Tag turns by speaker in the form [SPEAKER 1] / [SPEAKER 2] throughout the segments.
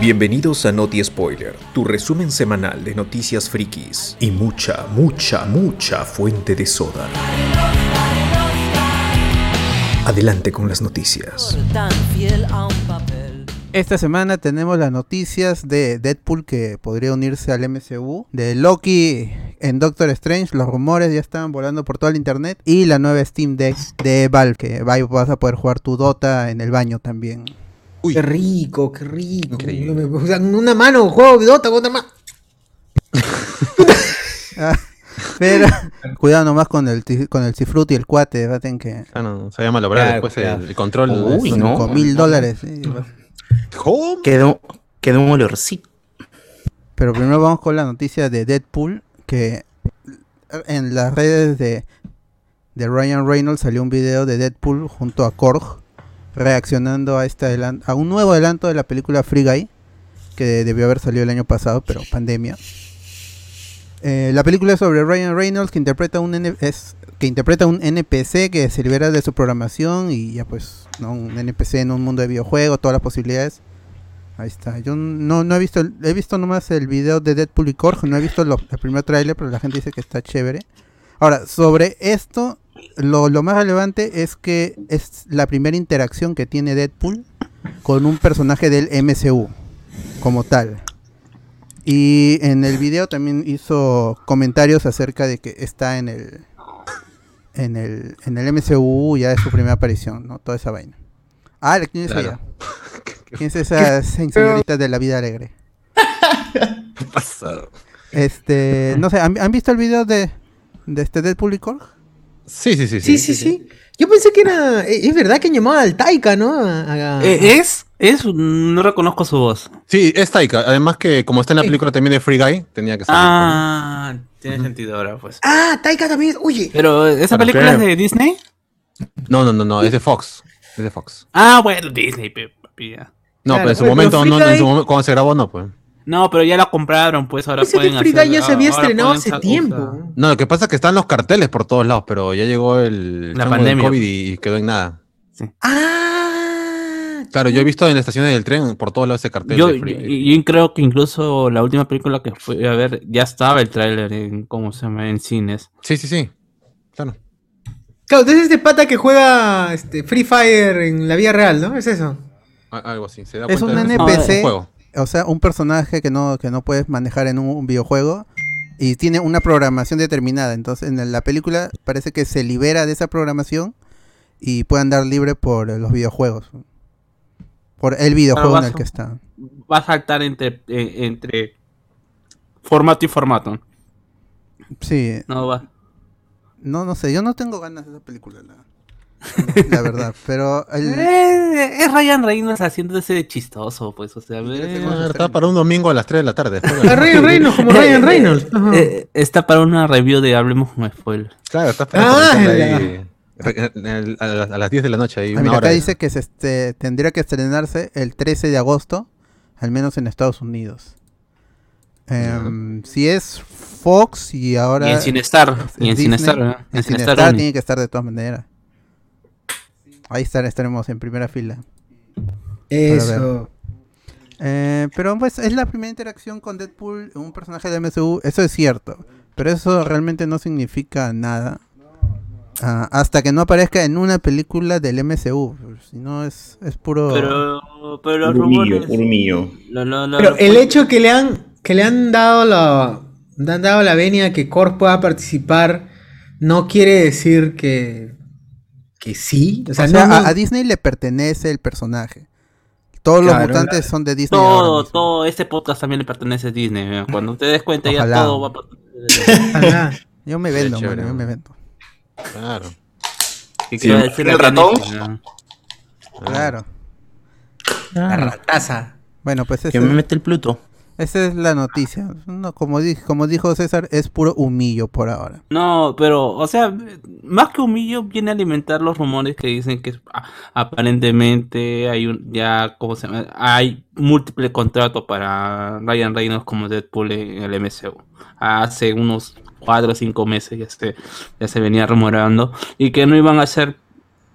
[SPEAKER 1] Bienvenidos a Noti Spoiler, tu resumen semanal de noticias frikis y mucha, mucha, mucha fuente de soda. Adelante con las noticias.
[SPEAKER 2] tan fiel a un papel.
[SPEAKER 3] Esta semana tenemos las noticias de Deadpool que podría unirse al MCU, de Loki en Doctor Strange, los rumores ya están volando por todo el internet y la nueva Steam Deck de Valve que va- vas a poder jugar tu Dota en el baño también.
[SPEAKER 4] Qué rico, qué rico. No me- o sea, una mano, juego de Dota, otra mano.
[SPEAKER 3] Ah, Pero cuidado nomás con el ti- con el Cifruti y el cuate, va a tener que
[SPEAKER 5] Ah, no, se había malogrado
[SPEAKER 6] Claro,
[SPEAKER 5] después
[SPEAKER 6] claro.
[SPEAKER 5] El, el control.
[SPEAKER 6] Uy,
[SPEAKER 5] Eso,
[SPEAKER 6] no.
[SPEAKER 3] con mil dólares. sí, va-
[SPEAKER 6] Quedó, quedó un olorcito.
[SPEAKER 3] Pero primero vamos con la noticia de Deadpool, que en las redes de, de Ryan Reynolds salió un video de Deadpool junto a Korg reaccionando a este adelan- a un nuevo adelanto de la película Free Guy, que debió haber salido el año pasado, pero pandemia. Eh, la película es sobre Ryan Reynolds que interpreta un N- es- que interpreta un NPC que se libera de su programación y ya pues ¿no? un NPC en un mundo de videojuegos, todas las posibilidades. Ahí está. Yo no, no he visto, el- he visto nomás el video de Deadpool y Korg, no he visto lo- el primer tráiler, pero la gente dice que está chévere. Ahora, sobre esto, lo, lo más relevante es que es la primera interacción que tiene Deadpool con un personaje del MCU, como tal. Y en el video también hizo comentarios acerca de que está en el en el, en el MCU ya es su primera aparición, ¿no? Toda esa vaina. Ah, ¿quién es
[SPEAKER 5] Claro.
[SPEAKER 3] ella? ¿Quién es esa señorita de la vida alegre?
[SPEAKER 5] ¿Qué pasa?
[SPEAKER 3] Este, no sé, ¿han, han visto el video de, de este Deadpool y Korg?
[SPEAKER 5] Sí, sí, sí.
[SPEAKER 4] Sí, sí, sí. Yo pensé que era. eh, Es verdad que han llamado al Taika, ¿no? A- a-
[SPEAKER 6] Eh, ¿Es? ¿Es? No reconozco su voz.
[SPEAKER 5] Sí, es Taika. Además que como está en la película también de Free Guy, tenía que salir.
[SPEAKER 6] Ah, tiene sentido ahora, pues.
[SPEAKER 4] Ah, Taika también. Oye,
[SPEAKER 6] Pero, ¿esa
[SPEAKER 5] Bueno,
[SPEAKER 6] película
[SPEAKER 5] claro.
[SPEAKER 6] es de Disney?
[SPEAKER 5] No, no, no, no, es de Fox. Es de Fox.
[SPEAKER 6] Ah, bueno, Disney, pe- papi, ya.
[SPEAKER 5] No,
[SPEAKER 4] Claro,
[SPEAKER 5] pero en su
[SPEAKER 4] pero
[SPEAKER 5] momento,
[SPEAKER 4] Free
[SPEAKER 5] no, no, en
[SPEAKER 4] Guy-
[SPEAKER 5] su momento, cuando se grabó, no, pues.
[SPEAKER 6] No, pero ya la compraron, pues ahora
[SPEAKER 4] ese
[SPEAKER 6] pueden
[SPEAKER 4] de Frida
[SPEAKER 6] hacer-
[SPEAKER 4] ya se había
[SPEAKER 6] ahora
[SPEAKER 4] estrenado
[SPEAKER 6] pueden
[SPEAKER 4] hace
[SPEAKER 6] sa- usar-
[SPEAKER 4] tiempo.
[SPEAKER 5] No, lo que pasa es que están los carteles por todos lados, pero ya llegó
[SPEAKER 6] La
[SPEAKER 5] el chongo del
[SPEAKER 6] pandemia.
[SPEAKER 5] COVID y y quedó en nada.
[SPEAKER 4] Ah,
[SPEAKER 5] Claro, yo he visto en las estaciones del tren por todos lados ese cartel
[SPEAKER 6] Yo,
[SPEAKER 5] de Free Guy.
[SPEAKER 6] yo- yo creo que incluso la última película que fui a ver ya estaba el tráiler en cómo se llama en cines.
[SPEAKER 5] Sí, sí, sí. Claro.
[SPEAKER 4] claro, entonces este pata que juega este, Free Fire en la vida real, ¿no? Es eso.
[SPEAKER 5] A- Algo así. ¿se da
[SPEAKER 3] Es
[SPEAKER 5] cuenta
[SPEAKER 3] un
[SPEAKER 5] de que es
[SPEAKER 3] NPC.
[SPEAKER 5] juego.
[SPEAKER 3] O sea, un personaje que no, que no puedes manejar en un, un videojuego y tiene una programación determinada. Entonces, en la película parece que se libera de esa programación y puede andar libre por eh, los videojuegos. Por el videojuego en el
[SPEAKER 6] Bravazo.
[SPEAKER 3] que está.
[SPEAKER 6] Va a saltar entre, eh, entre formato y formato.
[SPEAKER 3] Sí,
[SPEAKER 6] No va.
[SPEAKER 3] no, no sé, yo no tengo ganas de esa película, la, la verdad. Pero el-
[SPEAKER 6] Eh, es Ryan Reynolds haciéndose de chistoso, pues, o sea, eh,
[SPEAKER 3] Bueno, está
[SPEAKER 5] Ah, Está para un domingo a las 3 de la tarde. después de
[SPEAKER 4] A
[SPEAKER 5] la-
[SPEAKER 4] Ryan Reynolds, como Ryan Reynolds. Ajá.
[SPEAKER 6] eh, está para una review de Hablemos con Spoiler.
[SPEAKER 5] Claro, estás para
[SPEAKER 4] Ah,
[SPEAKER 5] comentarla
[SPEAKER 4] ya.
[SPEAKER 5] ahí, re- en el- a, las, a las 10 de la noche. Ahí,
[SPEAKER 3] Ah,
[SPEAKER 5] una
[SPEAKER 3] mira,
[SPEAKER 5] hora
[SPEAKER 3] acá
[SPEAKER 5] de-
[SPEAKER 3] dice que se este, tendría que estrenarse el 13 de agosto, al menos en Estados Unidos. Em, Si es Fox y ahora...
[SPEAKER 6] Y en Cinestar. Y en
[SPEAKER 3] Disney,
[SPEAKER 6] Cinestar, ¿no?
[SPEAKER 3] en Cinestar tiene que estar de todas maneras. Ahí estar, estaremos en primera fila.
[SPEAKER 4] Eso.
[SPEAKER 3] Eh, pero pues es la primera interacción con Deadpool, un personaje de MCU, eso es cierto, pero eso realmente no significa nada. Ah, hasta que no aparezca en una película del MCU, si no es, es puro...
[SPEAKER 6] Pero, pero los
[SPEAKER 7] Urumillo,
[SPEAKER 6] rumores.
[SPEAKER 7] Urumillo.
[SPEAKER 6] lo- lo- lo-
[SPEAKER 4] Pero
[SPEAKER 6] lo-
[SPEAKER 4] el hecho que le han, que le han dado la. le han dado la venia que Korg pueda participar. No quiere decir que. que sí. O sea,
[SPEAKER 3] O sea,
[SPEAKER 4] no-
[SPEAKER 3] a-
[SPEAKER 4] no-
[SPEAKER 3] A, Disney le pertenece el personaje. Todos los
[SPEAKER 4] Claro.
[SPEAKER 3] mutantes son de Disney. ahora
[SPEAKER 6] Todo,
[SPEAKER 3] mismo.
[SPEAKER 6] todo, este podcast también le pertenece a Disney. ¿no? Cuando te des cuenta
[SPEAKER 3] Ojalá.
[SPEAKER 6] ya todo va a pertenecer.
[SPEAKER 4] Ojalá.
[SPEAKER 3] Yo me vendo,
[SPEAKER 5] chévere,
[SPEAKER 3] mano, yo
[SPEAKER 5] ¿no?
[SPEAKER 3] me vendo.
[SPEAKER 5] Claro.
[SPEAKER 6] ¿Qué
[SPEAKER 7] Sí,
[SPEAKER 6] iba a decir
[SPEAKER 7] ¿el
[SPEAKER 6] la
[SPEAKER 7] ratón? Ah.
[SPEAKER 6] Disney, no?
[SPEAKER 3] Claro.
[SPEAKER 4] La rataza.
[SPEAKER 3] Bueno, pues
[SPEAKER 6] Que
[SPEAKER 3] ese-
[SPEAKER 6] me
[SPEAKER 3] esa
[SPEAKER 6] mete el Pluto.
[SPEAKER 3] es la noticia. No, como, di- como dijo César, es puro humillo por ahora.
[SPEAKER 6] No, pero, o sea, más que humillo viene a alimentar los rumores que dicen que a- aparentemente hay un, ya, ¿cómo se llama? Hay múltiple contrato para Ryan Reynolds como Deadpool en el MCU. Hace unos cuatro o cinco meses ya se, ya se venía rumorando y que no iban a hacer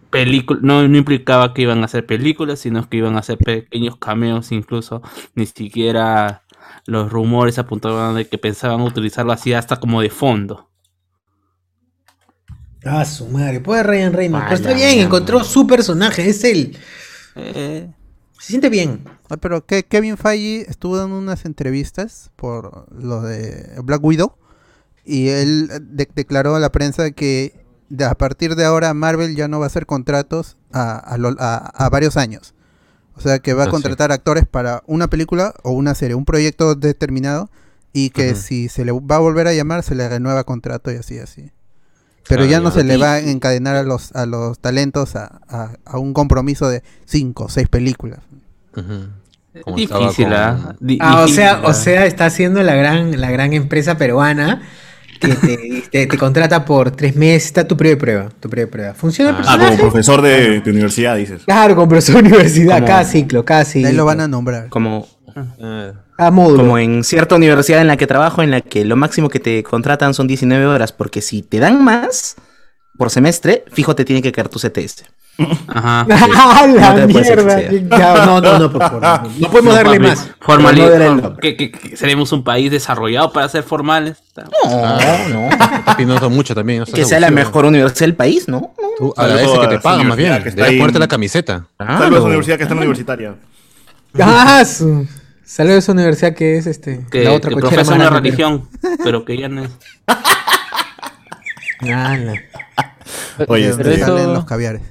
[SPEAKER 6] película, no, no implicaba que iban a hacer películas, sino que iban a hacer pequeños cameos, incluso ni siquiera los rumores apuntaban de que pensaban utilizarlo así hasta como de fondo.
[SPEAKER 4] Ah, su madre. Puede Ryan Reynolds. Pero está
[SPEAKER 6] Ala,
[SPEAKER 4] bien,
[SPEAKER 6] mi
[SPEAKER 4] encontró su personaje. Es él.
[SPEAKER 6] Eh,
[SPEAKER 4] Se siente bien.
[SPEAKER 3] Ah, pero que Kevin Feige estuvo dando unas entrevistas por lo de Black Widow y él eh, de- declaró a la prensa que de- a partir de ahora Marvel ya no va a hacer contratos a, a lo- a- a varios años. O sea que va
[SPEAKER 5] Ah,
[SPEAKER 3] a
[SPEAKER 5] sí.
[SPEAKER 3] contratar actores para una película o una serie, un proyecto determinado y que
[SPEAKER 5] Ujú.
[SPEAKER 3] si se le va a volver a llamar se le renueva contrato y así, así. Pero
[SPEAKER 5] Claro,
[SPEAKER 3] ya no
[SPEAKER 5] ya.
[SPEAKER 3] se le
[SPEAKER 6] Y-
[SPEAKER 3] va a encadenar a los, a los talentos a, a- a un compromiso de cinco o seis películas.
[SPEAKER 5] Ujú. Como estaba
[SPEAKER 6] difícil,
[SPEAKER 5] con-
[SPEAKER 6] ¿ah? Di-
[SPEAKER 4] Ah, o
[SPEAKER 6] difícil,
[SPEAKER 4] sea,
[SPEAKER 6] ¿ah?
[SPEAKER 4] o sea, está haciendo la gran, la gran empresa peruana que te, te- te contrata por tres meses. Está tu periodo de prueba. Tu periodo de prueba. ¿Funciona el
[SPEAKER 5] Ah,
[SPEAKER 7] Ah, como
[SPEAKER 4] personaje?
[SPEAKER 7] profesor de, de universidad, dices.
[SPEAKER 4] Claro, con profesor de universidad.
[SPEAKER 8] Como-
[SPEAKER 4] Cada ciclo, cada
[SPEAKER 3] De ahí
[SPEAKER 4] ciclo.
[SPEAKER 3] lo van a nombrar. Ah.
[SPEAKER 8] Como,
[SPEAKER 5] Eh,
[SPEAKER 4] Cada Ah, módulo.
[SPEAKER 8] como en cierta universidad en la que trabajo, en la que lo máximo que te contratan son 19 horas, porque si te dan más por semestre, fijo te tiene que caer tu CTS.
[SPEAKER 6] Ajá.
[SPEAKER 4] ¡Ah, la
[SPEAKER 8] No te puedes
[SPEAKER 4] mierda!
[SPEAKER 8] exigir.
[SPEAKER 4] Ya, no, no, no, por favor. No, no podemos
[SPEAKER 6] No,
[SPEAKER 4] darle
[SPEAKER 6] papi,
[SPEAKER 4] más.
[SPEAKER 6] formali-
[SPEAKER 4] No darle-
[SPEAKER 6] form- que, que- que seremos un país desarrollado para ser formales.
[SPEAKER 5] ah, no, está pidiendo mucho también. no seas
[SPEAKER 8] Que sea la
[SPEAKER 5] abusivo.
[SPEAKER 8] mejor universidad del país, ¿no? No.
[SPEAKER 5] Tú
[SPEAKER 7] Sobre
[SPEAKER 5] agradece
[SPEAKER 7] todo
[SPEAKER 5] que
[SPEAKER 7] a
[SPEAKER 5] te
[SPEAKER 7] las
[SPEAKER 5] pagan más bien.
[SPEAKER 7] universidades que está
[SPEAKER 5] Debes
[SPEAKER 7] ahí.
[SPEAKER 5] ponerte la camiseta.
[SPEAKER 7] Tal vez
[SPEAKER 8] Claro.
[SPEAKER 7] universidad que está en universitaria.
[SPEAKER 4] ¡Ah! su- Salió de esa universidad que es este.
[SPEAKER 6] Que,
[SPEAKER 4] la otra
[SPEAKER 6] que
[SPEAKER 4] cochera
[SPEAKER 6] profesa
[SPEAKER 4] más
[SPEAKER 6] una
[SPEAKER 4] grande,
[SPEAKER 6] religión, pero que ya no es.
[SPEAKER 4] pero- Ah, la-
[SPEAKER 7] Oye,
[SPEAKER 3] de donde
[SPEAKER 7] este,
[SPEAKER 9] pero
[SPEAKER 3] salen
[SPEAKER 9] eso-
[SPEAKER 3] los caviares.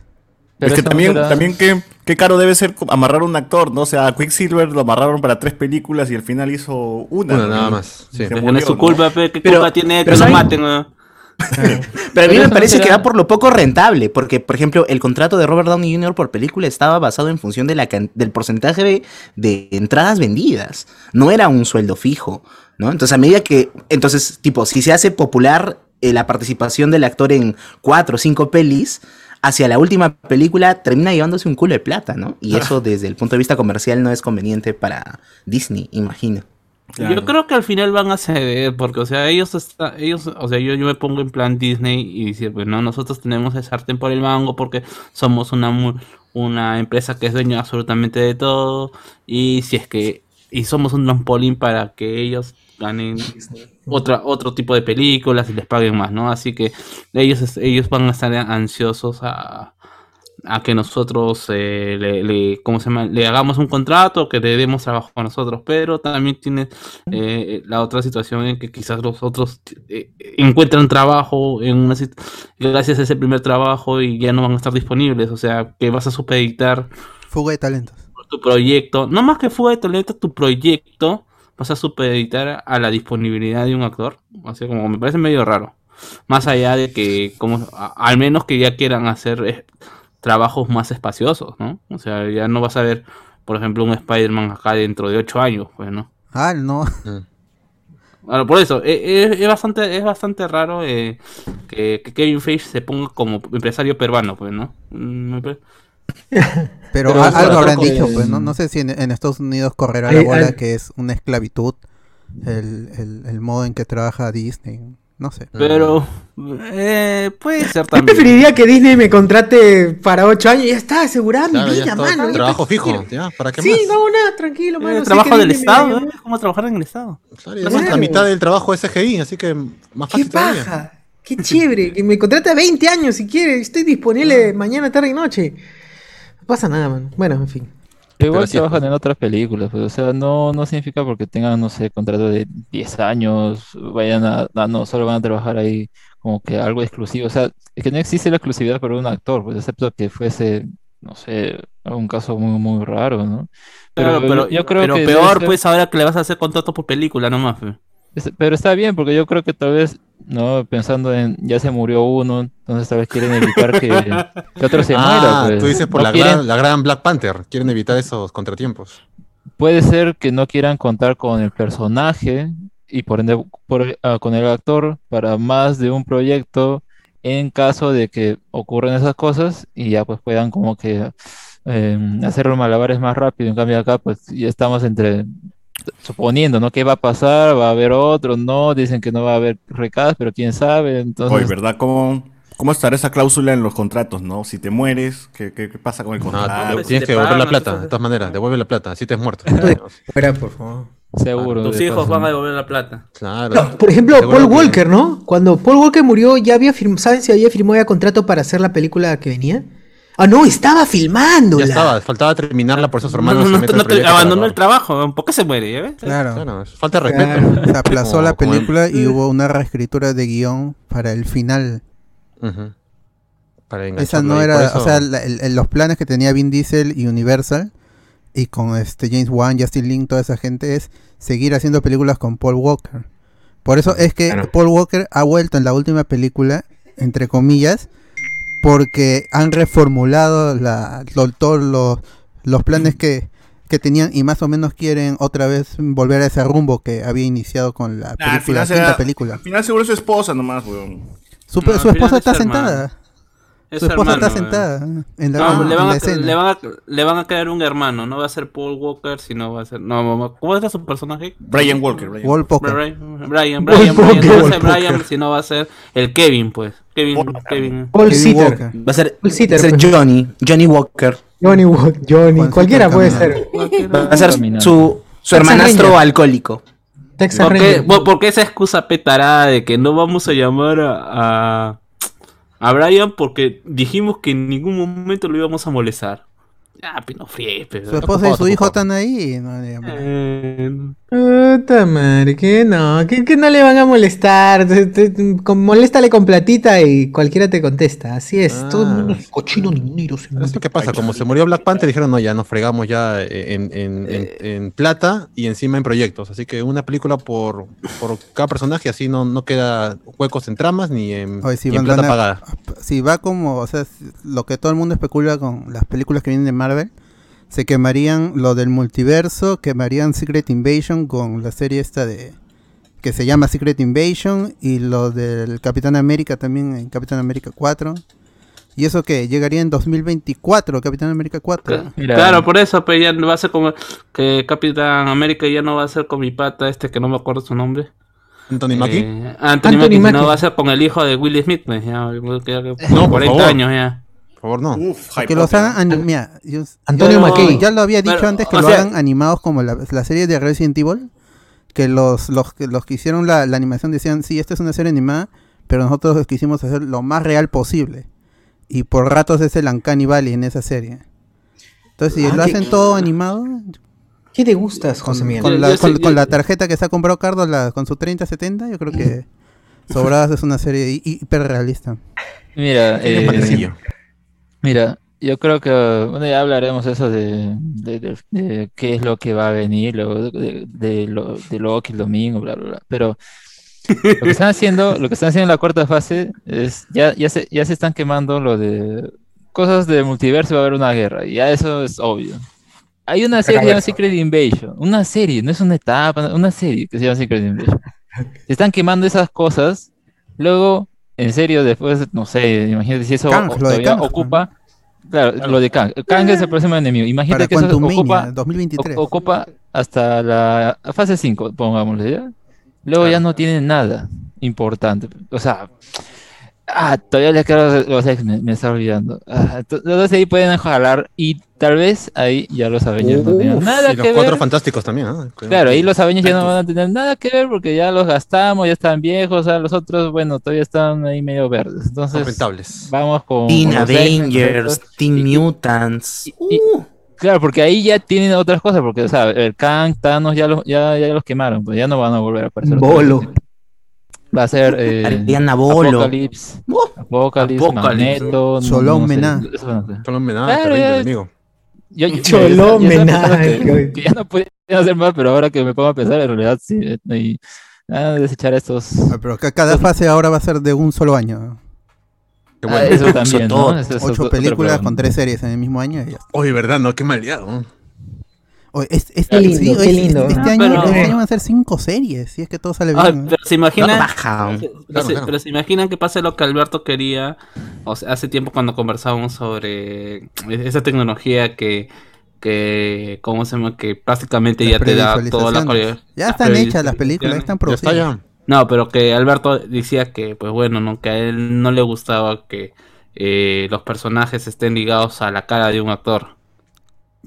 [SPEAKER 9] Pero
[SPEAKER 7] es que
[SPEAKER 9] esa
[SPEAKER 7] también,
[SPEAKER 9] basura-
[SPEAKER 7] también qué, qué caro debe ser co- amarrar un actor, ¿no? O sea, a Quicksilver lo amarraron para tres películas y al final hizo una.
[SPEAKER 5] Una
[SPEAKER 7] ¿no?
[SPEAKER 5] nada más, sí.
[SPEAKER 7] Se
[SPEAKER 5] Pero
[SPEAKER 6] Que
[SPEAKER 7] murió,
[SPEAKER 6] no es su
[SPEAKER 7] ¿no?
[SPEAKER 6] culpa, pe, ¿qué
[SPEAKER 8] Pero-
[SPEAKER 6] culpa tiene que
[SPEAKER 8] pero
[SPEAKER 6] lo
[SPEAKER 8] ¿saben?
[SPEAKER 6] maten? ah?
[SPEAKER 8] Pero a mí
[SPEAKER 9] Pero
[SPEAKER 8] me
[SPEAKER 9] eso
[SPEAKER 8] parece
[SPEAKER 9] será-
[SPEAKER 8] que va por lo poco rentable, porque, por ejemplo, el contrato de Robert Downey Jr. por película estaba basado en función de la can- del porcentaje de, de entradas vendidas. No era un sueldo fijo, ¿no? Entonces, a medida que. Entonces, tipo, si se hace popular eh, la participación del actor en cuatro o cinco pelis, hacia la última película termina llevándose un culo de plata, ¿no?
[SPEAKER 9] Ah.
[SPEAKER 8] Y eso, desde el punto de vista comercial, no es conveniente para Disney, imagino.
[SPEAKER 7] Claro.
[SPEAKER 6] Yo creo que al final van a ceder, porque, o sea, ellos, está- ellos o sea, yo, yo me pongo en plan Disney y decir, bueno, nosotros tenemos el sartén por el mango porque somos una, mu- una empresa que es dueña absolutamente de todo y si es que, y somos un trampolín para que ellos ganen otra, otro tipo de películas y les paguen más, ¿no? Así que ellos, es- ellos van a estar ansiosos a, a que nosotros eh, le, le- ¿cómo se llama? le hagamos un contrato, que le demos trabajo a nosotros, pero también tiene eh, la otra situación en que quizás los otros eh, encuentran trabajo en una sit- gracias a ese primer trabajo y ya no van a estar disponibles, o sea, que vas a supeditar
[SPEAKER 3] Fuga de talentos.
[SPEAKER 6] tu proyecto, no más que fuga de talento, tu proyecto vas a supeditar a la disponibilidad de un actor. O sea, como me parece medio raro. Más allá de que, como, a- al menos que ya quieran hacer eh, trabajos más espaciosos, ¿no? O sea, ya no vas a ver, por ejemplo, un Spider-Man acá dentro de ocho años, pues, ¿no?
[SPEAKER 3] Ah, no.
[SPEAKER 5] Mm.
[SPEAKER 6] Ahora, por eso, eh, eh, es, bastante, es bastante raro eh, que, que Kevin Feige se ponga como empresario peruano, pues, ¿no? Mm, me pare-
[SPEAKER 3] Pero,
[SPEAKER 4] Pero
[SPEAKER 3] a-
[SPEAKER 4] eso
[SPEAKER 3] algo
[SPEAKER 4] pasó
[SPEAKER 3] habrán
[SPEAKER 4] con
[SPEAKER 3] dicho,
[SPEAKER 4] el-
[SPEAKER 3] pues, ¿no? No sé si en, en Estados Unidos correrá
[SPEAKER 4] Ay,
[SPEAKER 3] la bola
[SPEAKER 4] ay.
[SPEAKER 3] que es una esclavitud el, el- el modo en que trabaja Disney. No sé.
[SPEAKER 6] Pero eh, puede ser
[SPEAKER 4] Yo
[SPEAKER 6] también.
[SPEAKER 4] preferiría que Disney me contrate para ocho años y ya está, asegurada
[SPEAKER 5] Claro,
[SPEAKER 4] mi
[SPEAKER 5] ya
[SPEAKER 4] vida,
[SPEAKER 5] está,
[SPEAKER 4] mano. ya
[SPEAKER 5] trabajo
[SPEAKER 4] está.
[SPEAKER 5] fijo, ya, ¿para qué
[SPEAKER 4] Sí,
[SPEAKER 5] más?
[SPEAKER 4] no hago nada, tranquilo, mano.
[SPEAKER 6] Eh,
[SPEAKER 4] sé
[SPEAKER 6] trabajo
[SPEAKER 4] que
[SPEAKER 6] del
[SPEAKER 4] Disney me va a
[SPEAKER 6] Estado,
[SPEAKER 4] llamar.
[SPEAKER 6] ¿eh? ¿Cómo trabajar en el Estado?
[SPEAKER 5] Claro, ya haces la
[SPEAKER 4] Claro.
[SPEAKER 5] mitad del trabajo es CGI, así que más
[SPEAKER 4] ¡Qué
[SPEAKER 5] fácil todavía.
[SPEAKER 4] paja! ¡Qué chévere! Que me contrate a 20 años si quiere. Estoy disponible mañana, tarde y noche. No pasa nada, mano. Bueno, en fin.
[SPEAKER 5] Pero
[SPEAKER 9] Igual
[SPEAKER 5] así es,
[SPEAKER 9] trabajan en otras películas, pues, o sea, no, no significa porque tengan, no sé, contrato de 10 años, vayan a, a- no, solo van a trabajar ahí como que algo exclusivo, o sea, es que no existe la exclusividad para un actor, pues, excepto que fuese, no sé, algún caso muy, muy raro, ¿no?
[SPEAKER 6] Claro, pero,
[SPEAKER 9] yo creo
[SPEAKER 6] pero
[SPEAKER 9] que debe
[SPEAKER 6] peor,
[SPEAKER 9] ser-
[SPEAKER 6] pues ahora que le vas a hacer contrato por película nomás. fe.
[SPEAKER 9] es- pero está bien, porque yo creo que tal vez, ¿no? Pensando en, ya se murió uno, entonces tal vez quieren evitar que, que otro se muera,
[SPEAKER 5] Ah,
[SPEAKER 9] pues.
[SPEAKER 5] tú dices por
[SPEAKER 9] No
[SPEAKER 5] la,
[SPEAKER 9] quieren-
[SPEAKER 5] gran, la gran Black Panther, quieren evitar esos contratiempos.
[SPEAKER 9] puede ser que no quieran contar con el personaje y por ende por- ah, con el actor para más de un proyecto en caso de que ocurran esas cosas y ya pues puedan como que eh, hacer los malabares más rápido. En cambio acá pues ya estamos entre suponiendo, ¿no? ¿Qué va a pasar? ¿Va a haber otro? No, dicen que no va a haber recadas, pero quién sabe. Entonces
[SPEAKER 7] Oye, ¿verdad? ¿Cómo, ¿Cómo estará esa cláusula en los contratos, no? Si te mueres, ¿qué, qué- qué pasa con el
[SPEAKER 5] No,
[SPEAKER 7] contrato?
[SPEAKER 5] Ah,
[SPEAKER 7] Pues,
[SPEAKER 5] te-
[SPEAKER 6] Ah, si
[SPEAKER 5] tienes
[SPEAKER 6] te
[SPEAKER 5] que devolver la
[SPEAKER 6] pagan,
[SPEAKER 5] plata,
[SPEAKER 6] entonces-
[SPEAKER 5] de todas maneras, devuelve la plata, así te has muerto. Ah,
[SPEAKER 4] Fuera, por favor.
[SPEAKER 9] Seguro.
[SPEAKER 6] Tus
[SPEAKER 9] de
[SPEAKER 6] hijos
[SPEAKER 9] paso.
[SPEAKER 6] van a devolver la plata.
[SPEAKER 5] Claro.
[SPEAKER 4] No, por ejemplo,
[SPEAKER 5] Seguro
[SPEAKER 4] Paul
[SPEAKER 5] que-
[SPEAKER 4] Walker, ¿no? Cuando Paul Walker murió, ya había firmado, ¿saben si había firmado ya contrato para hacer la película que venía? Ah, no, estaba filmando.
[SPEAKER 5] Ya estaba, faltaba terminarla, por eso su
[SPEAKER 6] No,
[SPEAKER 5] hermano
[SPEAKER 6] no,
[SPEAKER 5] se
[SPEAKER 6] no,
[SPEAKER 5] mete al
[SPEAKER 6] no te-
[SPEAKER 5] proyecto para
[SPEAKER 6] abandonó
[SPEAKER 5] acabar.
[SPEAKER 6] el trabajo. ¿Por qué se muere? ya ves?
[SPEAKER 3] Claro.
[SPEAKER 5] Claro, es falta de
[SPEAKER 4] Claro.
[SPEAKER 5] respeto.
[SPEAKER 3] Se aplazó
[SPEAKER 5] Como-
[SPEAKER 3] la
[SPEAKER 5] como en-
[SPEAKER 3] película y hubo una reescritura de guión para el final.
[SPEAKER 5] Ujú. Para
[SPEAKER 3] Esa
[SPEAKER 5] engancharlo
[SPEAKER 3] no
[SPEAKER 5] ahí,
[SPEAKER 3] era,
[SPEAKER 5] por eso-
[SPEAKER 3] o sea, la- el- el- los planes que tenía Vin Diesel y Universal y con este James Wan, Justin Lin, toda esa gente es seguir haciendo películas con Paul Walker. Por eso es que
[SPEAKER 7] Claro.
[SPEAKER 3] Paul Walker ha vuelto en la última película, entre comillas, porque han reformulado la, lo- todos los, los planes que, que tenían y más o menos quieren otra vez volver a ese rumbo que había iniciado con la
[SPEAKER 7] Nah,
[SPEAKER 3] película,
[SPEAKER 7] al, final
[SPEAKER 3] la quinta
[SPEAKER 7] será-
[SPEAKER 3] película.
[SPEAKER 7] al final seguro es su esposa nomás, weón.
[SPEAKER 3] Su,
[SPEAKER 6] No, al
[SPEAKER 3] su
[SPEAKER 6] final
[SPEAKER 3] esposa
[SPEAKER 6] es
[SPEAKER 3] está
[SPEAKER 6] su hermano.
[SPEAKER 3] sentada.
[SPEAKER 6] Es
[SPEAKER 3] Su esposa
[SPEAKER 6] hermano,
[SPEAKER 3] está
[SPEAKER 6] weón.
[SPEAKER 3] sentada ¿eh? en la,
[SPEAKER 6] No,
[SPEAKER 3] en
[SPEAKER 6] le,
[SPEAKER 3] la
[SPEAKER 6] van a,
[SPEAKER 3] escena.
[SPEAKER 6] le, van a, le van a crear un hermano, no va a ser Paul Walker, sino va a ser... No, ¿Cómo era su personaje?
[SPEAKER 7] Brian Walker, Brian.
[SPEAKER 3] Wall Poker.
[SPEAKER 6] Brian, Brian, Brian, Brian, no va a ser Brian, sino va a ser el Kevin, pues. Kevin, Kevin.
[SPEAKER 4] Paul
[SPEAKER 3] Kevin
[SPEAKER 4] Sitter.
[SPEAKER 3] Walker.
[SPEAKER 8] Va a ser,
[SPEAKER 4] Paul Sitter,
[SPEAKER 8] va a ser
[SPEAKER 4] pues.
[SPEAKER 8] Johnny, Johnny Walker.
[SPEAKER 4] Johnny, Wa- Johnny,
[SPEAKER 3] Juan
[SPEAKER 4] cualquiera
[SPEAKER 3] Sitter
[SPEAKER 4] puede
[SPEAKER 3] Camino.
[SPEAKER 4] ser.
[SPEAKER 8] Va a ser
[SPEAKER 9] Caminando.
[SPEAKER 8] su, su hermanastro
[SPEAKER 4] Ranger.
[SPEAKER 8] alcohólico.
[SPEAKER 4] Texas
[SPEAKER 6] ¿Por qué,
[SPEAKER 4] Ranger.
[SPEAKER 6] por- por qué esa excusa petarada de que no vamos a llamar a, a, a Brian porque dijimos que en ningún momento lo íbamos a molestar? Ah, pero no fríes, pero...
[SPEAKER 3] Su esposa y su
[SPEAKER 5] Tampoco,
[SPEAKER 3] hijo están
[SPEAKER 5] tampoco.
[SPEAKER 3] ahí. y no le llaman.
[SPEAKER 6] Eh,
[SPEAKER 4] Puta madre, que no, que, que no le van a molestar. Te- te- con- moléstale con platita y cualquiera te contesta. Así es, todo el
[SPEAKER 5] Ah.
[SPEAKER 4] mundo es cochino niñero.
[SPEAKER 5] ¿Eso qué pasa? Como se murió Black Panther, dijeron, no, ya nos fregamos ya en, en- en-
[SPEAKER 6] Eh.
[SPEAKER 5] en plata y encima en proyectos. Así que una película por, por cada personaje, así no, no queda huecos en tramas ni en,
[SPEAKER 3] Oye, sí,
[SPEAKER 5] ni en
[SPEAKER 3] van-
[SPEAKER 5] plata
[SPEAKER 3] van a-
[SPEAKER 5] pagada.
[SPEAKER 3] Si va como, o sea, si- lo que todo el mundo especula con las películas que vienen de Marvel, se quemarían lo del multiverso, quemarían Secret Invasion con la serie esta de que se llama Secret Invasion y lo del Capitán América también en Capitán América 4. Y eso que llegaría en 2024, Capitán América 4.
[SPEAKER 9] Mira.
[SPEAKER 6] Claro, por eso, pero ya no va a ser como que Capitán América ya no va a ser con mi pata este que no me acuerdo su nombre.
[SPEAKER 5] Anthony Mackie.
[SPEAKER 6] Eh, Anthony,
[SPEAKER 4] Anthony
[SPEAKER 6] Mackie,
[SPEAKER 4] Mackie.
[SPEAKER 6] no va a ser con el hijo de Will Smith, pues, ya, ya- ya-
[SPEAKER 5] No, por
[SPEAKER 6] 40
[SPEAKER 5] favor.
[SPEAKER 6] años ya.
[SPEAKER 5] Por favor, no.
[SPEAKER 7] Uf,
[SPEAKER 3] Que
[SPEAKER 7] hype
[SPEAKER 3] los
[SPEAKER 7] propio.
[SPEAKER 3] hagan ani- mira, yo-
[SPEAKER 4] Antonio
[SPEAKER 3] yo-
[SPEAKER 4] McKay.
[SPEAKER 3] Ya lo había dicho
[SPEAKER 6] Pero,
[SPEAKER 3] antes que
[SPEAKER 6] o
[SPEAKER 3] lo
[SPEAKER 6] sea-
[SPEAKER 3] hagan animados como la, la serie de Resident Evil. Que los, los, que- los que hicieron la, la animación decían, sí, esta es una serie animada, pero nosotros quisimos hacer lo más real posible. Y por ratos es el Uncanny Valley en esa serie. Entonces, si
[SPEAKER 4] Ah,
[SPEAKER 3] lo
[SPEAKER 4] qué-
[SPEAKER 3] hacen todo animado,
[SPEAKER 4] ¿Qué te gustas, José
[SPEAKER 3] con,
[SPEAKER 4] Miguel?
[SPEAKER 3] con
[SPEAKER 6] Yo-
[SPEAKER 3] la,
[SPEAKER 6] yo
[SPEAKER 3] con-
[SPEAKER 6] sé-
[SPEAKER 3] con
[SPEAKER 6] yo-
[SPEAKER 3] la tarjeta que se ha comprado Cardo, la- con su 3070, yo creo que Sobradas es una serie hi- hiperrealista.
[SPEAKER 9] Mira,
[SPEAKER 5] Es
[SPEAKER 9] eh,
[SPEAKER 5] panecillo.
[SPEAKER 9] Mira, yo creo que, bueno, ya hablaremos eso de, de- de- de qué es lo que va a venir, luego de, de lo, de Loki el domingo, bla, bla, bla. Pero lo que están haciendo, lo que están haciendo en la cuarta fase es, ya, ya se, ya se están quemando lo de cosas de multiverso, va a haber una guerra, y ya eso es obvio. Hay una serie que se llama Secret Invasion, una serie, no es una etapa, una serie que se llama Secret Invasion. Se están quemando esas cosas, luego, en serio, después, no sé, imagínate si eso
[SPEAKER 3] Kang,
[SPEAKER 9] o-
[SPEAKER 3] lo de
[SPEAKER 9] todavía
[SPEAKER 3] Kang, ¿no?
[SPEAKER 9] ocupa... Claro, lo de Kang. Kang es el próximo enemigo.
[SPEAKER 3] Para
[SPEAKER 9] Imagínate que eso
[SPEAKER 3] Quantum
[SPEAKER 9] ocupa,
[SPEAKER 3] 2023.
[SPEAKER 9] o- ocupa hasta la fase 5, pongámosle ya. Luego ya no tiene nada importante. O sea, ah, todavía les quedan los, los X-Men, me está olvidando. Ah, ento- entonces ahí pueden jalar y tal vez ahí ya los Avengers no tengan nada
[SPEAKER 5] Y los
[SPEAKER 9] que
[SPEAKER 5] cuatro
[SPEAKER 9] ver.
[SPEAKER 5] fantásticos también, ¿no?
[SPEAKER 9] Claro, ahí los Avengers ya no van a tener nada que ver porque ya los gastamos, ya están viejos, o sea, los otros, bueno, todavía están ahí medio verdes.
[SPEAKER 5] Son
[SPEAKER 9] Entonces,
[SPEAKER 5] rentables.
[SPEAKER 9] vamos con...
[SPEAKER 8] Teen
[SPEAKER 9] con los X-Men, con los
[SPEAKER 8] Avengers, Teen Mutants. Uh.
[SPEAKER 9] y- y- claro, porque ahí ya tienen otras cosas, porque, o sea, el Kang, Thanos, ya los, ya, ya los quemaron, pues ya no van a volver a aparecer. otra
[SPEAKER 4] Bolo.
[SPEAKER 9] vez. Va a ser eh,
[SPEAKER 8] Ariana Bolo.
[SPEAKER 9] Apocalypse,
[SPEAKER 8] Oh.
[SPEAKER 9] Apocalypse,
[SPEAKER 6] Apocalypse.
[SPEAKER 9] Magneto,
[SPEAKER 3] Solón
[SPEAKER 9] sé,
[SPEAKER 3] Mená.
[SPEAKER 9] eso no sé.
[SPEAKER 5] Solo me da
[SPEAKER 9] Claro,
[SPEAKER 5] terrible
[SPEAKER 9] ya-
[SPEAKER 5] enemigo.
[SPEAKER 9] Yo, yo-
[SPEAKER 4] Solón
[SPEAKER 9] yo- yo estaba
[SPEAKER 4] Mená,
[SPEAKER 9] pensando
[SPEAKER 4] güey.
[SPEAKER 9] Que, que ya no podían hacer más, pero ahora que me pongo a pensar, en realidad sí. eh, Y, ah, desechar estos.
[SPEAKER 3] Ah, Pero ca- cada fase ahora va a ser de un solo año.
[SPEAKER 5] Qué
[SPEAKER 9] Ah,
[SPEAKER 5] bueno.
[SPEAKER 9] eso también, ¿no?
[SPEAKER 8] Sotón.
[SPEAKER 9] Eso es otro-
[SPEAKER 3] Ocho
[SPEAKER 9] otro
[SPEAKER 3] películas
[SPEAKER 9] problema.
[SPEAKER 3] con tres series en el mismo año. y ya está.
[SPEAKER 5] Oye, ¿verdad? No, qué mal liado. ¿no?
[SPEAKER 3] Oye, es- es-
[SPEAKER 4] Qué lindo,
[SPEAKER 3] sí, oye,
[SPEAKER 4] qué
[SPEAKER 3] es-
[SPEAKER 4] lindo.
[SPEAKER 3] Este,
[SPEAKER 6] Ah,
[SPEAKER 3] año,
[SPEAKER 6] pero-
[SPEAKER 3] este año van a ser cinco series, si es que todo sale
[SPEAKER 6] Ay,
[SPEAKER 3] bien. ¿no?
[SPEAKER 6] Ah, pero se imaginan,
[SPEAKER 8] Baja.
[SPEAKER 6] pero, se-
[SPEAKER 5] Claro, claro.
[SPEAKER 6] pero se imaginan que pase lo que Alberto quería o sea, hace tiempo cuando conversábamos sobre e-, esa tecnología que, que ¿cómo se llama? que prácticamente
[SPEAKER 3] Las
[SPEAKER 6] ya te da toda la
[SPEAKER 3] previsualizaciones.
[SPEAKER 6] coreografía.
[SPEAKER 3] Ya están hechas las películas, ya están
[SPEAKER 5] Ya está
[SPEAKER 3] producidas.
[SPEAKER 5] ya.
[SPEAKER 6] No, pero que Alberto decía que, pues bueno, no, que a él no le gustaba que eh, los personajes estén ligados a la cara de un actor.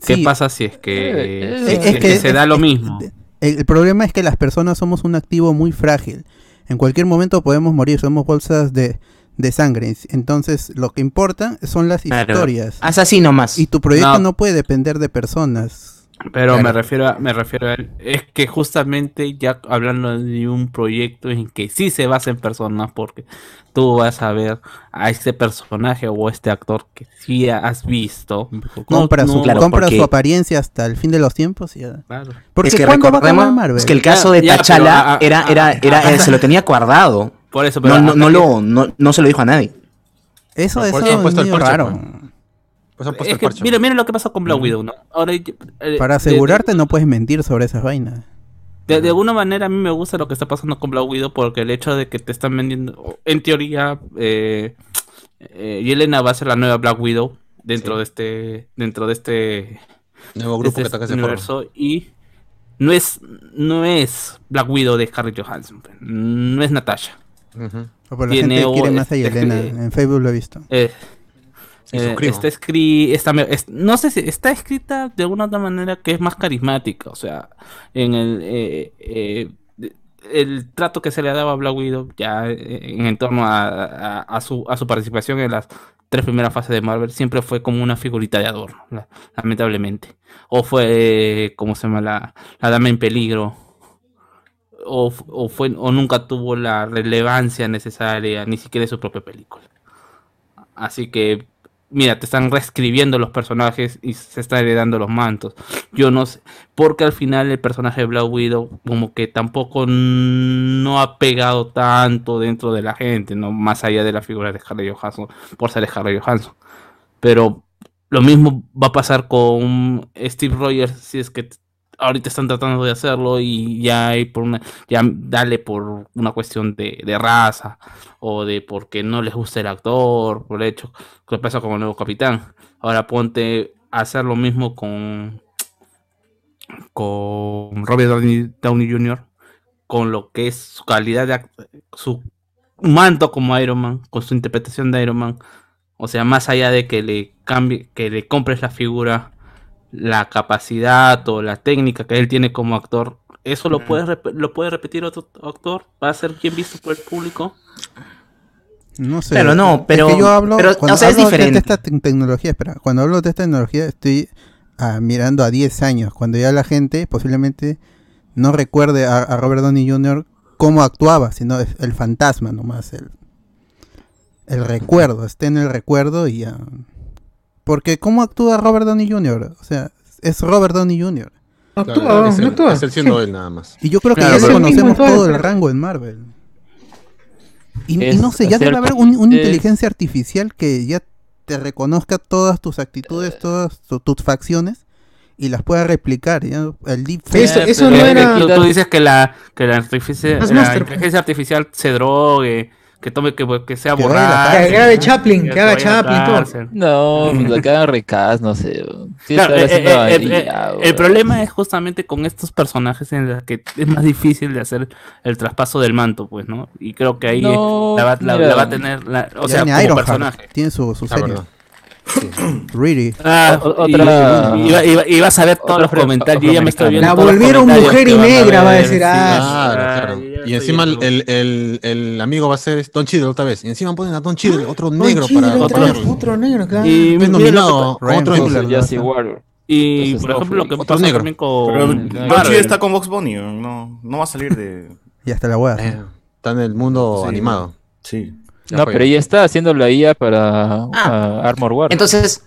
[SPEAKER 6] ¿Qué
[SPEAKER 3] Sí.
[SPEAKER 6] pasa si es que,
[SPEAKER 9] Eh,
[SPEAKER 6] si
[SPEAKER 9] eh,
[SPEAKER 6] es
[SPEAKER 9] es
[SPEAKER 6] que
[SPEAKER 3] que-
[SPEAKER 6] se da lo mismo?
[SPEAKER 3] El, el problema es que las personas somos un activo muy frágil. En cualquier momento podemos morir, somos bolsas de, de sangre. Entonces, lo que importa son las
[SPEAKER 8] Claro.
[SPEAKER 3] historias.
[SPEAKER 8] Haz así nomás.
[SPEAKER 3] Y tu proyecto
[SPEAKER 6] No.
[SPEAKER 3] no puede depender de personas.
[SPEAKER 6] Pero me
[SPEAKER 8] Claro.
[SPEAKER 6] refiero a, me refiero a es que justamente ya hablando de un proyecto en que sí se basa en personas porque tú vas a ver a este personaje o a este actor que sí has visto.
[SPEAKER 3] Compra, su,
[SPEAKER 8] claro,
[SPEAKER 3] compra
[SPEAKER 8] porque-
[SPEAKER 3] su apariencia hasta el fin de los tiempos y ya.
[SPEAKER 6] claro.
[SPEAKER 3] Porque
[SPEAKER 8] es que
[SPEAKER 3] ¿cuándo va a acabar
[SPEAKER 8] recordemos
[SPEAKER 3] Marvel?
[SPEAKER 8] es que el caso de
[SPEAKER 6] Ya, ya,
[SPEAKER 8] Tachala
[SPEAKER 6] pero, ah,
[SPEAKER 8] era,
[SPEAKER 6] ah,
[SPEAKER 8] era,
[SPEAKER 6] ah,
[SPEAKER 8] era, eh, se lo tenía guardado.
[SPEAKER 6] Por eso, pero ah,
[SPEAKER 8] No, no,
[SPEAKER 6] acá
[SPEAKER 8] no
[SPEAKER 6] que-
[SPEAKER 8] lo, no, no se lo dijo a nadie.
[SPEAKER 3] Eso,
[SPEAKER 5] Por
[SPEAKER 3] eso
[SPEAKER 5] eso han puesto
[SPEAKER 3] es
[SPEAKER 5] el
[SPEAKER 3] muy
[SPEAKER 5] parche,
[SPEAKER 3] raro.
[SPEAKER 5] Pues han puesto
[SPEAKER 6] es
[SPEAKER 5] el
[SPEAKER 6] que
[SPEAKER 5] parche.
[SPEAKER 6] mira, mira lo que pasa con Black Widow, ¿no? Ahora, eh,
[SPEAKER 3] Para
[SPEAKER 6] de- de-
[SPEAKER 3] asegurarte no puedes mentir sobre esas vainas.
[SPEAKER 6] De, de alguna manera a mí me gusta lo que está pasando con Black Widow porque el hecho de que te están vendiendo, en teoría, eh, eh, Yelena va a ser la nueva Black Widow dentro de este, dentro de este,
[SPEAKER 5] Nuevo grupo
[SPEAKER 6] de
[SPEAKER 5] que
[SPEAKER 6] este
[SPEAKER 5] ataca ese universo.
[SPEAKER 6] universo y no es, no es Black Widow de Scarlett Johansson, pues, no es Natasha.
[SPEAKER 3] O por la
[SPEAKER 6] Tiene
[SPEAKER 3] gente
[SPEAKER 6] o-
[SPEAKER 3] quiere más a
[SPEAKER 6] este-
[SPEAKER 3] Yelena. En Facebook lo he visto.
[SPEAKER 6] Eh,
[SPEAKER 5] Sí,
[SPEAKER 6] eh,
[SPEAKER 5] suscribo.
[SPEAKER 6] está escrita, no sé si está escrita de una otra manera que es más carismática, o sea, en el, eh, eh, de- el trato que se le daba a Black Widow ya eh, en, en torno a, a- a su, a su participación en las tres primeras fases de Marvel siempre fue como una figurita de adorno, la- lamentablemente. O fue, eh, ¿cómo se llama? La, la dama en peligro. O, f- o, fue, o nunca tuvo la relevancia necesaria, ni siquiera de su propia película. Así que, mira, te están reescribiendo los personajes y se están heredando los mantos. Yo no sé, porque al final el personaje de Black Widow como que tampoco no ha pegado tanto dentro de la gente, no más allá de la figura de Scarlett Johansson, por ser Scarlett Johansson. Pero lo mismo va a pasar con Steve Rogers si es que t- ahorita están tratando de hacerlo y ya hay por una ya dale por una cuestión de, de raza o de porque no les gusta el actor, por el hecho que pasa con el nuevo capitán. Ahora ponte a hacer lo mismo con con Robert Downey, Downey Jr. con lo que es su calidad de act- su manto como Iron Man, con su interpretación de Iron Man. O sea, más allá de que le cambie, que le compres la figura, la capacidad o la técnica que él tiene como actor, eso lo puedes rep- lo puede repetir otro actor, va
[SPEAKER 8] Ah.
[SPEAKER 6] a ser bien visto por el público.
[SPEAKER 3] No sé.
[SPEAKER 8] Claro, no,
[SPEAKER 3] Es que
[SPEAKER 8] pero-
[SPEAKER 3] yo hablo,
[SPEAKER 8] pero,
[SPEAKER 3] cuando
[SPEAKER 8] o sea, es
[SPEAKER 3] hablo de- de
[SPEAKER 8] diferente.
[SPEAKER 3] esta te- tecnología, espera, cuando hablo de esta tecnología estoy ah, mirando a 10 años, cuando ya la gente posiblemente no recuerde a, a Robert Downey Jr. cómo actuaba, sino es el fantasma nomás, el, el recuerdo, esté en el recuerdo y ya. Porque ¿cómo actúa Robert Downey Jr.? O sea, es Robert Downey Jr.
[SPEAKER 4] No
[SPEAKER 5] Claro,
[SPEAKER 4] actúa,
[SPEAKER 5] es,
[SPEAKER 4] no
[SPEAKER 5] él,
[SPEAKER 4] actúa.
[SPEAKER 5] es él siendo él nada más.
[SPEAKER 3] Y yo creo que
[SPEAKER 4] Claro,
[SPEAKER 3] ya
[SPEAKER 4] pero-
[SPEAKER 3] conocemos
[SPEAKER 4] Mismo,
[SPEAKER 3] todo
[SPEAKER 4] todo.
[SPEAKER 3] el rango en Marvel. Y, y
[SPEAKER 9] Es
[SPEAKER 3] no sé, ya
[SPEAKER 9] hacer
[SPEAKER 3] debe haber un- una
[SPEAKER 9] es-
[SPEAKER 3] inteligencia artificial que ya te reconozca todas tus
[SPEAKER 6] Eh.
[SPEAKER 3] actitudes, todas tu- tus facciones y las pueda replicar. ya. El deepfake.
[SPEAKER 4] Eso,
[SPEAKER 9] Eh,
[SPEAKER 4] eso
[SPEAKER 9] pero
[SPEAKER 4] no
[SPEAKER 9] es que
[SPEAKER 4] era.
[SPEAKER 6] tú, tú dices que la, que la, artifici-
[SPEAKER 4] Las
[SPEAKER 6] la
[SPEAKER 4] Master-
[SPEAKER 6] inteligencia artificial se drogue, que tome que, que sea
[SPEAKER 3] Que vaya a la
[SPEAKER 6] borrada.
[SPEAKER 4] Que haga de Chaplin,
[SPEAKER 6] Que
[SPEAKER 4] que
[SPEAKER 6] vaya
[SPEAKER 4] haga
[SPEAKER 6] a la
[SPEAKER 4] Chaplin, todo.
[SPEAKER 6] cárcel. pues
[SPEAKER 9] No, pues la quedan ricas, no sé. weón. Sí,
[SPEAKER 6] Claro, eh,
[SPEAKER 9] estar haciendo
[SPEAKER 6] eh, eh,
[SPEAKER 9] ahí,
[SPEAKER 6] eh,
[SPEAKER 9] ah,
[SPEAKER 6] el
[SPEAKER 9] weón.
[SPEAKER 6] problema es justamente con estos personajes en los que es más difícil de hacer el traspaso del manto, pues, ¿no? Y creo que ahí eh,
[SPEAKER 9] No,
[SPEAKER 6] la, va, la-
[SPEAKER 9] mira.
[SPEAKER 6] la va a tener, la- o
[SPEAKER 3] ya
[SPEAKER 6] sea,
[SPEAKER 3] ni
[SPEAKER 6] como
[SPEAKER 3] Ironheart
[SPEAKER 6] personaje.
[SPEAKER 3] tiene su, su
[SPEAKER 5] La
[SPEAKER 3] serie.
[SPEAKER 5] verdad.
[SPEAKER 3] Really.
[SPEAKER 6] Ah,
[SPEAKER 9] O-
[SPEAKER 6] y-
[SPEAKER 9] otra-
[SPEAKER 6] y, va- y va- y vas a ver
[SPEAKER 9] otro
[SPEAKER 6] todos los
[SPEAKER 9] afro-
[SPEAKER 6] comentarios. Yo ya me estoy viendo.
[SPEAKER 4] La
[SPEAKER 6] todos los
[SPEAKER 4] volvieron
[SPEAKER 6] comentarios
[SPEAKER 4] mujer
[SPEAKER 6] que
[SPEAKER 4] y
[SPEAKER 6] van
[SPEAKER 4] negra, va a
[SPEAKER 6] ver,
[SPEAKER 4] decir,
[SPEAKER 6] sí.
[SPEAKER 4] ah,
[SPEAKER 6] yo
[SPEAKER 5] Claro,
[SPEAKER 6] ya
[SPEAKER 5] claro. Y
[SPEAKER 6] estoy
[SPEAKER 5] encima
[SPEAKER 6] viendo.
[SPEAKER 5] el, el, el, el amigo va a ser Don Cheadle otra vez. Y encima ponen a Don Cheadle, otro
[SPEAKER 4] Don
[SPEAKER 5] negro
[SPEAKER 4] Cheadle,
[SPEAKER 5] para
[SPEAKER 4] Ah, otra
[SPEAKER 5] otro
[SPEAKER 4] vez, otro negro, claro. Pues
[SPEAKER 6] Y pues,
[SPEAKER 5] Es
[SPEAKER 6] mira lo
[SPEAKER 5] nominado a
[SPEAKER 3] Ryan
[SPEAKER 5] otro
[SPEAKER 3] Coogler.
[SPEAKER 5] Emmy.
[SPEAKER 9] Jesse Warrior.
[SPEAKER 6] Y
[SPEAKER 9] Entonces,
[SPEAKER 6] por
[SPEAKER 9] no,
[SPEAKER 6] ejemplo, lo que
[SPEAKER 5] otro
[SPEAKER 6] pasa
[SPEAKER 5] negro.
[SPEAKER 6] también con.
[SPEAKER 7] Pero
[SPEAKER 6] con
[SPEAKER 7] Don
[SPEAKER 6] Marvel.
[SPEAKER 7] Cheadle está con Box Bunny, no, no va a salir de.
[SPEAKER 3] Y hasta la hueá.
[SPEAKER 5] Eh, Está en el mundo
[SPEAKER 7] Sí.
[SPEAKER 5] animado.
[SPEAKER 7] Sí.
[SPEAKER 5] Ya
[SPEAKER 9] No,
[SPEAKER 5] fue.
[SPEAKER 9] pero ella está haciendo la IA para ah, Armor War.
[SPEAKER 8] Entonces,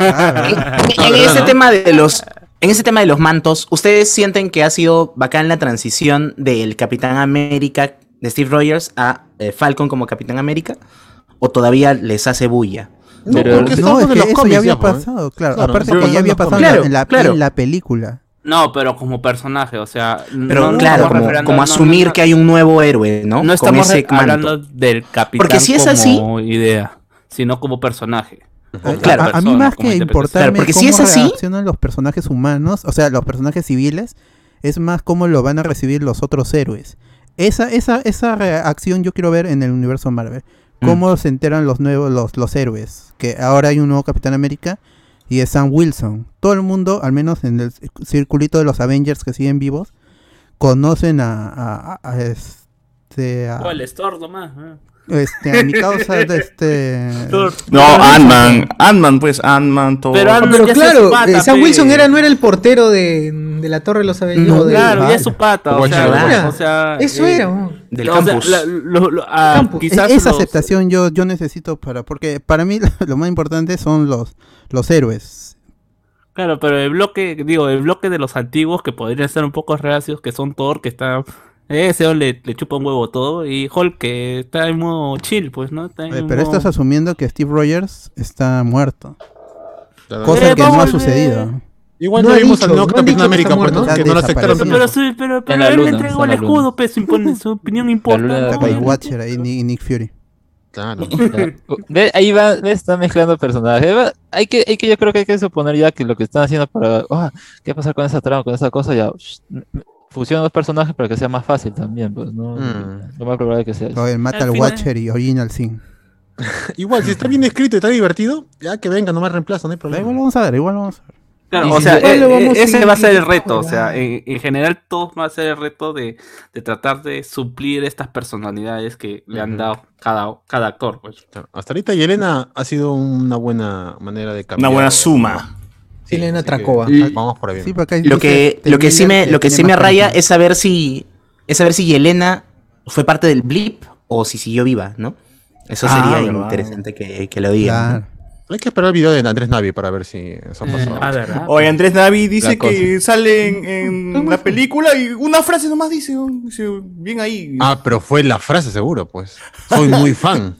[SPEAKER 8] en, en
[SPEAKER 5] ¿verdad,
[SPEAKER 8] ese
[SPEAKER 5] no?
[SPEAKER 8] tema de los en ese tema de los mantos, ¿ustedes sienten que ha sido bacán la transición del Capitán América de Steve Rogers a eh, Falcon como Capitán América o todavía les hace bulla?
[SPEAKER 5] No,
[SPEAKER 9] Pero-
[SPEAKER 5] porque
[SPEAKER 3] No,
[SPEAKER 5] estamos
[SPEAKER 3] es
[SPEAKER 5] en
[SPEAKER 3] que
[SPEAKER 5] los
[SPEAKER 3] eso
[SPEAKER 5] cómics,
[SPEAKER 3] ya había
[SPEAKER 5] ya,
[SPEAKER 6] ¿eh?
[SPEAKER 5] pues.
[SPEAKER 3] pasado, claro.
[SPEAKER 5] Claro,
[SPEAKER 3] Aparte que
[SPEAKER 5] sí,
[SPEAKER 3] ya
[SPEAKER 5] son
[SPEAKER 3] había
[SPEAKER 5] los
[SPEAKER 3] pasado
[SPEAKER 5] cómics.
[SPEAKER 3] en, la,
[SPEAKER 8] Claro,
[SPEAKER 3] en la película.
[SPEAKER 6] No, pero como personaje, o sea.
[SPEAKER 8] Pero
[SPEAKER 6] no- no
[SPEAKER 8] claro,
[SPEAKER 6] estamos
[SPEAKER 8] como,
[SPEAKER 6] referendo- no,
[SPEAKER 8] como
[SPEAKER 6] no,
[SPEAKER 8] asumir
[SPEAKER 6] no.
[SPEAKER 8] que hay un nuevo héroe, ¿no?
[SPEAKER 6] No,
[SPEAKER 8] Con
[SPEAKER 6] estamos
[SPEAKER 8] ese
[SPEAKER 6] re-
[SPEAKER 8] manto.
[SPEAKER 6] hablando del capitán
[SPEAKER 8] Porque si es
[SPEAKER 6] como
[SPEAKER 8] así-
[SPEAKER 6] idea, sino como personaje.
[SPEAKER 3] A-
[SPEAKER 6] Como
[SPEAKER 8] Claro.
[SPEAKER 3] eh, a, a mí
[SPEAKER 6] persona,
[SPEAKER 3] más
[SPEAKER 6] como
[SPEAKER 3] que
[SPEAKER 6] interpretación.
[SPEAKER 8] Claro,
[SPEAKER 3] importarme
[SPEAKER 8] porque
[SPEAKER 3] cómo
[SPEAKER 8] si es así-
[SPEAKER 3] reaccionan los personajes humanos, o sea, los personajes civiles, es más cómo lo van a recibir los otros héroes. Esa, esa, esa reacción yo quiero ver en el universo Marvel.
[SPEAKER 6] Mm.
[SPEAKER 3] Cómo se enteran los nuevos, los, los héroes. Que ahora hay un nuevo Capitán América y es Sam Wilson. Todo el mundo, al menos en el circulito de los Avengers que siguen vivos, conocen a, a- a- a este a,
[SPEAKER 6] O el Store nomás. ah.
[SPEAKER 3] este, a mi causa de este
[SPEAKER 6] Thor.
[SPEAKER 7] No, Ant-Man. Ant-Man, pues, Ant-Man, todo.
[SPEAKER 6] Pero Ant-
[SPEAKER 4] Pero
[SPEAKER 6] Ya se
[SPEAKER 4] claro,
[SPEAKER 6] empata,
[SPEAKER 4] eh, Sam
[SPEAKER 6] pe.
[SPEAKER 4] Wilson era, no era el portero de, de la Torre de los Avenidos.
[SPEAKER 3] No,
[SPEAKER 4] de-
[SPEAKER 6] Claro, ya
[SPEAKER 3] Vale.
[SPEAKER 6] es su pata. O
[SPEAKER 5] Guacha,
[SPEAKER 6] sea,
[SPEAKER 4] guacha.
[SPEAKER 6] o sea,
[SPEAKER 4] Eso
[SPEAKER 6] eh,
[SPEAKER 4] era. weón.
[SPEAKER 8] Del
[SPEAKER 6] o sea,
[SPEAKER 8] campus.
[SPEAKER 6] la- lo- lo- ah,
[SPEAKER 3] pues,
[SPEAKER 4] Campus.
[SPEAKER 6] Quizás
[SPEAKER 3] e esa
[SPEAKER 6] los-
[SPEAKER 3] aceptación yo yo necesito para porque para mí lo más importante son los los héroes
[SPEAKER 6] Claro, pero el bloque, digo, el bloque de los antiguos que podrían ser un poco reacios, que son Thor, que está. eh, Ese hombre le, le chupa un huevo todo, y Hulk, que está en modo chill, pues, ¿no? Está en
[SPEAKER 3] Eh, pero
[SPEAKER 6] modo-
[SPEAKER 3] estás asumiendo que Steve Rogers está muerto
[SPEAKER 5] Claro.
[SPEAKER 3] cosa
[SPEAKER 6] Eh,
[SPEAKER 3] que
[SPEAKER 6] va a
[SPEAKER 3] no ha
[SPEAKER 6] volver.
[SPEAKER 3] sucedido
[SPEAKER 5] Igual
[SPEAKER 4] No
[SPEAKER 5] no
[SPEAKER 4] han
[SPEAKER 5] vimos
[SPEAKER 4] dicho,
[SPEAKER 5] al nuevo
[SPEAKER 4] no han
[SPEAKER 5] Capitán
[SPEAKER 4] dicho que
[SPEAKER 5] América,
[SPEAKER 4] está
[SPEAKER 5] pues, ¿no?
[SPEAKER 4] muerto.
[SPEAKER 5] Que no lo aceptaron.
[SPEAKER 3] Desapareció.
[SPEAKER 6] Pero, pero, sí, pero, pero
[SPEAKER 9] la
[SPEAKER 6] él
[SPEAKER 9] luna,
[SPEAKER 6] le entregó
[SPEAKER 9] está en
[SPEAKER 6] el
[SPEAKER 9] la luna.
[SPEAKER 6] escudo, pues, su, impone- su opinión importa.
[SPEAKER 9] luna de
[SPEAKER 6] ¿no?
[SPEAKER 3] está
[SPEAKER 9] Ah,
[SPEAKER 3] con
[SPEAKER 9] bueno.
[SPEAKER 3] Watcher ahí ni- y Nick Fury
[SPEAKER 5] Claro.
[SPEAKER 9] Ya. Ve, ahí va, le están mezclando personajes. Va, Hay que, hay que, yo creo que hay que suponer ya que lo que están haciendo para, ah, ¿qué va a pasar con esa trama, con esa cosa? Ya, shh, m- m- fusionan los personajes para que sea más fácil también, pues, ¿no?
[SPEAKER 5] Mm.
[SPEAKER 9] Lo más probable que sea eso.
[SPEAKER 3] Oye, mata al
[SPEAKER 6] final-
[SPEAKER 3] Watcher y Original Sin
[SPEAKER 5] Igual, si está bien escrito y está divertido, ya que venga, no me reemplazo, no hay problema.
[SPEAKER 3] igual lo vamos a ver igual lo vamos a ver
[SPEAKER 6] Claro,
[SPEAKER 9] Y
[SPEAKER 6] o
[SPEAKER 9] si
[SPEAKER 6] sea,
[SPEAKER 9] después
[SPEAKER 6] eh,
[SPEAKER 4] lo vamos
[SPEAKER 6] eh,
[SPEAKER 4] a
[SPEAKER 6] ese
[SPEAKER 4] ir
[SPEAKER 6] va a ser el
[SPEAKER 4] viendo,
[SPEAKER 6] reto. O sea,
[SPEAKER 4] ¿verdad?
[SPEAKER 6] en, en general, todos va a ser el reto de, de tratar de suplir estas personalidades que le han
[SPEAKER 5] Ujú.
[SPEAKER 6] dado cada, cada actor, pues.
[SPEAKER 5] Claro. Hasta ahorita Yelena ha sido una buena manera de cambiar.
[SPEAKER 7] Una buena suma.
[SPEAKER 5] Sí,
[SPEAKER 4] Elena
[SPEAKER 5] así que
[SPEAKER 4] Tracova.
[SPEAKER 5] Vamos por ahí.
[SPEAKER 3] Sí, pero acá
[SPEAKER 8] Lo
[SPEAKER 3] dice
[SPEAKER 8] que, lo que sí me,
[SPEAKER 3] Tendría
[SPEAKER 8] lo que sí
[SPEAKER 3] tener
[SPEAKER 8] me
[SPEAKER 3] más
[SPEAKER 8] raya
[SPEAKER 3] personas.
[SPEAKER 8] es saber si. Es saber si Yelena fue parte del blip o si siguió viva, ¿no? Eso
[SPEAKER 7] Ah,
[SPEAKER 8] sería
[SPEAKER 7] verdad.
[SPEAKER 8] interesante que, que lo digan.
[SPEAKER 3] Claro.
[SPEAKER 5] Hay que esperar el video de Andrés Navi para ver si eso ha pasado.
[SPEAKER 6] Ah, ¿verdad?
[SPEAKER 7] Oye, Andrés Navi
[SPEAKER 5] La
[SPEAKER 7] dice
[SPEAKER 5] cosa.
[SPEAKER 7] que sale en, en la película y una frase nomás dice, oh, dice, bien ahí.
[SPEAKER 5] Ah, pero fue la frase seguro, pues. Soy muy fan.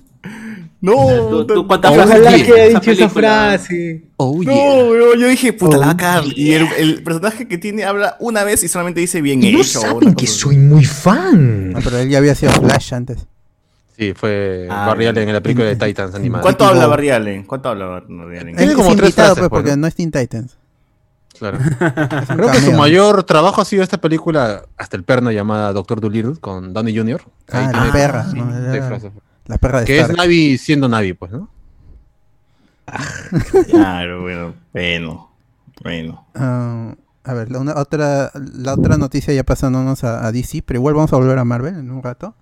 [SPEAKER 7] no,
[SPEAKER 6] ¿Tú, tú
[SPEAKER 7] no,
[SPEAKER 6] cuántas frases
[SPEAKER 4] Ojalá
[SPEAKER 6] tienes
[SPEAKER 4] que haya
[SPEAKER 6] de
[SPEAKER 4] dicho esa
[SPEAKER 6] película?
[SPEAKER 4] frase.
[SPEAKER 3] Oh, yeah.
[SPEAKER 7] yo, yo dije, puta, la va a cagar.
[SPEAKER 8] Oh,
[SPEAKER 7] Y el, el personaje que tiene habla una vez y solamente dice bien
[SPEAKER 2] Y no
[SPEAKER 7] hecho.
[SPEAKER 2] saben
[SPEAKER 7] una
[SPEAKER 2] que
[SPEAKER 7] cosa así.
[SPEAKER 2] soy muy fan.
[SPEAKER 3] No, Ah, pero él ya había sido Flash antes.
[SPEAKER 5] Sí, fue
[SPEAKER 7] Ah,
[SPEAKER 5] Barry Allen en la película de Titans animada.
[SPEAKER 7] ¿Cuánto habla Barry Allen? ¿Cuánto habla Barry Allen?
[SPEAKER 5] Tiene
[SPEAKER 3] Él
[SPEAKER 5] como
[SPEAKER 3] es
[SPEAKER 5] tres
[SPEAKER 3] invitado,
[SPEAKER 5] frases,
[SPEAKER 3] pues,
[SPEAKER 5] pues,
[SPEAKER 3] porque
[SPEAKER 5] ¿no?
[SPEAKER 3] no es Teen Titans.
[SPEAKER 5] Claro.
[SPEAKER 3] Es un
[SPEAKER 5] Creo que su
[SPEAKER 3] cameo.
[SPEAKER 5] mayor trabajo ha sido esta película, hasta el perno llamada Doctor Dolittle con Downey Jr.
[SPEAKER 3] Ah, la
[SPEAKER 5] tiene
[SPEAKER 3] perra,
[SPEAKER 5] sí,
[SPEAKER 3] ¿no?
[SPEAKER 5] seis
[SPEAKER 3] Era-
[SPEAKER 5] frases.
[SPEAKER 3] La perra de
[SPEAKER 5] Que es
[SPEAKER 3] Stark.
[SPEAKER 5] Navi siendo Navi, pues, ¿no?
[SPEAKER 7] Claro, bueno, bueno, bueno.
[SPEAKER 3] Ah, a ver, la, una- otra, la otra noticia ya pasándonos a, a DC, pero igual vamos a volver a Marvel en un rato.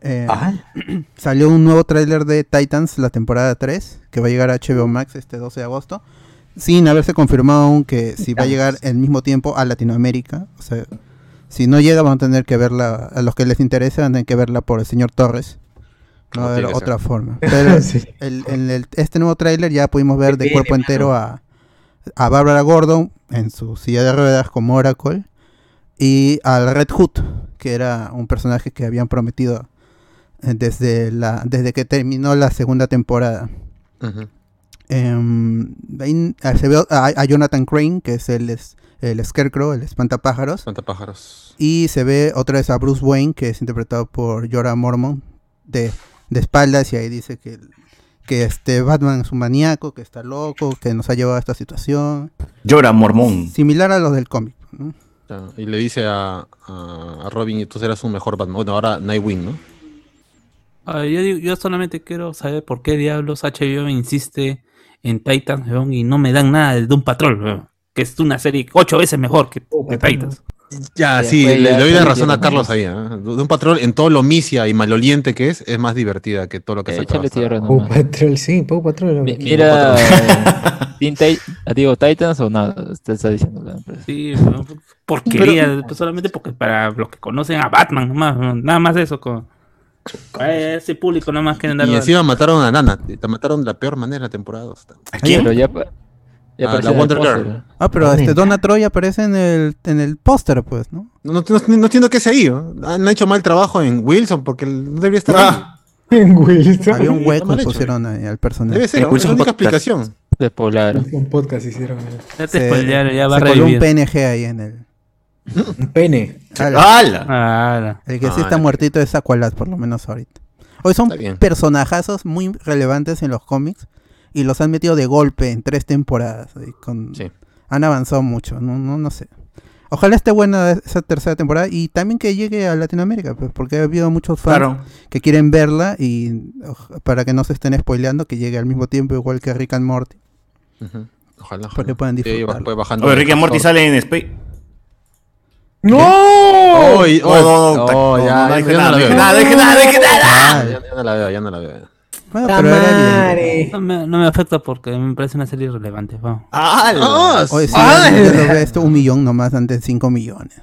[SPEAKER 3] Eh, Salió un nuevo tráiler de Titans, la temporada 3, que va a llegar a HBO Max este 12 de agosto, sin haberse confirmado aún que si va a llegar el mismo tiempo a Latinoamérica. O sea, si no llega van a tener que verla, a los que les interesa van a tener que verla por el señor Torres. No va a
[SPEAKER 5] Como
[SPEAKER 3] haber
[SPEAKER 5] tiene que
[SPEAKER 3] otra forma. Pero el- en el- este nuevo tráiler ya pudimos ver de cuerpo entero a, a Barbara Gordon en su silla de ruedas como Oracle y al Red Hood, que era un personaje que habían prometido eh, desde, la, desde que terminó la segunda temporada.
[SPEAKER 5] Ujú.
[SPEAKER 3] Em, ahí, ah, se ve a, a Jonathan Crane, que es el, es- el Scarecrow, el espantapájaros.
[SPEAKER 5] Espantapájaros.
[SPEAKER 3] Y se ve otra vez a Bruce Wayne, que es interpretado por Jorah Mormon, de, de espaldas, y ahí dice que, que este Batman es un maníaco, que está loco, que nos ha llevado a esta situación.
[SPEAKER 7] Llora, mormón.
[SPEAKER 3] Similar a los del cómic. ¿no?
[SPEAKER 5] Claro. Y le dice a, a, a Robin, tú serás un mejor Batman. Bueno, ahora Nightwing, ¿no?
[SPEAKER 6] Ah, yo, digo- yo solamente quiero saber por qué diablos HBO insiste en Titans weón, y no me dan nada de un Patrol, weón, que es una serie ocho veces mejor que, que Titans.
[SPEAKER 5] Oh, Ya,
[SPEAKER 9] Ya,
[SPEAKER 5] Ah, sí,
[SPEAKER 9] pues,
[SPEAKER 5] le,
[SPEAKER 9] ya,
[SPEAKER 5] le doy la
[SPEAKER 9] ya,
[SPEAKER 5] razón
[SPEAKER 9] ya,
[SPEAKER 5] a Carlos ahí. ¿eh? De un patrón en todo lo misia y maloliente que es, es más divertida que todo lo que se
[SPEAKER 9] Échale tierra
[SPEAKER 4] Pau
[SPEAKER 9] nomás.
[SPEAKER 4] Patrol, sí, Pau Patrol.
[SPEAKER 9] Mi- Mira, Teen Tit- ah, digo, Titans o nada, usted está diciendo. la empresa.
[SPEAKER 6] Sí, weón, porquería, pues, solamente porque para los que conocen a Batman,
[SPEAKER 5] Ah,
[SPEAKER 6] nomás, weón, nada más eso. Con, a ese público nada más quieren
[SPEAKER 5] Y
[SPEAKER 6] darle.
[SPEAKER 5] encima mataron a Nana, Eh, la mataron de la peor manera la temporada.
[SPEAKER 7] ¿A
[SPEAKER 9] Pero
[SPEAKER 7] quién?
[SPEAKER 9] ya, pa- ya
[SPEAKER 5] Ah,
[SPEAKER 9] apareció
[SPEAKER 5] la
[SPEAKER 9] en el
[SPEAKER 5] Wonder
[SPEAKER 9] póster.
[SPEAKER 5] Girl.
[SPEAKER 3] Ah, pero este Donna Troy aparece en el, en el póster, pues, ¿no?
[SPEAKER 5] No, no, no- no entiendo qué es ahí. ¿no? Han hecho mal trabajo en Wilson porque no debería estar.
[SPEAKER 7] Ah,
[SPEAKER 3] Había un
[SPEAKER 5] Está
[SPEAKER 3] hueco
[SPEAKER 5] mal
[SPEAKER 3] y
[SPEAKER 5] hecho.
[SPEAKER 3] pusieron ahí al
[SPEAKER 5] ahí.
[SPEAKER 3] personaje.
[SPEAKER 5] Debe ser,
[SPEAKER 8] El
[SPEAKER 5] ¿no? es
[SPEAKER 8] Wilson
[SPEAKER 5] la única
[SPEAKER 8] Podcast.
[SPEAKER 5] explicación.
[SPEAKER 9] Despoblaron.
[SPEAKER 4] Un podcast hicieron. eh.
[SPEAKER 6] Ya te
[SPEAKER 3] Se-
[SPEAKER 6] spoilearon, ya va a
[SPEAKER 3] se coló un
[SPEAKER 6] revivir.
[SPEAKER 3] PNG ahí en el.
[SPEAKER 4] Un pene.
[SPEAKER 3] Ala,
[SPEAKER 7] ¡Hala!
[SPEAKER 6] Ah, la-
[SPEAKER 3] El que
[SPEAKER 5] Ah,
[SPEAKER 3] sí está
[SPEAKER 5] la-
[SPEAKER 3] muertito es Aqualad, por lo menos ahorita. Hoy son
[SPEAKER 5] Está bien.
[SPEAKER 3] personajazos muy relevantes en los cómics y los han metido de golpe en tres temporadas. y con-
[SPEAKER 5] Sí.
[SPEAKER 3] Han avanzado mucho, no, no, no sé. Ojalá esté buena esa tercera temporada y también que llegue a Latinoamérica, pues, porque ha habido muchos fans
[SPEAKER 7] Claro.
[SPEAKER 3] que quieren verla y oj- para que no se estén spoileando, que llegue al mismo tiempo igual que Rick and Morty.
[SPEAKER 5] Ujú. Ojalá.
[SPEAKER 3] Para que puedan
[SPEAKER 5] Sí, va-
[SPEAKER 3] disfrutar.
[SPEAKER 5] pues bajando.
[SPEAKER 7] Oye, Ricky and Morty
[SPEAKER 5] Thor.
[SPEAKER 7] sale en Space.
[SPEAKER 4] ¡No!
[SPEAKER 5] Oy,
[SPEAKER 7] No,
[SPEAKER 5] oy, no,
[SPEAKER 7] no, no, no,
[SPEAKER 5] Oh, ya,
[SPEAKER 7] no
[SPEAKER 5] ya,
[SPEAKER 7] dije
[SPEAKER 5] ya no
[SPEAKER 7] nada,
[SPEAKER 5] la
[SPEAKER 7] dije
[SPEAKER 5] veo.
[SPEAKER 7] nada, dije nada, dije nada.
[SPEAKER 5] Ah, ya, ya no la veo, ya no la veo.
[SPEAKER 3] Bueno, pero era bien.
[SPEAKER 4] ¡Tamare!
[SPEAKER 6] No me, no me afecta porque me parece una serie irrelevante. Vamos.
[SPEAKER 7] ¡Hala!
[SPEAKER 3] Oye, sí,
[SPEAKER 4] ¡Ah!
[SPEAKER 3] yo lo veo esto un millón nomás antes de 5 millones.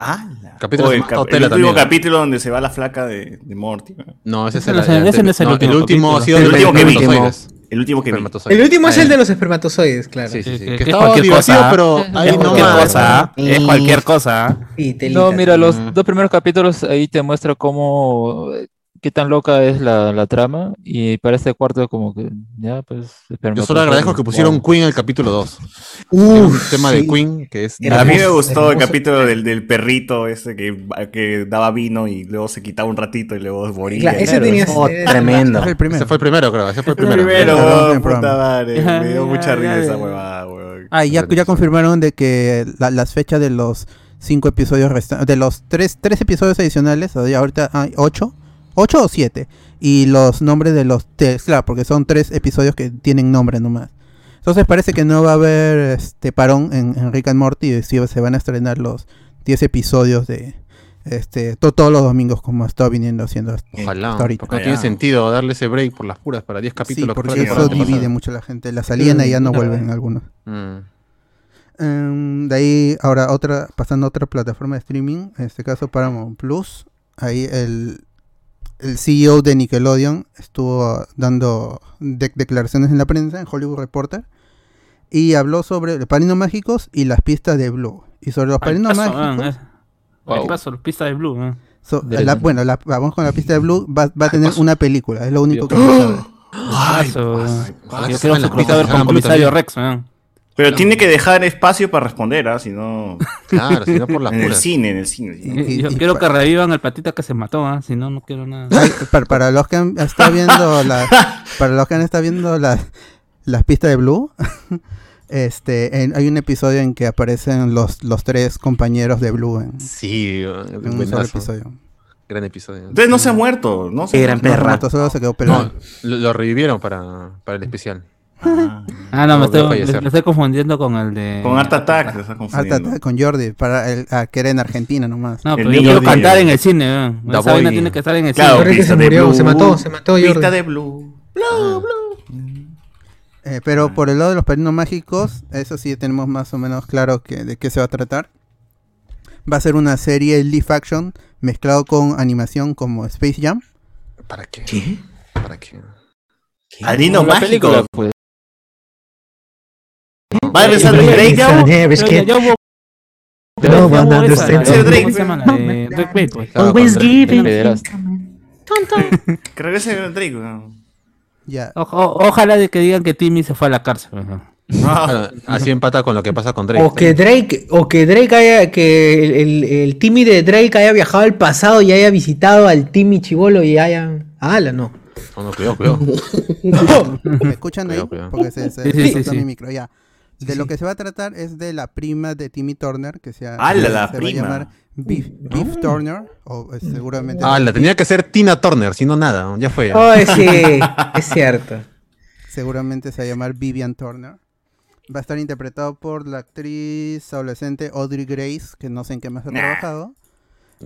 [SPEAKER 7] ¡Hala!
[SPEAKER 5] Capítulo
[SPEAKER 7] Oye,
[SPEAKER 5] de Mato
[SPEAKER 7] cap- el
[SPEAKER 5] Tela
[SPEAKER 7] último
[SPEAKER 5] también.
[SPEAKER 7] capítulo donde se va la flaca de, de Morty. ¿no?
[SPEAKER 5] No, ese es
[SPEAKER 6] Ese
[SPEAKER 5] el,
[SPEAKER 6] no es el- ese no es el último
[SPEAKER 5] El último ha
[SPEAKER 6] capítulo.
[SPEAKER 5] sido
[SPEAKER 7] El último que vi.
[SPEAKER 5] espermatozoides.
[SPEAKER 7] El último que vi.
[SPEAKER 4] El
[SPEAKER 5] Espermatozoides.
[SPEAKER 4] último es
[SPEAKER 5] Ahí.
[SPEAKER 4] el de los espermatozoides, claro.
[SPEAKER 5] Sí,
[SPEAKER 6] Que-
[SPEAKER 5] sí, sí.
[SPEAKER 6] que
[SPEAKER 5] Que
[SPEAKER 6] es
[SPEAKER 5] estaba
[SPEAKER 6] cualquier
[SPEAKER 5] divertido,
[SPEAKER 9] ¿ah?
[SPEAKER 6] cosa.
[SPEAKER 5] pero ahí
[SPEAKER 9] Es
[SPEAKER 5] no
[SPEAKER 9] cualquier
[SPEAKER 5] más.
[SPEAKER 4] ¿ah?
[SPEAKER 9] cosa.
[SPEAKER 7] Es cualquier cosa.
[SPEAKER 4] Sí, telita,
[SPEAKER 9] No, mira, los
[SPEAKER 5] Mm.
[SPEAKER 9] dos primeros capítulos ahí te muestra cómo, eh, qué tan loca es la, la trama y para este cuarto como que ya pues
[SPEAKER 5] Yo solo agradezco que pusieron Queen en el capítulo 2.
[SPEAKER 4] Uf,
[SPEAKER 5] un tema de
[SPEAKER 4] sí.
[SPEAKER 5] Queen que es
[SPEAKER 4] Era
[SPEAKER 7] A mí me
[SPEAKER 4] Hermoso,
[SPEAKER 7] gustó el
[SPEAKER 4] hermoso.
[SPEAKER 7] capítulo del, del perrito ese que, que daba vino y luego se quitaba un ratito y luego moría.
[SPEAKER 4] Claro, ese tenía
[SPEAKER 8] Oh,
[SPEAKER 4] eh,
[SPEAKER 8] tremendo.
[SPEAKER 3] Es el primero.
[SPEAKER 5] ese fue el primero, creo. Ese fue el
[SPEAKER 7] El
[SPEAKER 5] primero.
[SPEAKER 7] primero,
[SPEAKER 3] El
[SPEAKER 7] weón,
[SPEAKER 3] del programa.
[SPEAKER 7] puta madre.
[SPEAKER 6] Ya,
[SPEAKER 7] Me dio
[SPEAKER 6] ya,
[SPEAKER 7] mucha
[SPEAKER 6] ya,
[SPEAKER 7] risa
[SPEAKER 6] ya.
[SPEAKER 7] esa huevada, weón.
[SPEAKER 3] Ah, y ya, ya confirmaron de que la- las fechas de los cinco episodios restantes, de los tres, tres episodios adicionales, o ya ahorita hay ocho, ocho o siete, y los nombres de los tres, claro, porque son tres episodios que tienen nombre nomás. Entonces parece que no va a haber este parón en, en Rick and Morty, y sí se van a estrenar los 10 episodios de este to- todos los domingos como ha estado viniendo haciendo hasta,
[SPEAKER 5] Ojalá.
[SPEAKER 3] Eh, hasta ahorita.
[SPEAKER 5] Porque no tiene sentido darle ese break por las puras para 10
[SPEAKER 3] Sí,
[SPEAKER 5] capítulos. que
[SPEAKER 3] porque
[SPEAKER 5] fue la
[SPEAKER 3] eso
[SPEAKER 5] temporada
[SPEAKER 3] divide
[SPEAKER 5] pasada.
[SPEAKER 3] mucho a la gente, las aliena y ya no vuelven algunos.
[SPEAKER 5] Mm.
[SPEAKER 3] Em, de ahí, ahora otra, pasando a otra plataforma de streaming, en este caso Paramount Plus. Ahí el, el CEO de Nickelodeon estuvo dando de- declaraciones en la prensa, en Hollywood Reporter, y habló sobre los parinos mágicos y las pistas de Blue. Y sobre los
[SPEAKER 6] Al
[SPEAKER 3] parinos
[SPEAKER 6] paso,
[SPEAKER 3] mágicos.
[SPEAKER 6] man, es- al
[SPEAKER 9] Wow.
[SPEAKER 6] paso, pista de Blue. man.
[SPEAKER 3] so-
[SPEAKER 9] Dele,
[SPEAKER 3] la-
[SPEAKER 9] man.
[SPEAKER 3] bueno, la- vamos con la pista de Blue, va, va a tener una película, es lo único que se sabe.
[SPEAKER 6] Paso,
[SPEAKER 5] paso,
[SPEAKER 6] yo quiero su pista de ver
[SPEAKER 5] la pista,
[SPEAKER 6] con
[SPEAKER 5] la pista
[SPEAKER 6] comisario
[SPEAKER 5] bien.
[SPEAKER 6] Rex. man.
[SPEAKER 7] Pero tiene que dejar espacio para responder, ¿ah? Si no.
[SPEAKER 5] Claro, si no por las
[SPEAKER 7] En el
[SPEAKER 5] puras.
[SPEAKER 7] cine, en el cine. si no.
[SPEAKER 3] Y-
[SPEAKER 6] Yo
[SPEAKER 3] y-
[SPEAKER 6] quiero
[SPEAKER 3] pa-
[SPEAKER 6] que revivan al patita que se mató. ah, Si no, no quiero nada.
[SPEAKER 3] para, para los que han estado viendo la, para los que han estado viendo la- las pistas de Blue, este en- hay un episodio en que aparecen los, los tres compañeros de Blue en,
[SPEAKER 5] Sí,
[SPEAKER 3] en
[SPEAKER 5] un
[SPEAKER 3] un
[SPEAKER 5] buenazo.
[SPEAKER 3] solo episodio.
[SPEAKER 5] Gran episodio.
[SPEAKER 7] Entonces no se ha muerto, ¿no? Se
[SPEAKER 8] Qué
[SPEAKER 7] ha
[SPEAKER 8] gran
[SPEAKER 7] muerto.
[SPEAKER 8] perra.
[SPEAKER 3] Renato solo se quedó pelado.
[SPEAKER 5] No, lo, lo revivieron para, para el especial.
[SPEAKER 7] Ah,
[SPEAKER 6] Ah, no, me
[SPEAKER 5] No, que va a
[SPEAKER 6] estoy,
[SPEAKER 5] fallecer.
[SPEAKER 6] me estoy confundiendo con el de.
[SPEAKER 7] Con Art Attack, te estás
[SPEAKER 3] Art
[SPEAKER 7] confundiendo.
[SPEAKER 3] Attack con Jordi para el, a que era en Argentina nomás.
[SPEAKER 6] No,
[SPEAKER 7] El
[SPEAKER 6] pero yo
[SPEAKER 7] niño
[SPEAKER 6] quiero
[SPEAKER 7] de-
[SPEAKER 6] cantar en el cine. man.
[SPEAKER 5] Da
[SPEAKER 6] Esa vaina
[SPEAKER 5] Boy.
[SPEAKER 6] tiene que estar en el
[SPEAKER 7] Claro,
[SPEAKER 6] cine.
[SPEAKER 4] Jordi que
[SPEAKER 7] pista
[SPEAKER 4] se
[SPEAKER 7] de
[SPEAKER 4] murió,
[SPEAKER 7] Blue.
[SPEAKER 4] se mató, se mató
[SPEAKER 7] Pista
[SPEAKER 4] Jordi.
[SPEAKER 7] de Blue.
[SPEAKER 6] Ah.
[SPEAKER 3] Eh, pero por el lado de los padrinos mágicos, eso sí tenemos más o menos claro que, de qué se va a tratar. Va a ser una serie live action mezclado con animación como Space Jam.
[SPEAKER 5] ¿Para qué?
[SPEAKER 8] ¿Qué?
[SPEAKER 5] ¿Para qué?
[SPEAKER 7] Alino
[SPEAKER 9] Una película,
[SPEAKER 7] mágico.
[SPEAKER 9] pues.
[SPEAKER 7] Va a regresar el Breakdown.
[SPEAKER 6] Pero ya- ya hubo-
[SPEAKER 9] No
[SPEAKER 6] ya
[SPEAKER 9] one
[SPEAKER 6] hubo esa,
[SPEAKER 9] understands.
[SPEAKER 6] ¿cómo
[SPEAKER 7] Drake.
[SPEAKER 6] se llama? La de Drake Bell, pues.
[SPEAKER 5] Claro,
[SPEAKER 10] Always
[SPEAKER 5] con Drake,
[SPEAKER 10] giving.
[SPEAKER 9] pederasta.
[SPEAKER 7] Que regrese el Drake. ¿no?
[SPEAKER 3] Ya.
[SPEAKER 6] O- o- ojalá de que digan que Timmy se fue a la cárcel. ¿no?
[SPEAKER 5] Ah, Así empata con lo que pasa con Drake.
[SPEAKER 4] O que Drake, o que Drake haya, que el, el, el Timmy de Drake haya viajado al pasado y haya visitado al Timmy Chivolo y haya. ¡Hala, no!
[SPEAKER 5] No, no, cuidado, cuidado.
[SPEAKER 3] ¿Me escuchan ahí?
[SPEAKER 5] Cuidado, cuidado.
[SPEAKER 3] Porque se, se
[SPEAKER 6] Sí, sí,
[SPEAKER 3] cortó
[SPEAKER 6] sí,
[SPEAKER 3] mi
[SPEAKER 6] sí.
[SPEAKER 3] micro, ya. De
[SPEAKER 4] Sí,
[SPEAKER 3] lo
[SPEAKER 4] sí.
[SPEAKER 3] que se va a tratar es de la prima de Timmy Turner, que sea, eh,
[SPEAKER 7] ¡Hala, la
[SPEAKER 3] se
[SPEAKER 7] prima!
[SPEAKER 3] va a llamar Beef, Beef Turner, o eh, seguramente...
[SPEAKER 5] Ah, la tenía que ser Tina Turner, si no nada, ya fue.
[SPEAKER 4] Oh, sí, es cierto.
[SPEAKER 3] Seguramente se va a llamar Vivian Turner. Va a estar interpretado por la actriz adolescente Audrey Grace, que no sé en qué más ha
[SPEAKER 7] Nah.
[SPEAKER 3] trabajado.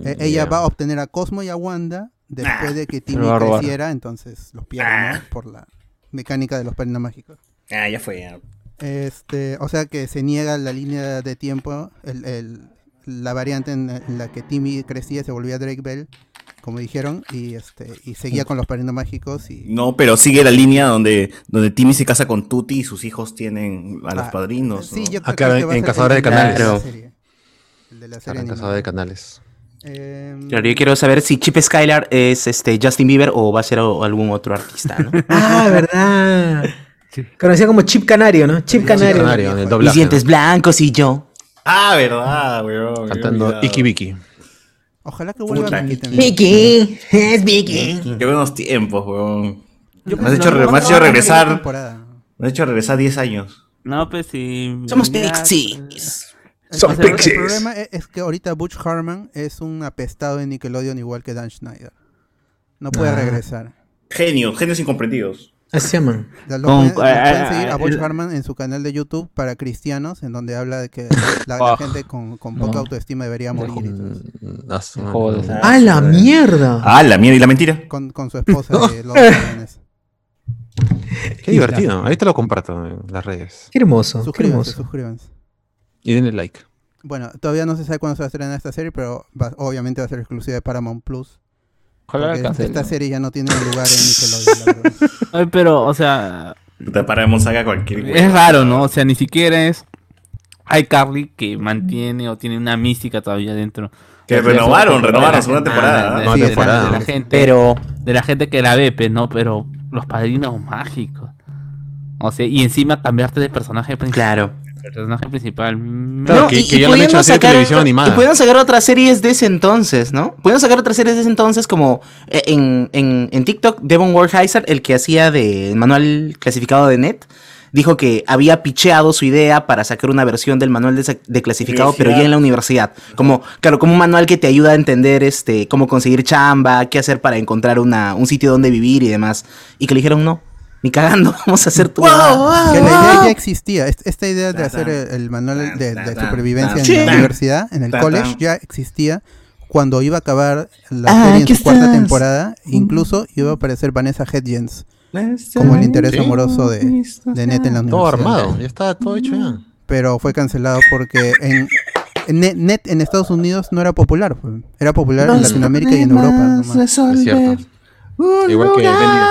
[SPEAKER 3] Eh,
[SPEAKER 5] Ya.
[SPEAKER 3] ella va a obtener a Cosmo y a Wanda después de que Timmy
[SPEAKER 9] va a robar.
[SPEAKER 3] creciera, entonces los pierde, ¿no? Por la mecánica de los padrinos mágicos.
[SPEAKER 7] Ah, ya fue. ya.
[SPEAKER 3] Este, o sea que se niega la línea de tiempo, el- el- la variante en en la que Timmy crecía, se volvía Drake Bell, como dijeron, y este, y
[SPEAKER 9] Mm.
[SPEAKER 3] seguía con los padrinos mágicos y
[SPEAKER 7] No, pero sigue la línea donde, donde Timmy se casa con Tuti y sus hijos tienen a los
[SPEAKER 3] Ah,
[SPEAKER 7] padrinos.
[SPEAKER 3] sí,
[SPEAKER 7] ¿no?
[SPEAKER 3] yo creo
[SPEAKER 5] Ah, claro,
[SPEAKER 3] que va a
[SPEAKER 5] en
[SPEAKER 3] ser
[SPEAKER 5] Cazadores
[SPEAKER 3] el
[SPEAKER 5] de
[SPEAKER 3] de la
[SPEAKER 8] Canales.
[SPEAKER 3] serie. El de la serie
[SPEAKER 5] Arranca
[SPEAKER 3] animada.
[SPEAKER 5] sábado de canales.
[SPEAKER 3] Em,
[SPEAKER 8] Claro, yo quiero saber si Chip Skylar es este Justin Bieber o va a ser o- algún otro artista, ¿no?
[SPEAKER 4] Ah, verdad. Conocía como Chip Canario, ¿no? Chip Canario.
[SPEAKER 5] Canario, en el
[SPEAKER 8] Mis
[SPEAKER 5] doblaje.
[SPEAKER 8] dientes blancos y yo.
[SPEAKER 7] Ah, verdad, weón.
[SPEAKER 5] Cantando Iki Biki.
[SPEAKER 3] Ojalá que vuelva
[SPEAKER 7] Puta,
[SPEAKER 3] Vicky
[SPEAKER 7] y-
[SPEAKER 3] también.
[SPEAKER 4] Vicky, es Vicky.
[SPEAKER 7] Qué buenos tiempos, weón.
[SPEAKER 6] Yo
[SPEAKER 7] Me has
[SPEAKER 6] pensé-
[SPEAKER 7] hecho, re- me has hecho
[SPEAKER 3] Otra
[SPEAKER 7] regresar.
[SPEAKER 3] temporada.
[SPEAKER 7] Me has hecho regresar 10 años.
[SPEAKER 6] No, pues sí.
[SPEAKER 8] Somos
[SPEAKER 6] ya-
[SPEAKER 8] pixies.
[SPEAKER 1] Son
[SPEAKER 3] el, pro- el
[SPEAKER 1] pixies.
[SPEAKER 3] problema e- es que ahorita Butch Harman es un apestado de Nickelodeon igual que Dan Schneider. No puede
[SPEAKER 4] Ah.
[SPEAKER 7] Eh,
[SPEAKER 3] regresar.
[SPEAKER 7] Genios, genios incomprendidos.
[SPEAKER 4] Así se llaman.
[SPEAKER 3] O sea, lo
[SPEAKER 8] Con-
[SPEAKER 3] pueden, lo
[SPEAKER 7] eh,
[SPEAKER 8] ah,
[SPEAKER 3] pueden
[SPEAKER 8] ah,
[SPEAKER 3] seguir a
[SPEAKER 8] ah,
[SPEAKER 3] Butch
[SPEAKER 8] el-
[SPEAKER 3] Harman en su canal de YouTube para cristianos, en donde habla de que la, la
[SPEAKER 7] Oh.
[SPEAKER 9] Ah,
[SPEAKER 3] gente con, con
[SPEAKER 9] no.
[SPEAKER 3] poca autoestima debería morir. y todo eso.
[SPEAKER 5] Mm, as-
[SPEAKER 9] Joder.
[SPEAKER 5] mm.
[SPEAKER 6] Ah,
[SPEAKER 4] ¡A la mierda!
[SPEAKER 7] Ah, la mierda y la mentira.
[SPEAKER 3] Con, con su esposa de los jóvenes.
[SPEAKER 5] Qué divertido. Ahí te lo comparto en las redes.
[SPEAKER 4] Qué hermoso, qué
[SPEAKER 3] Suscríbanse,
[SPEAKER 4] hermoso.
[SPEAKER 3] suscríbanse.
[SPEAKER 5] Y denle like.
[SPEAKER 3] Bueno, todavía no se sabe cuándo se va a estrenar esta serie, pero va- obviamente va a ser exclusiva de Paramount Plus.
[SPEAKER 9] Ojalá la
[SPEAKER 3] porque esta-
[SPEAKER 9] cancelen.
[SPEAKER 3] esta serie ya no tiene lugar en Nickelodeon. la verdad.
[SPEAKER 6] Ay, pero, o sea,
[SPEAKER 7] Puta, para Monzaga cualquier güey.
[SPEAKER 6] es raro, ¿no? O sea, ni siquiera es iCarly que mantiene o tiene una mística todavía dentro.
[SPEAKER 7] Que
[SPEAKER 6] O sea,
[SPEAKER 7] renovaron,
[SPEAKER 6] sobre-
[SPEAKER 7] renovaron,
[SPEAKER 6] sobre-
[SPEAKER 7] segunda temporada,
[SPEAKER 6] de-
[SPEAKER 7] ¿no?
[SPEAKER 6] Ah, sí, de la-
[SPEAKER 5] temporada.
[SPEAKER 6] De la gente,
[SPEAKER 8] Pero
[SPEAKER 6] de la gente que la ve, pues, ¿no? Pero los padrinos mágicos. O sea, y encima cambiarte de personaje principal.
[SPEAKER 8] Claro.
[SPEAKER 6] El personaje principal. mm,
[SPEAKER 5] Claro,
[SPEAKER 8] No,
[SPEAKER 5] que-
[SPEAKER 8] y-
[SPEAKER 5] que
[SPEAKER 8] y
[SPEAKER 5] ya lo han hecho
[SPEAKER 8] pudieron
[SPEAKER 5] hacer
[SPEAKER 8] sacar-
[SPEAKER 5] televisión animada.
[SPEAKER 8] Y pudieron sacar otras series de ese entonces, ¿no? Pudieron sacar otras series de ese entonces, como eh, en, en, en TikTok, Devon Warheiser, el que hacía de el manual clasificado de Net, dijo que había picheado su idea para sacar una versión del manual de, sa- de clasificado, pero ya en la universidad. Como, claro, como un manual que te ayuda a entender este, cómo conseguir chamba, qué hacer para encontrar una, un sitio donde vivir y demás. Y que le dijeron, no, ni cagando, vamos a hacer tu. huevada".
[SPEAKER 3] que la idea ya existía. Est- Esta idea de hacer el, el manual
[SPEAKER 7] tan,
[SPEAKER 3] de,
[SPEAKER 7] tan,
[SPEAKER 3] de
[SPEAKER 7] tan,
[SPEAKER 3] supervivencia
[SPEAKER 7] tan,
[SPEAKER 3] en la
[SPEAKER 7] tan,
[SPEAKER 3] universidad, en el
[SPEAKER 7] tan,
[SPEAKER 3] college,
[SPEAKER 7] tan.
[SPEAKER 3] ya existía cuando iba a acabar la
[SPEAKER 8] Ah,
[SPEAKER 3] serie en
[SPEAKER 8] aquí
[SPEAKER 3] su cuarta
[SPEAKER 8] estás.
[SPEAKER 3] temporada.
[SPEAKER 5] Mm.
[SPEAKER 3] Incluso iba a aparecer Vanessa Hedgens como el interés
[SPEAKER 5] Sí.
[SPEAKER 3] amoroso de, de Net en la universidad.
[SPEAKER 5] Todo armado. Ya está todo hecho ya.
[SPEAKER 3] Pero fue cancelado porque en, en Net, Net en Estados Unidos no era popular. fue- Era popular en Latinoamérica y en Europa. nomás.
[SPEAKER 5] Es cierto. Igual que Bendiga.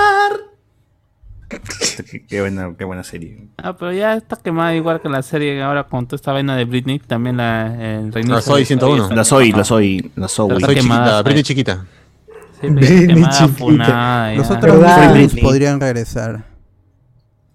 [SPEAKER 7] Qué- Qué buena, qué buena serie.
[SPEAKER 6] Ah, pero ya está quemada igual que la serie ahora con toda esta vaina de Britney. También la, el reinicio
[SPEAKER 5] La Zoe
[SPEAKER 6] de-
[SPEAKER 5] 101.
[SPEAKER 6] está
[SPEAKER 7] La soy,
[SPEAKER 6] quemada.
[SPEAKER 7] la soy, la soy.
[SPEAKER 6] Está quemada,
[SPEAKER 5] Soy chiquita,
[SPEAKER 6] está
[SPEAKER 5] Britney
[SPEAKER 6] ahí.
[SPEAKER 5] chiquita.
[SPEAKER 6] Sí, pero
[SPEAKER 4] Britney
[SPEAKER 6] quemada,
[SPEAKER 4] chiquita.
[SPEAKER 6] funada, ya.
[SPEAKER 3] Los otros
[SPEAKER 4] ¿Verdad?
[SPEAKER 3] mismos
[SPEAKER 7] Britney.
[SPEAKER 3] podrían regresar.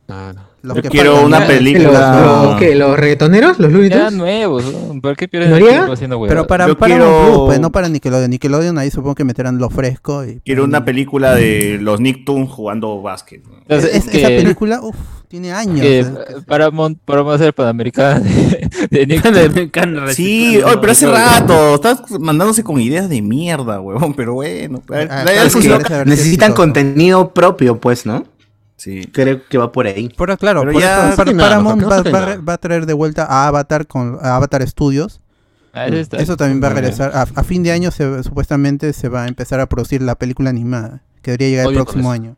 [SPEAKER 5] Claro.
[SPEAKER 3] Los
[SPEAKER 7] Ah, Yo
[SPEAKER 3] que
[SPEAKER 7] quiero
[SPEAKER 3] faltan.
[SPEAKER 7] una
[SPEAKER 3] Ya-
[SPEAKER 7] peli-
[SPEAKER 4] ¿Los,
[SPEAKER 7] película.
[SPEAKER 4] los, ¿qué, los reggaetoneros? ¿Los Looney
[SPEAKER 9] Ya
[SPEAKER 4] Tunes?
[SPEAKER 9] nuevos, ¿no? ¿por qué pierden el
[SPEAKER 4] ¿Noría?
[SPEAKER 9] tiempo haciendo huevas?
[SPEAKER 3] Pero para,
[SPEAKER 7] Yo
[SPEAKER 3] para
[SPEAKER 7] quiero-
[SPEAKER 3] un club, pues, no para Nickelodeon. Nickelodeon ahí supongo que meterán lo fresco. Y,
[SPEAKER 7] Quiero una película de los Nicktoons jugando básquet. ¿no?
[SPEAKER 3] Es-
[SPEAKER 9] Entonces,
[SPEAKER 3] es- Esa película, uff, tiene años.
[SPEAKER 9] que,
[SPEAKER 3] ¿eh?
[SPEAKER 9] eh, para mon- para hacer Panamericana de, de Nick.
[SPEAKER 7] Sí, oye, pero hace rato. Estás mandándose con ideas de mierda, huevón. Pero bueno. a ver,
[SPEAKER 3] Ah,
[SPEAKER 7] a
[SPEAKER 3] claro,
[SPEAKER 7] ver
[SPEAKER 8] Es
[SPEAKER 7] si
[SPEAKER 8] que
[SPEAKER 7] no-
[SPEAKER 3] Parece haber sido
[SPEAKER 8] necesitan
[SPEAKER 3] exitoso.
[SPEAKER 8] contenido propio, pues, ¿no?
[SPEAKER 7] Sí.
[SPEAKER 8] Creo que va por ahí.
[SPEAKER 3] Pero claro,
[SPEAKER 7] Pero
[SPEAKER 3] por
[SPEAKER 7] ya-
[SPEAKER 3] eso, Par-
[SPEAKER 5] sí, nada,
[SPEAKER 3] Paramount
[SPEAKER 5] no
[SPEAKER 3] va,
[SPEAKER 5] saca
[SPEAKER 3] va-
[SPEAKER 5] nada.
[SPEAKER 3] va a traer de vuelta a Avatar con a Avatar Studios.
[SPEAKER 9] Ah, ese está-
[SPEAKER 3] Eso también va a
[SPEAKER 9] Muy bien.
[SPEAKER 3] regresar. A, a fin de año se- supuestamente se va a empezar a producir la película animada, que debería llegar
[SPEAKER 5] Odio
[SPEAKER 3] el próximo
[SPEAKER 5] con
[SPEAKER 3] año.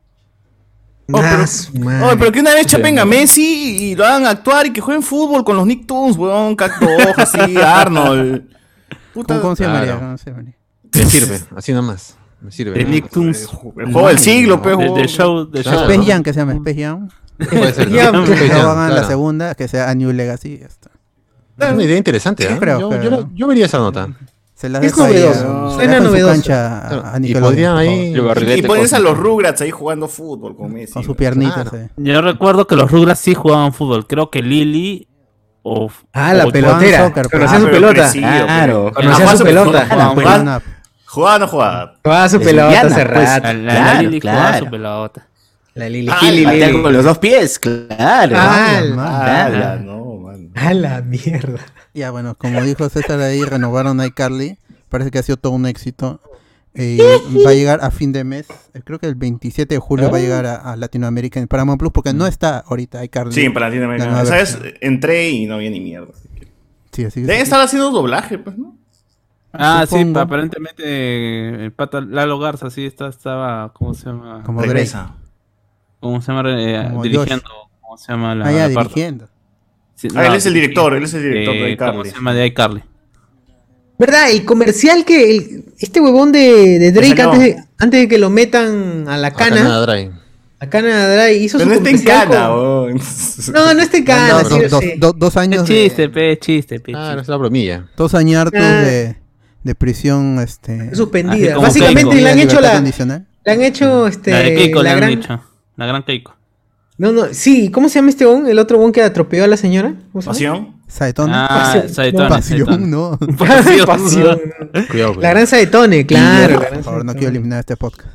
[SPEAKER 7] pues. Oh, pero-
[SPEAKER 4] Ah, su madre.
[SPEAKER 7] Oye, pero que una vez chapen a Messi y lo hagan actuar y que jueguen fútbol con los Nicktoons, huevón. Cacto Hoja, así, Arnold.
[SPEAKER 3] ¿Cómo,
[SPEAKER 7] Puta.
[SPEAKER 3] cómo se
[SPEAKER 5] Claro.
[SPEAKER 3] llamaría? ¿Cómo se llamaría?
[SPEAKER 5] Me sirve, así nomás. Me sirve. Eh,
[SPEAKER 6] De Nicktoons.
[SPEAKER 7] El juego del siglo, pe,
[SPEAKER 6] De,
[SPEAKER 7] huevón.
[SPEAKER 6] de show, de
[SPEAKER 5] Claro.
[SPEAKER 6] show.
[SPEAKER 3] Space Jam, que se llama Space Jam.
[SPEAKER 5] Puede ser, ¿no?
[SPEAKER 4] Ya,
[SPEAKER 5] Puede ser,
[SPEAKER 3] Luego hagan la
[SPEAKER 5] claro.
[SPEAKER 3] segunda, que sea a New Legacy. Este, y ya está.
[SPEAKER 5] Es una idea interesante, ¿eh?
[SPEAKER 3] Yo creo,
[SPEAKER 5] yo,
[SPEAKER 3] creo.
[SPEAKER 5] yo la- yo vería esa nota.
[SPEAKER 3] Se las
[SPEAKER 4] Es
[SPEAKER 3] dejo ahí a-
[SPEAKER 4] novedoso,
[SPEAKER 3] se las
[SPEAKER 4] suena
[SPEAKER 3] dejo en su
[SPEAKER 4] novedoso.
[SPEAKER 3] cancha a- a
[SPEAKER 5] y
[SPEAKER 3] Nickelodeon,
[SPEAKER 5] podrían
[SPEAKER 3] por
[SPEAKER 5] ahí.
[SPEAKER 9] Yo barré-
[SPEAKER 7] Y
[SPEAKER 9] Barrilete,
[SPEAKER 7] pones a
[SPEAKER 9] cosa.
[SPEAKER 7] los Rugrats ahí jugando fútbol con
[SPEAKER 3] favor,
[SPEAKER 7] Messi.
[SPEAKER 3] Con
[SPEAKER 7] huevón.
[SPEAKER 3] sus piernitas.
[SPEAKER 5] Claro.
[SPEAKER 3] eh.
[SPEAKER 6] Yo recuerdo que los Rugrats sí jugaban fútbol. Creo que Lily o.
[SPEAKER 4] Ah, la
[SPEAKER 6] o-
[SPEAKER 4] pelotera.
[SPEAKER 3] Juan Soccer,
[SPEAKER 4] Conocía
[SPEAKER 7] Ah,
[SPEAKER 4] su
[SPEAKER 7] pero
[SPEAKER 4] pelota.
[SPEAKER 7] crecido,
[SPEAKER 8] Claro.
[SPEAKER 7] pe.
[SPEAKER 4] Conocía
[SPEAKER 7] Ah,
[SPEAKER 4] su
[SPEAKER 7] juega-
[SPEAKER 4] pelota.
[SPEAKER 7] juega-
[SPEAKER 3] Con
[SPEAKER 7] juega-
[SPEAKER 3] Snap.
[SPEAKER 7] Jugaba o no jugaba.
[SPEAKER 4] Jugaba su
[SPEAKER 8] Es
[SPEAKER 4] pelota
[SPEAKER 8] lesbiana,
[SPEAKER 4] hace
[SPEAKER 8] pues.
[SPEAKER 4] rato.
[SPEAKER 6] La, la
[SPEAKER 8] Claro,
[SPEAKER 6] Lily jugaba
[SPEAKER 8] claro.
[SPEAKER 6] su pelota.
[SPEAKER 4] La Lili
[SPEAKER 7] Ah,
[SPEAKER 4] Gili,
[SPEAKER 7] la
[SPEAKER 8] Patear
[SPEAKER 4] Lili.
[SPEAKER 8] con los dos pies, claro.
[SPEAKER 4] Ah,
[SPEAKER 3] Ay,
[SPEAKER 4] la-
[SPEAKER 3] man.
[SPEAKER 7] Ah,
[SPEAKER 8] Claro.
[SPEAKER 7] la- no, man.
[SPEAKER 4] a la mierda.
[SPEAKER 3] Ya, bueno, como dijo César ahí, renovaron a iCarly. Parece que ha sido todo un éxito. Eh, va a llegar a fin de mes. eh, Creo que el 27 de julio
[SPEAKER 4] Oh.
[SPEAKER 3] va a llegar a, a Latinoamérica en Paramount Plus porque no
[SPEAKER 4] Mm.
[SPEAKER 3] está ahorita iCarly.
[SPEAKER 7] Sí, para
[SPEAKER 3] La nueva
[SPEAKER 7] Latinoamérica. ¿Sabes?
[SPEAKER 3] versión.
[SPEAKER 7] Entré y no vi ni mierda.
[SPEAKER 3] Sí, así
[SPEAKER 7] Deben
[SPEAKER 3] que-
[SPEAKER 7] estar haciendo doblaje, pues, ¿no?
[SPEAKER 6] Ah, sí,
[SPEAKER 3] Supongo.
[SPEAKER 6] aparentemente eh, el pata Lalo Garza sí está, estaba. ¿Cómo se llama?
[SPEAKER 3] Como Drake.
[SPEAKER 6] ¿Cómo se llama? Eh,
[SPEAKER 3] Como
[SPEAKER 6] dirigiendo. ¿Cómo se llama la,
[SPEAKER 3] Ah, ya,
[SPEAKER 6] la parte?
[SPEAKER 3] dirigiendo.
[SPEAKER 6] Sí, no,
[SPEAKER 7] Ah, él es el director, él es el director
[SPEAKER 6] eh,
[SPEAKER 7] de
[SPEAKER 6] ¿Cómo
[SPEAKER 7] Carly.
[SPEAKER 6] se llama de iCarly?
[SPEAKER 4] ¿Verdad? El comercial que el- este huevón de, de Drake
[SPEAKER 7] salió.
[SPEAKER 4] antes de, antes de que lo metan a la
[SPEAKER 5] Acá
[SPEAKER 4] cana,
[SPEAKER 5] nada, Drive.
[SPEAKER 4] a cana Dry, hizo
[SPEAKER 7] Pero no
[SPEAKER 4] su
[SPEAKER 7] está en
[SPEAKER 4] comercial
[SPEAKER 7] Cana,
[SPEAKER 4] con-
[SPEAKER 7] weón.
[SPEAKER 4] No, no está en cana,
[SPEAKER 3] Dos-
[SPEAKER 4] sí,
[SPEAKER 3] dos,
[SPEAKER 4] sí.
[SPEAKER 3] dos- dos
[SPEAKER 6] Es
[SPEAKER 3] años
[SPEAKER 6] chiste,
[SPEAKER 3] de,
[SPEAKER 6] pe, chiste, pe.
[SPEAKER 5] Claro,
[SPEAKER 6] chiste.
[SPEAKER 5] es una bromilla.
[SPEAKER 3] dos añartos
[SPEAKER 4] Ah.
[SPEAKER 3] de, de prisión este
[SPEAKER 6] Así
[SPEAKER 4] suspendida.
[SPEAKER 6] como
[SPEAKER 4] Básicamente
[SPEAKER 6] Keiko.
[SPEAKER 4] le han hecho
[SPEAKER 3] libertad
[SPEAKER 4] la
[SPEAKER 3] condicional.
[SPEAKER 4] le han hecho este
[SPEAKER 6] la de Keiko
[SPEAKER 4] la
[SPEAKER 6] le
[SPEAKER 4] gran
[SPEAKER 6] han dicho. La gran Keiko.
[SPEAKER 7] Ah,
[SPEAKER 4] No, no, sí, ¿cómo se llama este huevón? El otro huevón que atropelló a la señora? ¿Cómo se llama?
[SPEAKER 7] ¿Pasión?
[SPEAKER 3] Saetón.
[SPEAKER 6] Ah, Saitón.
[SPEAKER 3] Pasión, no.
[SPEAKER 6] Pasión.
[SPEAKER 4] Pasión.
[SPEAKER 5] Cuidado,
[SPEAKER 4] La
[SPEAKER 5] cuidado.
[SPEAKER 4] gran Saetone, claro. la gran
[SPEAKER 3] Por favor, no
[SPEAKER 4] Saetone.
[SPEAKER 3] quiero eliminar este podcast.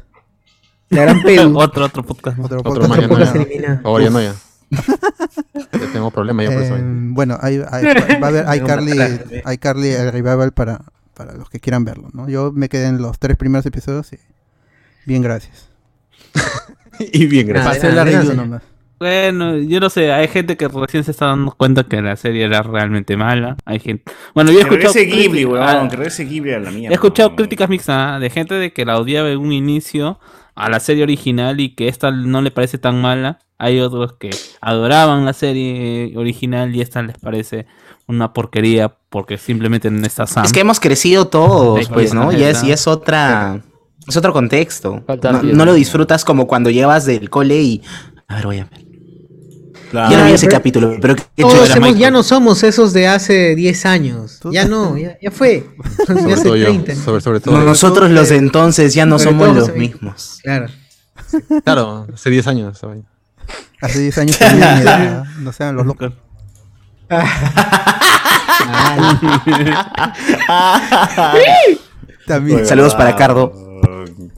[SPEAKER 4] La gran Perú.
[SPEAKER 6] Otro, otro podcast.
[SPEAKER 3] Otro,
[SPEAKER 5] Otro
[SPEAKER 3] podcast.
[SPEAKER 5] mañana.
[SPEAKER 4] Poco se elimina.
[SPEAKER 5] Ahora ya no ya. Ya tengo problemas yo por eso.
[SPEAKER 3] Eh, bueno, hay, hay- va a haber iCarly, iCarly el revival para, para los que quieran verlo, ¿no? Yo me quedé en los tres primeros episodios y bien, gracias.
[SPEAKER 5] Y bien, gracias.
[SPEAKER 3] Pasé la review nomás.
[SPEAKER 6] Bueno, yo no sé, hay gente que recién se está dando cuenta que la serie era realmente mala. Hay gente. Bueno, yo he
[SPEAKER 7] Que
[SPEAKER 6] escuchado.
[SPEAKER 7] regrese Ghibli,
[SPEAKER 6] crítica-
[SPEAKER 7] weón. Que
[SPEAKER 6] ah,
[SPEAKER 7] regrese Ghibli a la
[SPEAKER 6] He
[SPEAKER 7] mierda.
[SPEAKER 6] escuchado
[SPEAKER 7] weón.
[SPEAKER 6] críticas mixtas ¿ah? de gente de que la odiaba en un inicio a la serie original y que esta no le parece tan mala. Hay otros que adoraban la serie original y esta les parece una porquería porque simplemente no está Sam.
[SPEAKER 8] Es que hemos crecido todos,
[SPEAKER 6] Ahí
[SPEAKER 8] pues, ¿no?
[SPEAKER 6] está.
[SPEAKER 8] Y es, y es otra. Es otro contexto.
[SPEAKER 9] Falta
[SPEAKER 8] No,
[SPEAKER 9] bien.
[SPEAKER 8] no lo disfrutas como cuando llevas del cole y. A ver, voy a ver.
[SPEAKER 7] Claro.
[SPEAKER 8] Ya no vi ese
[SPEAKER 4] pero-
[SPEAKER 8] capítulo, pero qué
[SPEAKER 4] Todos
[SPEAKER 8] chévere.
[SPEAKER 6] era
[SPEAKER 4] hemos-
[SPEAKER 6] Michael.
[SPEAKER 4] ya no somos esos de hace 10 años. Ya no, ya, ya fue. Ya
[SPEAKER 5] Sobre
[SPEAKER 4] hace
[SPEAKER 5] todo yo.
[SPEAKER 4] 30.
[SPEAKER 5] Sobre, sobre todo. yo.
[SPEAKER 8] Nosotros los de entonces ya no
[SPEAKER 4] Sobre
[SPEAKER 8] somos
[SPEAKER 4] todo
[SPEAKER 8] los
[SPEAKER 4] se ve.
[SPEAKER 8] mismos.
[SPEAKER 4] Claro.
[SPEAKER 5] Claro, hace 10 años. esa vaina.
[SPEAKER 3] Hace 10 años tenía mi edad, no sean los locos.
[SPEAKER 6] Ah.
[SPEAKER 3] También.
[SPEAKER 7] Weón.
[SPEAKER 8] Saludos para Cardo.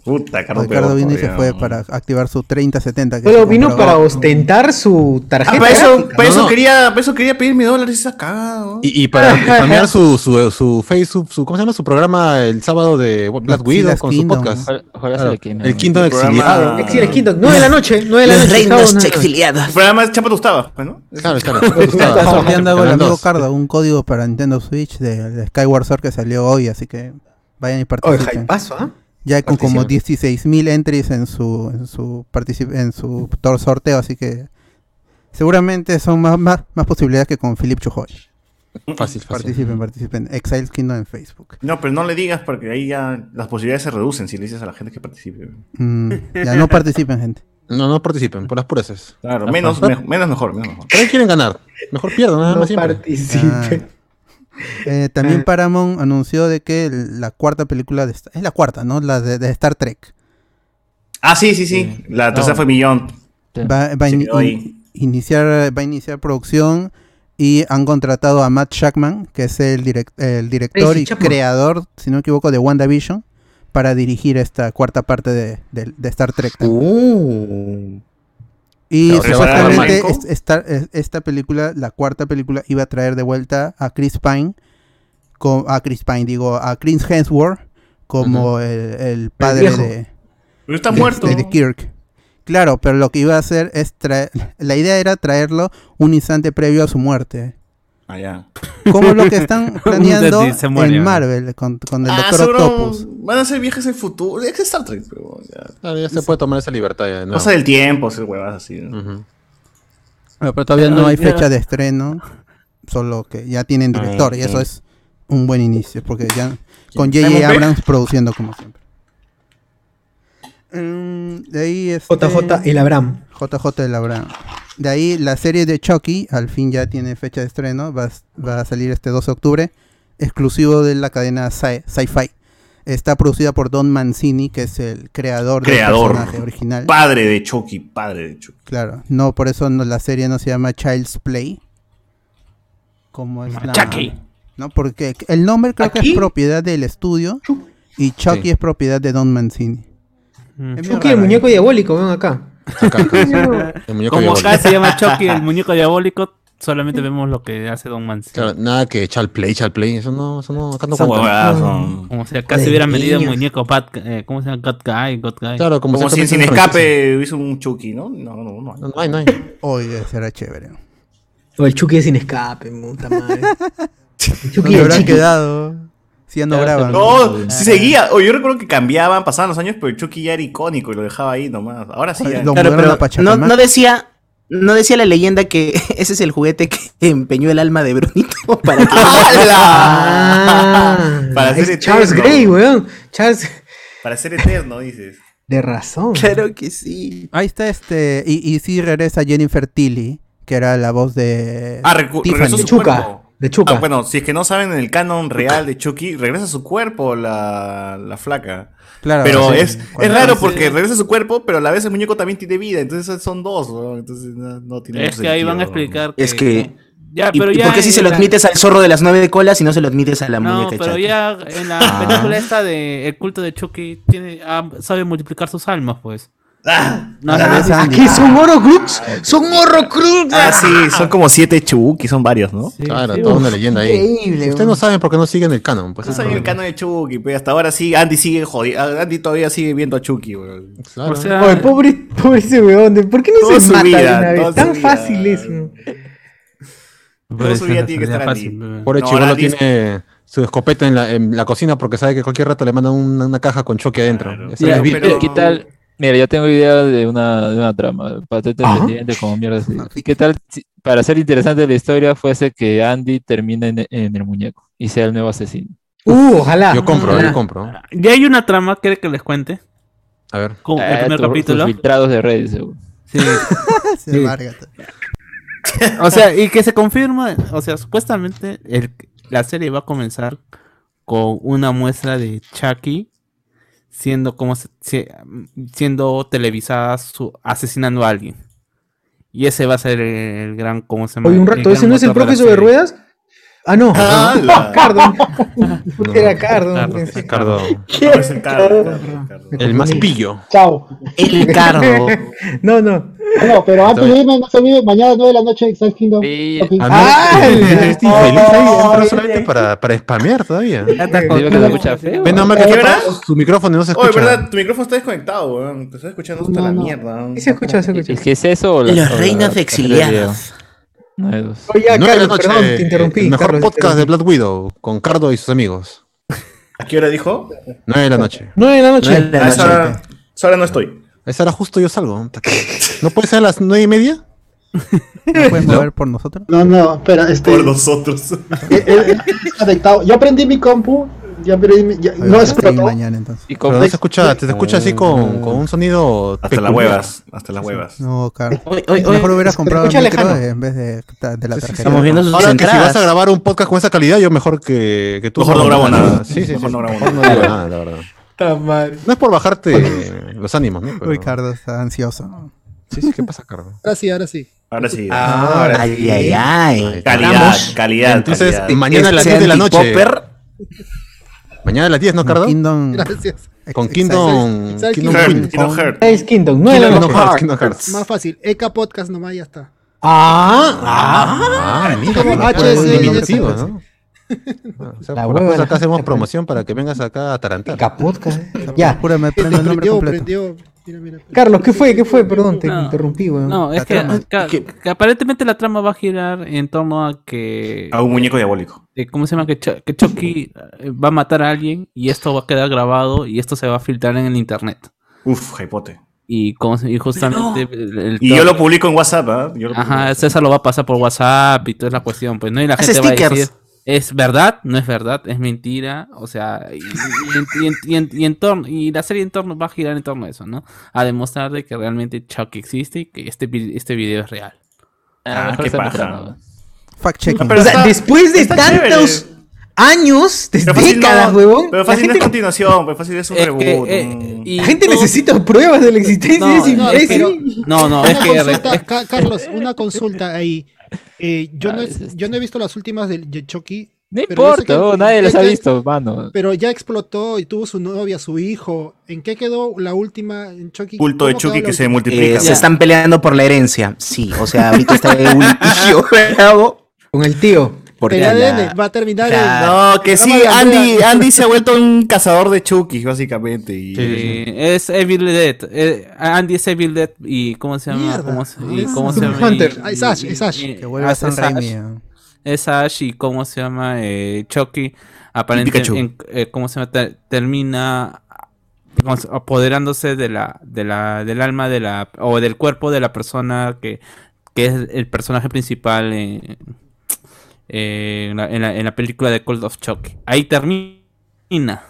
[SPEAKER 7] Puta, Cardo.
[SPEAKER 3] Ricardo
[SPEAKER 7] pegó,
[SPEAKER 3] vino y se
[SPEAKER 7] weón.
[SPEAKER 3] fue para activar su 3070. que
[SPEAKER 4] Bueno,
[SPEAKER 3] se
[SPEAKER 4] vino
[SPEAKER 3] compró.
[SPEAKER 4] para ostentar su
[SPEAKER 7] Ah,
[SPEAKER 4] tarjeta.
[SPEAKER 7] para eso,
[SPEAKER 4] gráfica,
[SPEAKER 7] para
[SPEAKER 4] ¿no?
[SPEAKER 7] eso
[SPEAKER 5] no.
[SPEAKER 7] quería, para eso quería pedir mis dólares, esa cagada. weón.
[SPEAKER 5] Y, y para cambiar su, su, su Facebook, su, ¿cómo se llama? Su programa el sábado de Black Widow
[SPEAKER 3] Godzilla's
[SPEAKER 5] con su
[SPEAKER 3] Kingdom.
[SPEAKER 5] podcast.
[SPEAKER 9] Ojalá- ojalá se
[SPEAKER 5] Claro,
[SPEAKER 9] le queme.
[SPEAKER 5] el quinto
[SPEAKER 7] El programa- Ah,
[SPEAKER 5] exiliado.
[SPEAKER 4] Exile Kingdom, 9 de la noche, 9 de la
[SPEAKER 8] Los
[SPEAKER 4] noche.
[SPEAKER 8] reinos
[SPEAKER 4] sábado, nueve.
[SPEAKER 7] El
[SPEAKER 8] exiliados.
[SPEAKER 7] programa es Chapa Tostaba, pues, ¿no?
[SPEAKER 5] Claro, claro.
[SPEAKER 3] Está sorteando algo el
[SPEAKER 5] Canal
[SPEAKER 3] amigo
[SPEAKER 5] dos.
[SPEAKER 3] Cardo, un código para Nintendo Switch de, de Skyward Sword que salió hoy, así que vayan y
[SPEAKER 4] Oye,
[SPEAKER 3] participen.
[SPEAKER 4] hypeazo, ¿ah?
[SPEAKER 3] ya con como
[SPEAKER 5] participen.
[SPEAKER 3] 16.000 entries en su en su particip- en su tor- sorteo, así que seguramente son más más, más posibilidades que con Philip Chujoy.
[SPEAKER 5] Fácil, fácil.
[SPEAKER 3] Participen, participen. Exile Kingdom en Facebook.
[SPEAKER 7] No, pero no le digas porque ahí ya las posibilidades se reducen si le dices a la gente que participe. weón.
[SPEAKER 3] Mm, ya no participen, gente.
[SPEAKER 5] No, Ah, no participen, por las puras.
[SPEAKER 7] Claro, menos, me- menos mejor, menos
[SPEAKER 5] ¿Por
[SPEAKER 7] mejor.
[SPEAKER 5] qué quieren ganar? Mejor pierdan, ¿eh? nada
[SPEAKER 4] No
[SPEAKER 5] más siempre.
[SPEAKER 4] participe.
[SPEAKER 3] Eh,
[SPEAKER 7] Ah.
[SPEAKER 3] también Paramount anunció de que la cuarta película de esta- es la cuarta, ¿no? La de, de Star Trek
[SPEAKER 7] Ah, sí, sí, sí. La tercera fue Millón.
[SPEAKER 3] va, va a
[SPEAKER 7] Se
[SPEAKER 3] ini-
[SPEAKER 7] quedó ahí.
[SPEAKER 3] iniciar va a iniciar producción y han contratado a Matt Shackman, que es el, direc- el director
[SPEAKER 4] Tracy
[SPEAKER 3] y
[SPEAKER 4] Chapman.
[SPEAKER 3] creador, si no me equivoco, de WandaVision para dirigir esta cuarta parte de, de- de Star Trek. también.
[SPEAKER 8] Uh.
[SPEAKER 3] Y
[SPEAKER 5] Claro, se va a
[SPEAKER 8] Ah,
[SPEAKER 5] llamar
[SPEAKER 3] supuestamente
[SPEAKER 7] Michael.
[SPEAKER 3] es- esta, es- esta película, la cuarta película, iba a traer de vuelta a Chris Pine, co- a Chris Pine, digo, a Chris Hemsworth como el, el padre
[SPEAKER 4] viejo.
[SPEAKER 3] de,
[SPEAKER 7] Pero está
[SPEAKER 3] de-
[SPEAKER 7] muerto.
[SPEAKER 3] de- de Kirk. Claro, pero lo que iba a hacer es traer. La idea era traerlo un instante previo a su muerte.
[SPEAKER 7] Ah, ya.
[SPEAKER 3] Como lo que están planeando
[SPEAKER 6] instante y se muere,
[SPEAKER 3] en
[SPEAKER 6] ¿no?
[SPEAKER 3] Marvel con, con el
[SPEAKER 7] Ah,
[SPEAKER 3] Doctor
[SPEAKER 7] seguro
[SPEAKER 3] Octopus.
[SPEAKER 7] van a hacer viajes al futuro. Es que Star Trek, pero ya.
[SPEAKER 5] Claro, Ah, ya se puede tomar esa libertad ya de nuevo.
[SPEAKER 7] Cosa del tiempo, esas huevas así. ¿no?
[SPEAKER 5] Ujú.
[SPEAKER 3] Bueno, pero todavía
[SPEAKER 6] Pero
[SPEAKER 3] no hay
[SPEAKER 6] ya-
[SPEAKER 3] fecha de estreno. Solo que ya tienen director y eso es un buen inicio. Porque ya. Con
[SPEAKER 7] Simon
[SPEAKER 3] J.J.
[SPEAKER 7] Pegg.
[SPEAKER 3] Abrams produciendo como siempre. Mm, de ahí es.
[SPEAKER 4] JJ El Abraham.
[SPEAKER 3] JJ de la Brava. De ahí la serie de Chucky, al fin ya tiene fecha de estreno, va, a- va a salir este 12 de octubre, exclusivo de la cadena Sci- Sci-Fi. Está producida por Don Mancini, que es el creador,
[SPEAKER 7] Creador.
[SPEAKER 3] del personaje original.
[SPEAKER 7] Padre de Chucky, padre de Chucky.
[SPEAKER 3] claro, no, por eso no- la serie no se llama Child's Play. Como es la-
[SPEAKER 6] Chucky.
[SPEAKER 3] No, porque el nombre creo que
[SPEAKER 4] ¿Aquí?
[SPEAKER 3] es propiedad del estudio y Chucky
[SPEAKER 5] Sí.
[SPEAKER 3] es propiedad de Don Mancini.
[SPEAKER 6] Mm.
[SPEAKER 3] Es medio
[SPEAKER 4] Chucky, el
[SPEAKER 3] raro, ¿eh?
[SPEAKER 4] muñeco diabólico, ven acá.
[SPEAKER 5] Acá, acá. El muñeco
[SPEAKER 6] Como
[SPEAKER 5] diabólico.
[SPEAKER 6] acá se llama Chucky, el muñeco diabólico, solamente vemos lo que hace Don Mancini.
[SPEAKER 5] Claro, nada que echar play, echar play. Eso no, eso no, acá no
[SPEAKER 7] Esas
[SPEAKER 5] cuenta.
[SPEAKER 7] huevadas
[SPEAKER 5] Mm.
[SPEAKER 7] son-
[SPEAKER 6] Como si acá se
[SPEAKER 4] Joder,
[SPEAKER 6] hubieran metido
[SPEAKER 4] niños.
[SPEAKER 6] muñeco Pat, eh, ¿cómo se llama? God Guy, God Guy.
[SPEAKER 5] Claro, como,
[SPEAKER 7] Como
[SPEAKER 5] acá
[SPEAKER 7] si
[SPEAKER 5] meten
[SPEAKER 7] sin
[SPEAKER 5] una
[SPEAKER 7] escape hizo un Chucky, ¿no? No, no, no.
[SPEAKER 5] franquicia. No hay, no hay.
[SPEAKER 3] Oye, será chévere.
[SPEAKER 4] O el Chucky es sin escape, puta madre. El Chucky
[SPEAKER 3] ¿Dónde
[SPEAKER 4] es
[SPEAKER 3] habrán
[SPEAKER 4] chiqui.
[SPEAKER 3] quedado? Si ya no
[SPEAKER 9] Claro,
[SPEAKER 3] graban.
[SPEAKER 7] No, sí seguía. O yo recuerdo que cambiaban, pasaban los años, pero el Chucky ya era icónico y lo dejaba ahí nomás. Ahora sí ya.
[SPEAKER 3] Lo
[SPEAKER 8] Claro,
[SPEAKER 3] mudaron a
[SPEAKER 8] pero no,
[SPEAKER 3] Pachacamac.
[SPEAKER 8] no decía. No decía la leyenda que ese es el juguete que empeñó el alma de Brunito para que
[SPEAKER 4] Ah,
[SPEAKER 7] Para
[SPEAKER 4] es
[SPEAKER 7] ser
[SPEAKER 4] Charles
[SPEAKER 7] eterno.
[SPEAKER 4] Grey, weón. Charles.
[SPEAKER 7] Para ser eterno, dices.
[SPEAKER 4] De razón.
[SPEAKER 8] Claro que sí.
[SPEAKER 3] Ahí está este. Y, y sí regresa Jennifer Tilly, que era la voz de.
[SPEAKER 7] Ah, recu-
[SPEAKER 3] Tiffany.
[SPEAKER 7] regresó
[SPEAKER 4] De
[SPEAKER 7] su
[SPEAKER 4] Chuca.
[SPEAKER 7] cuerpo.
[SPEAKER 4] De Chuca.
[SPEAKER 7] Ah,
[SPEAKER 5] pues.
[SPEAKER 7] bueno, si es que no saben en el canon real de Chucky, regresa su cuerpo la, la flaca.
[SPEAKER 3] Claro,
[SPEAKER 7] pero
[SPEAKER 3] sí,
[SPEAKER 7] es, es
[SPEAKER 3] cuando-
[SPEAKER 7] raro porque regresa su cuerpo, pero a la vez el muñeco también tiene vida. Entonces son dos, ¿no? Entonces no, no tiene
[SPEAKER 6] Es
[SPEAKER 7] mucho
[SPEAKER 6] que ahí van a
[SPEAKER 7] sentido.
[SPEAKER 6] explicar.
[SPEAKER 8] Es que-
[SPEAKER 6] Ya,
[SPEAKER 8] ¿Y,
[SPEAKER 6] pero
[SPEAKER 8] y
[SPEAKER 6] ya
[SPEAKER 8] por qué si
[SPEAKER 6] en
[SPEAKER 8] se lo
[SPEAKER 6] la-
[SPEAKER 8] admites al zorro de las nueve colas y no se lo admites a la
[SPEAKER 6] No,
[SPEAKER 8] muñeca
[SPEAKER 6] pero
[SPEAKER 8] Chucky?
[SPEAKER 6] ya
[SPEAKER 8] Ah.
[SPEAKER 6] en la película esta de El culto de Chucky tiene, ah, sabe multiplicar ah, sus almas, pues. No,
[SPEAKER 3] Ah,
[SPEAKER 6] no,
[SPEAKER 3] Sandy.
[SPEAKER 4] ¿Qué son Horrocrux? Son Horrocrux.
[SPEAKER 7] Ah, sí, son como siete Chubuki, son varios, ¿no?
[SPEAKER 5] Claro, toda una leyenda ahí.
[SPEAKER 4] increíble,
[SPEAKER 5] Ustedes no saben por qué no siguen el canon. Pues,
[SPEAKER 7] No
[SPEAKER 5] es
[SPEAKER 7] sabía Ah, el canon de Chucky, pero hasta ahora sí, Andy sigue jodido. Andy todavía sigue viendo a Chucky, weón.
[SPEAKER 5] Claro.
[SPEAKER 6] O sea,
[SPEAKER 4] Oye, pobre, pobre ese weón, ¿de- ¿por qué no
[SPEAKER 7] Toda
[SPEAKER 4] se
[SPEAKER 7] su
[SPEAKER 4] mata de una
[SPEAKER 7] vida, toda
[SPEAKER 4] vez?
[SPEAKER 7] su
[SPEAKER 4] Tan
[SPEAKER 7] vida.
[SPEAKER 4] fácil es. ¿no?
[SPEAKER 6] pues,
[SPEAKER 7] su vida
[SPEAKER 6] no
[SPEAKER 7] tiene que
[SPEAKER 6] sería
[SPEAKER 7] estar
[SPEAKER 6] fácil,
[SPEAKER 7] Andy.
[SPEAKER 6] pero-
[SPEAKER 5] Pobre
[SPEAKER 7] No,
[SPEAKER 5] chivolo
[SPEAKER 7] ahora
[SPEAKER 5] tiene su escopeta en la, en la cocina porque sabe que cualquier rato le mandan una, una caja con choque adentro.
[SPEAKER 7] Claro.
[SPEAKER 5] Esa
[SPEAKER 9] Mira,
[SPEAKER 5] es vida.
[SPEAKER 7] pero-
[SPEAKER 9] ¿Qué tal? Mira, yo tengo idea de una, de una trama, patente pendiente, como mierda así. ¿Qué tal si- para ser interesante la historia fuese que Andy termine en, en el muñeco y sea el nuevo asesino?
[SPEAKER 4] Uh, ojalá.
[SPEAKER 5] Yo compro,
[SPEAKER 4] Ojalá.
[SPEAKER 5] yo compro.
[SPEAKER 6] Ya hay una trama, ¿quiere que les cuente?
[SPEAKER 5] A ver.
[SPEAKER 6] Como el
[SPEAKER 9] Ah,
[SPEAKER 6] primer
[SPEAKER 9] tu- tus
[SPEAKER 6] capítulo.
[SPEAKER 9] filtrados de redes, seguro.
[SPEAKER 6] Sí.
[SPEAKER 3] Se
[SPEAKER 6] Sí.
[SPEAKER 3] larga.
[SPEAKER 6] O sea, y que se confirma, o sea, supuestamente el- la serie va a comenzar con una muestra de Chucky siendo como se- se- siendo televisada su, asesinando a alguien. Y ese va a ser el, gran cómo se llama?
[SPEAKER 4] Oye, un
[SPEAKER 6] el
[SPEAKER 4] rato,
[SPEAKER 6] gran
[SPEAKER 4] ¿ese no es el
[SPEAKER 6] motor la
[SPEAKER 4] profe sobre
[SPEAKER 6] serie.
[SPEAKER 4] ruedas? Ah, no.
[SPEAKER 7] ¡Hala!
[SPEAKER 4] Cardo. Era Cardo.
[SPEAKER 6] Cardo,
[SPEAKER 4] pensé.
[SPEAKER 6] sí,
[SPEAKER 5] Cardo,
[SPEAKER 4] ¿Qué?
[SPEAKER 7] No, es el Cardo, Cardo, Cardo.
[SPEAKER 5] el más pillo.
[SPEAKER 10] Chao.
[SPEAKER 8] El carro.
[SPEAKER 4] No, no.
[SPEAKER 10] No, pero antes
[SPEAKER 5] bien.
[SPEAKER 10] de irme, no se olviden, mañana 9 de la noche, Exile Kingdom.
[SPEAKER 9] Sí,
[SPEAKER 10] Shopping.
[SPEAKER 5] A mí
[SPEAKER 4] ¡Ah!
[SPEAKER 5] este este
[SPEAKER 4] ¡Oh!
[SPEAKER 5] infeliz ahí entró
[SPEAKER 4] ¡Oh!
[SPEAKER 5] solamente para, para spamear todavía.
[SPEAKER 9] te digo que se escucha feo.
[SPEAKER 5] Ven, nada más que
[SPEAKER 7] ¿Qué
[SPEAKER 5] está-
[SPEAKER 7] verdad?
[SPEAKER 5] su micrófono y no se
[SPEAKER 7] Oye,
[SPEAKER 5] escucha.
[SPEAKER 7] verdad, tu micrófono está desconectado, weón. Te estoy escuchando hasta
[SPEAKER 10] No,
[SPEAKER 7] la
[SPEAKER 10] no.
[SPEAKER 7] mierda. weón.
[SPEAKER 4] ¿Qué se escucha? Se escucha.
[SPEAKER 9] ¿Es que es eso o la- o
[SPEAKER 8] Las
[SPEAKER 9] la-
[SPEAKER 8] reinas exiliadas.
[SPEAKER 9] No hay dos.
[SPEAKER 4] Oye, ya,
[SPEAKER 5] Nueve de la
[SPEAKER 4] Carlos,
[SPEAKER 5] noche,
[SPEAKER 4] perdón, te interrumpí.
[SPEAKER 5] El mejor
[SPEAKER 4] Carlos, te
[SPEAKER 5] podcast de
[SPEAKER 4] interrumpí.
[SPEAKER 5] Black Widow con Cardo y sus amigos.
[SPEAKER 7] ¿A qué hora dijo?
[SPEAKER 5] 9 de la noche.
[SPEAKER 4] Nueve de la noche.
[SPEAKER 8] Nueve de
[SPEAKER 7] A
[SPEAKER 8] la
[SPEAKER 7] esa
[SPEAKER 8] noche.
[SPEAKER 7] hora, esa hora no estoy.
[SPEAKER 5] A esa hora justo yo salgo. ¿No puede ser a las 9 y media?
[SPEAKER 3] ¿No pueden mover por nosotros?
[SPEAKER 10] No, no, espera, este.
[SPEAKER 7] Por nosotros.
[SPEAKER 10] eh, eh, desconectado. Yo prendí mi compu. Ya, prendí mi- ya-
[SPEAKER 3] Oye,
[SPEAKER 10] no
[SPEAKER 3] sí,
[SPEAKER 10] explotó.
[SPEAKER 3] mañana entonces.
[SPEAKER 9] Y como-
[SPEAKER 5] Pero no se escucha, te, te escucha así
[SPEAKER 6] Mm.
[SPEAKER 5] con, con un sonido.
[SPEAKER 7] Hasta
[SPEAKER 5] peculiar.
[SPEAKER 7] las huevas. Hasta las huevas.
[SPEAKER 3] No, Carlos.
[SPEAKER 8] Oye, oye, oye,
[SPEAKER 3] Mejor hubieras comprado el
[SPEAKER 4] escucha
[SPEAKER 3] micro
[SPEAKER 4] lejano.
[SPEAKER 3] en vez de, de la tarjeta.
[SPEAKER 8] Estamos viendo sus
[SPEAKER 5] Ahora que si vas a
[SPEAKER 8] entradas.
[SPEAKER 5] grabar un podcast con esa calidad, yo mejor que, que tú.
[SPEAKER 7] Mejor no grabo nada.
[SPEAKER 5] Sí, sí, sí.
[SPEAKER 7] Mejor no grabo
[SPEAKER 5] Mejor
[SPEAKER 7] nada.
[SPEAKER 5] digo nada, la verdad.
[SPEAKER 4] Puta madre.
[SPEAKER 5] No es por bajarte los ánimos, ¿no? Pero-
[SPEAKER 3] Uy, Cardo está ansioso.
[SPEAKER 5] Sí, sí, ¿qué pasa, Cardo?
[SPEAKER 10] Ahora sí, ahora sí.
[SPEAKER 7] Ah, Ahora sí.
[SPEAKER 9] Ah,
[SPEAKER 4] Ahora
[SPEAKER 8] Ay, ay, ay.
[SPEAKER 7] Calidad, calidad.
[SPEAKER 5] Entonces,
[SPEAKER 7] calidad.
[SPEAKER 5] mañana a las
[SPEAKER 8] Este
[SPEAKER 5] 10 de la noche.
[SPEAKER 8] antipopper,
[SPEAKER 5] Mañana a las 10, ¿no, Cardo?
[SPEAKER 3] Kingdom.
[SPEAKER 10] Gracias.
[SPEAKER 5] Con
[SPEAKER 3] Exacto.
[SPEAKER 5] Kingdom.
[SPEAKER 10] Exacto.
[SPEAKER 5] Kingdom
[SPEAKER 7] Heart,
[SPEAKER 5] Queen.
[SPEAKER 7] Kingdom Heart.
[SPEAKER 4] Es Kingdom, nueve de la noche.
[SPEAKER 5] Kingdom Hearts. Kingdom Hearts.
[SPEAKER 10] Más fácil. EK Podcast nomás ya está.
[SPEAKER 4] Ah, ah.
[SPEAKER 5] Ah, mira,
[SPEAKER 10] Como
[SPEAKER 5] mira,
[SPEAKER 10] HS,
[SPEAKER 5] qué diminutivo,
[SPEAKER 10] etc.
[SPEAKER 5] ¿no? Ah, O sea,
[SPEAKER 4] La
[SPEAKER 5] por la
[SPEAKER 4] hueva,
[SPEAKER 5] cosa
[SPEAKER 4] la
[SPEAKER 5] acá hacemos
[SPEAKER 4] gente.
[SPEAKER 5] promoción para que vengas acá a Tarantar.
[SPEAKER 4] Capodcast. eh. Ya.
[SPEAKER 3] Júrame, prendo el nombre
[SPEAKER 10] Prendió,
[SPEAKER 3] completo.
[SPEAKER 10] prendió. Mira, mira.
[SPEAKER 4] Carlos, ¿qué fue? ¿Qué fue? Perdón, te
[SPEAKER 6] No.
[SPEAKER 4] interrumpí, weón.
[SPEAKER 6] No, es
[SPEAKER 3] La
[SPEAKER 6] que,
[SPEAKER 3] trama.
[SPEAKER 6] que- que aparentemente la trama va a girar en torno a que
[SPEAKER 7] A un muñeco diabólico.
[SPEAKER 6] de cómo se llama que, Ch- que Chucky eh, va a matar a alguien y esto va a quedar grabado y esto se va a filtrar en el internet.
[SPEAKER 7] Uf, hipote.
[SPEAKER 6] Y, cómo se- y justamente el- el-
[SPEAKER 7] Y yo lo publico en WhatsApp, ¿ah? Yo lo
[SPEAKER 6] Ajá, César lo va a pasar por WhatsApp y toda la cuestión, pues, ¿no? Y la
[SPEAKER 8] Hace
[SPEAKER 6] gente va a
[SPEAKER 8] stickers.
[SPEAKER 6] decir, ¿es verdad? ¿No es verdad? ¿Es mentira? O sea, y, y en- y en- y en- y en torno- y la serie en torno va a girar en torno a eso, ¿no? A demostrar de que realmente Chucky existe y que este, vi- este video es real.
[SPEAKER 7] Ah,
[SPEAKER 9] mejor
[SPEAKER 7] qué
[SPEAKER 9] se me
[SPEAKER 7] paja.
[SPEAKER 9] traba.
[SPEAKER 3] Fact checking.
[SPEAKER 7] pero
[SPEAKER 4] O sea,
[SPEAKER 7] está-
[SPEAKER 4] después de
[SPEAKER 7] está
[SPEAKER 4] tantos
[SPEAKER 7] chévere.
[SPEAKER 4] años, de
[SPEAKER 7] Pero fácil,
[SPEAKER 4] décadas,
[SPEAKER 7] no,
[SPEAKER 4] huevón,
[SPEAKER 7] pero
[SPEAKER 4] la
[SPEAKER 7] fácil no
[SPEAKER 4] gente,
[SPEAKER 7] es continuación, pero fácil es un
[SPEAKER 6] Es que,
[SPEAKER 7] reboot.
[SPEAKER 6] eh,
[SPEAKER 7] mm.
[SPEAKER 6] y
[SPEAKER 4] la gente
[SPEAKER 6] todo-
[SPEAKER 4] necesita pruebas de la existencia de
[SPEAKER 6] No,
[SPEAKER 4] ese
[SPEAKER 6] no,
[SPEAKER 4] imbécil.
[SPEAKER 6] pero- no, no, es
[SPEAKER 10] Una
[SPEAKER 6] que...
[SPEAKER 10] consulta,
[SPEAKER 6] es-
[SPEAKER 10] Ca- Carlos, una consulta ahí. Eh, yo,
[SPEAKER 9] Ah,
[SPEAKER 10] no he,
[SPEAKER 9] es este.
[SPEAKER 10] yo no he visto las últimas del de Chucky,
[SPEAKER 9] No
[SPEAKER 10] Pero yo sé
[SPEAKER 9] importa,
[SPEAKER 10] que-
[SPEAKER 9] oh, nadie las ha
[SPEAKER 10] que-
[SPEAKER 9] visto, mano.
[SPEAKER 10] pero ya explotó y tuvo su novia, su hijo. ¿En qué quedó la última en Chucky?
[SPEAKER 7] culto de
[SPEAKER 10] ¿Cómo quedó
[SPEAKER 7] Chucky
[SPEAKER 10] la
[SPEAKER 7] que se
[SPEAKER 10] última?
[SPEAKER 7] multiplica.
[SPEAKER 8] eh, se
[SPEAKER 6] Ya.
[SPEAKER 8] están peleando por la herencia. Sí, o sea, ahorita está en un litigio bravo.
[SPEAKER 4] Con el tío.
[SPEAKER 8] Porque
[SPEAKER 10] El
[SPEAKER 8] la-
[SPEAKER 10] ADN va a terminar
[SPEAKER 8] Claro.
[SPEAKER 7] No, que
[SPEAKER 10] Programa
[SPEAKER 7] sí,
[SPEAKER 10] de
[SPEAKER 7] Andy,
[SPEAKER 10] Andrea.
[SPEAKER 7] Andy se ha vuelto un cazador de Chucky, básicamente. Y,
[SPEAKER 6] eh, es Evil Dead. eh, Andy es Evil Dead y ¿cómo se llama?
[SPEAKER 10] Mierda.
[SPEAKER 6] ¿Cómo se, y
[SPEAKER 10] Ah,
[SPEAKER 6] cómo se
[SPEAKER 10] Doom
[SPEAKER 6] llama? Y-
[SPEAKER 10] Hunter. Ah, es Ash,
[SPEAKER 6] y-
[SPEAKER 10] es Ash.
[SPEAKER 6] y-
[SPEAKER 3] Que vuelva a
[SPEAKER 6] es
[SPEAKER 3] San
[SPEAKER 6] Ash.
[SPEAKER 3] Raimi. ¿no?
[SPEAKER 6] es Ash y cómo se llama eh, Chucky aparentemente
[SPEAKER 7] Pikachu.
[SPEAKER 6] en- eh, cómo se llama Ter- termina ¿cómo se- apoderándose de la de la del alma de la o del cuerpo de la persona que, que es el personaje principal en, en la, en la- en la película de Cold of Chucky ahí termina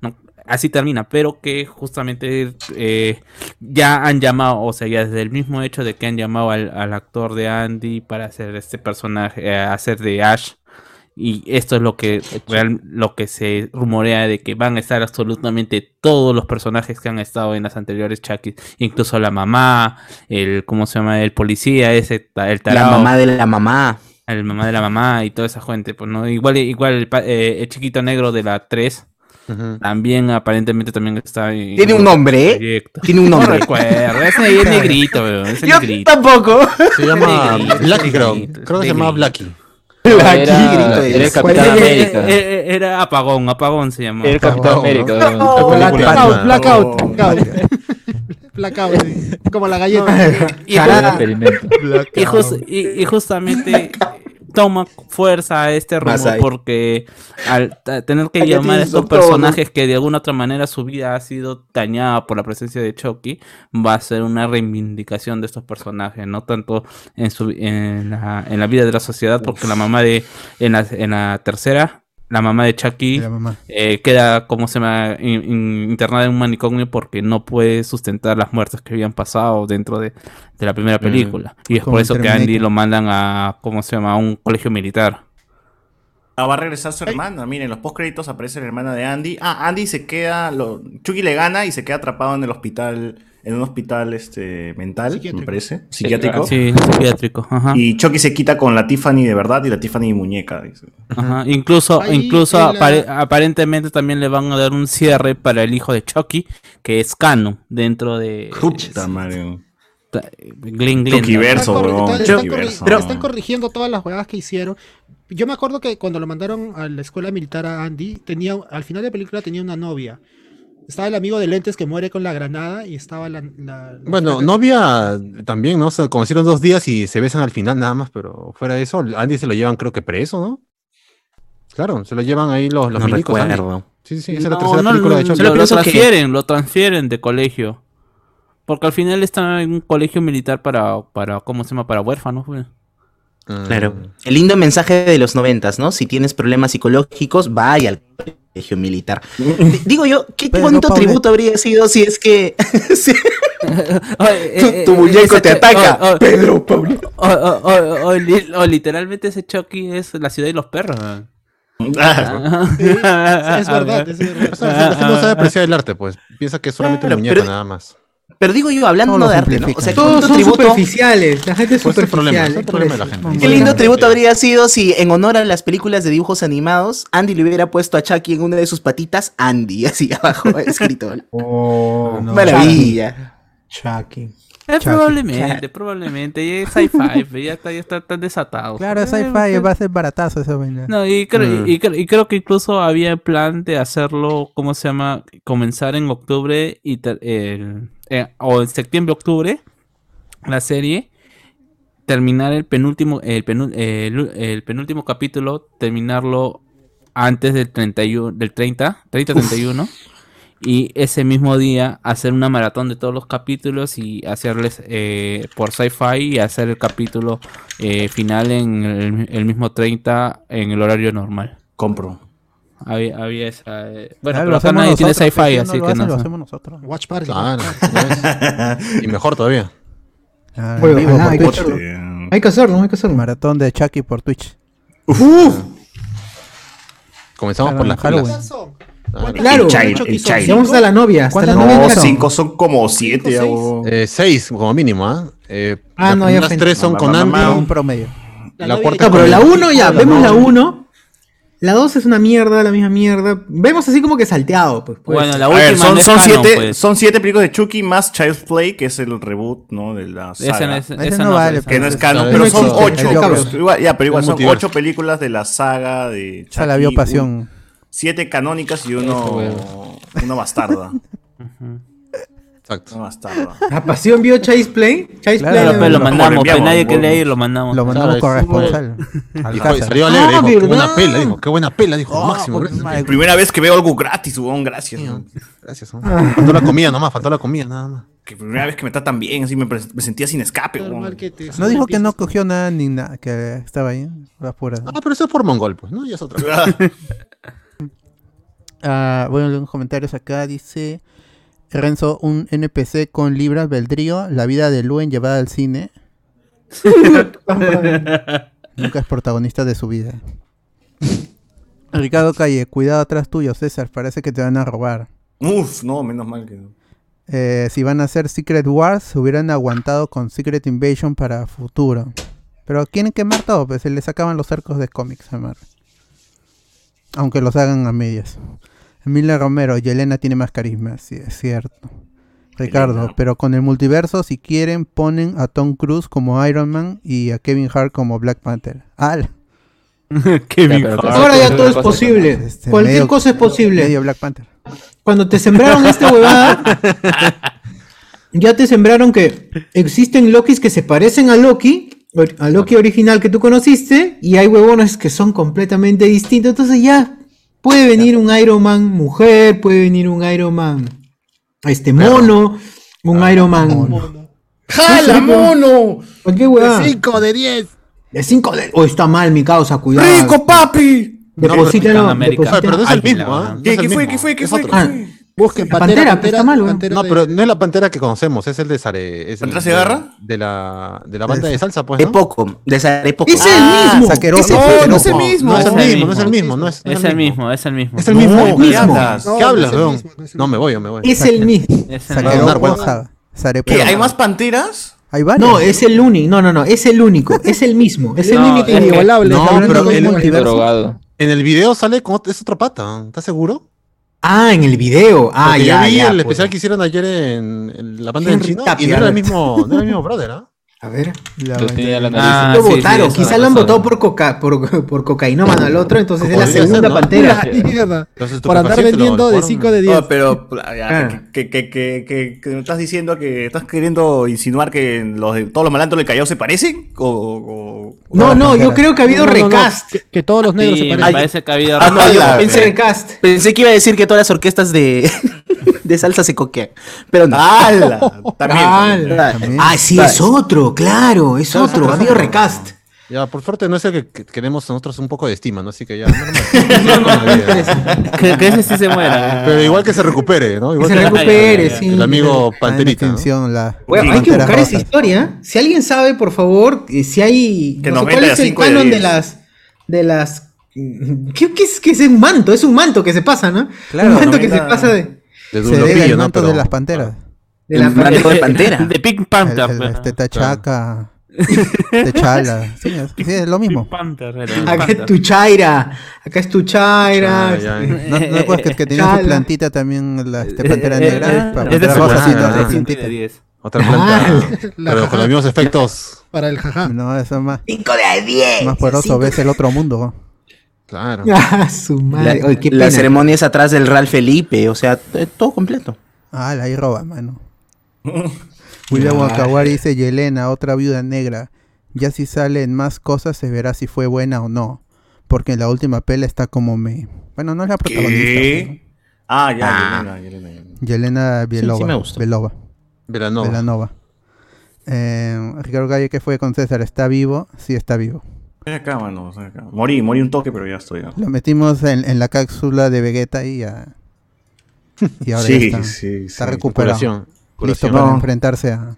[SPEAKER 6] No, así termina pero que justamente eh, ya han llamado, o sea, ya desde el mismo hecho de que han llamado al, al actor de Andy para hacer este personaje, eh, hacer de Ash. Y esto es lo que real- lo que se rumorea de que van a estar absolutamente todos los personajes que han estado en las anteriores Chucky, incluso la mamá, el cómo se llama el policía, ese ta- el
[SPEAKER 8] la
[SPEAKER 6] tarao,
[SPEAKER 8] mamá de la mamá.
[SPEAKER 6] el mamá de la mamá y toda esa gente, pues no, igual igual el, pa- eh, el chiquito negro de la 3 También aparentemente también está en
[SPEAKER 8] Tiene un nombre, ¿eh? Tiene un
[SPEAKER 6] No
[SPEAKER 8] nombre.
[SPEAKER 6] recuerdo, ese ahí es negrito, weón, ese
[SPEAKER 8] Yo
[SPEAKER 6] negrito.
[SPEAKER 8] tampoco.
[SPEAKER 5] Se llama
[SPEAKER 6] Negrito,
[SPEAKER 5] Blacky,
[SPEAKER 6] ese
[SPEAKER 5] creo.
[SPEAKER 6] negrito,
[SPEAKER 5] Creo que
[SPEAKER 6] ese
[SPEAKER 5] se llamaba
[SPEAKER 6] negrito.
[SPEAKER 5] Blacky.
[SPEAKER 8] Blacky, grito,
[SPEAKER 9] Era,
[SPEAKER 8] Pues,
[SPEAKER 9] era el
[SPEAKER 8] es.
[SPEAKER 9] Capitán
[SPEAKER 6] Eh, eh,
[SPEAKER 9] América. Era
[SPEAKER 6] eh, Era apagón, apagón se llamaba.
[SPEAKER 9] el Capitán
[SPEAKER 5] Capitán,
[SPEAKER 9] América.
[SPEAKER 5] La
[SPEAKER 9] weón.
[SPEAKER 5] película.
[SPEAKER 10] Blackout, blackout,
[SPEAKER 7] Oh.
[SPEAKER 10] blackout. Blackout, sí. como la galleta. pues,
[SPEAKER 6] Y-
[SPEAKER 9] Era el experimento.
[SPEAKER 6] Y, jus- y- y justamente toma fuerza a este rumor
[SPEAKER 8] Más ahí.
[SPEAKER 6] porque al t- tener que
[SPEAKER 8] Ahí ya
[SPEAKER 6] llamar a
[SPEAKER 8] tienes
[SPEAKER 6] estos
[SPEAKER 8] doctor, ¿no?
[SPEAKER 6] personajes que de alguna otra manera su vida ha sido dañada por la presencia de Chucky, va a ser una reivindicación de estos personajes, no tanto en su en la, en la vida de la sociedad, porque la mamá de en la, en la tercera, la mamá de Chucky
[SPEAKER 3] La mamá.
[SPEAKER 6] eh, queda como se llama in- in- internada en un manicomio porque no puede sustentar las muertes que habían pasado dentro de, de la primera película. Y es
[SPEAKER 3] Como
[SPEAKER 6] por eso
[SPEAKER 3] en
[SPEAKER 6] que Andy
[SPEAKER 3] Terminator.
[SPEAKER 6] lo mandan a, ¿cómo se llama?, a un colegio militar.
[SPEAKER 7] Ah, va a regresar su hermana. Miren, en los postcréditos aparece la hermana de Andy. Ah, Andy se queda. Lo... Chucky le gana y se queda atrapado en el hospital. En un hospital este, mental, me
[SPEAKER 10] Psiquiátrico.
[SPEAKER 7] parece. Psiquiátrico.
[SPEAKER 6] Sí, psiquiátrico. Ajá.
[SPEAKER 7] Y Chucky se quita con la Tiffany de verdad y la Tiffany muñeca. dice.
[SPEAKER 6] Ajá. Incluso,
[SPEAKER 10] Ahí
[SPEAKER 6] incluso
[SPEAKER 10] en la-
[SPEAKER 6] apare- aparentemente también le van a dar un cierre para el hijo de Chucky, que es Canon, dentro de
[SPEAKER 7] Puta madre.
[SPEAKER 6] ta- Glenn Glenn.
[SPEAKER 7] Chucky
[SPEAKER 10] Están
[SPEAKER 7] verso,
[SPEAKER 10] corri-
[SPEAKER 7] weón.
[SPEAKER 10] están-
[SPEAKER 7] Chucky
[SPEAKER 10] están corri-
[SPEAKER 7] verso.
[SPEAKER 10] pero están corrigiendo todas las huevadas que hicieron. Yo me acuerdo que cuando lo mandaron a la escuela militar a Andy, tenía, al final de la película tenía una novia. Estaba el amigo de lentes que muere con la granada y estaba la... la- la-
[SPEAKER 5] Bueno, novia también, ¿no? Se conocieron dos días y se besan al final nada más, pero fuera de eso, Andy se lo llevan creo que preso, ¿no? Claro, se lo llevan ahí los, los
[SPEAKER 8] No
[SPEAKER 5] milicos, Andy.
[SPEAKER 8] recuerdo.
[SPEAKER 5] Sí, sí, esa es la
[SPEAKER 6] No,
[SPEAKER 5] tercera
[SPEAKER 6] no,
[SPEAKER 5] película de
[SPEAKER 6] lo,
[SPEAKER 5] Chucky.
[SPEAKER 8] Solo
[SPEAKER 6] lo
[SPEAKER 8] pienso que-
[SPEAKER 6] transfieren, lo transfieren de colegio. Porque al final están en un colegio militar para, para ¿cómo se llama? Para huérfanos, pues. güey.
[SPEAKER 8] Ah.
[SPEAKER 5] Mm.
[SPEAKER 8] Claro. El lindo mensaje de los noventas, ¿no? Si tienes problemas psicológicos, vaya al colegio militar.
[SPEAKER 4] Pues
[SPEAKER 8] D- Digo yo, qué
[SPEAKER 3] Pero,
[SPEAKER 8] bonito
[SPEAKER 3] Paulette.
[SPEAKER 8] tributo habría sido si es que... si-
[SPEAKER 6] Tu,
[SPEAKER 8] tu muñeco te ataca,
[SPEAKER 6] oh,
[SPEAKER 8] Pedro Paulino.
[SPEAKER 6] O oh, literalmente ese Chucky es la ciudad y los perros. Ah. güey.
[SPEAKER 10] Es verdad, es
[SPEAKER 6] Ah.
[SPEAKER 10] verdad.
[SPEAKER 5] O sea, la gente no sabe apreciar el arte, pues. Piensa que es solamente
[SPEAKER 8] Claro,
[SPEAKER 5] un muñeco
[SPEAKER 8] pero-
[SPEAKER 5] nada más.
[SPEAKER 8] Pero digo yo, hablando
[SPEAKER 3] No lo
[SPEAKER 8] de arte, ¿no? O
[SPEAKER 3] simplifican.
[SPEAKER 8] sea, qué
[SPEAKER 4] Todos
[SPEAKER 8] bonito
[SPEAKER 4] son
[SPEAKER 8] tributo...
[SPEAKER 4] superficiales, la gente es
[SPEAKER 5] Pues es el problema,
[SPEAKER 4] superficial.
[SPEAKER 5] es el
[SPEAKER 4] es por
[SPEAKER 5] problema de
[SPEAKER 4] eso.
[SPEAKER 5] la gente.
[SPEAKER 8] Qué lindo tributo habría sido si en honor a las películas de dibujos animados, Andy le hubiera puesto a Chucky en una de sus patitas, Andy, así abajo escrito.
[SPEAKER 10] Ah,
[SPEAKER 3] No.
[SPEAKER 8] Maravilla.
[SPEAKER 4] Chucky.
[SPEAKER 6] Eh, probablemente, probablemente. Y es sci-fi, güey, ya está, ya está tan desatado.
[SPEAKER 3] Claro,
[SPEAKER 6] Eh,
[SPEAKER 3] es sci-fi, va a ser baratazo esa vaina.
[SPEAKER 6] No, y creo,
[SPEAKER 4] Mm.
[SPEAKER 6] y, creo- y creo que incluso había el plan de hacerlo, ¿cómo se llama? Comenzar en octubre y ter- el- eh, o en septiembre, octubre, la serie, terminar el penúltimo, el, penú- el u- el penúltimo capítulo, terminarlo antes del 31, del 30, 30, 31. Y ese mismo día hacer una maratón de todos los capítulos y hacerles eh, por sci-fi y hacer el capítulo eh, final en el, el mismo 30 en el horario normal.
[SPEAKER 7] Compro.
[SPEAKER 6] Había, había esa. eh, Bueno,
[SPEAKER 3] Claro,
[SPEAKER 6] pero acá
[SPEAKER 3] hacemos
[SPEAKER 6] nadie tiene
[SPEAKER 3] nosotros,
[SPEAKER 6] sci-fi,
[SPEAKER 3] si
[SPEAKER 6] así
[SPEAKER 3] no lo
[SPEAKER 6] que
[SPEAKER 3] hacen,
[SPEAKER 6] no.
[SPEAKER 3] Lo
[SPEAKER 6] sé.
[SPEAKER 3] hacemos nosotros.
[SPEAKER 10] Watch Party.
[SPEAKER 5] Claro, ¿ves? Y mejor todavía.
[SPEAKER 3] Ah,
[SPEAKER 4] Bueno,
[SPEAKER 3] vivo
[SPEAKER 4] ojalá,
[SPEAKER 3] por
[SPEAKER 4] hay
[SPEAKER 3] Twitch.
[SPEAKER 4] que- Hay que hacerlo, hay que hacerlo.
[SPEAKER 3] Maratón de Chucky por Twitch.
[SPEAKER 5] Comenzamos
[SPEAKER 3] Claro,
[SPEAKER 5] por las
[SPEAKER 3] Halloween.
[SPEAKER 5] pilas.
[SPEAKER 10] Son?
[SPEAKER 5] Ah,
[SPEAKER 10] ¿Cuántas
[SPEAKER 4] Claro.
[SPEAKER 10] son? Chucky
[SPEAKER 7] El Child,
[SPEAKER 10] son
[SPEAKER 7] el
[SPEAKER 10] cinco.
[SPEAKER 7] Child.
[SPEAKER 4] Llegamos a la novia. Hasta la
[SPEAKER 3] ¿Cuántas
[SPEAKER 4] novia
[SPEAKER 7] No,
[SPEAKER 3] novias
[SPEAKER 4] llegaron.
[SPEAKER 7] cinco son como
[SPEAKER 10] Cinco,
[SPEAKER 7] siete. ya,
[SPEAKER 10] seis.
[SPEAKER 7] huevón.
[SPEAKER 5] eh, seis, como mínimo, ¿ah? Eh,
[SPEAKER 4] Ah,
[SPEAKER 5] las
[SPEAKER 4] no, ya
[SPEAKER 5] primeras
[SPEAKER 4] ofendí.
[SPEAKER 5] tres son
[SPEAKER 7] Mamá,
[SPEAKER 5] con
[SPEAKER 7] mamá,
[SPEAKER 5] Andy.
[SPEAKER 7] mamá.
[SPEAKER 3] Un promedio.
[SPEAKER 5] La
[SPEAKER 10] novia
[SPEAKER 5] cuarta
[SPEAKER 10] llega-
[SPEAKER 4] No, pero la 1 ya,
[SPEAKER 10] Hola,
[SPEAKER 4] vemos la
[SPEAKER 10] novia.
[SPEAKER 4] 1. La 2 es una mierda, la misma mierda. Vemos así como que salteado, pues. pues.
[SPEAKER 6] Bueno, la
[SPEAKER 7] A
[SPEAKER 6] última
[SPEAKER 7] ver, son,
[SPEAKER 6] no es
[SPEAKER 7] son
[SPEAKER 6] canon,
[SPEAKER 7] siete,
[SPEAKER 6] pues.
[SPEAKER 7] son siete películas de Chucky más Child's Play, que es el reboot ¿no? de la saga.
[SPEAKER 6] Esa no es-
[SPEAKER 3] Ese
[SPEAKER 6] esa
[SPEAKER 3] no
[SPEAKER 6] no, pues,
[SPEAKER 3] vale,
[SPEAKER 6] esa
[SPEAKER 7] que no es canon,
[SPEAKER 5] Esa
[SPEAKER 7] pero
[SPEAKER 5] no
[SPEAKER 7] son
[SPEAKER 5] existe.
[SPEAKER 7] ocho.
[SPEAKER 3] Yo
[SPEAKER 7] pues,
[SPEAKER 3] creo.
[SPEAKER 7] igual- ya, pero igual
[SPEAKER 5] Un
[SPEAKER 7] son
[SPEAKER 5] multiverso.
[SPEAKER 7] ocho películas de la saga de Chucky.
[SPEAKER 3] Esa la vio pasión.
[SPEAKER 7] un- Siete canónicas y
[SPEAKER 9] Eso,
[SPEAKER 7] uno, uno bastarda.
[SPEAKER 5] Exacto.
[SPEAKER 7] Una bastarda.
[SPEAKER 4] La pasión vio Chase Play. Chase
[SPEAKER 3] Claro,
[SPEAKER 6] Claro,
[SPEAKER 4] Play.
[SPEAKER 6] pero lo
[SPEAKER 7] Lo
[SPEAKER 6] mandamos, pero
[SPEAKER 7] enviamos,
[SPEAKER 6] nadie
[SPEAKER 7] lo
[SPEAKER 6] quería
[SPEAKER 7] enviamos.
[SPEAKER 6] ir, lo mandamos.
[SPEAKER 3] Lo mandamos
[SPEAKER 5] Sabes,
[SPEAKER 3] corresponsal.
[SPEAKER 5] Y
[SPEAKER 3] Al
[SPEAKER 5] fue-
[SPEAKER 3] Cázar.
[SPEAKER 5] salió alegre,
[SPEAKER 4] Ah,
[SPEAKER 5] dijo, qué buena
[SPEAKER 4] ¿verdad?
[SPEAKER 5] pela, dijo, qué buena pela, dijo, máximo.
[SPEAKER 3] Oh,
[SPEAKER 5] gracias.
[SPEAKER 3] my God.
[SPEAKER 7] Primera vez que veo algo gratis, weón, gracias. ¿no?
[SPEAKER 5] Gracias. ¿no? Faltó la comida nomás, faltó la comida nada más.
[SPEAKER 7] Que primera vez que me tratan bien, así me, pre- me sentía sin escape,
[SPEAKER 10] Normal
[SPEAKER 7] weón.
[SPEAKER 10] que
[SPEAKER 5] Este,
[SPEAKER 10] te-
[SPEAKER 3] No dijo que no cogió nada ni nada, que estaba ahí. Las puras.
[SPEAKER 5] Ah, pero eso es por mongol, pues, ¿no? Ya es otra cosa.
[SPEAKER 3] Ah, bueno, en comentarios acá dice Renzo, un NPC con libras Beldrío, la vida de Luen llevada al cine. Nunca es protagonista de su vida. Ricardo Calle, cuidado atrás tuyo, César, parece que te van a robar.
[SPEAKER 7] Uf, no, menos mal que no.
[SPEAKER 3] Eh, si van a hacer Secret Wars, se hubieran aguantado con Secret Invasion para futuro. Pero quieren quemar todo, pues se les acaban los arcos de cómics a Marvel. Aunque los hagan a medias. Emilia Romero, Yelena tiene más carisma, sí, es cierto. Ricardo, pero con el multiverso, si quieren, ponen a Tom Cruise como Iron Man y a Kevin Hart como Black Panther. ¡Al!
[SPEAKER 6] Kevin
[SPEAKER 3] Ya, pero
[SPEAKER 6] Hart.
[SPEAKER 4] Ahora ya todo es posible.
[SPEAKER 3] Este,
[SPEAKER 4] Cualquier
[SPEAKER 3] medio-
[SPEAKER 4] cosa es posible.
[SPEAKER 3] Medio Black Panther.
[SPEAKER 4] Cuando te sembraron esta huevada, ya te sembraron que existen Lokis que se parecen a Loki, or- a Loki original que tú conociste, y hay huevones que son completamente distintos. Entonces ya puede venir un Iron Man mujer, puede venir un Iron Man este mono, un Iron Man.
[SPEAKER 7] ¡Jala, mono!
[SPEAKER 4] Cualquier huevada.
[SPEAKER 10] 5 de 10.
[SPEAKER 4] De cinco de. O está mal mi causa, cuidado.
[SPEAKER 7] ¡Rico, papi!
[SPEAKER 4] Deposítalo.
[SPEAKER 6] Capitán América.
[SPEAKER 5] Oye, pero no es el mismo,
[SPEAKER 6] Águila,
[SPEAKER 5] ¿ah? No
[SPEAKER 7] ¿Qué,
[SPEAKER 5] es el
[SPEAKER 7] qué fue?
[SPEAKER 5] mismo,
[SPEAKER 7] ¿Qué fue? ¿Qué
[SPEAKER 5] es
[SPEAKER 7] fue? ¿Qué
[SPEAKER 5] otro.
[SPEAKER 7] fue?
[SPEAKER 10] Busquen
[SPEAKER 4] Pantera,
[SPEAKER 10] Pantera,
[SPEAKER 4] pues,
[SPEAKER 10] Pantera,
[SPEAKER 4] está mal, weón.
[SPEAKER 10] Pantera
[SPEAKER 5] No,
[SPEAKER 10] de-
[SPEAKER 5] pero no es la pantera que conocemos, es el de Sare. Es el
[SPEAKER 7] ¿Atrás se
[SPEAKER 5] de-
[SPEAKER 7] agarra?
[SPEAKER 5] De la, de la banda de salsa, pues.
[SPEAKER 8] De
[SPEAKER 5] ¿no?
[SPEAKER 8] poco, de esa época.
[SPEAKER 4] Ese es el mismo.
[SPEAKER 3] saqueroso,
[SPEAKER 4] Ese
[SPEAKER 3] saqueroso.
[SPEAKER 7] No, no es el mismo.
[SPEAKER 5] No es el
[SPEAKER 6] No,
[SPEAKER 5] mismo, no es el mismo. No es, no
[SPEAKER 6] Es el mismo, es el mismo.
[SPEAKER 5] Es el mismo.
[SPEAKER 7] No,
[SPEAKER 5] ¿Qué
[SPEAKER 7] ¿qué
[SPEAKER 5] hablas?
[SPEAKER 7] hablas?
[SPEAKER 5] ¿Qué
[SPEAKER 10] No,
[SPEAKER 5] hablas,
[SPEAKER 10] no es el
[SPEAKER 5] weón?
[SPEAKER 10] mismo, no es el
[SPEAKER 5] No, me
[SPEAKER 10] mismo.
[SPEAKER 5] voy, yo me voy.
[SPEAKER 4] Es el mismo.
[SPEAKER 6] Es el
[SPEAKER 3] Saqueró
[SPEAKER 6] mismo.
[SPEAKER 5] Dar vuelta.
[SPEAKER 3] Gonzaga, Sarepeo.
[SPEAKER 7] ¿Qué? ¿Hay más panteras?
[SPEAKER 3] Hay varios.
[SPEAKER 4] No, es el único. No, no, no. Es el único. Es el mismo. Es el
[SPEAKER 6] No,
[SPEAKER 4] único.
[SPEAKER 6] es que-
[SPEAKER 10] Inigualable.
[SPEAKER 5] no,
[SPEAKER 10] hablando
[SPEAKER 5] pero
[SPEAKER 10] de un
[SPEAKER 5] el-
[SPEAKER 10] multiverso.
[SPEAKER 9] Drogado.
[SPEAKER 5] En el video sale con ot- es otro pata, ¿estás seguro?
[SPEAKER 4] Ah, en el video. Ah,
[SPEAKER 5] Porque
[SPEAKER 4] ya.
[SPEAKER 5] yo vi
[SPEAKER 4] ya,
[SPEAKER 5] el
[SPEAKER 4] pues.
[SPEAKER 5] especial que hicieron ayer en, en la banda del
[SPEAKER 4] Henry
[SPEAKER 5] chino y
[SPEAKER 4] Tapia,
[SPEAKER 5] no era el
[SPEAKER 4] Alex.
[SPEAKER 5] mismo, no era el mismo brother, ¿ah?
[SPEAKER 4] A ver.
[SPEAKER 3] La
[SPEAKER 9] Lo
[SPEAKER 3] venta-
[SPEAKER 9] tenía en la nariz.
[SPEAKER 6] Ah,
[SPEAKER 4] lo
[SPEAKER 6] sí, sí,
[SPEAKER 4] votaron.
[SPEAKER 6] eso,
[SPEAKER 4] Quizá lo han
[SPEAKER 6] eso.
[SPEAKER 4] votado por, coca, por, por cocainómano al otro. Entonces es la
[SPEAKER 5] Podría ser,
[SPEAKER 4] segunda
[SPEAKER 5] ¿no?
[SPEAKER 4] pantera.
[SPEAKER 10] Pura mierda.
[SPEAKER 5] Entonces, tu
[SPEAKER 10] Por andar
[SPEAKER 5] paciente lo-
[SPEAKER 10] vendiendo
[SPEAKER 5] lo
[SPEAKER 10] de
[SPEAKER 5] fueron-
[SPEAKER 10] 5 de Ah. 10.
[SPEAKER 7] No, Oh, pero pla- ya,
[SPEAKER 4] Claro.
[SPEAKER 7] que, que, que, que, que me estás diciendo que estás queriendo insinuar que los de- todos los malandros del Callao se parecen o, o- o-
[SPEAKER 4] No,
[SPEAKER 3] Todas
[SPEAKER 4] no,
[SPEAKER 3] las
[SPEAKER 4] yo
[SPEAKER 3] panteras.
[SPEAKER 4] creo que ha habido
[SPEAKER 10] No, no, no,
[SPEAKER 4] recast.
[SPEAKER 10] que- Que todos los negros
[SPEAKER 6] Sí,
[SPEAKER 10] se
[SPEAKER 6] me
[SPEAKER 10] parecen.
[SPEAKER 6] parece que ha habido.
[SPEAKER 7] Ah, no,
[SPEAKER 4] Ah, yo
[SPEAKER 7] la-
[SPEAKER 4] pensé recast.
[SPEAKER 8] Pensé que iba a decir que todas las orquestas de, de salsa se coquean. Pero no.
[SPEAKER 7] ¡Hala! También.
[SPEAKER 4] ¡Hala!
[SPEAKER 3] También.
[SPEAKER 4] Ah, sí, es otro, claro, es otro. Ha habido recast.
[SPEAKER 5] Ya, por suerte no es el que que queremos nosotros un poco de estima, ¿no? Así que ya, normal.
[SPEAKER 6] Que, que ese sí se muera.
[SPEAKER 5] Pero igual que se recupere, ¿no? Igual
[SPEAKER 4] Que se
[SPEAKER 5] el-
[SPEAKER 4] recupere, sí.
[SPEAKER 5] El amigo
[SPEAKER 3] Ah, en
[SPEAKER 5] Panterita. ¿no?
[SPEAKER 3] extinción, la-
[SPEAKER 4] Bueno, hay que
[SPEAKER 3] Panteras
[SPEAKER 4] buscar esa
[SPEAKER 3] Rosas.
[SPEAKER 4] historia. Si alguien sabe, por favor, eh, si hay.
[SPEAKER 7] Que
[SPEAKER 4] no
[SPEAKER 7] nos
[SPEAKER 4] sé
[SPEAKER 7] venda
[SPEAKER 4] cuál
[SPEAKER 7] de
[SPEAKER 4] es el
[SPEAKER 7] cinco de
[SPEAKER 4] canon de
[SPEAKER 7] diez.
[SPEAKER 4] las. de las. ¿Qué, qué es, qué es un manto? Es un manto que se pasa, ¿no?
[SPEAKER 3] Claro,
[SPEAKER 4] un manto
[SPEAKER 7] no
[SPEAKER 4] que se
[SPEAKER 7] venda-
[SPEAKER 4] pasa de,
[SPEAKER 5] De
[SPEAKER 3] Se debe
[SPEAKER 5] Dublopillo,
[SPEAKER 3] al
[SPEAKER 5] ¿no?
[SPEAKER 3] manto
[SPEAKER 5] Pero-
[SPEAKER 3] de las panteras.
[SPEAKER 4] de la
[SPEAKER 8] El manto
[SPEAKER 4] pantera.
[SPEAKER 8] de pantera.
[SPEAKER 6] De Pink
[SPEAKER 3] El-
[SPEAKER 6] Panther.
[SPEAKER 3] el-
[SPEAKER 6] pues.
[SPEAKER 3] este Tachaca, Techala. Sí, es, sí, es lo mismo.
[SPEAKER 6] Pink Panther. era.
[SPEAKER 4] Acá es
[SPEAKER 6] Panther.
[SPEAKER 4] tu chaira. Acá es tu chaira.
[SPEAKER 5] Ah, ya, ya.
[SPEAKER 3] No, no acuerdas que, que tenía su
[SPEAKER 4] Chala.
[SPEAKER 3] plantita también la este, pantera
[SPEAKER 6] Eh,
[SPEAKER 3] negra.
[SPEAKER 6] eh,
[SPEAKER 3] Pa-
[SPEAKER 6] es de
[SPEAKER 3] pantera
[SPEAKER 5] su
[SPEAKER 3] rosa, ah, sí,
[SPEAKER 5] planta,
[SPEAKER 3] no,
[SPEAKER 5] ¿no?
[SPEAKER 3] la plantita.
[SPEAKER 6] de 10.
[SPEAKER 5] Otra
[SPEAKER 3] Ah,
[SPEAKER 5] planta.
[SPEAKER 10] La
[SPEAKER 5] Pero con
[SPEAKER 10] jaja.
[SPEAKER 5] los mismos efectos.
[SPEAKER 10] Para el jaja.
[SPEAKER 3] No, eso es más,
[SPEAKER 8] 5 de 10.
[SPEAKER 3] más poderoso. Ves el otro mundo.
[SPEAKER 5] Claro.
[SPEAKER 4] Ah, su madre.
[SPEAKER 8] La,
[SPEAKER 4] Oye, qué
[SPEAKER 8] la
[SPEAKER 4] pena.
[SPEAKER 8] ceremonia es atrás del Real Felipe, o sea, t- todo completo.
[SPEAKER 3] Ah, la ahí roba, mano. William Wakawari dice: Yelena, otra viuda negra. Ya si salen más cosas, se verá si fue buena o no. Porque en la última pela está como me. Bueno, no es la protagonista.
[SPEAKER 7] ¿Qué? Ah, ya,
[SPEAKER 8] Ah.
[SPEAKER 7] Yelena, Yelena, Yelena.
[SPEAKER 3] pero- Yelena Bielova.
[SPEAKER 8] me gusta.
[SPEAKER 3] Belova.
[SPEAKER 5] Velanova.
[SPEAKER 3] Belanova. Eh, Ricardo Gallo, ¿qué fue con César? ¿Está vivo? Sí, está vivo.
[SPEAKER 7] Ven acá, mano, ven acá. Morí, morí un toque, pero ya estoy. ¿no?
[SPEAKER 3] Lo metimos en, en la cápsula de Vegeta y ya. Y ahora ya
[SPEAKER 7] Sí,
[SPEAKER 3] está.
[SPEAKER 7] sí,
[SPEAKER 3] está
[SPEAKER 7] sí.
[SPEAKER 3] recuperado.
[SPEAKER 5] Curación.
[SPEAKER 3] Listo
[SPEAKER 5] Curación.
[SPEAKER 3] para
[SPEAKER 7] No.
[SPEAKER 3] enfrentarse a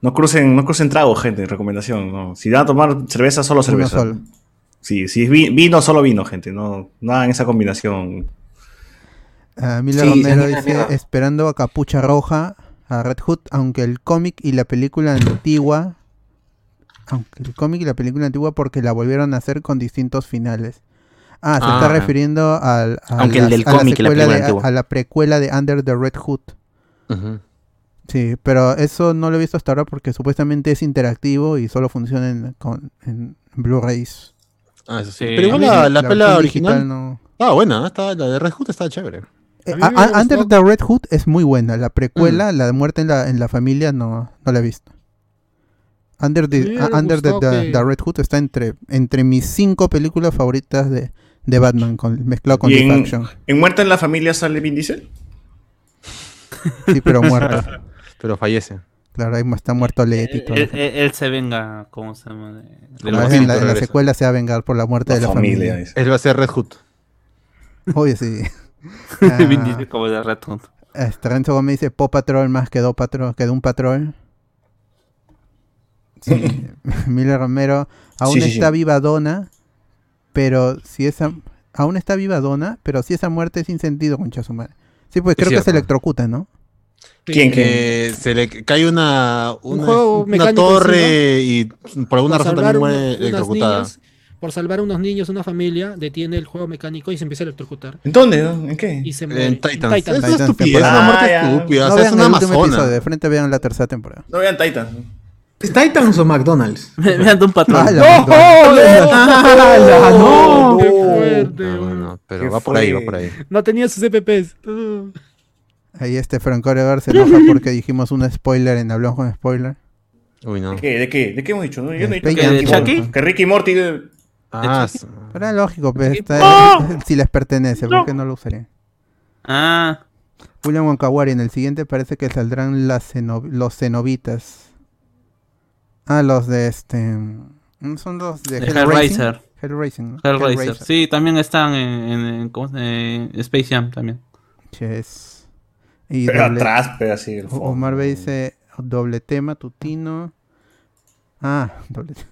[SPEAKER 7] No crucen, no crucen trago, gente, recomendación. No. Si van a tomar cerveza, solo
[SPEAKER 3] uno
[SPEAKER 7] cerveza.
[SPEAKER 3] solo.
[SPEAKER 7] Sí, si es vi- vino, solo vino, gente. No, nada en esa combinación.
[SPEAKER 3] Ah, Mila
[SPEAKER 4] Sí,
[SPEAKER 3] Romero
[SPEAKER 4] es una
[SPEAKER 3] dice,
[SPEAKER 4] mierda.
[SPEAKER 3] esperando a Capucha Roja, a Red Hood, aunque el cómic y la película antigua, aunque el cómic y la película antigua porque la volvieron a hacer con distintos finales. Ah, se
[SPEAKER 5] Ah.
[SPEAKER 3] está refiriendo al, a,
[SPEAKER 8] Aunque el
[SPEAKER 3] las-
[SPEAKER 8] del
[SPEAKER 3] a la
[SPEAKER 8] cómic y la
[SPEAKER 3] secuela
[SPEAKER 8] película
[SPEAKER 3] de- a-
[SPEAKER 8] antigua.
[SPEAKER 3] a la precuela de Under the Red Hood.
[SPEAKER 5] Ujú.
[SPEAKER 3] Sí, pero eso no lo he visto hasta ahora porque supuestamente es interactivo y solo funciona en, con, en Blu-rays.
[SPEAKER 5] Ah, eso sí.
[SPEAKER 6] Sí.
[SPEAKER 5] Pero igual la, la pela
[SPEAKER 3] versión
[SPEAKER 5] original.
[SPEAKER 3] digital no-
[SPEAKER 5] Ah, buena. ¿eh? Está, la de Red Hood está chévere.
[SPEAKER 3] Eh,
[SPEAKER 10] A mí
[SPEAKER 3] a-
[SPEAKER 10] me Mm.
[SPEAKER 3] a- Under
[SPEAKER 10] gustó.
[SPEAKER 3] the Red Hood es muy buena. La precuela, la de muerte en la, en la familia, no, no la he visto. Under
[SPEAKER 10] A mí
[SPEAKER 3] the,
[SPEAKER 10] me
[SPEAKER 3] a- Under the,
[SPEAKER 10] gustó
[SPEAKER 3] the-
[SPEAKER 10] que-
[SPEAKER 3] the Red Hood está entre, entre mis cinco películas favoritas de, de Batman, con, mezclado con
[SPEAKER 7] ¿Y
[SPEAKER 3] Live
[SPEAKER 7] en,
[SPEAKER 3] Action.
[SPEAKER 7] en Muerta en la Familia sale Vin Diesel?
[SPEAKER 3] Sí, pero muerto.
[SPEAKER 5] Pero fallece.
[SPEAKER 3] Claro, ahí está muerto Letty. y todo.
[SPEAKER 6] Él, él- él se venga, ¿cómo se llama? De, eh, de
[SPEAKER 5] Como
[SPEAKER 6] los-
[SPEAKER 3] Además,
[SPEAKER 5] espíritu
[SPEAKER 3] en, la, en la
[SPEAKER 5] regresa.
[SPEAKER 3] secuela se va a vengar por la muerte de la familia.
[SPEAKER 7] dice.
[SPEAKER 5] Él va a ser Red Hood.
[SPEAKER 3] Obvio, sí.
[SPEAKER 6] Vin
[SPEAKER 3] Ah,
[SPEAKER 6] Diesel como de ratón.
[SPEAKER 3] Este, Renzo Gómez dice Pop Patrol más quedó patrón, quedó un patrón. Sí. Miller Romero, aún
[SPEAKER 7] Sí, sí,
[SPEAKER 3] está
[SPEAKER 7] sí.
[SPEAKER 3] viva Donna, pero si esa aún está viva Donna, pero si esa muerte es sin sentido, concha su madre. Sí, pues
[SPEAKER 5] Es
[SPEAKER 3] creo que se
[SPEAKER 5] cierto.
[SPEAKER 3] electrocuta, ¿no?
[SPEAKER 7] ¿Quién?
[SPEAKER 5] Que Eh, se le cae una, una,
[SPEAKER 10] juego
[SPEAKER 5] una
[SPEAKER 10] mecánico
[SPEAKER 5] torre y por
[SPEAKER 10] Para
[SPEAKER 5] alguna razón
[SPEAKER 10] salvar
[SPEAKER 5] también
[SPEAKER 10] una-
[SPEAKER 5] muere
[SPEAKER 10] unas
[SPEAKER 5] electrocutada.
[SPEAKER 10] niñas, por salvar a unos niños, una familia, detiene el juego mecánico y se empieza a electrocutar.
[SPEAKER 7] ¿En dónde? no? ¿En qué?
[SPEAKER 10] Y se muere.
[SPEAKER 5] En Titans. Es
[SPEAKER 10] Titans.
[SPEAKER 5] una estupidez,
[SPEAKER 7] Ah,
[SPEAKER 5] una muerte
[SPEAKER 7] ya.
[SPEAKER 5] estúpida.
[SPEAKER 3] No
[SPEAKER 5] o sea, es
[SPEAKER 3] vean
[SPEAKER 5] una
[SPEAKER 3] el último episodio,
[SPEAKER 5] amazona.
[SPEAKER 3] de frente vean la tercera temporada.
[SPEAKER 7] No vean Titan.
[SPEAKER 4] ¿Es Titans o McDonald's?
[SPEAKER 6] Me, me ando un patrón.
[SPEAKER 3] Ah, la maldad.
[SPEAKER 4] ¡Ala, no!
[SPEAKER 10] ¡Qué fuerte!
[SPEAKER 5] No,
[SPEAKER 10] weón!
[SPEAKER 5] no,
[SPEAKER 7] ¿Qué
[SPEAKER 5] Oh. Ah, pero va por ahí,
[SPEAKER 7] fue?
[SPEAKER 5] va por ahí.
[SPEAKER 10] No tenía sus E EPPs.
[SPEAKER 3] Ahí este Franco Oregar se enoja porque dijimos un spoiler en Hablamos con Spoiler.
[SPEAKER 5] Uy, no.
[SPEAKER 7] ¿De qué? ¿De qué? ¿De qué hemos dicho? No, yo no he dicho
[SPEAKER 3] Peña
[SPEAKER 7] que,
[SPEAKER 6] ¿De
[SPEAKER 7] Ricky
[SPEAKER 6] Chucky?
[SPEAKER 7] Morty- que Ricky Morty. eh,
[SPEAKER 5] Ah, s-
[SPEAKER 3] Pero era lógico, pues,
[SPEAKER 6] Sí.
[SPEAKER 3] está- si les pertenece, ¿por qué no lo usarían?
[SPEAKER 6] Ah,
[SPEAKER 3] William Wankawari, en el siguiente parece que saldrán las ceno- los cenobitas. Ah, los de este...
[SPEAKER 10] Mm,
[SPEAKER 3] ¿no Son los de
[SPEAKER 6] De
[SPEAKER 3] Hellraiser.
[SPEAKER 6] Hellraiser.
[SPEAKER 3] Hellraiser, ¿no?
[SPEAKER 6] Hellraiser.
[SPEAKER 3] Hellraiser.
[SPEAKER 6] Sí, también están en, en- en- ¿cómo se- en Space Jam también.
[SPEAKER 3] Chess. Y
[SPEAKER 7] Pero
[SPEAKER 3] doble-
[SPEAKER 7] atrás, pero así. el
[SPEAKER 3] O-
[SPEAKER 7] fondo.
[SPEAKER 3] Omar B dice doble tema, tutino. Ah, doble tema.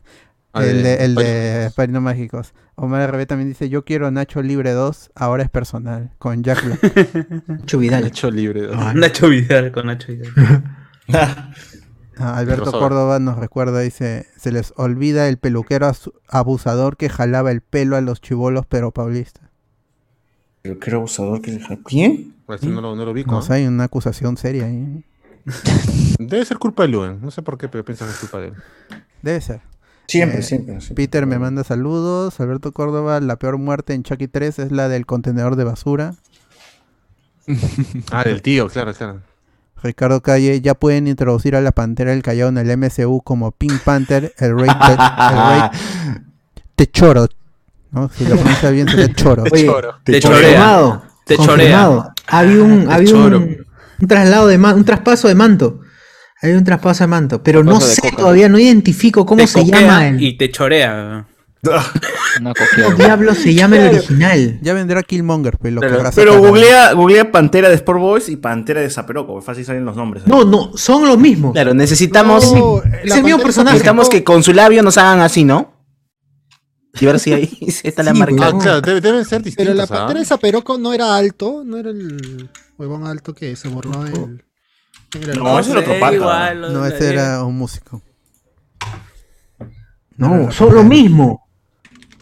[SPEAKER 5] Ah,
[SPEAKER 3] el de,
[SPEAKER 5] de-
[SPEAKER 3] el de Padrinos Mágicos. Omar RB también dice, yo quiero Nacho Libre 2, ahora es personal, con Jack Black.
[SPEAKER 4] Chuvidal.
[SPEAKER 5] hecho libre.
[SPEAKER 6] Ah, Nacho Vidal con Nacho Vidal.
[SPEAKER 3] Ah, Alberto
[SPEAKER 5] Rosario.
[SPEAKER 3] Córdoba nos recuerda, dice, se les olvida el peluquero asu- abusador que jalaba el pelo a los chivolos pero paulista.
[SPEAKER 7] Pero qué abusador que se ¿Quién?
[SPEAKER 5] Eso no lo, no lo ubico.
[SPEAKER 3] No
[SPEAKER 5] ¿eh?
[SPEAKER 3] sé, hay una acusación seria ahí.
[SPEAKER 5] Debe ser culpa de Luen. No sé por qué, pero pienso que es culpa de él.
[SPEAKER 3] Debe ser.
[SPEAKER 7] Siempre,
[SPEAKER 3] Eh,
[SPEAKER 7] siempre, siempre.
[SPEAKER 3] Peter me manda saludos. Alberto Córdoba, la peor muerte en Chucky 3 es la del contenedor de basura.
[SPEAKER 5] Ah, del tío, claro, claro.
[SPEAKER 3] Ricardo Calle, ya pueden introducir a la Pantera del Callao en el MCU como Pink Panther, el rey, te, el rey Techoro. ¿no? Si lo pronuncia bien, sería Choro.
[SPEAKER 4] Oye,
[SPEAKER 6] Te chorea.
[SPEAKER 4] confirmado.
[SPEAKER 6] Te
[SPEAKER 4] confirmado. Ha habido un, ha habido
[SPEAKER 6] choro.
[SPEAKER 4] un, un traslado de ma- un traspaso de manto. Ha habido un traspaso de manto, pero no
[SPEAKER 9] Traspaso de
[SPEAKER 4] sé
[SPEAKER 9] coca.
[SPEAKER 4] todavía, no identifico cómo
[SPEAKER 6] Te
[SPEAKER 4] se
[SPEAKER 6] coquea
[SPEAKER 4] llama el
[SPEAKER 6] Y te chorea.
[SPEAKER 9] Una
[SPEAKER 4] ¿cómo
[SPEAKER 9] coqueada.
[SPEAKER 4] diablo se llama el original.
[SPEAKER 3] Ya vendrá Killmonger, pues lo
[SPEAKER 6] Pero-
[SPEAKER 3] querrá
[SPEAKER 7] Pero
[SPEAKER 3] sacar.
[SPEAKER 7] googlea, googlea Pantera de Sport Boys y Pantera de Zaperoco. Fácil salen los nombres. ahí.
[SPEAKER 4] No, no, son los mismos.
[SPEAKER 8] Claro, necesitamos,
[SPEAKER 10] No, la
[SPEAKER 4] es el mismo
[SPEAKER 10] Pantera
[SPEAKER 4] personaje.
[SPEAKER 8] necesitamos que con su labio nos hagan así, ¿no? Y ver si ahí está la
[SPEAKER 4] Sí,
[SPEAKER 8] marca.
[SPEAKER 5] Ah,
[SPEAKER 4] No.
[SPEAKER 5] claro, debe- deben ser
[SPEAKER 10] Pero
[SPEAKER 5] distintos.
[SPEAKER 10] la
[SPEAKER 5] ¿ah?
[SPEAKER 10] pantera de Zaperoco no era alto, no era el huevón alto que se borró el. en el
[SPEAKER 7] No,
[SPEAKER 10] álbum.
[SPEAKER 7] ese era otro pata.
[SPEAKER 3] No, ese era un músico.
[SPEAKER 4] No, son los mismos.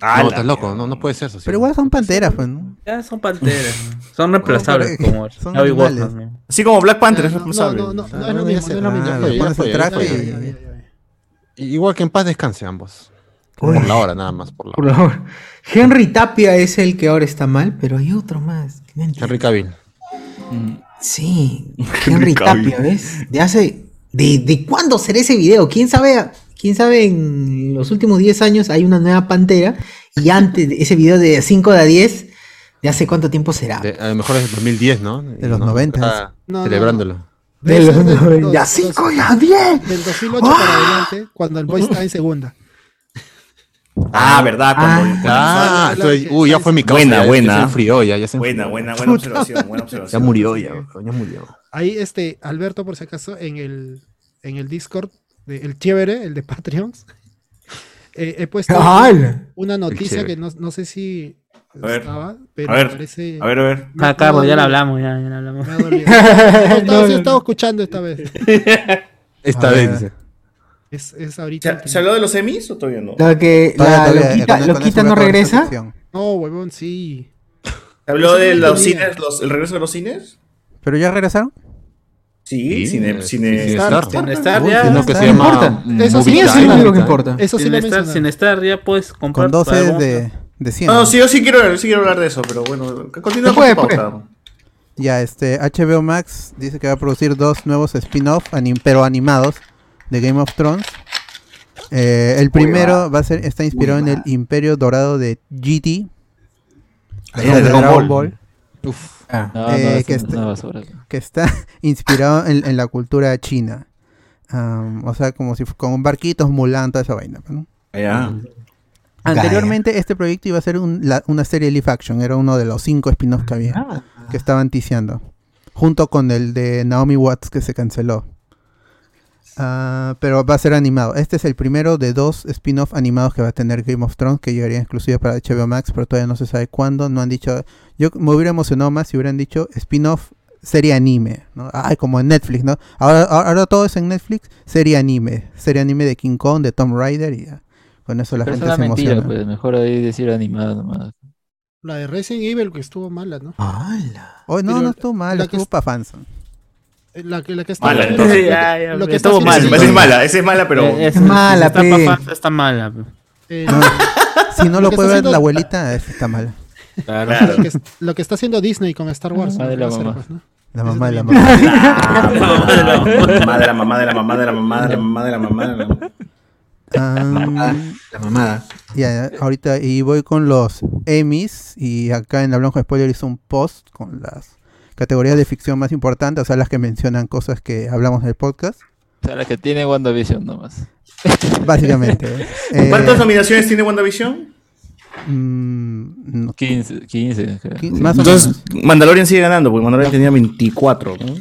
[SPEAKER 5] No,
[SPEAKER 7] ¡Hala!
[SPEAKER 5] estás loco. No, no puede ser eso. sí.
[SPEAKER 3] Pero igual son panteras, pues, ¿no?
[SPEAKER 6] Ya son panteras. Son reemplazables
[SPEAKER 3] Son-
[SPEAKER 6] como
[SPEAKER 3] son
[SPEAKER 6] Navi
[SPEAKER 3] animales.
[SPEAKER 6] Wolfman, ¿no?
[SPEAKER 7] Así como Black Panther es
[SPEAKER 10] Ah, No,
[SPEAKER 7] responsable.
[SPEAKER 10] no, no, no,
[SPEAKER 5] Ah,
[SPEAKER 10] no es lo
[SPEAKER 5] bueno, ya
[SPEAKER 10] mismo.
[SPEAKER 5] sé,
[SPEAKER 10] no es
[SPEAKER 5] ah,
[SPEAKER 10] lo mismo.
[SPEAKER 5] ya
[SPEAKER 3] le
[SPEAKER 5] fue,
[SPEAKER 3] pones
[SPEAKER 5] fue,
[SPEAKER 3] el
[SPEAKER 5] ya
[SPEAKER 3] traje
[SPEAKER 5] fue.
[SPEAKER 3] y-
[SPEAKER 10] Ya, ya, ya, ya.
[SPEAKER 5] Igual que en paz descanse ambos.
[SPEAKER 4] Uy.
[SPEAKER 5] Por la hora, nada más. Por la
[SPEAKER 4] Por
[SPEAKER 5] hora.
[SPEAKER 4] favor. Henry Tapia es el que ahora está mal, pero hay otro más. que no entiendo.
[SPEAKER 5] Henry Cavill.
[SPEAKER 4] Sí, Henry Tapia, ¿ves? De hace. ¿De, de cuándo será ese video? ¿Quién sabe? ¿Quién sabe? En los últimos 10 años hay una nueva pantera. Y antes, de ese video de 5 de a 10, ¿de hace cuánto tiempo será?
[SPEAKER 5] De- a lo mejor es 2010, ¿no?
[SPEAKER 3] De los 90.
[SPEAKER 5] está
[SPEAKER 10] No, no,
[SPEAKER 5] celebrándolo.
[SPEAKER 4] De los
[SPEAKER 10] Del-
[SPEAKER 4] noven-
[SPEAKER 10] del-
[SPEAKER 4] de a 5 de a 10.
[SPEAKER 10] Del 2008 para adelante, cuando el boy está en segunda.
[SPEAKER 7] Ah, verdad. Cuando,
[SPEAKER 5] Ah,
[SPEAKER 10] Ah,
[SPEAKER 5] estoy-
[SPEAKER 10] claro,
[SPEAKER 5] uy, ya
[SPEAKER 10] sí,
[SPEAKER 5] fue mi
[SPEAKER 7] sí.
[SPEAKER 5] causa.
[SPEAKER 7] Buena,
[SPEAKER 5] ya- ya
[SPEAKER 7] buena.
[SPEAKER 5] Se enfrió, ya, ya se
[SPEAKER 7] Buena,
[SPEAKER 5] enfrió.
[SPEAKER 7] buena, buena observación, buena
[SPEAKER 5] Ya
[SPEAKER 7] observación.
[SPEAKER 5] murió, ya, weón, ya murió.
[SPEAKER 10] Ahí, este, Alberto, por si acaso, en el, en el Discord, de- el chévere, el de Patreons, eh, he puesto
[SPEAKER 4] ¡Al!
[SPEAKER 10] una noticia
[SPEAKER 5] chévere.
[SPEAKER 10] que no, no sé si
[SPEAKER 7] A ver,
[SPEAKER 10] estaba, pero
[SPEAKER 7] a ver,
[SPEAKER 10] parece.
[SPEAKER 7] A ver, a ver.
[SPEAKER 10] me-
[SPEAKER 6] Ah, Carlos,
[SPEAKER 10] me
[SPEAKER 6] ya
[SPEAKER 10] ha
[SPEAKER 6] lo
[SPEAKER 10] dolido,
[SPEAKER 6] hablamos, ya, ya lo hablamos.
[SPEAKER 10] me ha dolido. No, estaba- sí, estaba escuchando esta vez.
[SPEAKER 5] Esta
[SPEAKER 3] A ver.
[SPEAKER 5] vez. dice.
[SPEAKER 10] Es, es ahorita.
[SPEAKER 7] ¿Se, se habló de los semis o todavía no?
[SPEAKER 4] La que
[SPEAKER 3] Todavía-
[SPEAKER 4] la
[SPEAKER 3] todavía,
[SPEAKER 4] loquita,
[SPEAKER 3] con- con
[SPEAKER 4] loquita
[SPEAKER 3] eso
[SPEAKER 4] no
[SPEAKER 3] voy a acabar esta
[SPEAKER 4] regresa.
[SPEAKER 3] sección.
[SPEAKER 10] No, huevón, sí.
[SPEAKER 7] ¿Se habló
[SPEAKER 10] Eso
[SPEAKER 7] de
[SPEAKER 10] no
[SPEAKER 7] los
[SPEAKER 10] entendía.
[SPEAKER 7] cines, los- el regreso de los cines?
[SPEAKER 3] ¿Pero ya regresaron?
[SPEAKER 7] Sí,
[SPEAKER 5] Sí,
[SPEAKER 7] cine,
[SPEAKER 5] sí,
[SPEAKER 7] cine,
[SPEAKER 5] sí,
[SPEAKER 7] Star.
[SPEAKER 5] Star.
[SPEAKER 6] Cinestar,
[SPEAKER 3] Uy,
[SPEAKER 6] ya.
[SPEAKER 5] Sino que
[SPEAKER 3] está
[SPEAKER 5] se
[SPEAKER 3] bien.
[SPEAKER 5] llama.
[SPEAKER 10] Eso sí,
[SPEAKER 5] Movie
[SPEAKER 10] eso
[SPEAKER 4] Eso es
[SPEAKER 10] sí
[SPEAKER 4] lo
[SPEAKER 5] Time.
[SPEAKER 4] único que importa.
[SPEAKER 10] Eso sí lo
[SPEAKER 6] Cinestar,
[SPEAKER 10] mencionaron.
[SPEAKER 6] Cinestar, ya puedes comprar.
[SPEAKER 3] Con 12
[SPEAKER 6] para-
[SPEAKER 3] de, de 100.
[SPEAKER 7] No, no, sí, yo sí quiero, sí quiero hablar de eso, pero bueno, continúa con
[SPEAKER 4] Puede,
[SPEAKER 7] tu pauta.
[SPEAKER 3] Ya, este, HBO Max dice que va a producir dos nuevos spin-off, anim- pero animados, de Game of Thrones. Eh, el primero va a ser, está inspirado en el Imperio Dorado de GT,
[SPEAKER 5] Ah,
[SPEAKER 3] de Dragon Ball,
[SPEAKER 5] Uf.
[SPEAKER 4] Ah,
[SPEAKER 9] No, no,
[SPEAKER 3] Eh,
[SPEAKER 9] es
[SPEAKER 3] que
[SPEAKER 9] una
[SPEAKER 3] este-
[SPEAKER 9] basura.
[SPEAKER 3] que está inspirado en, en la cultura china. Am, o sea, como si fu- con barquitos, Mulan, toda esa vaina. pues, ¿no?
[SPEAKER 7] Ya.
[SPEAKER 3] Anteriormente este proyecto iba a ser un- la- una serie live action, era uno de los cinco spin-offs que había, que estaban ticiando, junto con el de Naomi Watts que se canceló. Ah, pero va a ser animado. Este es el primero de dos spin-off animados que va a tener Game of Thrones, que llegaría exclusiva para HBO Max, pero todavía no se sabe cuándo. No han dicho. Yo me hubiera emocionado más si hubieran dicho spin-off serie anime, ¿no? Ay, como en Netflix, ¿no? Ahora, ahora todo es en Netflix, serie anime, serie anime de King Kong, de Tom Rider y ya. Con eso la
[SPEAKER 9] Pero
[SPEAKER 3] gente
[SPEAKER 9] es
[SPEAKER 3] se
[SPEAKER 9] una mentira,
[SPEAKER 3] emociona.
[SPEAKER 9] pues, mejor ahí decir animada nomás.
[SPEAKER 10] La de Resident Evil que estuvo mala, ¿no?
[SPEAKER 3] Hoy Pues no,
[SPEAKER 10] Pero
[SPEAKER 3] no estuvo mal,
[SPEAKER 10] la que
[SPEAKER 3] estuvo para fans.
[SPEAKER 10] La que, la que está
[SPEAKER 7] Mala, entonces.
[SPEAKER 10] lo, lo que está
[SPEAKER 8] estuvo
[SPEAKER 10] haciendo
[SPEAKER 8] mal,
[SPEAKER 10] Silent
[SPEAKER 7] Esa es
[SPEAKER 8] entonces.
[SPEAKER 10] Hill,
[SPEAKER 7] mala, esa es mala, pero.
[SPEAKER 6] Eh, es-
[SPEAKER 4] Es mala,
[SPEAKER 6] está,
[SPEAKER 4] pe.
[SPEAKER 6] papá, está mala. pe.
[SPEAKER 10] eh,
[SPEAKER 3] No, Si no
[SPEAKER 10] Lo
[SPEAKER 3] lo
[SPEAKER 10] que
[SPEAKER 3] puede
[SPEAKER 10] está
[SPEAKER 3] ver la
[SPEAKER 10] haciendo-
[SPEAKER 3] abuelita, eso está mal.
[SPEAKER 6] Claro.
[SPEAKER 7] Claro.
[SPEAKER 10] lo, que, lo que está haciendo Disney con Star Wars.
[SPEAKER 9] Ah, de la
[SPEAKER 10] ¿no?
[SPEAKER 9] mamá.
[SPEAKER 10] Pues, ¿no?
[SPEAKER 3] La
[SPEAKER 10] Eso
[SPEAKER 3] mamá de la
[SPEAKER 10] también.
[SPEAKER 3] mamá.
[SPEAKER 7] Mamá de la mamá de la mamá de la mamá de la mamá de la mamá de la mamá.
[SPEAKER 3] Ah,
[SPEAKER 8] La mamada.
[SPEAKER 3] ya, ahorita y voy con los Emmys y acá en la Blanco de Spoiler hizo un post con las categorías de ficción más importantes, o sea, las que mencionan cosas que hablamos en el podcast,
[SPEAKER 9] O sea, la que tiene WandaVision nomás.
[SPEAKER 3] básicamente. ¿eh? Eh,
[SPEAKER 7] ¿Cuántas nominaciones tiene WandaVision?
[SPEAKER 3] mm, no,
[SPEAKER 9] 15, 15 creo.
[SPEAKER 3] qui- más o menos.
[SPEAKER 7] Entonces, Mandalorian sigue ganando, porque Mandalorian tenía 24. ¿no?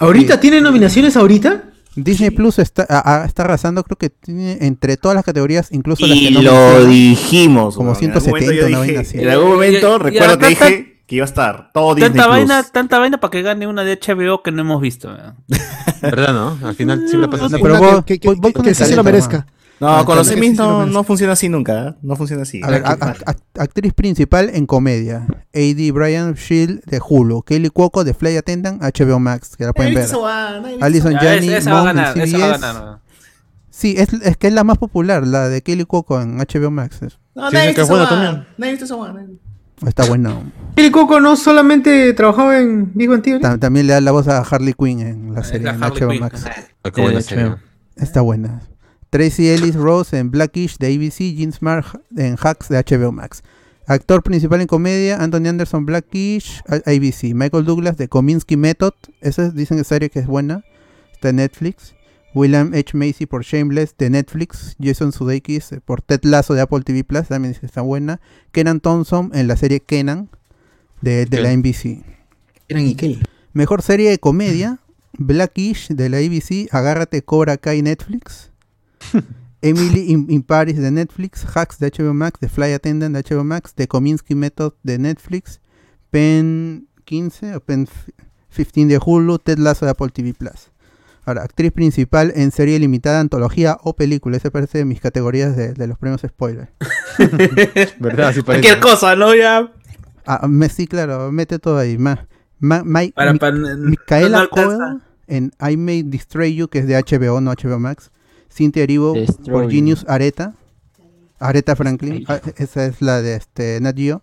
[SPEAKER 4] ¿Ahorita tiene nominaciones ahorita?
[SPEAKER 3] Disney Plus está, a- a- está arrasando, creo que tiene entre todas las categorías, incluso las que
[SPEAKER 7] Y
[SPEAKER 3] no
[SPEAKER 7] lo
[SPEAKER 3] menciona.
[SPEAKER 7] dijimos.
[SPEAKER 3] Como
[SPEAKER 7] weón. En algún
[SPEAKER 3] 170,
[SPEAKER 7] momento
[SPEAKER 3] una
[SPEAKER 7] yo dije-
[SPEAKER 3] vaina así.
[SPEAKER 7] En algún
[SPEAKER 6] Y-
[SPEAKER 7] momento,
[SPEAKER 6] y-
[SPEAKER 7] recuerdo que
[SPEAKER 6] y-
[SPEAKER 7] dije que iba a estar todo Disney
[SPEAKER 6] Tanta
[SPEAKER 7] Plus.
[SPEAKER 6] vaina, tanta vaina para que gane una de HBO que no hemos visto. ¿verdad?
[SPEAKER 5] ¿Verdad, no? Al final siempre pasa así.
[SPEAKER 3] No, pero
[SPEAKER 10] Una
[SPEAKER 3] voy-
[SPEAKER 10] que, que-
[SPEAKER 3] voy- voy
[SPEAKER 10] que
[SPEAKER 3] con el
[SPEAKER 10] sí se lo
[SPEAKER 3] talento,
[SPEAKER 10] merezca.
[SPEAKER 7] No, con los
[SPEAKER 10] Sí,
[SPEAKER 7] semis
[SPEAKER 10] sí, lo
[SPEAKER 7] no,
[SPEAKER 10] merece.
[SPEAKER 7] no funciona así nunca. ¿eh? No funciona así.
[SPEAKER 3] A ver, a- a- a- actriz principal en comedia. A.D. Brian Shield de Hulu. Kelly Cuoco de Fly Attendant, HBO Max, que la pueden ver. Alison
[SPEAKER 6] Ya, es-
[SPEAKER 3] Janney,
[SPEAKER 6] Ah, esa va a
[SPEAKER 3] Monk en
[SPEAKER 6] ganar, esa va a
[SPEAKER 3] CBS.
[SPEAKER 6] ganar.
[SPEAKER 3] Sí, es, es que es la más popular, la de Kelly Cuoco en HBO Max. Es-
[SPEAKER 7] No,
[SPEAKER 5] Sí,
[SPEAKER 7] nadie
[SPEAKER 5] dicen que
[SPEAKER 7] viste
[SPEAKER 5] es buena
[SPEAKER 7] esa
[SPEAKER 5] también.
[SPEAKER 7] vaina. Nadie viste esa vaina.
[SPEAKER 10] Ah,
[SPEAKER 3] Está buena.
[SPEAKER 4] El Coco no solamente trabajaba en Big Bang Theory.
[SPEAKER 3] Ta- también le da la voz a Harley Quinn en
[SPEAKER 5] Eh,
[SPEAKER 3] la serie
[SPEAKER 6] la
[SPEAKER 3] en
[SPEAKER 6] Harley
[SPEAKER 3] HBO
[SPEAKER 6] Quinn.
[SPEAKER 3] Max.
[SPEAKER 5] Ah, qué buena
[SPEAKER 9] Eh,
[SPEAKER 5] serie.
[SPEAKER 9] HBO.
[SPEAKER 3] Está buena. Tracy Ellis Rose en Blackish de ABC, Jean Smart en Hacks de HBO Max. Actor principal en comedia, Anthony Anderson Blackish, a- ABC. Michael Douglas de Kominsky Method. Esa es- dicen que es serie que es buena. Está en Netflix. William H. Macy por Shameless de Netflix. Jason Sudeikis eh, por Ted Lasso de Apple TV Plus. También dice que está buena. Kenan Thompson en la serie Kenan de, de la NBC.
[SPEAKER 8] Eran y Kelly.
[SPEAKER 3] Mejor serie de comedia, Blackish de la ABC, Agárrate Cobra Kai Netflix, Emily in, in Paris de Netflix, Hacks de HBO Max, The Fly Attendant de HBO Max, The Kominsky Method de Netflix, Pen 15 o Pen 15 de Hulu, Ted Lasso de Apple TV Plus. Ahora, actriz principal en serie limitada, antología o película. Esa parece de mis categorías de, de los premios spoiler.
[SPEAKER 5] ¿Verdad? Así parece.
[SPEAKER 6] Cualquier cosa, ¿no? Ya.
[SPEAKER 3] Ah, me- sí, claro, mete todo ahí. Ma, ma- Mike-
[SPEAKER 6] Para,
[SPEAKER 3] Mi-
[SPEAKER 6] para,
[SPEAKER 3] Micaela
[SPEAKER 6] no alcanza.
[SPEAKER 3] Coel en I May Destroy You, que es de HBO, no HBO Max. Cintia Erivo
[SPEAKER 9] Destroy
[SPEAKER 3] por
[SPEAKER 9] You.
[SPEAKER 3] Genius Areta. Areta Franklin. Ah, esa es la de este, Nat Geo,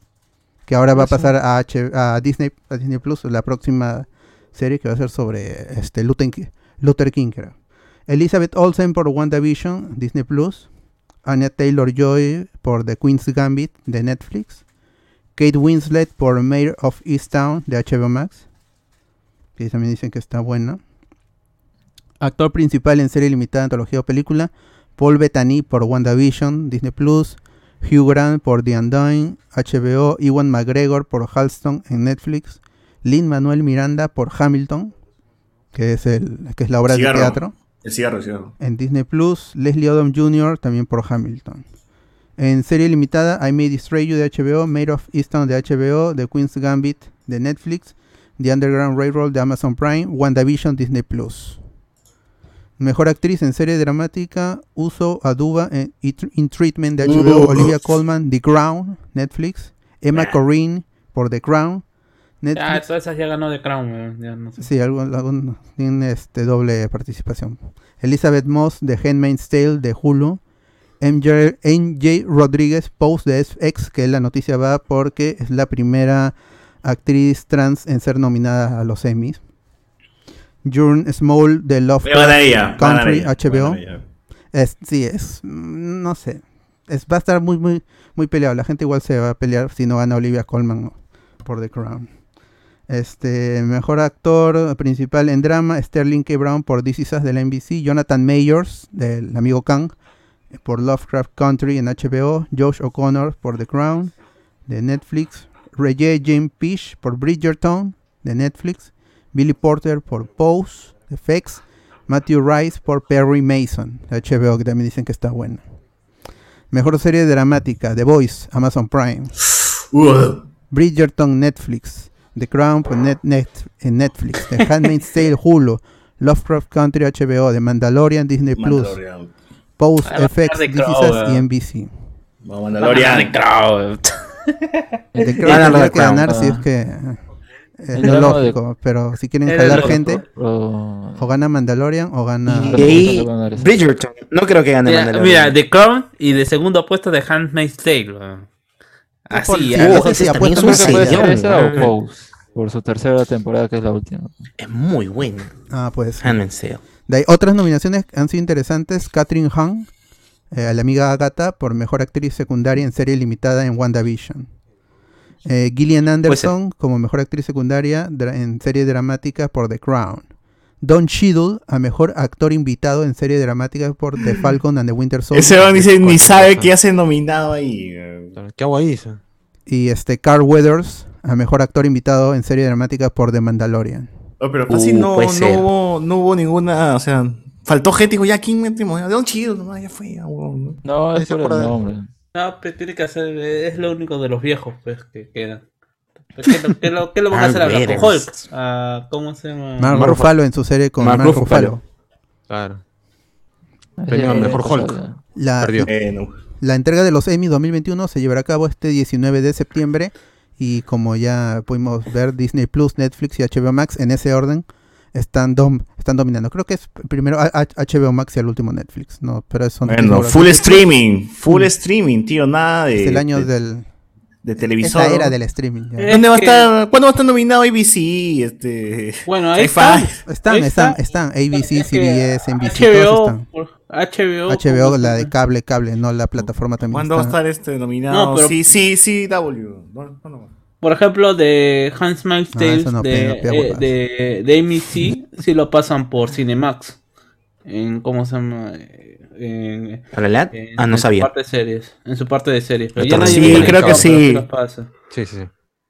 [SPEAKER 3] que ahora va a pasar a, H- a Disney a Disney Plus, la próxima serie que va a ser sobre este, Luther, Ki- Luther King. creo. Elizabeth Olsen por WandaVision, Disney Plus. Anya Taylor-Joy por The Queen's Gambit de Netflix. Kate Winslet por Mayor of Easttown de HBO Max. Que también dicen que está buena. Actor principal en serie limitada, antología o película. Paul Bettany por WandaVision, Disney Plus. Hugh Grant por The Undying, HBO. Iwan McGregor por Halston en Netflix. Lin Manuel Miranda por Hamilton, que es, el, que es la obra
[SPEAKER 7] Cigarro.
[SPEAKER 3] de teatro.
[SPEAKER 7] El cigarro, el cigarro.
[SPEAKER 3] En Disney Plus, Leslie Odom Jr. también por Hamilton. En serie limitada, I May Destroy You de HBO, Made of Easton de HBO, The Queen's Gambit de Netflix, The Underground Railroad de Amazon Prime, WandaVision Disney Plus. Mejor actriz en serie dramática, Uso Aduba en I- In Treatment de HBO, Olivia Colman, The Crown, Netflix, Emma Corrin por The Crown,
[SPEAKER 6] Ya,
[SPEAKER 3] Netflix.
[SPEAKER 6] Ah, todas esas ya ganó de Crown, weón, ya no sé.
[SPEAKER 3] Sí, algún, algún- tiene este doble participación. Elizabeth Moss de Handmaid's Tale de Hulu. MJ, MJ Rodríguez Post de FX, que la noticia va porque es la primera actriz trans en ser nominada a los Emmys. June Small de
[SPEAKER 7] Van a
[SPEAKER 3] Lovecraft.
[SPEAKER 7] ella. van a
[SPEAKER 3] Country,
[SPEAKER 7] ella,
[SPEAKER 3] HBO.
[SPEAKER 7] van a ella.
[SPEAKER 3] Es, sí, es. mm, No sé. Es, va a estar muy, muy, muy peleado. La gente igual se va a pelear si no gana Olivia Colman ¿no? por The Crown. Este, mejor actor principal en drama, Sterling K. Brown por This Is Us de la NBC, Jonathan Mayors del amigo Kang por Lovecraft Country en HBO, Josh O'Connor por The Crown de Netflix, Regé James Pish por Bridgerton de Netflix, Billy Porter por Pose de FX, Matthew Rice por Perry Mason de HBO que también dicen que está buena. Mejor serie dramática, The Voice, Amazon Prime.
[SPEAKER 7] Uh,
[SPEAKER 3] Bridgerton Netflix, The Crown por Net- Net- en Netflix, The Handmaid's Tale Hulu, Lovecraft Country HBO, The Mandalorian Disney Plus,
[SPEAKER 7] Mandalorian.
[SPEAKER 3] Pose,
[SPEAKER 6] Ah, la
[SPEAKER 3] FX,
[SPEAKER 6] de
[SPEAKER 3] This
[SPEAKER 6] Crow,
[SPEAKER 3] Is Us
[SPEAKER 6] weón.
[SPEAKER 3] y NBC.
[SPEAKER 7] Vamos, Mandalorian.
[SPEAKER 3] El de Crow
[SPEAKER 8] Van a
[SPEAKER 3] tendría
[SPEAKER 8] Red
[SPEAKER 3] que ganar
[SPEAKER 9] Crown,
[SPEAKER 3] si es
[SPEAKER 9] ah.
[SPEAKER 3] que eh, es
[SPEAKER 9] El
[SPEAKER 3] lo
[SPEAKER 9] drama de-
[SPEAKER 3] lógico, pero si quieren
[SPEAKER 6] El
[SPEAKER 3] jalar
[SPEAKER 6] drama de
[SPEAKER 3] gente, o gana Mandalorian o gana...
[SPEAKER 8] Y de ahí,
[SPEAKER 9] Creo que van a-
[SPEAKER 8] Bridgerton. No creo que gane
[SPEAKER 6] Mira,
[SPEAKER 8] Mandalorian.
[SPEAKER 6] mira, The Crown y de segundo puesto de Handmaid's Tale. weón.
[SPEAKER 3] por-
[SPEAKER 6] Así,
[SPEAKER 3] sí,
[SPEAKER 6] ah,
[SPEAKER 3] ojo,
[SPEAKER 6] ese
[SPEAKER 3] sí,
[SPEAKER 6] es
[SPEAKER 8] apuesta
[SPEAKER 6] también
[SPEAKER 8] es
[SPEAKER 6] es un
[SPEAKER 8] un
[SPEAKER 9] Creo que puede ser
[SPEAKER 8] Poseidón,
[SPEAKER 9] esa o
[SPEAKER 6] weón.
[SPEAKER 9] Pose, por su tercera temporada, que es la última.
[SPEAKER 8] Es muy bueno.
[SPEAKER 3] Ah, pues.
[SPEAKER 8] Handmaid's Tale.
[SPEAKER 3] De ahí, otras nominaciones que han sido interesantes. Catherine Hahn, eh, la amiga Agatha, por Mejor Actriz Secundaria en Serie Limitada en WandaVision. Eh,
[SPEAKER 7] Pues,
[SPEAKER 3] Gillian Anderson como Mejor Actriz Secundaria dra- en Serie Dramática por The Crown. Don Cheadle a Mejor Actor Invitado en Serie Dramática por The Falcon and the Winter Soldier.
[SPEAKER 7] Ese weón dice, ni sabe qué hace nominado ahí.
[SPEAKER 5] ¿Qué hago ahí? Dice.
[SPEAKER 3] Y este Carl Weathers a Mejor Actor Invitado en Serie Dramática por The Mandalorian.
[SPEAKER 5] Mm.
[SPEAKER 7] Oh, pero casi
[SPEAKER 8] Uh,
[SPEAKER 7] no,
[SPEAKER 8] puede
[SPEAKER 7] no,
[SPEAKER 8] ser.
[SPEAKER 7] hubo, no hubo ninguna, o sea, faltó gente, dijo, ya, ¿quién metimos? De un chido, nomás, ya fue, ya, huevón, ¿no?
[SPEAKER 9] No,
[SPEAKER 5] Ahí
[SPEAKER 9] es
[SPEAKER 5] se
[SPEAKER 9] por el
[SPEAKER 5] acuerdan.
[SPEAKER 9] nombre.
[SPEAKER 6] No, pero tiene que hacer, eh, es lo único de los viejos pues, que quedan. Pues, ¿Qué, lo- qué lo, qué lo van a hacer ahora? ¿Con Hulk? Ah, ¿Cómo se llama?
[SPEAKER 3] Mark
[SPEAKER 5] Mark
[SPEAKER 3] Ruffalo en su serie con
[SPEAKER 8] Mark
[SPEAKER 3] Mark,
[SPEAKER 8] Ruffalo.
[SPEAKER 3] Ruffalo.
[SPEAKER 5] Claro.
[SPEAKER 9] Ya,
[SPEAKER 5] Premio
[SPEAKER 9] ya,
[SPEAKER 5] mejor
[SPEAKER 9] ya,
[SPEAKER 5] Hulk.
[SPEAKER 9] ya.
[SPEAKER 3] La,
[SPEAKER 5] Perdió.
[SPEAKER 7] Eh, no.
[SPEAKER 3] La entrega de los Emmy 2021 se llevará a cabo este 19 de septiembre y como ya pudimos ver, Disney Plus, Netflix y HBO Max en ese orden están, dom- están dominando. Creo que es primero a- a- HBO Max y el último Netflix, ¿no? Pero eso no
[SPEAKER 7] Bueno,
[SPEAKER 3] tengo
[SPEAKER 7] full
[SPEAKER 3] la-
[SPEAKER 7] streaming, full streaming, tío, nada de,
[SPEAKER 3] Mm. es el año
[SPEAKER 7] de,
[SPEAKER 3] del...
[SPEAKER 7] de
[SPEAKER 3] Es
[SPEAKER 7] televisor.
[SPEAKER 3] la era del streaming. ya.
[SPEAKER 6] Eh,
[SPEAKER 7] ¿Dónde va a
[SPEAKER 6] Es que-
[SPEAKER 7] estar, ¿Cuándo va a estar nominado ABC? Este,
[SPEAKER 6] Bueno, ahí
[SPEAKER 7] Sci-Fi?
[SPEAKER 6] está.
[SPEAKER 3] Están,
[SPEAKER 6] Ahí
[SPEAKER 3] están,
[SPEAKER 6] está.
[SPEAKER 3] están. ABC,
[SPEAKER 6] Es que
[SPEAKER 3] CBS, NBC, todos
[SPEAKER 6] HBO,
[SPEAKER 3] están.
[SPEAKER 6] por- HBO,
[SPEAKER 3] HBO,
[SPEAKER 6] por-
[SPEAKER 3] la de cable, cable, no la plataforma también.
[SPEAKER 7] ¿Cuándo va a
[SPEAKER 3] está.
[SPEAKER 7] estar este nominado?
[SPEAKER 6] No, pero-
[SPEAKER 7] Sí, sí, sí, W. ¿Cuándo- cuándo va?
[SPEAKER 6] Por ejemplo, de Hans Miles
[SPEAKER 3] Ah,
[SPEAKER 6] Tales,
[SPEAKER 3] eso no,
[SPEAKER 6] de,
[SPEAKER 3] pega, pega
[SPEAKER 6] eh,
[SPEAKER 3] huevadas.
[SPEAKER 6] de, de AMC, si lo pasan por Cinemax. En, ¿Cómo se llama? Eh, En,
[SPEAKER 8] ¿Para la LAT?
[SPEAKER 6] en-
[SPEAKER 8] Ah, no
[SPEAKER 6] en Su
[SPEAKER 8] sabía.
[SPEAKER 6] parte de series, en su parte de series. Pero
[SPEAKER 8] Lo
[SPEAKER 6] ya
[SPEAKER 8] está
[SPEAKER 6] nadie
[SPEAKER 8] recibiendo.
[SPEAKER 6] ve
[SPEAKER 8] Sí, creo
[SPEAKER 6] televisión,
[SPEAKER 8] que
[SPEAKER 6] pero
[SPEAKER 7] sí.
[SPEAKER 6] lo pasa.
[SPEAKER 5] Sí, sí, sí.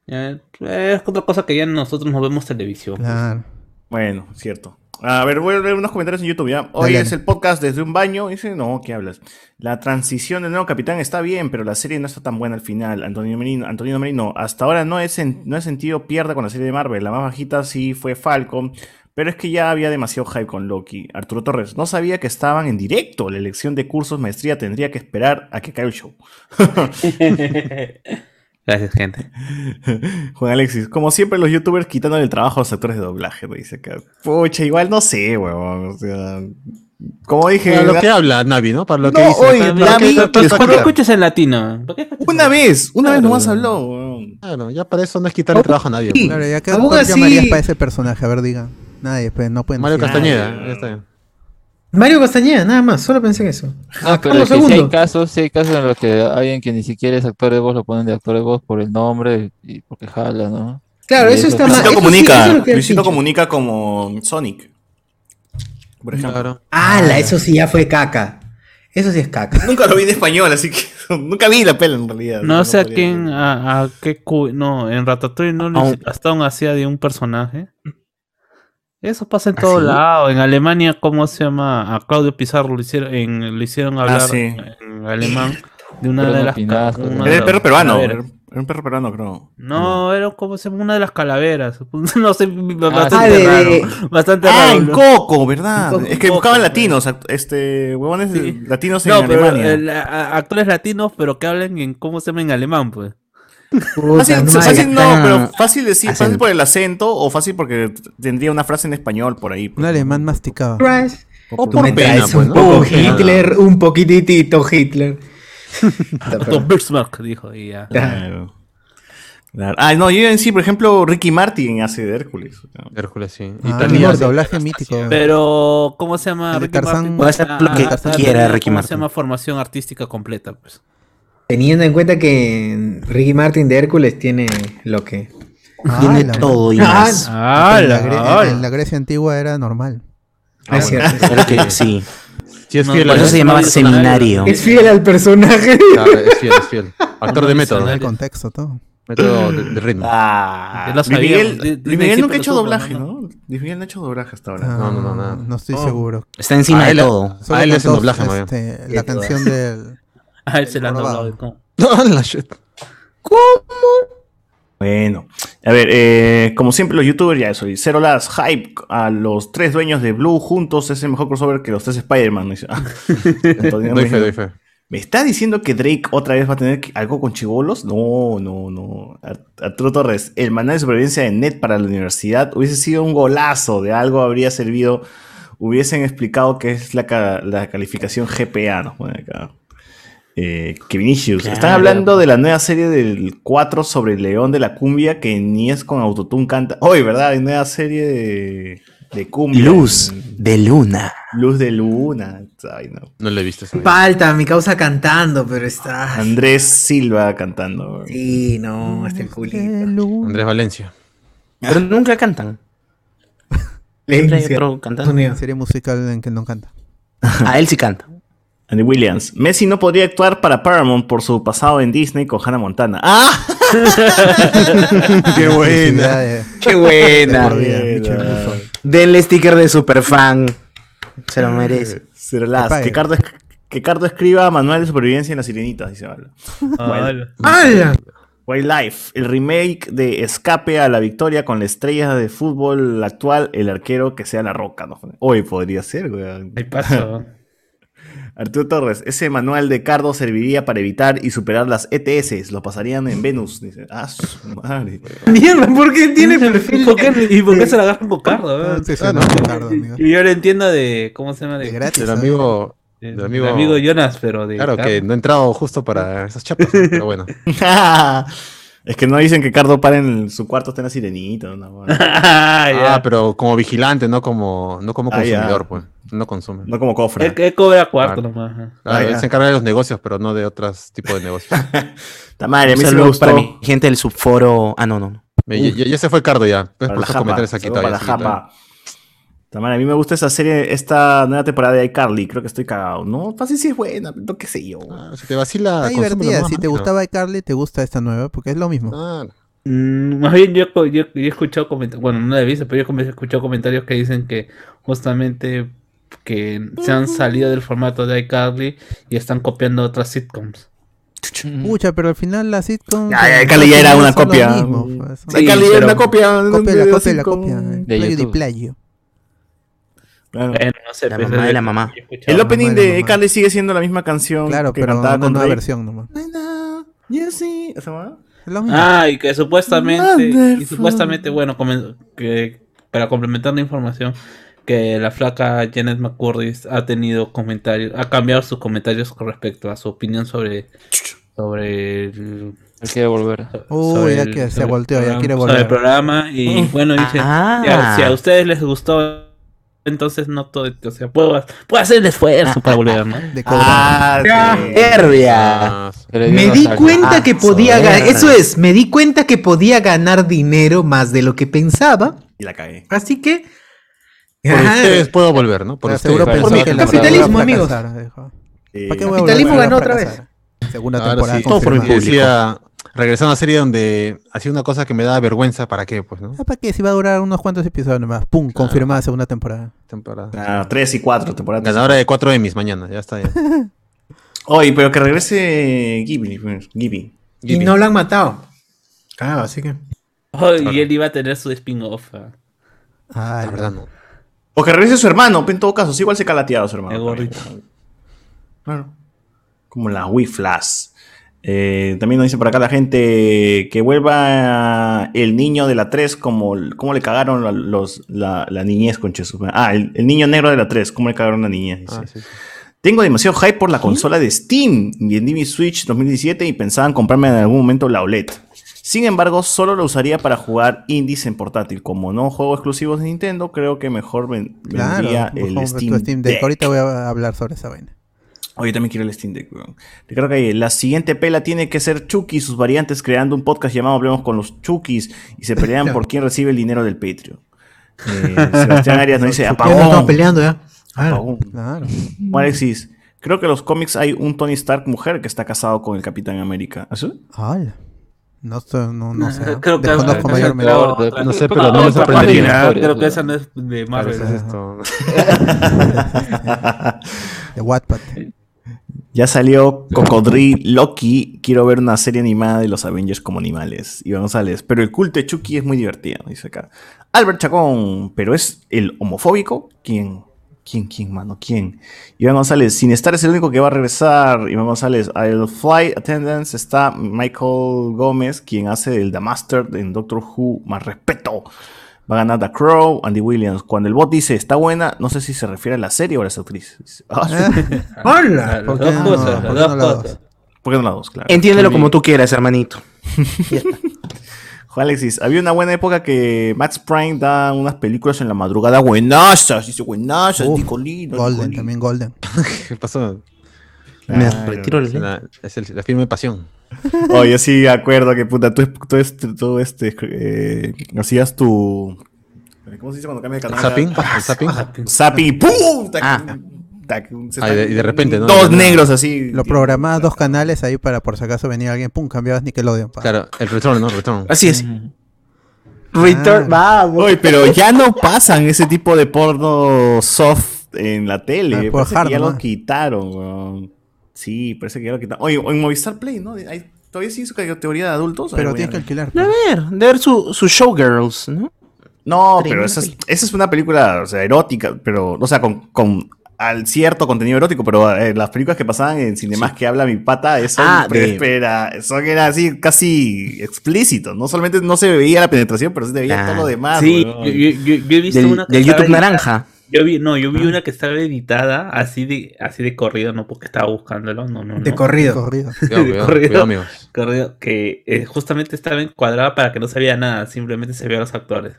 [SPEAKER 6] Ya, eh, Es otra cosa que ya nosotros no vemos televisión.
[SPEAKER 3] Claro.
[SPEAKER 7] Bueno, cierto. A ver, voy a leer unos comentarios en YouTube ya. Hoy
[SPEAKER 3] Dale,
[SPEAKER 7] es
[SPEAKER 3] dale.
[SPEAKER 7] el podcast desde un baño. Dice, no, ¿qué hablas? La transición del nuevo capitán está bien, pero la serie no está tan buena al final. Antonio Merino, Antonio Merino hasta ahora no, es en- no he sentido pierda con la serie de Marvel. La más bajita sí fue Falcon, pero es que ya había demasiado hype con Loki. Arturo Torres, no sabía que estaban en directo. La elección de cursos maestría tendría que esperar a que caiga el show.
[SPEAKER 6] Gracias, gente.
[SPEAKER 7] Juan Alexis, como siempre los youtubers quitando el trabajo a los actores de doblaje, me dice acá. Pucha, igual no sé, huevón. O sea, como dije,
[SPEAKER 5] Para lo que habla Navi, ¿no? Para lo que
[SPEAKER 7] No,
[SPEAKER 5] dice.
[SPEAKER 7] oye,
[SPEAKER 5] Para lo que-
[SPEAKER 7] Navi,
[SPEAKER 8] pues,
[SPEAKER 5] para- para-
[SPEAKER 7] les
[SPEAKER 6] ¿Por qué
[SPEAKER 5] para-
[SPEAKER 6] escuchas en latino? ¿Por qué escuchas
[SPEAKER 7] una vez, una vez
[SPEAKER 5] Claro.
[SPEAKER 7] nomás habló, huevón.
[SPEAKER 5] Claro, ya para eso no es quitarle trabajo a nadie.
[SPEAKER 8] Sí.
[SPEAKER 5] pues.
[SPEAKER 3] Claro, ya que
[SPEAKER 4] Aún así-
[SPEAKER 3] llamarías para ese personaje, a ver, diga. Nadie, pues no pueden
[SPEAKER 5] Mario
[SPEAKER 3] decir.
[SPEAKER 5] Castañeda. ahí está bien.
[SPEAKER 4] Mario Castañeda, nada más, solo pensé en eso.
[SPEAKER 9] No, Ah, pero
[SPEAKER 4] Carlos
[SPEAKER 9] es que sí hay
[SPEAKER 4] Ah, segundo.
[SPEAKER 9] casos, sí hay casos en los que alguien que ni siquiera es actor de voz lo ponen de actor de voz por el nombre y porque jala, ¿no?
[SPEAKER 4] Claro,
[SPEAKER 9] Sí,
[SPEAKER 4] eso
[SPEAKER 9] eso
[SPEAKER 4] está mal. Eso
[SPEAKER 7] Luisito
[SPEAKER 9] sí.
[SPEAKER 4] sí,
[SPEAKER 7] comunica,
[SPEAKER 4] eso es lo que
[SPEAKER 7] Luisito
[SPEAKER 4] pincho.
[SPEAKER 7] comunica como Sonic. Por ejemplo.
[SPEAKER 5] Claro.
[SPEAKER 4] Ala, eso sí ya fue caca. Eso sí es caca.
[SPEAKER 7] Nunca lo vi en español, así que nunca vi la pela en realidad.
[SPEAKER 6] No sé a
[SPEAKER 7] podría
[SPEAKER 6] quién,
[SPEAKER 7] decir.
[SPEAKER 6] a, a qué cu- No, en Ratatouille no
[SPEAKER 8] Ah,
[SPEAKER 6] lo
[SPEAKER 8] un-
[SPEAKER 6] Gastón hacía de un personaje. Eso pasa
[SPEAKER 7] Ah,
[SPEAKER 6] en todos
[SPEAKER 8] sí?
[SPEAKER 6] lados. En Alemania, ¿cómo se llama? A Claudio Pizarro lo hicieron, en- lo hicieron hablar
[SPEAKER 7] Ah, sí.
[SPEAKER 6] en alemán de una
[SPEAKER 9] Pero
[SPEAKER 6] de
[SPEAKER 9] no
[SPEAKER 6] las. ca-
[SPEAKER 9] pinazo,
[SPEAKER 6] una
[SPEAKER 9] ¿no?
[SPEAKER 6] de
[SPEAKER 7] Era el
[SPEAKER 6] las
[SPEAKER 7] perro peruano. Era
[SPEAKER 6] calaveras.
[SPEAKER 7] era un perro peruano, creo.
[SPEAKER 6] No, era como se llama una de las calaveras. No sé, bastante
[SPEAKER 4] Ah, de-
[SPEAKER 6] raro.
[SPEAKER 4] de-
[SPEAKER 6] Bastante
[SPEAKER 7] Ah,
[SPEAKER 6] raro.
[SPEAKER 7] en
[SPEAKER 6] ¿no?
[SPEAKER 7] Coco, ¿verdad?
[SPEAKER 6] En Coco,
[SPEAKER 7] es que
[SPEAKER 6] Coco,
[SPEAKER 7] buscaban
[SPEAKER 6] sí.
[SPEAKER 7] latinos, act- este, huevones
[SPEAKER 6] Sí.
[SPEAKER 7] latinos en
[SPEAKER 6] No, pero
[SPEAKER 7] Alemania.
[SPEAKER 6] eh, la- a- actores latinos, pero que hablen en cómo se llama en alemán, pues.
[SPEAKER 4] Puta,
[SPEAKER 7] Fácil,
[SPEAKER 4] no,
[SPEAKER 7] fácil
[SPEAKER 4] ya
[SPEAKER 7] no,
[SPEAKER 4] está.
[SPEAKER 7] pero fácil decir, fácil
[SPEAKER 8] acento.
[SPEAKER 7] por el acento o fácil porque t- tendría una frase en español por ahí. pues.
[SPEAKER 3] Un alemán masticado.
[SPEAKER 4] Crash.
[SPEAKER 7] O
[SPEAKER 5] Tú
[SPEAKER 7] por
[SPEAKER 5] me
[SPEAKER 4] Me
[SPEAKER 5] pena,
[SPEAKER 4] traes
[SPEAKER 5] pues,
[SPEAKER 4] un
[SPEAKER 5] ¿no?
[SPEAKER 4] poco
[SPEAKER 5] Por pena.
[SPEAKER 4] Hitler, un poquitito Hitler.
[SPEAKER 6] Otto Bismarck dijo, y ya.
[SPEAKER 7] Claro. Claro. Ah, no, yo en sí, por ejemplo, Ricky Martin hace de Hércules.
[SPEAKER 5] Hércules, sí.
[SPEAKER 3] Ah,
[SPEAKER 5] Italia.
[SPEAKER 3] el doblaje mítico.
[SPEAKER 6] Pero, ¿cómo se llama?
[SPEAKER 3] El de
[SPEAKER 6] Ricky Martin?
[SPEAKER 3] Tarzán-
[SPEAKER 8] Puede hacer lo que
[SPEAKER 6] Ah, ah,
[SPEAKER 8] quiera
[SPEAKER 6] ah,
[SPEAKER 8] Ricky
[SPEAKER 6] ¿cómo
[SPEAKER 8] Martin.
[SPEAKER 6] se llama formación artística completa, pues.
[SPEAKER 4] Teniendo en cuenta que Ricky Martin de Hércules tiene lo que.
[SPEAKER 3] Ah,
[SPEAKER 8] Tiene
[SPEAKER 3] la-
[SPEAKER 8] todo y
[SPEAKER 4] Ah,
[SPEAKER 8] más.
[SPEAKER 6] Ah,
[SPEAKER 3] en, la Gre- en la Grecia antigua era normal.
[SPEAKER 4] Ah, es cierto.
[SPEAKER 8] Claro que sí.
[SPEAKER 5] Sí, es
[SPEAKER 6] No,
[SPEAKER 5] fiel.
[SPEAKER 8] Por eso
[SPEAKER 5] es-
[SPEAKER 8] se llamaba seminario.
[SPEAKER 4] Es fiel al personaje.
[SPEAKER 5] Claro, eh. es fiel, es fiel. Actor de método.
[SPEAKER 3] Era el contexto, todo.
[SPEAKER 5] Método de, de ritmo.
[SPEAKER 7] Ah,
[SPEAKER 6] Ya lo
[SPEAKER 7] Luis Miguel,
[SPEAKER 6] sabíamos. Di-
[SPEAKER 7] Luis
[SPEAKER 6] Disney
[SPEAKER 7] Miguel
[SPEAKER 6] siempre
[SPEAKER 7] nunca ha hecho
[SPEAKER 6] lo supo,
[SPEAKER 7] doblaje,
[SPEAKER 6] ¿no?
[SPEAKER 7] ¿no? Luis Miguel no ha hecho doblaje hasta ahora. Oh.
[SPEAKER 3] Ah,
[SPEAKER 5] no, no, nada.
[SPEAKER 3] No estoy seguro.
[SPEAKER 8] Está encima
[SPEAKER 5] Ah,
[SPEAKER 8] de
[SPEAKER 5] él-
[SPEAKER 8] todo.
[SPEAKER 3] Solo
[SPEAKER 5] él le hacen
[SPEAKER 3] cantó,
[SPEAKER 5] doblaje, más
[SPEAKER 3] este, La canción del.
[SPEAKER 6] Ah, él se la han
[SPEAKER 3] jorobado.
[SPEAKER 6] doblado. ¿cómo?
[SPEAKER 5] No, la shit.
[SPEAKER 7] Bueno, A ver, eh, como siempre los youtubers, ya eso, y Cero Las Hype a los tres dueños de Blue juntos es el mejor crossover que los tres Spider-Man. Dice, ah. Antonio
[SPEAKER 5] Doy fe,
[SPEAKER 7] Merino.
[SPEAKER 5] doy fe.
[SPEAKER 7] ¿Me está diciendo que Drake otra vez va a tener que- algo con chivolos? No, no, no. Ar- Arturo Torres, el manual de supervivencia de Net para la universidad hubiese sido un golazo, de algo habría servido. Hubiesen explicado qué es la, ca- la calificación GPA, nos pone acá. Eh, Kevinicius, están
[SPEAKER 11] Claro.
[SPEAKER 7] hablando de la nueva serie del 4 sobre el león de la cumbia que ni es con Autotune canta. Hoy, ¿verdad? Hay nueva serie de, de cumbia.
[SPEAKER 8] Luz de luna.
[SPEAKER 7] Luz de luna. Ay, no.
[SPEAKER 5] No le he visto esa vaina.
[SPEAKER 4] Falta, mi causa cantando, pero está.
[SPEAKER 7] Andrés Silva cantando.
[SPEAKER 4] Sí, no, está el culito.
[SPEAKER 5] Andrés Valencia.
[SPEAKER 8] Pero nunca cantan. Siempre hay otro cantante.
[SPEAKER 3] Serie musical en que no canta.
[SPEAKER 8] A él sí canta.
[SPEAKER 7] Andy Williams. Messi no podría actuar para Paramount por su pasado en Disney con Hannah Montana. ¡Ah! ¡Qué buena!
[SPEAKER 3] Felicidades.
[SPEAKER 8] ¡Qué buena! Ah.
[SPEAKER 3] Por vida, Michel
[SPEAKER 7] Buena.
[SPEAKER 3] Buffon.
[SPEAKER 8] Denle sticker de superfan. Se lo merece.
[SPEAKER 7] Se relaja.
[SPEAKER 3] pague.
[SPEAKER 7] Que Cardo, es- que Cardo escriba manual de supervivencia en las sirenitas, dice Val.
[SPEAKER 4] ¡Hala!
[SPEAKER 7] Wildlife, el remake de Escape a la Victoria con la estrella de fútbol actual, el arquero que sea la roca. ¿no? Hoy podría ser, weón.
[SPEAKER 11] Ahí paso.
[SPEAKER 7] Arturo Torres, ese manual de Cardo serviría para evitar y superar las ETS. Lo pasarían en Venus. Dice, ah, su madre.
[SPEAKER 4] Mierda, ¿por qué tiene perfil?
[SPEAKER 6] ¿Y por qué, y por qué se la agarra por Cardo?
[SPEAKER 3] Está
[SPEAKER 6] eh?
[SPEAKER 3] obsesionado con Cardo, amigo.
[SPEAKER 6] Y yo le entiendo de. ¿Cómo se llama?
[SPEAKER 3] De
[SPEAKER 6] De,
[SPEAKER 3] gratis.
[SPEAKER 5] Del
[SPEAKER 3] ¿ah?
[SPEAKER 5] amigo.
[SPEAKER 6] de-
[SPEAKER 5] Del
[SPEAKER 6] de
[SPEAKER 5] amigo-
[SPEAKER 6] amigo... Jonas, pero de.
[SPEAKER 5] Claro que
[SPEAKER 6] Cardo.
[SPEAKER 5] no he entrado justo para esas chapas, ¿no? pero bueno.
[SPEAKER 7] es que no dicen que Cardo para en su cuarto está en la sirenita. No, bueno.
[SPEAKER 6] ah, ya.
[SPEAKER 5] Ah, pero como vigilante, no como, no como
[SPEAKER 7] Ah, ya.
[SPEAKER 5] consumidor, pues. No consume.
[SPEAKER 7] No como cofre.
[SPEAKER 6] Él, él cobra cuarto
[SPEAKER 5] Claro.
[SPEAKER 6] nomás. ajá.
[SPEAKER 5] Claro,
[SPEAKER 7] Ah,
[SPEAKER 5] él
[SPEAKER 7] ya.
[SPEAKER 5] se encarga de los negocios, pero no de otros tipos de negocios.
[SPEAKER 7] Está madre, a
[SPEAKER 8] Un
[SPEAKER 7] mí se me
[SPEAKER 8] saludo
[SPEAKER 7] gustó.
[SPEAKER 8] para mi gente del subforo. Ah, no, no. no.
[SPEAKER 5] Me- ya, ya se fue el cardo ya. Pues
[SPEAKER 7] Para
[SPEAKER 5] por
[SPEAKER 7] la
[SPEAKER 5] esos
[SPEAKER 7] japa.
[SPEAKER 5] comentarios aquí
[SPEAKER 7] saludo para
[SPEAKER 5] todavía.
[SPEAKER 7] la japa. Está madre, a mí me gusta esa serie, esta nueva temporada de iCarly. Creo que estoy cagado. No, fácil si es buena, pero qué sé yo.
[SPEAKER 5] Ah, si te vacila,
[SPEAKER 3] Está
[SPEAKER 5] consúmelo
[SPEAKER 3] divertida.
[SPEAKER 5] nomás,
[SPEAKER 3] Si te
[SPEAKER 5] mano.
[SPEAKER 3] gustaba iCarly, te gusta esta nueva, porque es lo mismo.
[SPEAKER 5] Ah,
[SPEAKER 6] Mm, más bien, yo, yo- yo he escuchado comentarios. Bueno, no la he visto, pero yo com- he escuchado comentarios que dicen que justamente que se han salido del formato de iCarly y están copiando otras sitcoms.
[SPEAKER 3] Pucha, pero al final la sitcom.
[SPEAKER 7] Ya, ya, iCarly ya era una
[SPEAKER 3] son lo
[SPEAKER 7] copia.
[SPEAKER 3] mismo, pues, son-
[SPEAKER 6] Sí,
[SPEAKER 7] iCarly es
[SPEAKER 6] pero-
[SPEAKER 7] una copia.
[SPEAKER 3] Copia la
[SPEAKER 7] de
[SPEAKER 3] copia la
[SPEAKER 7] sitcom.
[SPEAKER 3] copia. eh.
[SPEAKER 9] De
[SPEAKER 3] Playo de
[SPEAKER 9] YouTube.
[SPEAKER 3] playo.
[SPEAKER 7] Claro.
[SPEAKER 6] Bueno, no sé,
[SPEAKER 8] La
[SPEAKER 6] pues,
[SPEAKER 8] mamá
[SPEAKER 6] es
[SPEAKER 8] de
[SPEAKER 6] lo
[SPEAKER 8] la
[SPEAKER 6] que
[SPEAKER 8] mamá.
[SPEAKER 6] yo he escuchado.
[SPEAKER 7] El
[SPEAKER 3] La
[SPEAKER 7] opening
[SPEAKER 3] mamá de la
[SPEAKER 7] de
[SPEAKER 3] mamá.
[SPEAKER 7] iCarly sigue siendo la misma canción
[SPEAKER 3] Claro,
[SPEAKER 7] que
[SPEAKER 3] pero
[SPEAKER 7] cantaba
[SPEAKER 3] una
[SPEAKER 7] con
[SPEAKER 3] nueva
[SPEAKER 7] Drake.
[SPEAKER 3] versión nomás.
[SPEAKER 7] Yo sí. ¿Esa va?
[SPEAKER 3] Es lo mismo.
[SPEAKER 6] Ah, y que supuestamente, y
[SPEAKER 7] Wonderful.
[SPEAKER 6] supuestamente, bueno, comen- que, para complementar la información, que la flaca Janet McCurdy ha tenido comentarios, ha cambiado sus comentarios con respecto a su opinión sobre sobre el,
[SPEAKER 9] Él quiere volver.
[SPEAKER 3] Uy, ya que se volteó, ya
[SPEAKER 6] programa-
[SPEAKER 3] quiere
[SPEAKER 6] sobre
[SPEAKER 3] volver.
[SPEAKER 6] el programa y bueno, dice,
[SPEAKER 8] Ah.
[SPEAKER 6] "Si a- si a ustedes les gustó, entonces no todo, o sea, puedo, puedo hacer el esfuerzo para volver, ¿no?
[SPEAKER 3] De cobra.
[SPEAKER 7] Ah,
[SPEAKER 4] Ya.
[SPEAKER 7] sí.
[SPEAKER 8] Herbia.
[SPEAKER 5] ah,
[SPEAKER 9] Se le dio
[SPEAKER 4] Me di
[SPEAKER 9] nostalgia.
[SPEAKER 4] cuenta
[SPEAKER 8] Ah,
[SPEAKER 4] que podía
[SPEAKER 8] mierda.
[SPEAKER 4] ganar. Eso es, me di cuenta que podía ganar dinero más de lo que pensaba.
[SPEAKER 7] Y la cagué.
[SPEAKER 4] Así que.
[SPEAKER 5] por
[SPEAKER 4] Ajá.
[SPEAKER 5] ustedes puedo volver, ¿no? Por
[SPEAKER 3] Pero
[SPEAKER 5] ustedes.
[SPEAKER 3] seguro
[SPEAKER 9] pensaba
[SPEAKER 3] pensó
[SPEAKER 4] mi
[SPEAKER 3] que la
[SPEAKER 4] capitalismo,
[SPEAKER 3] verdad iba a
[SPEAKER 4] amigos.
[SPEAKER 3] fracasar, dijo.
[SPEAKER 7] Eh,
[SPEAKER 3] ¿Para qué voy a
[SPEAKER 4] Capitalismo
[SPEAKER 3] volver a
[SPEAKER 4] ganó otra
[SPEAKER 3] fracasar? Segunda
[SPEAKER 5] Ahora
[SPEAKER 3] temporada.
[SPEAKER 5] sí.
[SPEAKER 8] Todo por mi
[SPEAKER 3] confirmada.
[SPEAKER 8] público.
[SPEAKER 5] Decía, regresando a una serie donde hacía una cosa que me daba vergüenza, ¿para qué? Pues, ¿no?
[SPEAKER 3] Ah, ¿Para qué? Si va a durar unos cuantos episodios nomás. Pum, confirmada segunda temporada.
[SPEAKER 5] Temporada.
[SPEAKER 7] ah, tres y cuatro temporadas.
[SPEAKER 5] Ganadora de cuatro Emmys mañana, ya está. Ya.
[SPEAKER 7] Oye, pero que regrese Gibby. pues, Gibby. Ah,
[SPEAKER 4] Y
[SPEAKER 5] Gibby.
[SPEAKER 4] no lo han matado. Claro, así que.
[SPEAKER 6] Oh, y él iba a tener su spin-off, ah,
[SPEAKER 3] Ah,
[SPEAKER 5] La verdad, no.
[SPEAKER 7] O que regrese su hermano, pues, en todo caso. Sí, igual se calateado su
[SPEAKER 6] el
[SPEAKER 7] hermano.
[SPEAKER 6] gorrito.
[SPEAKER 7] Claro. Como las Wiflas. Eh, también nos dice por acá la gente que vuelva el niño de la 3, como, como le cagaron la- los, la, la niñez con Jesús. Ah, el, el niño negro de la 3, como le cagaron la niñez. dice.
[SPEAKER 5] Ah, sí, sí.
[SPEAKER 7] Tengo demasiado hype por la consola de Steam. Vendí mi Switch 2017 y pensaba en comprarme en algún momento la OLED. Sin embargo, solo lo usaría para jugar indies en portátil. Como no juego exclusivos de Nintendo, creo que mejor ven-
[SPEAKER 3] Claro,
[SPEAKER 7] vendría
[SPEAKER 3] mejor
[SPEAKER 7] el
[SPEAKER 3] tu
[SPEAKER 7] Steam,
[SPEAKER 3] Deck.
[SPEAKER 7] Deck.
[SPEAKER 3] Ahorita voy a hablar sobre esa vaina.
[SPEAKER 7] Oh, yo también quiero el Steam Deck, weón. Ricardo Calle, la siguiente pela tiene que ser Chucky y sus variantes creando un podcast llamado Hablemos con los Chukis y se pelean por quién recibe el dinero del Patreon. Eh, Sebastián Arias nos dice,
[SPEAKER 4] Ya no estamos
[SPEAKER 7] apagón,
[SPEAKER 4] peleando, ¿ya? Claro.
[SPEAKER 7] apagón.
[SPEAKER 3] Claro.
[SPEAKER 7] Juan Alexis, creo que en los cómics hay un Tony Stark mujer que está casado con el Capitán América. ¿Ah, sí?
[SPEAKER 3] Ala. No, sé, no, no sé.
[SPEAKER 6] Creo
[SPEAKER 5] Ah,
[SPEAKER 6] que creo
[SPEAKER 3] Desconozco
[SPEAKER 9] mayor
[SPEAKER 6] que
[SPEAKER 3] mayormente.
[SPEAKER 9] menor,
[SPEAKER 6] otra-
[SPEAKER 5] no sé, pero no me
[SPEAKER 6] otra
[SPEAKER 5] sorprendería.
[SPEAKER 6] página,
[SPEAKER 9] Historia,
[SPEAKER 6] Creo que
[SPEAKER 9] duda.
[SPEAKER 6] esa no es de
[SPEAKER 5] Claro,
[SPEAKER 6] Marvel.
[SPEAKER 5] es esto.
[SPEAKER 3] De Wattpad.
[SPEAKER 7] Ya salió Cocodril Loki. Quiero ver una serie animada de los Avengers como animales. Iván González. Pero el culto de Chucky es muy divertido, dice acá. Albert Chacón. Pero es el homofóbico. ¿Quién? ¿Quién, quién, mano? ¿Quién? Iván González. Sin estar es el único que va a regresar. Iván González. Al Flight Attendance está Michael Gómez, quien hace el The Master en Doctor Who. Más respeto. Va a ganar The Crow, Andy Williams. Cuando el bot dice está buena, no sé si se refiere a la serie o a las actrices. Ah, su-
[SPEAKER 4] ¡Hola!
[SPEAKER 6] Las
[SPEAKER 3] ¿Por qué
[SPEAKER 6] dos
[SPEAKER 3] no?
[SPEAKER 6] cosas, las
[SPEAKER 3] ¿Por qué no
[SPEAKER 6] dos
[SPEAKER 3] la dos?
[SPEAKER 6] cosas.
[SPEAKER 7] ¿Por qué no las dos? Claro.
[SPEAKER 8] Entiéndelo como tú quieras, hermanito.
[SPEAKER 7] Juan Alexis, había una buena época que Max Prime da unas películas en la madrugada buenasas. Dice buenasas,
[SPEAKER 3] Uf,
[SPEAKER 7] Nicolino.
[SPEAKER 3] Golden,
[SPEAKER 7] Nicolino.
[SPEAKER 3] también Golden.
[SPEAKER 5] ¿Qué pasó?
[SPEAKER 8] Me retiro el
[SPEAKER 5] Es la, es el- la firme pasión.
[SPEAKER 7] Oh, yo sí acuerdo que puta, tú, tú, este- tú, este, eh, hacías tu. Eh, ¿Cómo se dice cuando cambia de
[SPEAKER 5] ¿El
[SPEAKER 7] canal? Ah,
[SPEAKER 5] zapping? ¿El zapping?
[SPEAKER 7] Zapping, ¡pum! Tac,
[SPEAKER 8] Ah.
[SPEAKER 7] tac, un- se
[SPEAKER 5] Ah, y de- y de repente, ¿no?
[SPEAKER 7] Dos
[SPEAKER 5] De-
[SPEAKER 7] negros así.
[SPEAKER 3] Lo programabas dos canales ahí para por si acaso venía alguien, pum, cambiabas Nickelodeon. pa.
[SPEAKER 5] Claro, el retorno, ¿no? Retorno.
[SPEAKER 8] Así es. Return,
[SPEAKER 3] Ah.
[SPEAKER 8] vamos.
[SPEAKER 7] Oye, pero ya no pasan ese tipo de porno soft en la tele.
[SPEAKER 3] Ah, por
[SPEAKER 7] parece
[SPEAKER 3] hard,
[SPEAKER 7] que ya
[SPEAKER 3] ¿no?
[SPEAKER 7] lo quitaron, weón. Sí, parece que ya lo quitaron. Oye, en Movistar Play, ¿no? Hay- ¿Todavía sí hizo categoría de adultos? A ver,
[SPEAKER 3] Pero
[SPEAKER 7] voy a
[SPEAKER 3] tienes que
[SPEAKER 7] ver.
[SPEAKER 3] alquilar.
[SPEAKER 8] De ver, de ver su, su showgirls, ¿no?
[SPEAKER 7] No,
[SPEAKER 8] Tremenda
[SPEAKER 7] pero esa es,
[SPEAKER 8] película.
[SPEAKER 7] esa es una película, o sea, erótica, pero, o sea, con, con al cierto contenido erótico, pero eh, las películas que pasaban en cinemas que habla mi pata, eso
[SPEAKER 8] Ah, de-
[SPEAKER 7] espera, eso era así casi explícito, no solamente no se veía la penetración, pero sí se veía
[SPEAKER 8] Ah,
[SPEAKER 7] todo lo demás.
[SPEAKER 6] Sí,
[SPEAKER 7] weón.
[SPEAKER 6] yo, yo- yo- yo he visto
[SPEAKER 8] Del,
[SPEAKER 6] una que
[SPEAKER 8] del
[SPEAKER 6] estaba
[SPEAKER 8] YouTube
[SPEAKER 6] editada-
[SPEAKER 8] naranja.
[SPEAKER 6] Yo vi, no, yo vi una que estaba editada así de, así de corrido, no porque estaba buscándolo, no, no.
[SPEAKER 4] De
[SPEAKER 6] no.
[SPEAKER 4] corrido.
[SPEAKER 3] Corrido.
[SPEAKER 5] Cuidado, cuidado,
[SPEAKER 6] Corrido.
[SPEAKER 5] cuidado, amigos.
[SPEAKER 6] Corrido, que eh, justamente estaba encuadrada para que no se vea nada, simplemente se vea a los actores.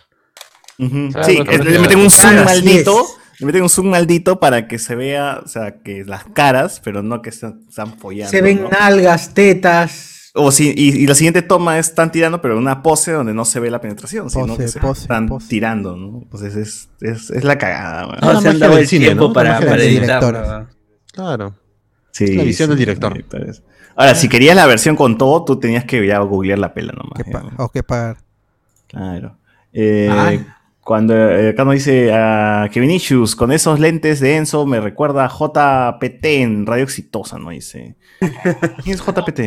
[SPEAKER 7] Ujú.
[SPEAKER 5] Claro,
[SPEAKER 7] Sí,
[SPEAKER 5] porque-
[SPEAKER 7] es- le meten un zoom
[SPEAKER 4] Claro, así
[SPEAKER 7] maldito.
[SPEAKER 4] es.
[SPEAKER 7] Le meten un zoom maldito para que se vea, o sea, que las caras, pero no que están, están follando.
[SPEAKER 4] Se ven
[SPEAKER 7] ¿no?
[SPEAKER 4] nalgas, tetas.
[SPEAKER 7] O si, y, y la siguiente toma es están tirando, pero en una pose donde no se ve la penetración, sino
[SPEAKER 3] Pose,
[SPEAKER 7] que se
[SPEAKER 3] pose,
[SPEAKER 7] están
[SPEAKER 3] pose.
[SPEAKER 7] tirando, ¿no? Entonces es, es, es la cagada, weón.
[SPEAKER 5] Ah,
[SPEAKER 6] No,
[SPEAKER 5] la
[SPEAKER 6] se han
[SPEAKER 5] magia
[SPEAKER 6] dado
[SPEAKER 5] del
[SPEAKER 6] el
[SPEAKER 5] cine,
[SPEAKER 6] tiempo
[SPEAKER 5] ¿no?
[SPEAKER 6] para,
[SPEAKER 3] La magia
[SPEAKER 6] para
[SPEAKER 3] del cine.
[SPEAKER 6] editar.
[SPEAKER 3] Directores.
[SPEAKER 6] ¿verdad?
[SPEAKER 5] Claro.
[SPEAKER 7] Sí,
[SPEAKER 5] la visión del director.
[SPEAKER 7] directores. Ahora, si querías la versión con todo, tú tenías que ya googlear la pela nomás.
[SPEAKER 3] Que
[SPEAKER 7] ya,
[SPEAKER 3] pa-
[SPEAKER 7] ¿no?
[SPEAKER 3] o que pagar.
[SPEAKER 7] Claro. Eh,
[SPEAKER 4] Ay.
[SPEAKER 5] Ah.
[SPEAKER 7] cuando eh, acá nos dice a Kevin Issues, con esos lentes de Enzo me recuerda a JPT en Radio Exitosa, ¿no? Dice. ¿Quién es JPT?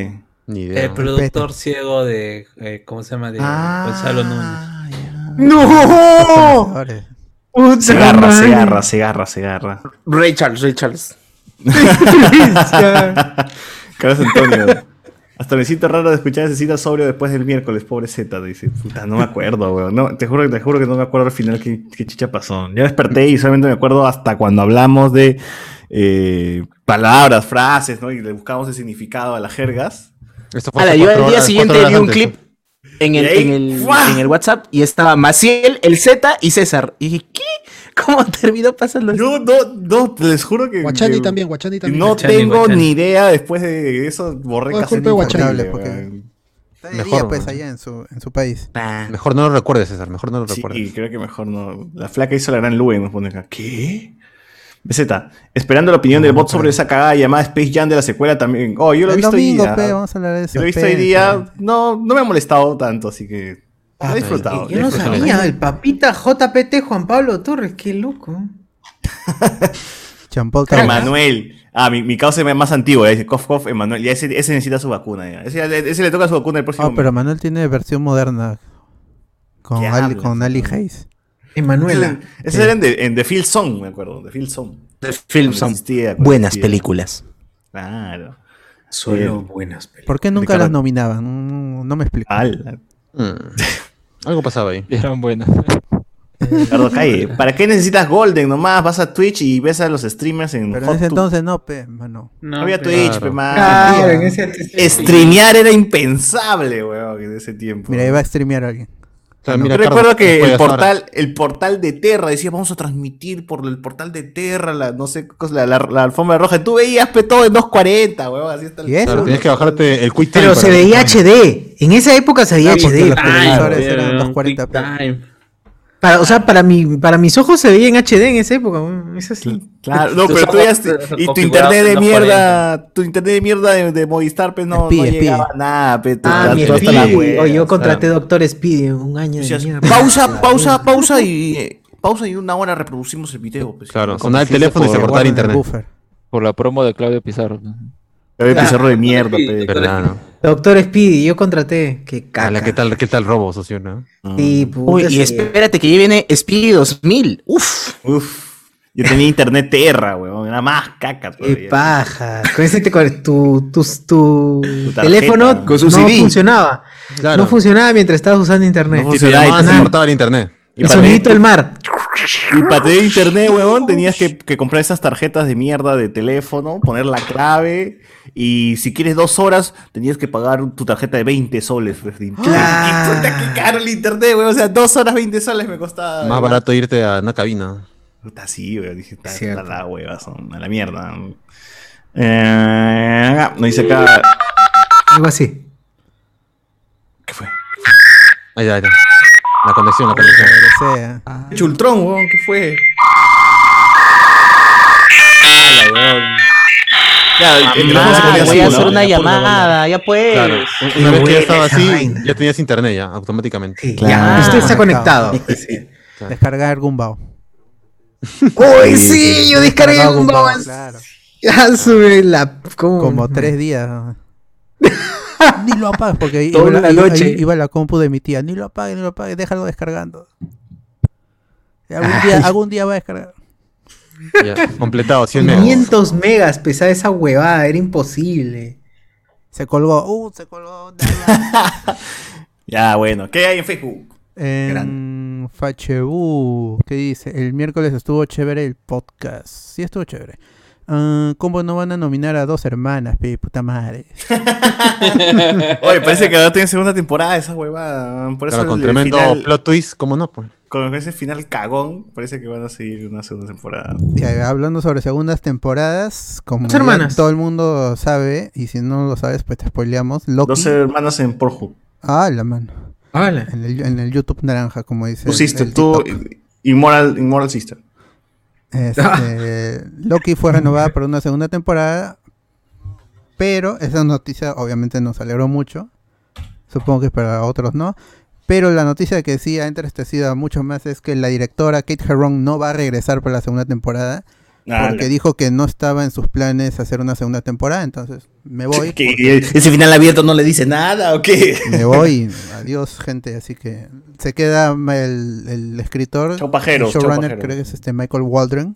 [SPEAKER 5] Ni idea.
[SPEAKER 6] El productor ciego de, eh, ¿cómo se llama? De Gonzalo Núñez.
[SPEAKER 4] ¡No!
[SPEAKER 3] Ahora,
[SPEAKER 7] Se agarra, se agarra, se agarra, se agarra.
[SPEAKER 8] Ray Charles, Ray Charles.
[SPEAKER 7] Carlos Antonio. Hasta me siento raro de escuchar ese cita sobrio después del miércoles, pobre Z. Dice, puta, no me acuerdo, weón. No, te, juro, te juro que no me acuerdo al final qué, qué chicha pasó. Ya desperté y solamente me acuerdo hasta cuando hablamos de eh, palabras, frases, ¿no? Y le buscamos el significado a las jergas.
[SPEAKER 5] Esto fue
[SPEAKER 8] Ala,
[SPEAKER 5] hace
[SPEAKER 8] yo al
[SPEAKER 5] cuatro
[SPEAKER 8] día
[SPEAKER 5] horas- cuatro
[SPEAKER 8] siguiente
[SPEAKER 5] horas
[SPEAKER 8] vi un
[SPEAKER 5] antes.
[SPEAKER 8] clip en el,
[SPEAKER 7] Y ahí,
[SPEAKER 8] en, el,
[SPEAKER 7] ¡fua!
[SPEAKER 8] en el WhatsApp y estaba Maciel, el Z y César. Y dije, ¿qué? ¿Cómo terminó pasando eso?
[SPEAKER 7] Yo no, no, les juro que.
[SPEAKER 10] Guachani
[SPEAKER 7] que
[SPEAKER 10] también, Guachani también.
[SPEAKER 7] No
[SPEAKER 6] Guachani,
[SPEAKER 7] tengo
[SPEAKER 6] Guachani.
[SPEAKER 7] ni idea después de eso, borré
[SPEAKER 10] No, es
[SPEAKER 7] casi
[SPEAKER 10] culpa de Guachani.
[SPEAKER 7] inborrable,
[SPEAKER 3] Porque-
[SPEAKER 7] weón.
[SPEAKER 3] Está de
[SPEAKER 5] Mejor,
[SPEAKER 3] día, pues
[SPEAKER 5] ¿no?
[SPEAKER 3] allá en su, en su país.
[SPEAKER 8] Ah,
[SPEAKER 5] Mejor no lo recuerdes, César. Mejor no lo
[SPEAKER 7] Sí,
[SPEAKER 5] recuerdes.
[SPEAKER 7] creo que mejor no. La flaca hizo la gran lube y nos pone acá. ¿Qué? BZ, esperando la opinión del bot sobre esa cagada llamada Space Jam de la secuela también. Oh, yo lo he
[SPEAKER 3] El
[SPEAKER 7] visto
[SPEAKER 3] domingo,
[SPEAKER 7] hoy día.
[SPEAKER 3] pe, vamos a hablar de eso.
[SPEAKER 7] Yo lo he visto
[SPEAKER 3] pe,
[SPEAKER 7] hoy día. pues,
[SPEAKER 3] pe.
[SPEAKER 7] No, no me ha molestado tanto, así que.
[SPEAKER 5] Ah,
[SPEAKER 7] Lo he
[SPEAKER 5] eh,
[SPEAKER 7] disfrutado.
[SPEAKER 4] Yo no
[SPEAKER 5] Disfrútalo.
[SPEAKER 4] sabía, el papita JPT Juan Pablo Torres, qué loco.
[SPEAKER 3] Champol
[SPEAKER 7] Claro.
[SPEAKER 3] Tabasco.
[SPEAKER 7] Emanuel. Ah, mi, mi causa es más antiguo. eh, Dice Cof Cof Emanuel. Ya ese, ese necesita su vacuna. ya. Ese, ya le- ese le toca su vacuna el próximo.
[SPEAKER 3] Ah, pero Manuel tiene versión moderna. Con
[SPEAKER 7] ¿Qué
[SPEAKER 3] Ali,
[SPEAKER 7] hablas,
[SPEAKER 3] con Ali
[SPEAKER 7] no?
[SPEAKER 3] Hayes.
[SPEAKER 7] mes.
[SPEAKER 4] Emanuela.
[SPEAKER 7] Ese, ese era en,
[SPEAKER 5] eh.
[SPEAKER 7] The- en The Field Song, me acuerdo. The Field Song.
[SPEAKER 8] The films
[SPEAKER 7] Cuando
[SPEAKER 8] son
[SPEAKER 7] existía, cuando
[SPEAKER 8] buenas
[SPEAKER 7] existía.
[SPEAKER 8] películas.
[SPEAKER 7] Claro.
[SPEAKER 11] Solo
[SPEAKER 7] Bien.
[SPEAKER 11] buenas películas.
[SPEAKER 3] ¿Por qué nunca
[SPEAKER 7] Ricardo-
[SPEAKER 3] las nominaban? Mm, No me explico.
[SPEAKER 7] Ala.
[SPEAKER 5] Mm. Algo pasaba ahí.
[SPEAKER 9] Eran buenas.
[SPEAKER 3] Eh,
[SPEAKER 7] Ricardo Calle, ¿para qué necesitas Golden? Nomás vas a Twitch y ves a los streamers en
[SPEAKER 3] Pero en
[SPEAKER 7] Hot
[SPEAKER 3] ese
[SPEAKER 7] Tub.
[SPEAKER 3] entonces Ah, no, pe, mano.
[SPEAKER 6] No,
[SPEAKER 7] No
[SPEAKER 9] Ah,
[SPEAKER 7] había
[SPEAKER 6] pero-
[SPEAKER 7] Twitch,
[SPEAKER 5] Claro.
[SPEAKER 7] pe, Ah, man.
[SPEAKER 4] Claro, en ese
[SPEAKER 7] Streamear era impensable, weón, en ese tiempo.
[SPEAKER 3] Mira, iba eh, a streamear a alguien.
[SPEAKER 5] O sea,
[SPEAKER 7] Yo
[SPEAKER 5] mira, Carlos,
[SPEAKER 7] recuerdo que
[SPEAKER 5] después
[SPEAKER 7] el
[SPEAKER 5] de esa hora.
[SPEAKER 7] portal, el portal de Terra decía, vamos a transmitir por el portal de Terra, la, no sé, cosa, la, la, la alfombra roja. Tú veías pe, todo en 240, weón, así está. el-
[SPEAKER 3] ¿Y eso?
[SPEAKER 5] Claro, tienes que bajarte el quick time.
[SPEAKER 4] Pero se
[SPEAKER 5] para-
[SPEAKER 4] veía HD. En esa época se veía
[SPEAKER 3] Ah, porque
[SPEAKER 4] HD.
[SPEAKER 3] los televisores
[SPEAKER 6] pero
[SPEAKER 3] eran
[SPEAKER 6] era un
[SPEAKER 3] 240p.
[SPEAKER 6] quick time.
[SPEAKER 4] Para, o sea, para, mi, para mis ojos se veía en HD en esa época. weón. Es así.
[SPEAKER 7] Claro, no,
[SPEAKER 6] Tus
[SPEAKER 7] pero tú
[SPEAKER 6] ojos
[SPEAKER 7] veías,
[SPEAKER 6] se-
[SPEAKER 7] y tu
[SPEAKER 6] configurados
[SPEAKER 7] internet de
[SPEAKER 6] en 240.
[SPEAKER 7] mierda, tu internet de mierda de, de Movistar, pues no,
[SPEAKER 3] Espía,
[SPEAKER 7] no
[SPEAKER 3] espía.
[SPEAKER 7] llegaba a nada, pe, tú
[SPEAKER 4] Ah,
[SPEAKER 7] estás-
[SPEAKER 4] mi
[SPEAKER 7] tú hasta la
[SPEAKER 4] Speedy.
[SPEAKER 7] hueva,
[SPEAKER 4] Oye, yo
[SPEAKER 7] o sea.
[SPEAKER 4] contraté Doctor Speedy un año de
[SPEAKER 7] Decías,
[SPEAKER 4] mierda.
[SPEAKER 7] pausa, pausa, pausa y eh, pausa y en una hora reproducimos el video. pues.
[SPEAKER 5] Claro, sonaba el teléfono y se
[SPEAKER 3] Guarda
[SPEAKER 5] cortaba el
[SPEAKER 3] en el
[SPEAKER 5] internet.
[SPEAKER 3] buffer.
[SPEAKER 9] por la promo de Claudio Pizarro.
[SPEAKER 7] Claudio Pizarro de mierda, pe.
[SPEAKER 5] ¿Verdad? no?
[SPEAKER 4] Doctor Speedy, yo contraté. Qué
[SPEAKER 5] Ala,
[SPEAKER 4] caca.
[SPEAKER 5] ¿Qué tal, qué tal robo, socio? no?
[SPEAKER 4] Sí, puta,
[SPEAKER 8] Uy, y
[SPEAKER 4] sí.
[SPEAKER 8] espérate que ya viene Speedy 2000. Uf.
[SPEAKER 7] Uf. Yo tenía internet terra, weón. Era más caca
[SPEAKER 4] Qué
[SPEAKER 7] todavía.
[SPEAKER 4] paja. Con ese te- con tu, tu, tu
[SPEAKER 7] tarjeta.
[SPEAKER 4] teléfono
[SPEAKER 8] Con su
[SPEAKER 4] no
[SPEAKER 8] CD.
[SPEAKER 4] funcionaba.
[SPEAKER 5] Claro.
[SPEAKER 4] No funcionaba mientras estabas usando internet.
[SPEAKER 7] No
[SPEAKER 5] Si te
[SPEAKER 7] funcionaba,
[SPEAKER 5] llamaban, se
[SPEAKER 7] nada.
[SPEAKER 5] cortaba el internet.
[SPEAKER 4] el sonidito del mar.
[SPEAKER 7] Y para tener internet, huevón, tenías que, que comprar esas tarjetas de mierda de teléfono, poner la clave. Y si quieres dos horas, tenías que pagar tu tarjeta de 20 soles. pues,
[SPEAKER 5] Ah.
[SPEAKER 7] de internet.
[SPEAKER 4] Claro.
[SPEAKER 7] Y puta, qué caro el internet, weón. O sea, dos horas 20 soles me costaba.
[SPEAKER 5] Más
[SPEAKER 7] weón.
[SPEAKER 5] barato irte a una cabina.
[SPEAKER 7] Puta, sí, weón. Dije, está,
[SPEAKER 4] Cierto.
[SPEAKER 7] está la hueva, son a la mierda. Eh, ah, nos dice acá.
[SPEAKER 4] Algo así.
[SPEAKER 7] ¿Qué fue?
[SPEAKER 5] Ahí, ahí, ahí. La conexión, la conexión.
[SPEAKER 3] Lo que sea.
[SPEAKER 7] Chultrón, weón, ¿qué fue? Claro, el teléfono se
[SPEAKER 8] Ah,
[SPEAKER 7] ponía
[SPEAKER 8] voy a
[SPEAKER 7] azul,
[SPEAKER 8] hacer
[SPEAKER 7] ¿no?
[SPEAKER 8] una
[SPEAKER 7] Ya, por la banda.
[SPEAKER 8] llamada, ya pues.
[SPEAKER 5] Claro. Una vez que ya estaba así, ya tenías internet ya, automáticamente.
[SPEAKER 4] Sí, Ya, usted está conectado.
[SPEAKER 3] Descargar Gumbao.
[SPEAKER 4] Uy, sí, yo descargué
[SPEAKER 3] Descargar
[SPEAKER 4] un
[SPEAKER 3] Gumbao,
[SPEAKER 4] boss.
[SPEAKER 3] claro.
[SPEAKER 4] Ya Ah, sube la. ¿cómo?
[SPEAKER 3] Como tres días. ni lo apagues, porque ahí
[SPEAKER 4] Toda
[SPEAKER 3] iba, la-
[SPEAKER 4] la
[SPEAKER 3] iba-
[SPEAKER 4] noche.
[SPEAKER 3] ahí iba la compu de mi tía. Ni lo apagues, ni lo apagues, déjalo descargando. Y
[SPEAKER 4] Ah.
[SPEAKER 3] Algún día, algún día va a descargar.
[SPEAKER 5] Ya, Completado, 100 megas.
[SPEAKER 4] 500 megas pesaba esa huevada, era imposible.
[SPEAKER 3] Se colgó. Uh, se colgó. da, da.
[SPEAKER 7] Ya, bueno, ¿qué hay en Facebook?
[SPEAKER 3] en Fachebu, ¿qué dice? El miércoles estuvo chévere el podcast. Sí, estuvo chévere. Ah, ¿Cómo no van a nominar a dos hermanas, pe, puta madre?
[SPEAKER 7] Oye, parece que ahora tiene segunda temporada esa huevada. Por eso
[SPEAKER 5] Claro, con
[SPEAKER 7] el
[SPEAKER 5] tremendo
[SPEAKER 7] final-
[SPEAKER 5] plot twist, ¿cómo no? Pues?
[SPEAKER 7] con ese final cagón, parece que van a seguir una segunda temporada.
[SPEAKER 3] Ya, hablando sobre segundas temporadas, como
[SPEAKER 4] Dos
[SPEAKER 3] ya
[SPEAKER 4] hermanas.
[SPEAKER 3] todo el mundo sabe, y si no lo sabes, pues te spoileamos. Loki.
[SPEAKER 7] 12 hermanos en Porju.
[SPEAKER 3] Ah, la mano.
[SPEAKER 4] Hola.
[SPEAKER 3] En el, en el YouTube naranja, como dice.
[SPEAKER 7] Tu
[SPEAKER 3] el-
[SPEAKER 7] sister,
[SPEAKER 3] el
[SPEAKER 7] tú,
[SPEAKER 3] TikTok.
[SPEAKER 7] Immoral, Immoral Sister.
[SPEAKER 3] Este, Loki fue renovada por una segunda temporada, pero esa noticia obviamente nos alegró mucho. Supongo que para otros no. Pero la noticia que sí ha entristecido a muchos más es que la directora Kate Herron no va a regresar para la segunda temporada
[SPEAKER 8] Ah,
[SPEAKER 3] porque dijo que no estaba en sus planes hacer una segunda temporada. Entonces me voy,
[SPEAKER 8] Ese final abierto no le dice nada o qué.
[SPEAKER 3] me voy, adiós gente. Así que se queda el, el escritor,
[SPEAKER 7] Chau, pajeros,
[SPEAKER 3] el
[SPEAKER 7] chau,
[SPEAKER 3] showrunner,
[SPEAKER 7] pajeros.
[SPEAKER 3] creo que es este Michael Waldron.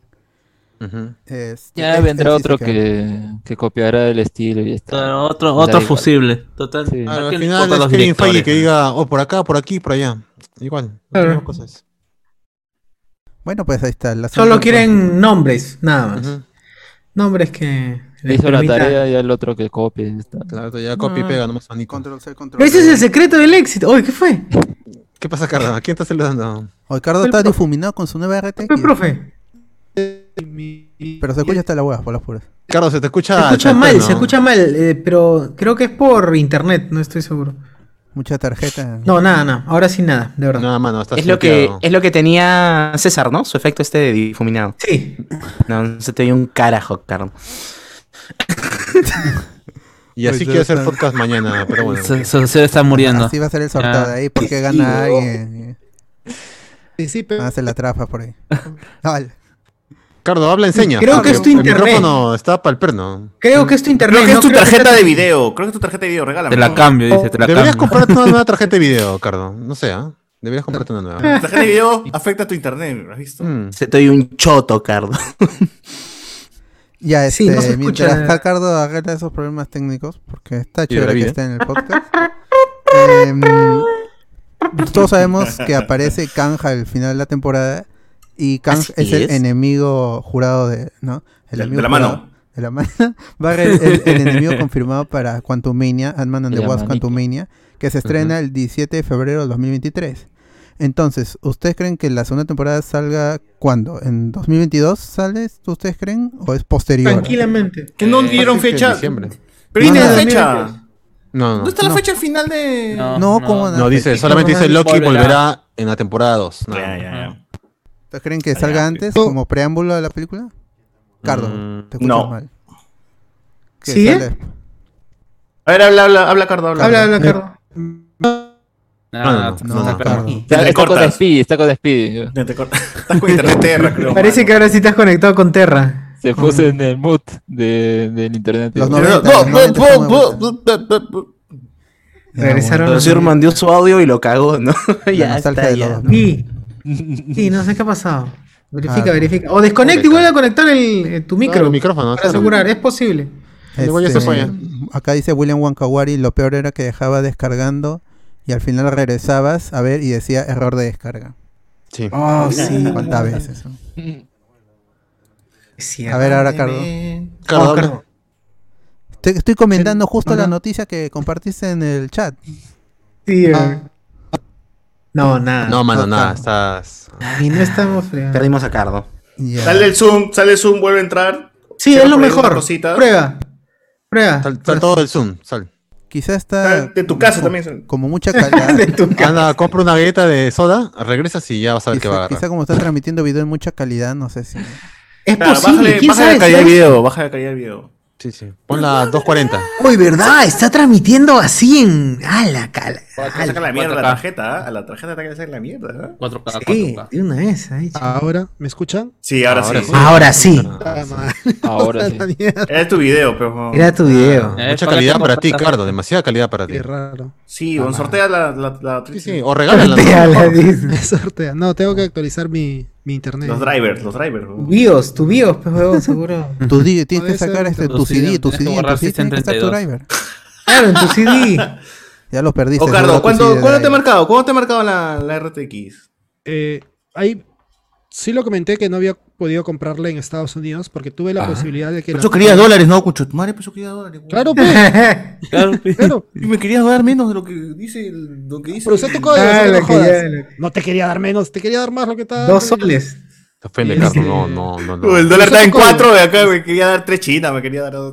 [SPEAKER 5] Ujú.
[SPEAKER 3] Este,
[SPEAKER 9] Ya
[SPEAKER 3] él-
[SPEAKER 9] vendrá
[SPEAKER 3] él sí se
[SPEAKER 9] otro
[SPEAKER 3] queda.
[SPEAKER 9] que, que copiará el estilo y ya está.
[SPEAKER 6] Otro, otro,
[SPEAKER 9] Da
[SPEAKER 6] otro
[SPEAKER 9] igual.
[SPEAKER 6] fusible. Total.
[SPEAKER 9] este.
[SPEAKER 6] Ah,
[SPEAKER 9] Sí.
[SPEAKER 6] ¿a
[SPEAKER 5] Claro, al
[SPEAKER 6] quién le
[SPEAKER 5] final
[SPEAKER 6] importan
[SPEAKER 5] es
[SPEAKER 6] los
[SPEAKER 5] Kevin Feige
[SPEAKER 6] directores?
[SPEAKER 5] que diga, oh, por acá, por aquí, por allá. Igual, las
[SPEAKER 4] Claro.
[SPEAKER 5] mismas cosas.
[SPEAKER 3] Bueno, pues ahí está. La
[SPEAKER 4] Solo
[SPEAKER 3] segunda
[SPEAKER 4] quieren nombres, nada más.
[SPEAKER 5] Ujú.
[SPEAKER 4] Nombres que.
[SPEAKER 9] Le
[SPEAKER 4] les
[SPEAKER 9] hizo la
[SPEAKER 4] permita-
[SPEAKER 9] tarea y al otro que copie. y ya está.
[SPEAKER 5] Claro, ya copia y
[SPEAKER 3] Ah.
[SPEAKER 5] pega, nomás manito.
[SPEAKER 3] Control C, control
[SPEAKER 4] Pero ese es
[SPEAKER 3] V.
[SPEAKER 4] el secreto del éxito. Oye, ¿qué fue? ¿Qué
[SPEAKER 5] ¿Qué pasa, Carla? ¿A quién estás saludando?
[SPEAKER 3] O Ricardo está difuminado con su nueva RTX.
[SPEAKER 4] fue, profe?
[SPEAKER 3] Pero se escucha hasta la hueá, por las puras.
[SPEAKER 5] Carlos, se te escucha.
[SPEAKER 4] se escucha
[SPEAKER 5] chato,
[SPEAKER 4] mal,
[SPEAKER 5] ¿no?
[SPEAKER 4] se escucha mal, eh, pero creo que es por internet, no estoy seguro.
[SPEAKER 3] Mucha tarjeta.
[SPEAKER 4] No, nada, nada. Ahora sí nada, de verdad.
[SPEAKER 5] Nada, mano, estás
[SPEAKER 8] Es lo, que,
[SPEAKER 5] muteado.
[SPEAKER 8] es lo que tenía César, ¿no? Su efecto este de difuminado.
[SPEAKER 4] Sí.
[SPEAKER 8] No, no se te oye un carajo, Carlos.
[SPEAKER 5] Y así
[SPEAKER 3] Pues,
[SPEAKER 5] quiero
[SPEAKER 3] ya
[SPEAKER 5] hacer
[SPEAKER 3] está.
[SPEAKER 5] podcast mañana, pero bueno.
[SPEAKER 6] Su- Su socio está muriendo.
[SPEAKER 3] Así va a ser el sorteo
[SPEAKER 6] Ah.
[SPEAKER 3] de ahí porque gana alguien.
[SPEAKER 10] Sí, sí,
[SPEAKER 3] y
[SPEAKER 10] pero
[SPEAKER 3] Hace la trampa por ahí. Dale.
[SPEAKER 5] Carlos, habla, enseña.
[SPEAKER 7] Ah,
[SPEAKER 4] Creo que es tu
[SPEAKER 5] Ah, El
[SPEAKER 4] internet.
[SPEAKER 5] micrófono está para el perno.
[SPEAKER 4] Creo que es tu internet.
[SPEAKER 7] Creo que
[SPEAKER 4] no
[SPEAKER 7] es tu
[SPEAKER 4] creo que
[SPEAKER 7] tarjeta
[SPEAKER 4] sea-
[SPEAKER 7] de video. Creo que es tu tarjeta de video. Regálame.
[SPEAKER 6] Te la cambio, dice, te la
[SPEAKER 5] Oh, Deberías
[SPEAKER 6] cambio.
[SPEAKER 5] comprarte una nueva tarjeta de video, Carlos. No sé, ¿ah? Deberías comprarte una nueva.
[SPEAKER 7] La tarjeta de video afecta a tu internet, ¿lo has visto?
[SPEAKER 5] Mm.
[SPEAKER 8] Se te oye un choto, Carlos.
[SPEAKER 3] Ya, este,
[SPEAKER 4] Sí, no se escucha.
[SPEAKER 3] mientras Ricardo arregla esos problemas técnicos, porque está
[SPEAKER 5] Y de la
[SPEAKER 3] chévere que
[SPEAKER 5] vida.
[SPEAKER 3] esté en el podcast. em, todos sabemos que aparece Kanja al final de la temporada. Y Kanja
[SPEAKER 8] Así
[SPEAKER 3] es, el
[SPEAKER 8] es.
[SPEAKER 3] enemigo jurado de. ¿No? El
[SPEAKER 7] De-
[SPEAKER 3] amigo
[SPEAKER 7] de la
[SPEAKER 3] jurado
[SPEAKER 7] mano.
[SPEAKER 3] De la mano. Va a ser el, el enemigo confirmado para Quantumania, Ant-Man and the
[SPEAKER 9] La
[SPEAKER 3] Wasp
[SPEAKER 9] manito.
[SPEAKER 3] Quantumania, que se estrena el 17 de febrero del 2023. Entonces, ¿ustedes creen que la segunda temporada salga cuándo? ¿En 2022 sale? ¿Ustedes creen? ¿O es posterior?
[SPEAKER 4] Tranquilamente.
[SPEAKER 7] Que no
[SPEAKER 5] Eh,
[SPEAKER 7] dieron
[SPEAKER 5] fácil que en
[SPEAKER 7] fecha.
[SPEAKER 5] diciembre.
[SPEAKER 7] Pero ahí
[SPEAKER 3] No,
[SPEAKER 7] tiene
[SPEAKER 3] no,
[SPEAKER 7] fecha.
[SPEAKER 5] No, no.
[SPEAKER 7] ¿Dónde está la fecha al final de.?
[SPEAKER 3] No, ¿cómo
[SPEAKER 5] No, dice, solamente dice Loki volverá en la temporada 2. No.
[SPEAKER 7] Ya, ya, ya.
[SPEAKER 3] ¿Ustedes creen que salga antes como preámbulo de la película? Cardo,
[SPEAKER 5] Mm,
[SPEAKER 3] te escuchas
[SPEAKER 7] no.
[SPEAKER 3] mal. Que
[SPEAKER 4] ¿Sigue?
[SPEAKER 3] sale-
[SPEAKER 7] A ver, habla, habla, habla, Cardo. Habla,
[SPEAKER 4] Habla, habla, Cardo.
[SPEAKER 5] No, no,
[SPEAKER 3] No,
[SPEAKER 5] no, no.
[SPEAKER 3] Cardo.
[SPEAKER 7] Te
[SPEAKER 9] Está, está con
[SPEAKER 7] cortas.
[SPEAKER 9] Speedy, está con Speedy.
[SPEAKER 7] Ya te cortas. Estás con internet terra, creo.
[SPEAKER 4] Parece
[SPEAKER 7] mano.
[SPEAKER 4] que ahora sí estás conectado con Terra.
[SPEAKER 9] Se puso en el mood de, del internet.
[SPEAKER 3] Los
[SPEAKER 9] Igual.
[SPEAKER 3] 90, los 90 están de
[SPEAKER 9] Ah,
[SPEAKER 3] vuelta.
[SPEAKER 4] Regresaron.
[SPEAKER 8] Entonces mandó su audio y lo cagó, ¿no?
[SPEAKER 3] La
[SPEAKER 8] ya
[SPEAKER 3] nostalgia
[SPEAKER 8] está,
[SPEAKER 3] de
[SPEAKER 8] ya.
[SPEAKER 3] todos, ¿no?
[SPEAKER 4] Sí. Sí, no sé qué ha pasado. Verifica,
[SPEAKER 3] Ah.
[SPEAKER 4] verifica. O desconecta y vuelve a conectar el, eh, tu micro.
[SPEAKER 5] Claro, el micrófono,
[SPEAKER 4] Para
[SPEAKER 5] claro.
[SPEAKER 4] asegurar, es posible.
[SPEAKER 5] Le voy a hacer sueño.
[SPEAKER 3] Este, acá dice William Wankawari, lo peor era que dejaba descargando y al final regresabas a ver y decía error de descarga.
[SPEAKER 5] Sí.
[SPEAKER 4] Oh, sí.
[SPEAKER 3] Ah, ¿Cuántas veces? no?
[SPEAKER 4] Sí,
[SPEAKER 3] A ver, ahora, Cardo.
[SPEAKER 5] Cardo,
[SPEAKER 4] Oh,
[SPEAKER 5] habla.
[SPEAKER 4] Cardo.
[SPEAKER 3] Te estoy comentando justo
[SPEAKER 4] Hola.
[SPEAKER 3] la noticia que compartiste en el chat. Ah.
[SPEAKER 4] Sí, eh. No, nada.
[SPEAKER 5] No, mano, nada,
[SPEAKER 3] Total.
[SPEAKER 5] estás.
[SPEAKER 4] Y no estamos fregados.
[SPEAKER 8] Perdimos a Cardo.
[SPEAKER 3] Ya.
[SPEAKER 7] Sale el Zoom, sale el Zoom, vuelve a entrar.
[SPEAKER 4] Sí,
[SPEAKER 7] Cierra
[SPEAKER 4] es lo
[SPEAKER 7] por ahí unas
[SPEAKER 4] mejor.
[SPEAKER 7] cositas.
[SPEAKER 4] Prueba. Prueba.
[SPEAKER 5] Sal, sal todo del Zoom, sal.
[SPEAKER 3] Quizá
[SPEAKER 7] Ah,
[SPEAKER 3] está
[SPEAKER 7] De tu casa
[SPEAKER 3] como-
[SPEAKER 7] también. sale.
[SPEAKER 3] como mucha calidad.
[SPEAKER 4] De tu ca-
[SPEAKER 5] Anda, compra una galleta de soda, regresas y ya vas a ver qué va
[SPEAKER 3] quizá,
[SPEAKER 5] a agarrar.
[SPEAKER 3] quizá como está transmitiendo video en mucha calidad, no sé si.
[SPEAKER 4] Es
[SPEAKER 7] Claro,
[SPEAKER 4] posible.
[SPEAKER 7] bájale,
[SPEAKER 4] ¿Quién
[SPEAKER 7] bájale
[SPEAKER 4] sabe?
[SPEAKER 7] la calidad del
[SPEAKER 4] si-
[SPEAKER 7] video, baja la calidad del video.
[SPEAKER 5] Sí, sí. Pon la 240.
[SPEAKER 4] Uy, ¿verdad? Está transmitiendo así en. ¡A la cala!
[SPEAKER 7] Hay que sacar la mierda a la
[SPEAKER 6] 4K.
[SPEAKER 7] tarjeta, ¿ah? A la tarjeta te hay que sacar la mierda, ¿ah?
[SPEAKER 6] 4K,
[SPEAKER 4] Sí,
[SPEAKER 6] 4K.
[SPEAKER 4] de una vez. ahí, chico.
[SPEAKER 10] Ahora, ¿me escuchan?
[SPEAKER 7] Sí, ahora,
[SPEAKER 5] Ahora
[SPEAKER 7] sí.
[SPEAKER 5] sí.
[SPEAKER 4] Ahora sí.
[SPEAKER 10] Ah, madre,
[SPEAKER 9] Ahora sí.
[SPEAKER 10] la mierda,
[SPEAKER 7] Era tu video, pero.
[SPEAKER 4] Era tu video.
[SPEAKER 6] Eh,
[SPEAKER 5] Mucha
[SPEAKER 6] ¿para
[SPEAKER 5] calidad
[SPEAKER 6] qué
[SPEAKER 5] para ti,
[SPEAKER 6] compartas?
[SPEAKER 5] Cardo, demasiada calidad para ti.
[SPEAKER 10] qué raro.
[SPEAKER 7] Sí, bueno, sortea la, la, la-
[SPEAKER 5] Sí, sí, o regálala.
[SPEAKER 4] Sortea
[SPEAKER 5] ¿no?
[SPEAKER 4] la Disney.
[SPEAKER 10] Me sortea. No, tengo que actualizar mi, mi internet.
[SPEAKER 7] Los drivers, los drivers. ¿no?
[SPEAKER 4] BIOS, tu BIOS, pues, huevón, seguro.
[SPEAKER 3] Tu di- tienes que
[SPEAKER 10] Puede ser
[SPEAKER 3] sacar este,
[SPEAKER 10] tu
[SPEAKER 3] tu CD,
[SPEAKER 6] tienes
[SPEAKER 3] tu
[SPEAKER 6] que
[SPEAKER 3] CD, en tu
[SPEAKER 6] borrar
[SPEAKER 3] CD tiene que estar tu
[SPEAKER 6] 632.
[SPEAKER 3] driver.
[SPEAKER 4] Claro, en tu CD.
[SPEAKER 3] Ya los perdiste.
[SPEAKER 7] O Cardo,
[SPEAKER 3] seguro, tu
[SPEAKER 7] ¿cuándo,
[SPEAKER 3] CD de
[SPEAKER 7] ¿cuándo te ha
[SPEAKER 3] driver.
[SPEAKER 7] marcado? ¿Cuándo te ha marcado la, la RTX?
[SPEAKER 10] Eh, ahí sí lo comenté que no había podido comprarla en Estados Unidos porque tuve
[SPEAKER 4] Ah.
[SPEAKER 10] la posibilidad de que.
[SPEAKER 7] Pero
[SPEAKER 10] la-
[SPEAKER 7] yo quería dólares, ¿no, pues. Cucho? Tu madre, pero yo quería dólares. güey.
[SPEAKER 10] Claro, pues,
[SPEAKER 6] Claro, sí.
[SPEAKER 10] claro.
[SPEAKER 7] Y me querías dar menos de lo que dice. el- Lo que dice
[SPEAKER 10] Pero usé tu código,
[SPEAKER 4] Ah,
[SPEAKER 10] así que
[SPEAKER 4] la
[SPEAKER 10] no,
[SPEAKER 4] que
[SPEAKER 10] jodas.
[SPEAKER 4] ya-
[SPEAKER 10] no te quería dar menos, te quería dar más lo que estaba.
[SPEAKER 4] Dos soles.
[SPEAKER 5] Te ofende, Cardo. No, no, no. no.
[SPEAKER 7] No, el dólar está en
[SPEAKER 10] Nosotros-
[SPEAKER 7] 4 de acá, me quería dar 3 chinas, me quería dar dos.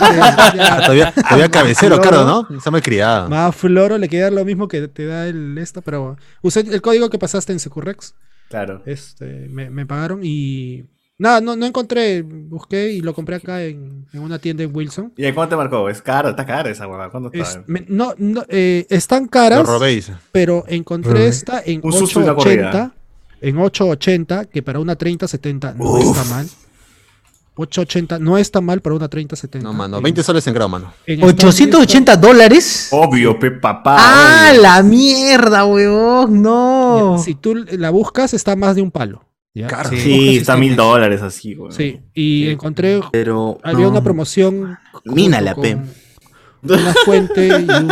[SPEAKER 5] Ah, todavía, todavía cabecero,
[SPEAKER 10] no.
[SPEAKER 5] Cardo, ¿no? Está mal criado.
[SPEAKER 10] Más Ah, floro le queda lo mismo que te da el esta, pero usé el código que pasaste en Securrex.
[SPEAKER 7] Claro.
[SPEAKER 10] Este, me, me pagaron y. Nada, no, no encontré. Busqué y lo compré acá en, en una tienda en Wilson.
[SPEAKER 7] ¿Y cuándo te marcó? Es caro, está cara esa huevada. ¿Cuándo está?
[SPEAKER 10] Es- me- no, no, eh, están
[SPEAKER 5] Lo
[SPEAKER 10] caras,
[SPEAKER 5] robéis.
[SPEAKER 10] pero encontré esta en
[SPEAKER 7] Un susto y una corrida.
[SPEAKER 10] 880. En 880, que para una 3070 no está mal. 880 no está mal para una 3070.
[SPEAKER 5] No, mano. 20 soles en grado, mano.
[SPEAKER 10] En Estados Unidos está-
[SPEAKER 4] 880 dólares.
[SPEAKER 7] Obvio, pe papá.
[SPEAKER 4] ¡Ah,
[SPEAKER 7] obvio.
[SPEAKER 4] la mierda, huevón! No.
[SPEAKER 10] Si tú la buscas, está más de un palo. ¿ya?
[SPEAKER 5] Claro.
[SPEAKER 10] Si
[SPEAKER 7] Sí,
[SPEAKER 10] buscas,
[SPEAKER 7] está mil dólares así, güey.
[SPEAKER 10] Sí, y encontré.
[SPEAKER 8] Pero.
[SPEAKER 10] Había
[SPEAKER 8] no.
[SPEAKER 10] una promoción. junto
[SPEAKER 8] Mina la
[SPEAKER 10] con
[SPEAKER 8] P.
[SPEAKER 10] Una fuente y un.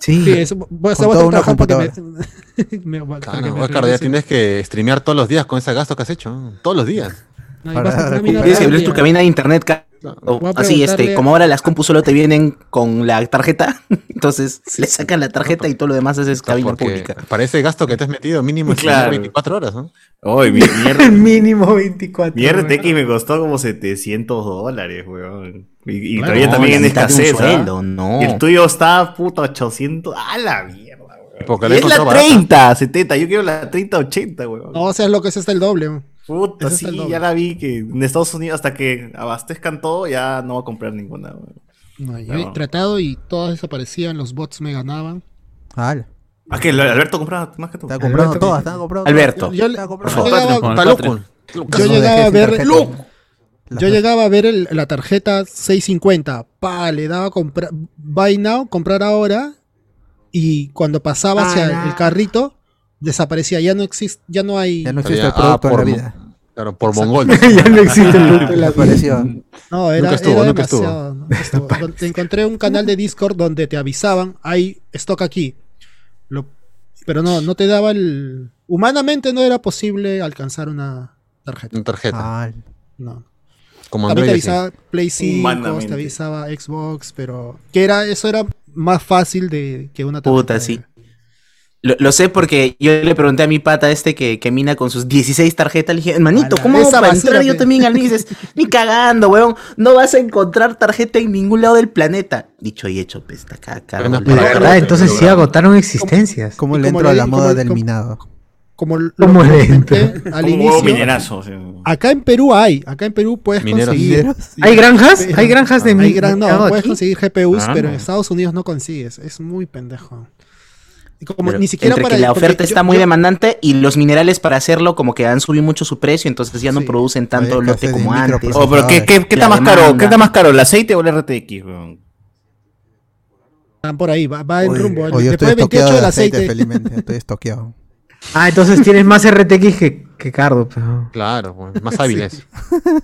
[SPEAKER 4] Sí.
[SPEAKER 10] Sí, eso. Voy a
[SPEAKER 3] Con
[SPEAKER 10] voy a
[SPEAKER 3] toda
[SPEAKER 10] hacer
[SPEAKER 3] una
[SPEAKER 10] trabajo para que me. me- para que
[SPEAKER 5] Claro,
[SPEAKER 10] me
[SPEAKER 5] Oscar, ya
[SPEAKER 10] regrese.
[SPEAKER 5] tienes que streamear todos los días con ese gasto que has hecho. ¿no? Todos los días.
[SPEAKER 10] No, y
[SPEAKER 3] para
[SPEAKER 10] vas a tener
[SPEAKER 3] recuperar-
[SPEAKER 8] Tienes que abrir
[SPEAKER 10] mira,
[SPEAKER 8] tu cabina de internet, Cardo.
[SPEAKER 10] Voy a
[SPEAKER 8] Así, este,
[SPEAKER 10] preguntarle-
[SPEAKER 8] como ahora las compus solo te vienen con la tarjeta, entonces le sacan la tarjeta y todo lo demás es cabina
[SPEAKER 5] Porque
[SPEAKER 8] pública.
[SPEAKER 5] para ese gasto que te has metido, mínimo es
[SPEAKER 7] Claro.
[SPEAKER 5] 24 horas, ¿no?
[SPEAKER 7] Ay, mi, mier-
[SPEAKER 4] El mínimo 24.
[SPEAKER 7] mi RTX
[SPEAKER 4] huevón.
[SPEAKER 7] me costó como 700 dólares, weón. Y, y
[SPEAKER 10] Claro,
[SPEAKER 7] todavía
[SPEAKER 8] No,
[SPEAKER 7] también en
[SPEAKER 8] la mitad de un
[SPEAKER 7] escasez. ¿ah?
[SPEAKER 8] sueldo, no.
[SPEAKER 7] Y el tuyo está puta 800. ¡A la mierda, weón!
[SPEAKER 5] Porque
[SPEAKER 7] Y
[SPEAKER 5] la he
[SPEAKER 7] es la
[SPEAKER 5] encontrado barata.
[SPEAKER 7] 30, 70. Yo quiero la 30, 80, weón.
[SPEAKER 10] No, o sea, es lo que es, está el doble. ¿no?
[SPEAKER 7] Puta,
[SPEAKER 10] Ese es
[SPEAKER 7] sí,
[SPEAKER 10] el doble.
[SPEAKER 7] ya la vi que en Estados Unidos hasta que abastezcan todo ya no va a comprar ninguna. weón.
[SPEAKER 10] No, yo
[SPEAKER 7] No.
[SPEAKER 10] he tratado y todas desaparecían, los bots me ganaban.
[SPEAKER 3] Al,
[SPEAKER 7] Ah, que Alberto compraba más que tú.
[SPEAKER 3] está comprando
[SPEAKER 4] Alberto.
[SPEAKER 3] todas, está comprando
[SPEAKER 8] Alberto,
[SPEAKER 10] Yo,
[SPEAKER 3] Está
[SPEAKER 10] yo
[SPEAKER 3] comprando.
[SPEAKER 10] llegaba,
[SPEAKER 5] Está loco.
[SPEAKER 10] yo
[SPEAKER 3] Yo
[SPEAKER 10] llegaba a ver.
[SPEAKER 3] Las
[SPEAKER 10] Yo
[SPEAKER 3] dos.
[SPEAKER 10] llegaba a ver el- la tarjeta 650. Pa, le daba comprar. Buy now, comprar ahora. Y cuando pasaba
[SPEAKER 3] Ah,
[SPEAKER 10] hacia el carrito, desaparecía. Ya no existe, ya no hay.
[SPEAKER 3] Ya no
[SPEAKER 10] no,
[SPEAKER 3] existe el
[SPEAKER 5] Ah,
[SPEAKER 3] producto en
[SPEAKER 5] por
[SPEAKER 3] la
[SPEAKER 5] mo-
[SPEAKER 3] vida.
[SPEAKER 5] Claro, por mongol.
[SPEAKER 4] ya no existe el punto de la
[SPEAKER 3] Desapareció.
[SPEAKER 10] era,
[SPEAKER 5] nunca estuvo,
[SPEAKER 10] era
[SPEAKER 5] nunca estuvo.
[SPEAKER 10] demasiado, ¿no? Estuvo. Don- te encontré un canal de Discord donde te avisaban, hay stock aquí. Lo- pero no, no te daba el. Humanamente no era posible alcanzar una tarjeta.
[SPEAKER 5] Una tarjeta.
[SPEAKER 3] Al.
[SPEAKER 10] No.
[SPEAKER 5] Como
[SPEAKER 10] También te
[SPEAKER 5] Android. así.
[SPEAKER 10] avisaba Play 5,
[SPEAKER 7] Humanamente.
[SPEAKER 10] te avisaba Xbox, pero que era eso era más fácil de que una
[SPEAKER 8] Puta,
[SPEAKER 10] de-
[SPEAKER 8] sí. Lo, lo sé porque yo le pregunté a mi pata este que, que mina con sus 16 tarjetas. Le dije,
[SPEAKER 10] A
[SPEAKER 8] hermanito,
[SPEAKER 10] la
[SPEAKER 8] ¿cómo
[SPEAKER 10] esa
[SPEAKER 8] hago para
[SPEAKER 10] basura,
[SPEAKER 8] entrar yo
[SPEAKER 10] pe?"
[SPEAKER 8] también al MIS? Dices, Ni cagando, weón. No vas a encontrar tarjeta en ningún lado del planeta. Dicho y hecho, pues, está acá, acá,
[SPEAKER 5] Apenas
[SPEAKER 8] weón.
[SPEAKER 5] para
[SPEAKER 4] La verdad, entonces sí agotaron existencias.
[SPEAKER 3] ¿Cómo
[SPEAKER 10] Y
[SPEAKER 3] le
[SPEAKER 10] como
[SPEAKER 3] entro a
[SPEAKER 10] le-
[SPEAKER 3] la
[SPEAKER 10] como-
[SPEAKER 3] moda del
[SPEAKER 10] como-
[SPEAKER 3] minado?
[SPEAKER 10] Como lo
[SPEAKER 4] ¿Cómo le
[SPEAKER 10] comenté al
[SPEAKER 7] Como un huevo
[SPEAKER 10] inicio.
[SPEAKER 7] minerazo. sí.
[SPEAKER 10] Acá en Perú hay, acá en Perú puedes
[SPEAKER 5] Mineros.
[SPEAKER 10] conseguir Ah,
[SPEAKER 4] ¿Hay granjas? ¿Hay granjas de
[SPEAKER 10] Hay
[SPEAKER 4] mi
[SPEAKER 10] gran- no,
[SPEAKER 4] mercado
[SPEAKER 10] puedes
[SPEAKER 4] aquí?
[SPEAKER 10] conseguir GPUs,
[SPEAKER 7] Ah,
[SPEAKER 10] pero
[SPEAKER 7] no.
[SPEAKER 10] en Estados Unidos no consigues. Es muy pendejo. Como
[SPEAKER 8] Pero
[SPEAKER 10] ni siquiera
[SPEAKER 8] entre
[SPEAKER 10] para
[SPEAKER 8] que la
[SPEAKER 10] porque
[SPEAKER 8] oferta
[SPEAKER 10] yo-
[SPEAKER 8] está muy
[SPEAKER 10] yo-
[SPEAKER 8] demandante y los minerales para hacerlo como que han subido mucho su precio, entonces ya no producen tanto
[SPEAKER 3] hay
[SPEAKER 8] lote
[SPEAKER 3] escasez de
[SPEAKER 8] como antes.
[SPEAKER 7] Oh, pero ¿qué, qué, qué
[SPEAKER 8] La
[SPEAKER 7] está más caro?
[SPEAKER 8] demanda.
[SPEAKER 7] ¿Qué está más caro? ¿El aceite o el RTX? weón?
[SPEAKER 10] Van por ahí, va, va en
[SPEAKER 3] Oye,
[SPEAKER 10] rumbo.
[SPEAKER 3] oye, yo
[SPEAKER 10] Después
[SPEAKER 3] estoy
[SPEAKER 10] de 28
[SPEAKER 3] estoqueado
[SPEAKER 10] del
[SPEAKER 3] de aceite,
[SPEAKER 10] aceite.
[SPEAKER 3] felizmente. Estoy estoqueado.
[SPEAKER 4] Ah, entonces tienes más RTX que, que Cardo, pero...
[SPEAKER 5] Claro, pues, más hábiles.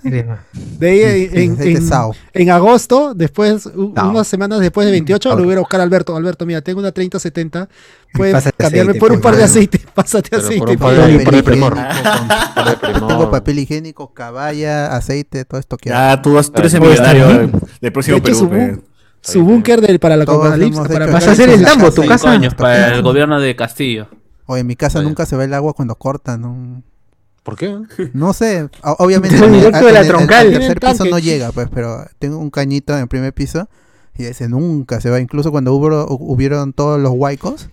[SPEAKER 4] eres más.
[SPEAKER 10] De ahí en,
[SPEAKER 3] Aceite
[SPEAKER 10] en-
[SPEAKER 3] sao. Mm,
[SPEAKER 10] en agosto, después, u-
[SPEAKER 4] No.
[SPEAKER 10] unas semanas después de 28,
[SPEAKER 4] Ahora.
[SPEAKER 10] lo voy a buscar a Alberto. Alberto, mira, tengo una 3070. Puedes
[SPEAKER 4] Pásate
[SPEAKER 10] cambiarme
[SPEAKER 4] aceite,
[SPEAKER 10] por un
[SPEAKER 4] pues,
[SPEAKER 10] par de
[SPEAKER 4] mano.
[SPEAKER 10] aceite. Pásate
[SPEAKER 5] Pero
[SPEAKER 10] aceite.
[SPEAKER 5] por un
[SPEAKER 10] por
[SPEAKER 5] par
[SPEAKER 10] favor.
[SPEAKER 5] de,
[SPEAKER 3] favor.
[SPEAKER 5] por de primor. Por de
[SPEAKER 3] Tengo
[SPEAKER 5] primor.
[SPEAKER 3] papel higiénico, caballa, aceite, todo estoqueado.
[SPEAKER 7] Ya, tú, vas- tú eres el
[SPEAKER 9] Oye,
[SPEAKER 7] millonario
[SPEAKER 9] está
[SPEAKER 7] del- del próximo
[SPEAKER 10] De hecho,
[SPEAKER 7] Perú.
[SPEAKER 10] su,
[SPEAKER 7] pe.
[SPEAKER 10] bú- su búnker del- para la
[SPEAKER 3] Todos
[SPEAKER 10] apocalipsis.
[SPEAKER 3] hemos
[SPEAKER 10] para
[SPEAKER 3] hecho
[SPEAKER 10] apocalipsis.
[SPEAKER 4] Vas a hacer el
[SPEAKER 3] en la
[SPEAKER 4] Lambo, tu
[SPEAKER 3] casa.
[SPEAKER 4] casa.
[SPEAKER 6] Coño, para el gobierno de Castillo.
[SPEAKER 3] O en mi casa
[SPEAKER 5] Oye.
[SPEAKER 3] nunca se ve el agua cuando cortan. No,
[SPEAKER 5] ¿Por qué?
[SPEAKER 3] no sé, o- obviamente.
[SPEAKER 4] Del
[SPEAKER 3] en
[SPEAKER 4] directo
[SPEAKER 3] en
[SPEAKER 4] de la
[SPEAKER 3] en
[SPEAKER 4] troncal.
[SPEAKER 3] El tercer
[SPEAKER 10] Tienen
[SPEAKER 3] piso no
[SPEAKER 10] tanque.
[SPEAKER 3] llega, pues, pero tengo un cañito en el primer piso y ese nunca se va. Incluso cuando hubo, hu- hubieron todos los huaycos,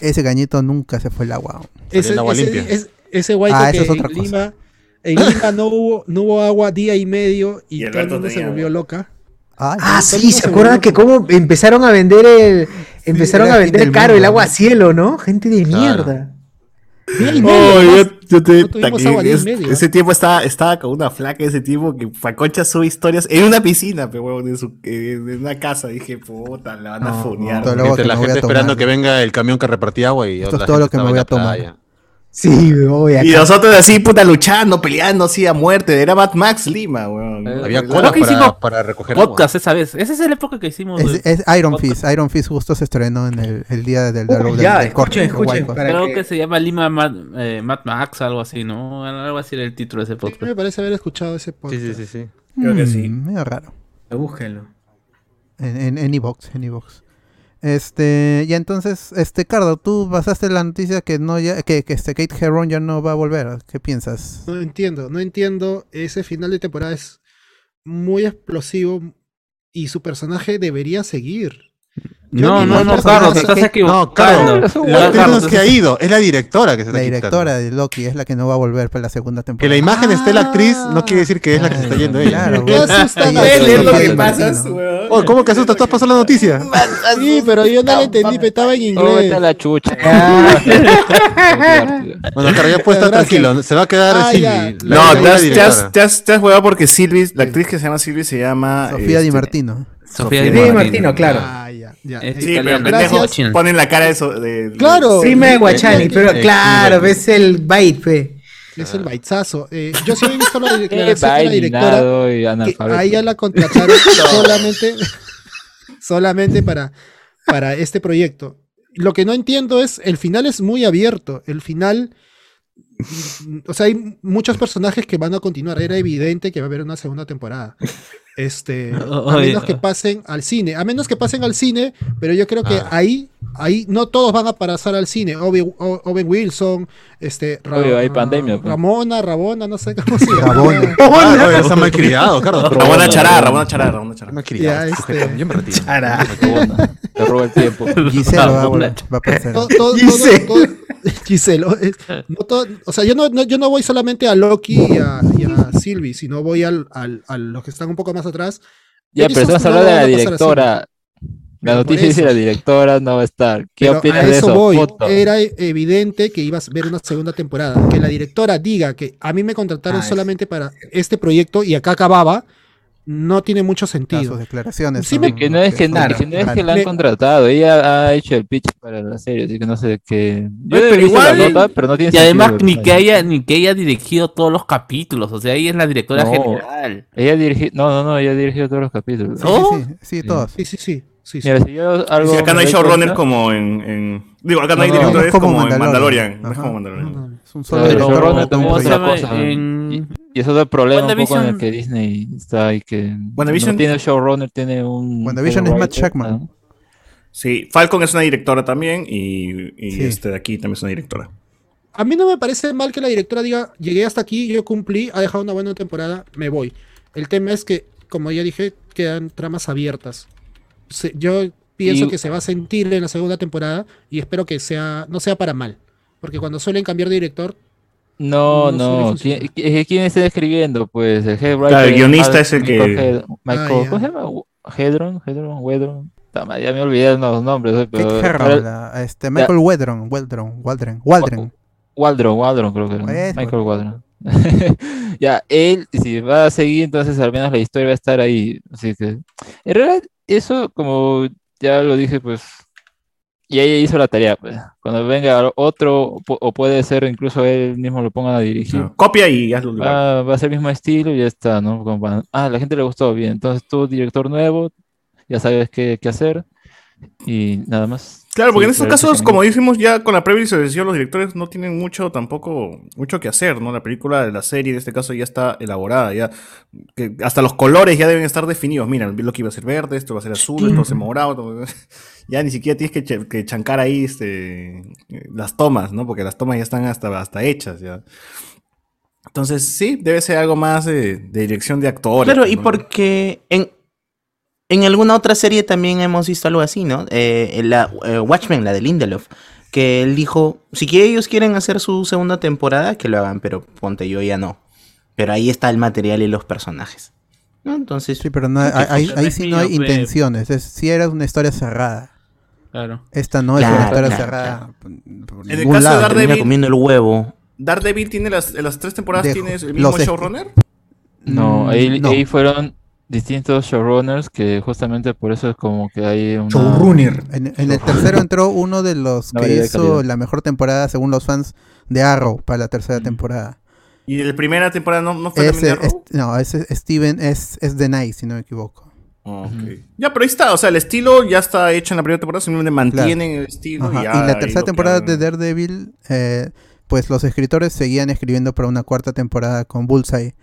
[SPEAKER 3] ese cañito nunca se fue el agua.
[SPEAKER 10] Ese,
[SPEAKER 5] el agua
[SPEAKER 10] ese-
[SPEAKER 5] limpia.
[SPEAKER 10] es- ese guayco
[SPEAKER 3] Ah,
[SPEAKER 10] que
[SPEAKER 3] eso es otra
[SPEAKER 10] en
[SPEAKER 3] cosa.
[SPEAKER 10] Lima, en Lima no hubo, no hubo agua día y medio y,
[SPEAKER 7] Y
[SPEAKER 10] todo el
[SPEAKER 7] Alberto
[SPEAKER 10] mundo se
[SPEAKER 7] tenía
[SPEAKER 10] volvió
[SPEAKER 7] agua.
[SPEAKER 10] loca.
[SPEAKER 3] Ay,
[SPEAKER 4] Ah,
[SPEAKER 10] Sí,
[SPEAKER 4] sí, ¿se acuerdan que cómo empezaron a vender el... Empezaron
[SPEAKER 3] era
[SPEAKER 4] a
[SPEAKER 3] el fin
[SPEAKER 4] vender
[SPEAKER 3] del
[SPEAKER 4] caro el
[SPEAKER 3] mundo,
[SPEAKER 4] agua a
[SPEAKER 3] ¿no?
[SPEAKER 4] cielo, ¿no? Gente de
[SPEAKER 5] Claro.
[SPEAKER 4] mierda. Día y medio
[SPEAKER 7] Oh,
[SPEAKER 4] nomás.
[SPEAKER 7] yo, yo te,
[SPEAKER 10] No tuvimos
[SPEAKER 7] taqué,
[SPEAKER 10] agua ni en
[SPEAKER 7] es-
[SPEAKER 10] medio.
[SPEAKER 7] ese tiempo estaba, estaba con una flaca, ese tipo que Facocha sube historias en una piscina, pero huevón, en, su- eh, en- en una casa. Dije, puta, la van a funear.
[SPEAKER 3] todo el agua
[SPEAKER 5] Entre
[SPEAKER 3] que
[SPEAKER 5] la
[SPEAKER 3] me voy
[SPEAKER 5] gente
[SPEAKER 3] a
[SPEAKER 5] esperando
[SPEAKER 3] tomar.
[SPEAKER 5] que venga el camión que repartía agua y
[SPEAKER 3] Esto
[SPEAKER 5] otra
[SPEAKER 3] es todo
[SPEAKER 5] gente
[SPEAKER 3] lo que me
[SPEAKER 5] estaba en
[SPEAKER 3] voy
[SPEAKER 5] la
[SPEAKER 3] a tomar.
[SPEAKER 5] playa.
[SPEAKER 4] Sí, voy
[SPEAKER 7] Y
[SPEAKER 4] acá.
[SPEAKER 7] nosotros así, puta, luchando, peleando así a muerte. Era Mad Max Lima, weón.
[SPEAKER 6] Eh,
[SPEAKER 5] Había
[SPEAKER 6] Lo
[SPEAKER 5] cola
[SPEAKER 6] que hicimos
[SPEAKER 5] para, para recoger agua.
[SPEAKER 6] Podcast esa vez. Esa es la época que hicimos. eh,
[SPEAKER 3] Es, es Iron
[SPEAKER 6] podcast.
[SPEAKER 3] Fist. Iron Fist justo se estrenó en el, el día del,
[SPEAKER 5] Uh,
[SPEAKER 3] del,
[SPEAKER 4] Uy,
[SPEAKER 3] del-
[SPEAKER 4] ya,
[SPEAKER 3] del corte
[SPEAKER 4] escuchen,
[SPEAKER 3] de
[SPEAKER 4] escuchen.
[SPEAKER 3] Huaycos.
[SPEAKER 4] para
[SPEAKER 6] Creo
[SPEAKER 4] que-
[SPEAKER 6] que se llama Lima Mad, eh, Mad Max, algo así, ¿no? Algo así era el título de ese
[SPEAKER 10] Sí,
[SPEAKER 6] podcast.
[SPEAKER 10] me parece haber escuchado ese
[SPEAKER 5] Sí,
[SPEAKER 10] podcast.
[SPEAKER 5] sí, sí, sí.
[SPEAKER 7] Creo que sí.
[SPEAKER 3] Mm, medio raro.
[SPEAKER 4] Búsquenlo.
[SPEAKER 3] En, en, en iVox, en iVox. Este, ya entonces, este, Cardo, tú basaste la noticia que no ya, que, que este Kate Herron ya no va a volver. ¿Qué piensas?
[SPEAKER 10] No entiendo, no entiendo. Ese final de temporada es muy explosivo y su personaje debería seguir. Yo
[SPEAKER 6] No,
[SPEAKER 10] ni
[SPEAKER 6] no,
[SPEAKER 10] más
[SPEAKER 6] no,
[SPEAKER 10] personaje
[SPEAKER 6] Carlos, te estás
[SPEAKER 3] que-
[SPEAKER 5] No,
[SPEAKER 6] equivocando.
[SPEAKER 5] claro.
[SPEAKER 9] Claro,
[SPEAKER 5] La
[SPEAKER 9] eso,
[SPEAKER 5] actriz no es
[SPEAKER 6] Carlos,
[SPEAKER 5] que ha ido, es la directora que se
[SPEAKER 3] La
[SPEAKER 5] está quitando.
[SPEAKER 3] directora de Loki es la que no va a volver para la segunda
[SPEAKER 5] Que la
[SPEAKER 3] temporada.
[SPEAKER 5] imagen esté la actriz no quiere decir que es la que se está yendo ella.
[SPEAKER 3] Ah. Claro,
[SPEAKER 10] ¿Qué
[SPEAKER 3] güey.
[SPEAKER 10] asustan
[SPEAKER 3] Ahí
[SPEAKER 10] a
[SPEAKER 3] está
[SPEAKER 10] él? Es
[SPEAKER 3] el
[SPEAKER 10] lo que
[SPEAKER 3] Martino.
[SPEAKER 7] pasas, weón.
[SPEAKER 5] Oh, ¿cómo que asusta? ¿Estás pasando la noticia?
[SPEAKER 10] Sí, pero yo no lo entendí, pero estaba en
[SPEAKER 9] Oh, vete a
[SPEAKER 10] inglés.
[SPEAKER 9] la chucha.
[SPEAKER 5] Bueno, claro, ya puede estar
[SPEAKER 10] Gracias.
[SPEAKER 5] tranquilo. Se va a quedar
[SPEAKER 10] Ah,
[SPEAKER 5] Silvi.
[SPEAKER 10] ya.
[SPEAKER 5] la
[SPEAKER 7] No,
[SPEAKER 5] segunda
[SPEAKER 7] te has, te,
[SPEAKER 5] directora.
[SPEAKER 7] has, te, has, te has huevado porque Silvi, la actriz que se llama Silvi se llama.
[SPEAKER 3] Sofía
[SPEAKER 7] este,
[SPEAKER 3] Di Martino.
[SPEAKER 6] Sofía
[SPEAKER 7] Sofía
[SPEAKER 6] Di
[SPEAKER 7] Di
[SPEAKER 6] Martino,
[SPEAKER 4] Martino, claro.
[SPEAKER 10] Ah, ya, ya.
[SPEAKER 6] Eh,
[SPEAKER 7] Sí, pero
[SPEAKER 6] Italiana.
[SPEAKER 7] pendejos
[SPEAKER 6] Gracias.
[SPEAKER 7] ponen la cara de. eso- de- de-
[SPEAKER 10] Claro.
[SPEAKER 7] Sí,
[SPEAKER 4] Sí, me guachani, pero
[SPEAKER 5] Eh,
[SPEAKER 4] claro,
[SPEAKER 5] sí,
[SPEAKER 4] ves el bait, fe.
[SPEAKER 10] Es el baitazo. Eh, yo sí he visto la
[SPEAKER 9] Qué
[SPEAKER 10] declaración de la directora.
[SPEAKER 9] vainado y
[SPEAKER 10] que
[SPEAKER 9] analfabeto.
[SPEAKER 10] a ella la contrataron solamente, solamente para, para este proyecto. Lo que no entiendo es, el final es muy abierto. El final, mm, o sea, hay muchos personajes que van a continuar. Era evidente que va a haber una segunda temporada. Este, a
[SPEAKER 6] Oye.
[SPEAKER 10] menos que pasen al cine, a menos que pasen al cine, pero yo creo que
[SPEAKER 5] Ah.
[SPEAKER 10] ahí, ahí no todos van a pasar al cine. Obi- O- Owen Wilson, este, Ra-
[SPEAKER 9] Obvio, hay pandemia, pues.
[SPEAKER 10] Ramona, Rabona, no sé cómo se llama.
[SPEAKER 3] Rabona.
[SPEAKER 5] Ah, oye, está mal criado, claro.
[SPEAKER 7] Ramona Chará, Ramona Chará, Ramona Chará.
[SPEAKER 5] Mal criado.
[SPEAKER 10] Ya,
[SPEAKER 5] este sujeto.
[SPEAKER 10] este-
[SPEAKER 5] Yo me retiro.
[SPEAKER 4] Chara.
[SPEAKER 5] Me cobota.
[SPEAKER 9] Te roba el tiempo.
[SPEAKER 3] Gisela va a
[SPEAKER 6] Ramona.
[SPEAKER 3] volver. Va a aparecer.
[SPEAKER 10] todo, todo-
[SPEAKER 4] Giselle.
[SPEAKER 10] todo- todo- Giselle, o- es- no todo- o sea, yo no, no- yo no voy solamente a Loki y a, y a Sylvie, sino voy al, al- a los que están un poco más atrás.
[SPEAKER 9] Ya,
[SPEAKER 10] Ellos
[SPEAKER 9] pero estamos
[SPEAKER 10] no
[SPEAKER 9] hablando
[SPEAKER 10] van
[SPEAKER 9] de la
[SPEAKER 10] a pasar
[SPEAKER 9] directora. La
[SPEAKER 10] Pero por
[SPEAKER 9] noticia dice
[SPEAKER 10] eso.
[SPEAKER 9] la directora no va a estar. ¿Qué
[SPEAKER 10] Pero
[SPEAKER 9] opinas
[SPEAKER 10] a
[SPEAKER 9] de
[SPEAKER 10] eso
[SPEAKER 9] eso?
[SPEAKER 10] voy.
[SPEAKER 9] Foto.
[SPEAKER 10] Era e- evidente que ibas a ver una segunda temporada. Que la directora diga que a mí me contrataron
[SPEAKER 4] Ah, es-
[SPEAKER 10] solamente para este proyecto y acá acababa, no tiene mucho
[SPEAKER 3] Todas sus
[SPEAKER 10] sentido.
[SPEAKER 3] declaraciones.
[SPEAKER 10] Sí,
[SPEAKER 3] son-
[SPEAKER 10] me-
[SPEAKER 9] Que no es que,
[SPEAKER 4] Claro.
[SPEAKER 9] que no es que
[SPEAKER 3] Claro.
[SPEAKER 9] la han
[SPEAKER 10] Me-
[SPEAKER 9] contratado, ella ha hecho el pitch para la serie, así que no sé qué. Yo
[SPEAKER 6] Oye,
[SPEAKER 9] he
[SPEAKER 6] pero
[SPEAKER 9] visto la
[SPEAKER 6] igual-
[SPEAKER 9] nota, pero no tiene
[SPEAKER 6] Y además
[SPEAKER 9] sentido,
[SPEAKER 6] ni
[SPEAKER 9] ¿verdad?
[SPEAKER 6] que haya ni que haya dirigido todos los capítulos, o sea, ella es la directora
[SPEAKER 9] No.
[SPEAKER 6] general.
[SPEAKER 9] Ella dirigió, no, no, no, ella dirigió todos los capítulos.
[SPEAKER 3] Sí,
[SPEAKER 6] ¿No?
[SPEAKER 3] sí, sí, sí, todos.
[SPEAKER 10] ¿Oh? Sí, sí, sí. sí, sí.
[SPEAKER 9] Mira, si yo algo
[SPEAKER 7] Sí, acá no hay
[SPEAKER 9] me doy
[SPEAKER 7] showrunners
[SPEAKER 9] cuenta-
[SPEAKER 7] como en, en- Digo, acá no, hay
[SPEAKER 9] No, no.
[SPEAKER 7] directores
[SPEAKER 3] No es como
[SPEAKER 7] como, en
[SPEAKER 3] Mandalorian.
[SPEAKER 7] Mandalorian. No es como
[SPEAKER 3] Ajá.
[SPEAKER 7] Mandalorian.
[SPEAKER 10] No, no.
[SPEAKER 3] Es un solo
[SPEAKER 9] Claro, el
[SPEAKER 3] director.
[SPEAKER 9] showrunner
[SPEAKER 3] como
[SPEAKER 9] también
[SPEAKER 3] un
[SPEAKER 9] es otra
[SPEAKER 3] proyecto.
[SPEAKER 9] cosa.
[SPEAKER 6] En-
[SPEAKER 9] Y, y es otro problema un poco en el
[SPEAKER 6] WandaVision-
[SPEAKER 9] que Disney está ahí que
[SPEAKER 7] WandaVision-
[SPEAKER 9] no tiene showrunner, tiene un
[SPEAKER 3] WandaVision es Matt Shackman.
[SPEAKER 9] ¿no?
[SPEAKER 7] Sí, Falcon es una directora también y, y
[SPEAKER 3] Sí.
[SPEAKER 7] este de aquí también es una directora.
[SPEAKER 10] A mí no me parece mal que la directora diga, llegué hasta aquí, yo cumplí, ha dejado una buena temporada, me voy. El tema es que, como ya dije, quedan tramas abiertas. Se- yo pienso
[SPEAKER 9] Y-
[SPEAKER 10] que se va a sentir en la segunda temporada y espero que sea no sea para mal. Porque cuando suelen cambiar de director,
[SPEAKER 9] No,
[SPEAKER 10] No suele
[SPEAKER 9] no.
[SPEAKER 10] funcionar.
[SPEAKER 9] ¿Qui- qui- ¿Quién está escribiendo? Pues el head writer
[SPEAKER 7] Claro, el
[SPEAKER 9] es
[SPEAKER 7] guionista
[SPEAKER 9] Mal-
[SPEAKER 7] es el
[SPEAKER 3] Ah,
[SPEAKER 9] Michael
[SPEAKER 7] que-
[SPEAKER 6] Ah,
[SPEAKER 9] Hed- Michael-
[SPEAKER 10] ya.
[SPEAKER 9] ¿Cómo se llama? Hedron, Hedron, Wedron. Puta madre, Ya me olvidé de los nombres. eh,
[SPEAKER 3] Kate
[SPEAKER 9] pero-
[SPEAKER 3] Herron,
[SPEAKER 9] pero-
[SPEAKER 3] la- este, Michael Wedron, Weldron, Waldron, Waldron.
[SPEAKER 9] Waldron, Waldron creo que era. ¿no?
[SPEAKER 3] Pues,
[SPEAKER 9] Michael Waldron. ya, él, si va a seguir, entonces al menos la historia va a estar ahí. Así que, en realidad, eso, como ya lo dije, pues, y ella hizo la tarea. pues. Cuando venga otro, po- o puede ser incluso él mismo lo ponga a dirigir.
[SPEAKER 7] No, Copia y hazlo. igual.
[SPEAKER 9] Va, Ah, va a ser el mismo estilo y ya está, ¿no? Como para- ah, la gente le gustó bien. Entonces tú, director nuevo, ya sabes qué, qué hacer y nada más.
[SPEAKER 7] Claro, porque
[SPEAKER 9] Sí,
[SPEAKER 7] en estos
[SPEAKER 9] claro que
[SPEAKER 7] casos,
[SPEAKER 9] sí.
[SPEAKER 7] como dijimos ya con la previa y los directores no tienen mucho tampoco mucho que hacer, ¿no? La película, la serie en este caso ya está elaborada, ya que hasta los colores ya deben estar definidos. Mira, lo que iba a ser verde, esto va a ser azul, esto va a ser morado. todo- Ya ni siquiera tienes que, ch- que chancar ahí este, eh, las tomas, ¿no? Porque las tomas ya están hasta, hasta hechas, ya. Entonces, sí, debe ser algo más de, de dirección de actores.
[SPEAKER 8] Claro, y
[SPEAKER 7] ¿no?
[SPEAKER 8] porque en, en alguna otra serie también hemos visto algo así, ¿no? Eh, en la eh, Watchmen, la de Lindelof, que él dijo, si que ellos quieren hacer su segunda temporada, que lo hagan, pero ponte yo ya no. Pero ahí está el material y los personajes. ¿no? Entonces,
[SPEAKER 3] Sí, pero no,
[SPEAKER 8] Sí,
[SPEAKER 3] ahí- ahí,
[SPEAKER 6] pues,
[SPEAKER 3] ahí sí no hay
[SPEAKER 6] tranquilo, pe.
[SPEAKER 3] intenciones. Es, si era una historia cerrada.
[SPEAKER 6] Claro.
[SPEAKER 3] Esta no es
[SPEAKER 8] Claro,
[SPEAKER 3] una historia
[SPEAKER 8] claro,
[SPEAKER 3] cerrada. por- por
[SPEAKER 7] En el
[SPEAKER 3] ningún
[SPEAKER 7] caso de
[SPEAKER 3] lado.
[SPEAKER 7] Daredevil-
[SPEAKER 8] termina comiendo el huevo.
[SPEAKER 7] Daredevil tiene las, en las tres temporadas,
[SPEAKER 3] Dejo-
[SPEAKER 7] tienes el mismo
[SPEAKER 3] los es-
[SPEAKER 7] showrunner.
[SPEAKER 9] No,
[SPEAKER 3] Mm,
[SPEAKER 9] ahí,
[SPEAKER 3] no.
[SPEAKER 9] ahí fueron distintos showrunners que justamente por eso es como que hay una...
[SPEAKER 3] En, en el tercero entró uno de los
[SPEAKER 9] No,
[SPEAKER 3] que
[SPEAKER 9] ya de
[SPEAKER 3] hizo
[SPEAKER 9] calidad.
[SPEAKER 3] la mejor temporada, según los fans, de Arrow para la tercera
[SPEAKER 9] Mm.
[SPEAKER 3] temporada.
[SPEAKER 7] Y la primera temporada no, no fue
[SPEAKER 3] Ese,
[SPEAKER 7] también de Arrow?
[SPEAKER 3] es- no, ese Steven es, es The Night, si no me equivoco.
[SPEAKER 7] Ok. Ya, pero ahí está, o sea, el estilo ya está hecho en la primera temporada, simplemente mantienen el estilo.
[SPEAKER 3] Ajá,
[SPEAKER 7] Y,
[SPEAKER 3] Y,
[SPEAKER 7] ya
[SPEAKER 3] la tercera
[SPEAKER 7] lo que
[SPEAKER 3] temporada de
[SPEAKER 7] hagan.
[SPEAKER 3] Daredevil, eh, pues los escritores seguían escribiendo para una cuarta temporada con Bullseye,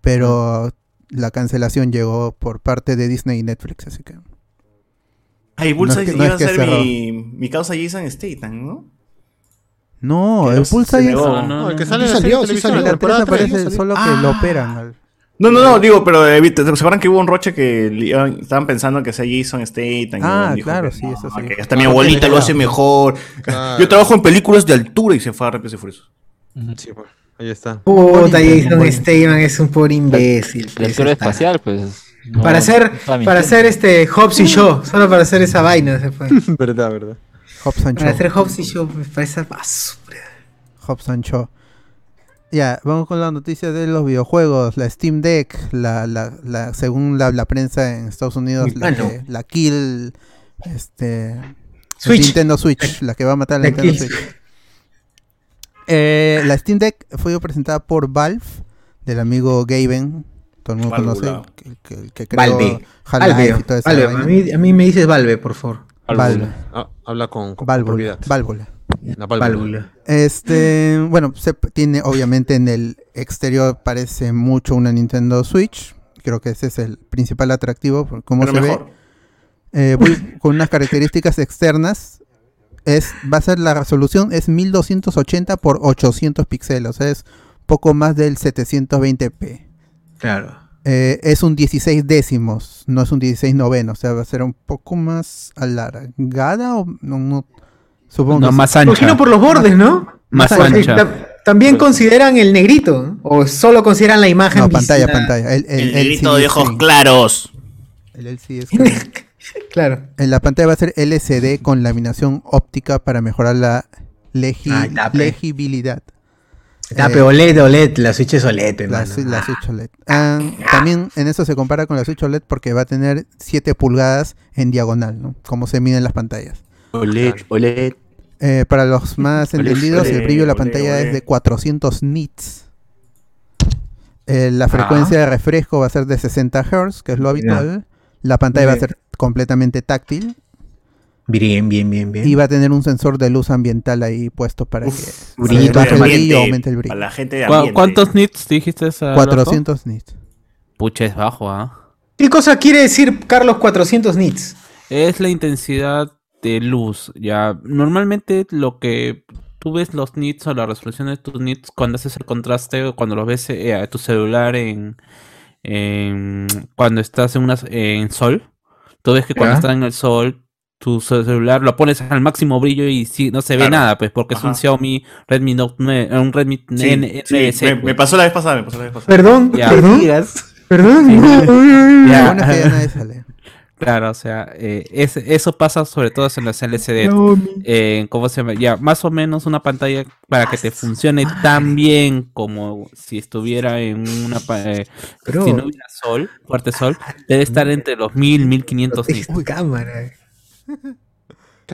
[SPEAKER 3] pero la cancelación llegó por parte de Disney y Netflix, así que...
[SPEAKER 7] Ay, Ah, Bullseye
[SPEAKER 3] no es que-
[SPEAKER 7] iba
[SPEAKER 3] no es
[SPEAKER 7] a
[SPEAKER 3] que
[SPEAKER 7] ser
[SPEAKER 3] cerró.
[SPEAKER 7] mi, mi causa Jason Statham, ¿no?
[SPEAKER 3] No,
[SPEAKER 7] Que
[SPEAKER 3] el
[SPEAKER 7] los- se
[SPEAKER 3] Bullseye es...
[SPEAKER 7] negó.
[SPEAKER 6] No, no,
[SPEAKER 5] No, el que
[SPEAKER 6] no.
[SPEAKER 5] sale
[SPEAKER 10] Sí
[SPEAKER 5] en la serie
[SPEAKER 10] salió,
[SPEAKER 5] de
[SPEAKER 10] sí
[SPEAKER 5] televisión,
[SPEAKER 10] salió.
[SPEAKER 3] En
[SPEAKER 5] la
[SPEAKER 3] la
[SPEAKER 5] temporada
[SPEAKER 3] tercera
[SPEAKER 5] tres,
[SPEAKER 3] aparece
[SPEAKER 5] salió.
[SPEAKER 3] solo que
[SPEAKER 7] Ah.
[SPEAKER 3] lo operan. al-
[SPEAKER 7] No, no, no, digo, pero eh, ¿viste? ¿se acuerdan que hubo un roche que le iban- estaban pensando que sea Jason Statham? y
[SPEAKER 3] Ah,
[SPEAKER 7] luego dijo
[SPEAKER 3] claro,
[SPEAKER 7] que
[SPEAKER 3] sí, eso sí.
[SPEAKER 7] que hasta mi abuelita lo hace mejor.
[SPEAKER 5] Claro.
[SPEAKER 7] Yo trabajo en películas de altura y se fue a Rápidos y Furiosos.
[SPEAKER 5] Sí, pues, ahí está.
[SPEAKER 3] Bonito,
[SPEAKER 4] Puta, este. Jason
[SPEAKER 3] bonito.
[SPEAKER 4] Statham es un pobre imbécil.
[SPEAKER 9] La
[SPEAKER 4] pues,
[SPEAKER 9] altura
[SPEAKER 4] está.
[SPEAKER 9] espacial, pues... no-
[SPEAKER 4] Para hacer,
[SPEAKER 9] no está
[SPEAKER 4] para
[SPEAKER 9] mintiendo.
[SPEAKER 4] hacer este Hobbs y Shaw, solo para hacer esa vaina se fue.
[SPEAKER 5] verdad, verdad.
[SPEAKER 3] Hobbs and
[SPEAKER 4] Para
[SPEAKER 3] Shaw.
[SPEAKER 4] hacer Hobbs y Shaw me parece basura.
[SPEAKER 3] Hobbs and Shaw. Ya, vamos con la noticia de los videojuegos. La Steam Deck, la, la, la- según la, la prensa en Estados Unidos,
[SPEAKER 4] Mi
[SPEAKER 3] la,
[SPEAKER 4] mano.
[SPEAKER 3] que- la Kill. Este.
[SPEAKER 4] Switch.
[SPEAKER 3] Nintendo Switch, la que va a matar a la
[SPEAKER 4] La
[SPEAKER 3] Nintendo
[SPEAKER 4] Kill.
[SPEAKER 3] Switch. Eh, la Steam Deck fue presentada por Valve, del amigo Gaben. Todo el mundo
[SPEAKER 7] Válvula.
[SPEAKER 3] conoce. Que, que, que creó
[SPEAKER 4] Valve.
[SPEAKER 3] Half-Life
[SPEAKER 4] Valve,
[SPEAKER 3] y toda esa
[SPEAKER 4] Valve,
[SPEAKER 3] vaina.
[SPEAKER 4] a mí, a mí me dices Valve, por favor.
[SPEAKER 3] Valve.
[SPEAKER 5] Ah, habla con, con
[SPEAKER 3] Válvula.
[SPEAKER 5] propiedad.
[SPEAKER 3] Válvula.
[SPEAKER 5] La válvula.
[SPEAKER 4] Válvula.
[SPEAKER 3] Este, bueno, se p- tiene obviamente en el exterior parece mucho una Nintendo Switch. Creo que ese es el principal atractivo por cómo
[SPEAKER 7] Pero
[SPEAKER 3] se
[SPEAKER 7] mejor.
[SPEAKER 3] ve. Eh, voy con unas características externas. Es, va a ser la resolución es 1280 por 800 píxeles, o sea, es poco más del 720p.
[SPEAKER 4] Claro.
[SPEAKER 3] Eh, es un 16 décimos, no es un 16 noveno, o sea, va a ser un poco más alargada o no, no- supongo
[SPEAKER 11] No,
[SPEAKER 3] que sí.
[SPEAKER 11] más ancha.
[SPEAKER 4] Pues, Imagino por los bordes, ¿no?
[SPEAKER 11] Más
[SPEAKER 4] Porque
[SPEAKER 11] ancha.
[SPEAKER 4] ta- También consideran el negrito, ¿no? o solo consideran la imagen.
[SPEAKER 3] No,
[SPEAKER 4] vis-
[SPEAKER 3] pantalla,
[SPEAKER 4] la-
[SPEAKER 3] pantalla. El, el,
[SPEAKER 8] El negrito
[SPEAKER 3] LCD
[SPEAKER 8] de ojos
[SPEAKER 3] screen.
[SPEAKER 8] claros.
[SPEAKER 3] El LCD screen.
[SPEAKER 4] Claro.
[SPEAKER 3] En la pantalla va a ser LCD con laminación óptica para mejorar la legi-
[SPEAKER 4] Ah, tape.
[SPEAKER 3] legibilidad.
[SPEAKER 4] Ah,
[SPEAKER 3] Eh,
[SPEAKER 4] pero
[SPEAKER 11] E
[SPEAKER 4] OLED, OLED, la Switch es OLED,
[SPEAKER 3] la,
[SPEAKER 4] hermano.
[SPEAKER 3] Swi- la Switch OLED. Ah, también en eso se compara con la Switch OLED porque va a tener 7 pulgadas en diagonal, ¿no? Como se miden las pantallas.
[SPEAKER 8] Oled, oled.
[SPEAKER 3] Eh, para los más
[SPEAKER 7] Olé,
[SPEAKER 3] entendidos, el
[SPEAKER 7] olé,
[SPEAKER 3] brillo de la
[SPEAKER 7] olé,
[SPEAKER 3] pantalla
[SPEAKER 7] olé.
[SPEAKER 3] es de 400 nits. Eh, la frecuencia de refresco va a ser de 60 Hz, que es lo habitual. La pantalla va a
[SPEAKER 4] Bien.
[SPEAKER 3] ser completamente táctil.
[SPEAKER 4] Bien, bien, bien, bien.
[SPEAKER 3] Y va a tener un sensor de luz ambiental ahí puesto para
[SPEAKER 7] Uf,
[SPEAKER 3] que
[SPEAKER 4] brillito
[SPEAKER 3] baje el
[SPEAKER 7] ambiente,
[SPEAKER 3] brillo, aumente el brillo.
[SPEAKER 7] Para la gente de
[SPEAKER 6] ¿Cu-
[SPEAKER 7] ambiente.
[SPEAKER 6] ¿Cuántos nits dijiste? Alberto?
[SPEAKER 3] 400 nits.
[SPEAKER 6] Pucha, es bajo, ¿ah?
[SPEAKER 4] ¿Qué cosa quiere decir Carlos 400 nits?
[SPEAKER 6] Es la intensidad de luz, ya. Normalmente lo que tú ves los nits o la resolución de tus nits cuando haces el contraste o cuando los ves eh, a tu celular en, en- cuando estás en una en sol, tú ves que cuando
[SPEAKER 4] Ya.
[SPEAKER 6] estás en el sol tu ce- celular lo pones al máximo brillo y sí, no se ve
[SPEAKER 7] Claro.
[SPEAKER 6] nada, pues porque es un
[SPEAKER 7] Ajá.
[SPEAKER 6] Xiaomi Redmi Note 9, un Redmi
[SPEAKER 7] Sí,
[SPEAKER 6] N-
[SPEAKER 7] sí,
[SPEAKER 6] NS,
[SPEAKER 7] me, me
[SPEAKER 6] pues.
[SPEAKER 7] pasó la vez pasada, me pasó la vez pasada.
[SPEAKER 4] Perdón,
[SPEAKER 6] Ya.
[SPEAKER 4] perdón,
[SPEAKER 8] Digas.
[SPEAKER 4] perdón.
[SPEAKER 3] Lo bueno es que ya nadie sale.
[SPEAKER 6] Claro, o sea, eh, es- eso pasa sobre todo en las LCD. Eh, ¿Cómo se llama? Ya, más o menos una pantalla para que te funcione tan bien como si estuviera en una. pa- eh,
[SPEAKER 4] Bro.
[SPEAKER 6] Si no hubiera sol, fuerte sol, debe estar entre los 1000, 1500 nits.
[SPEAKER 4] Uy, cámara. Mira,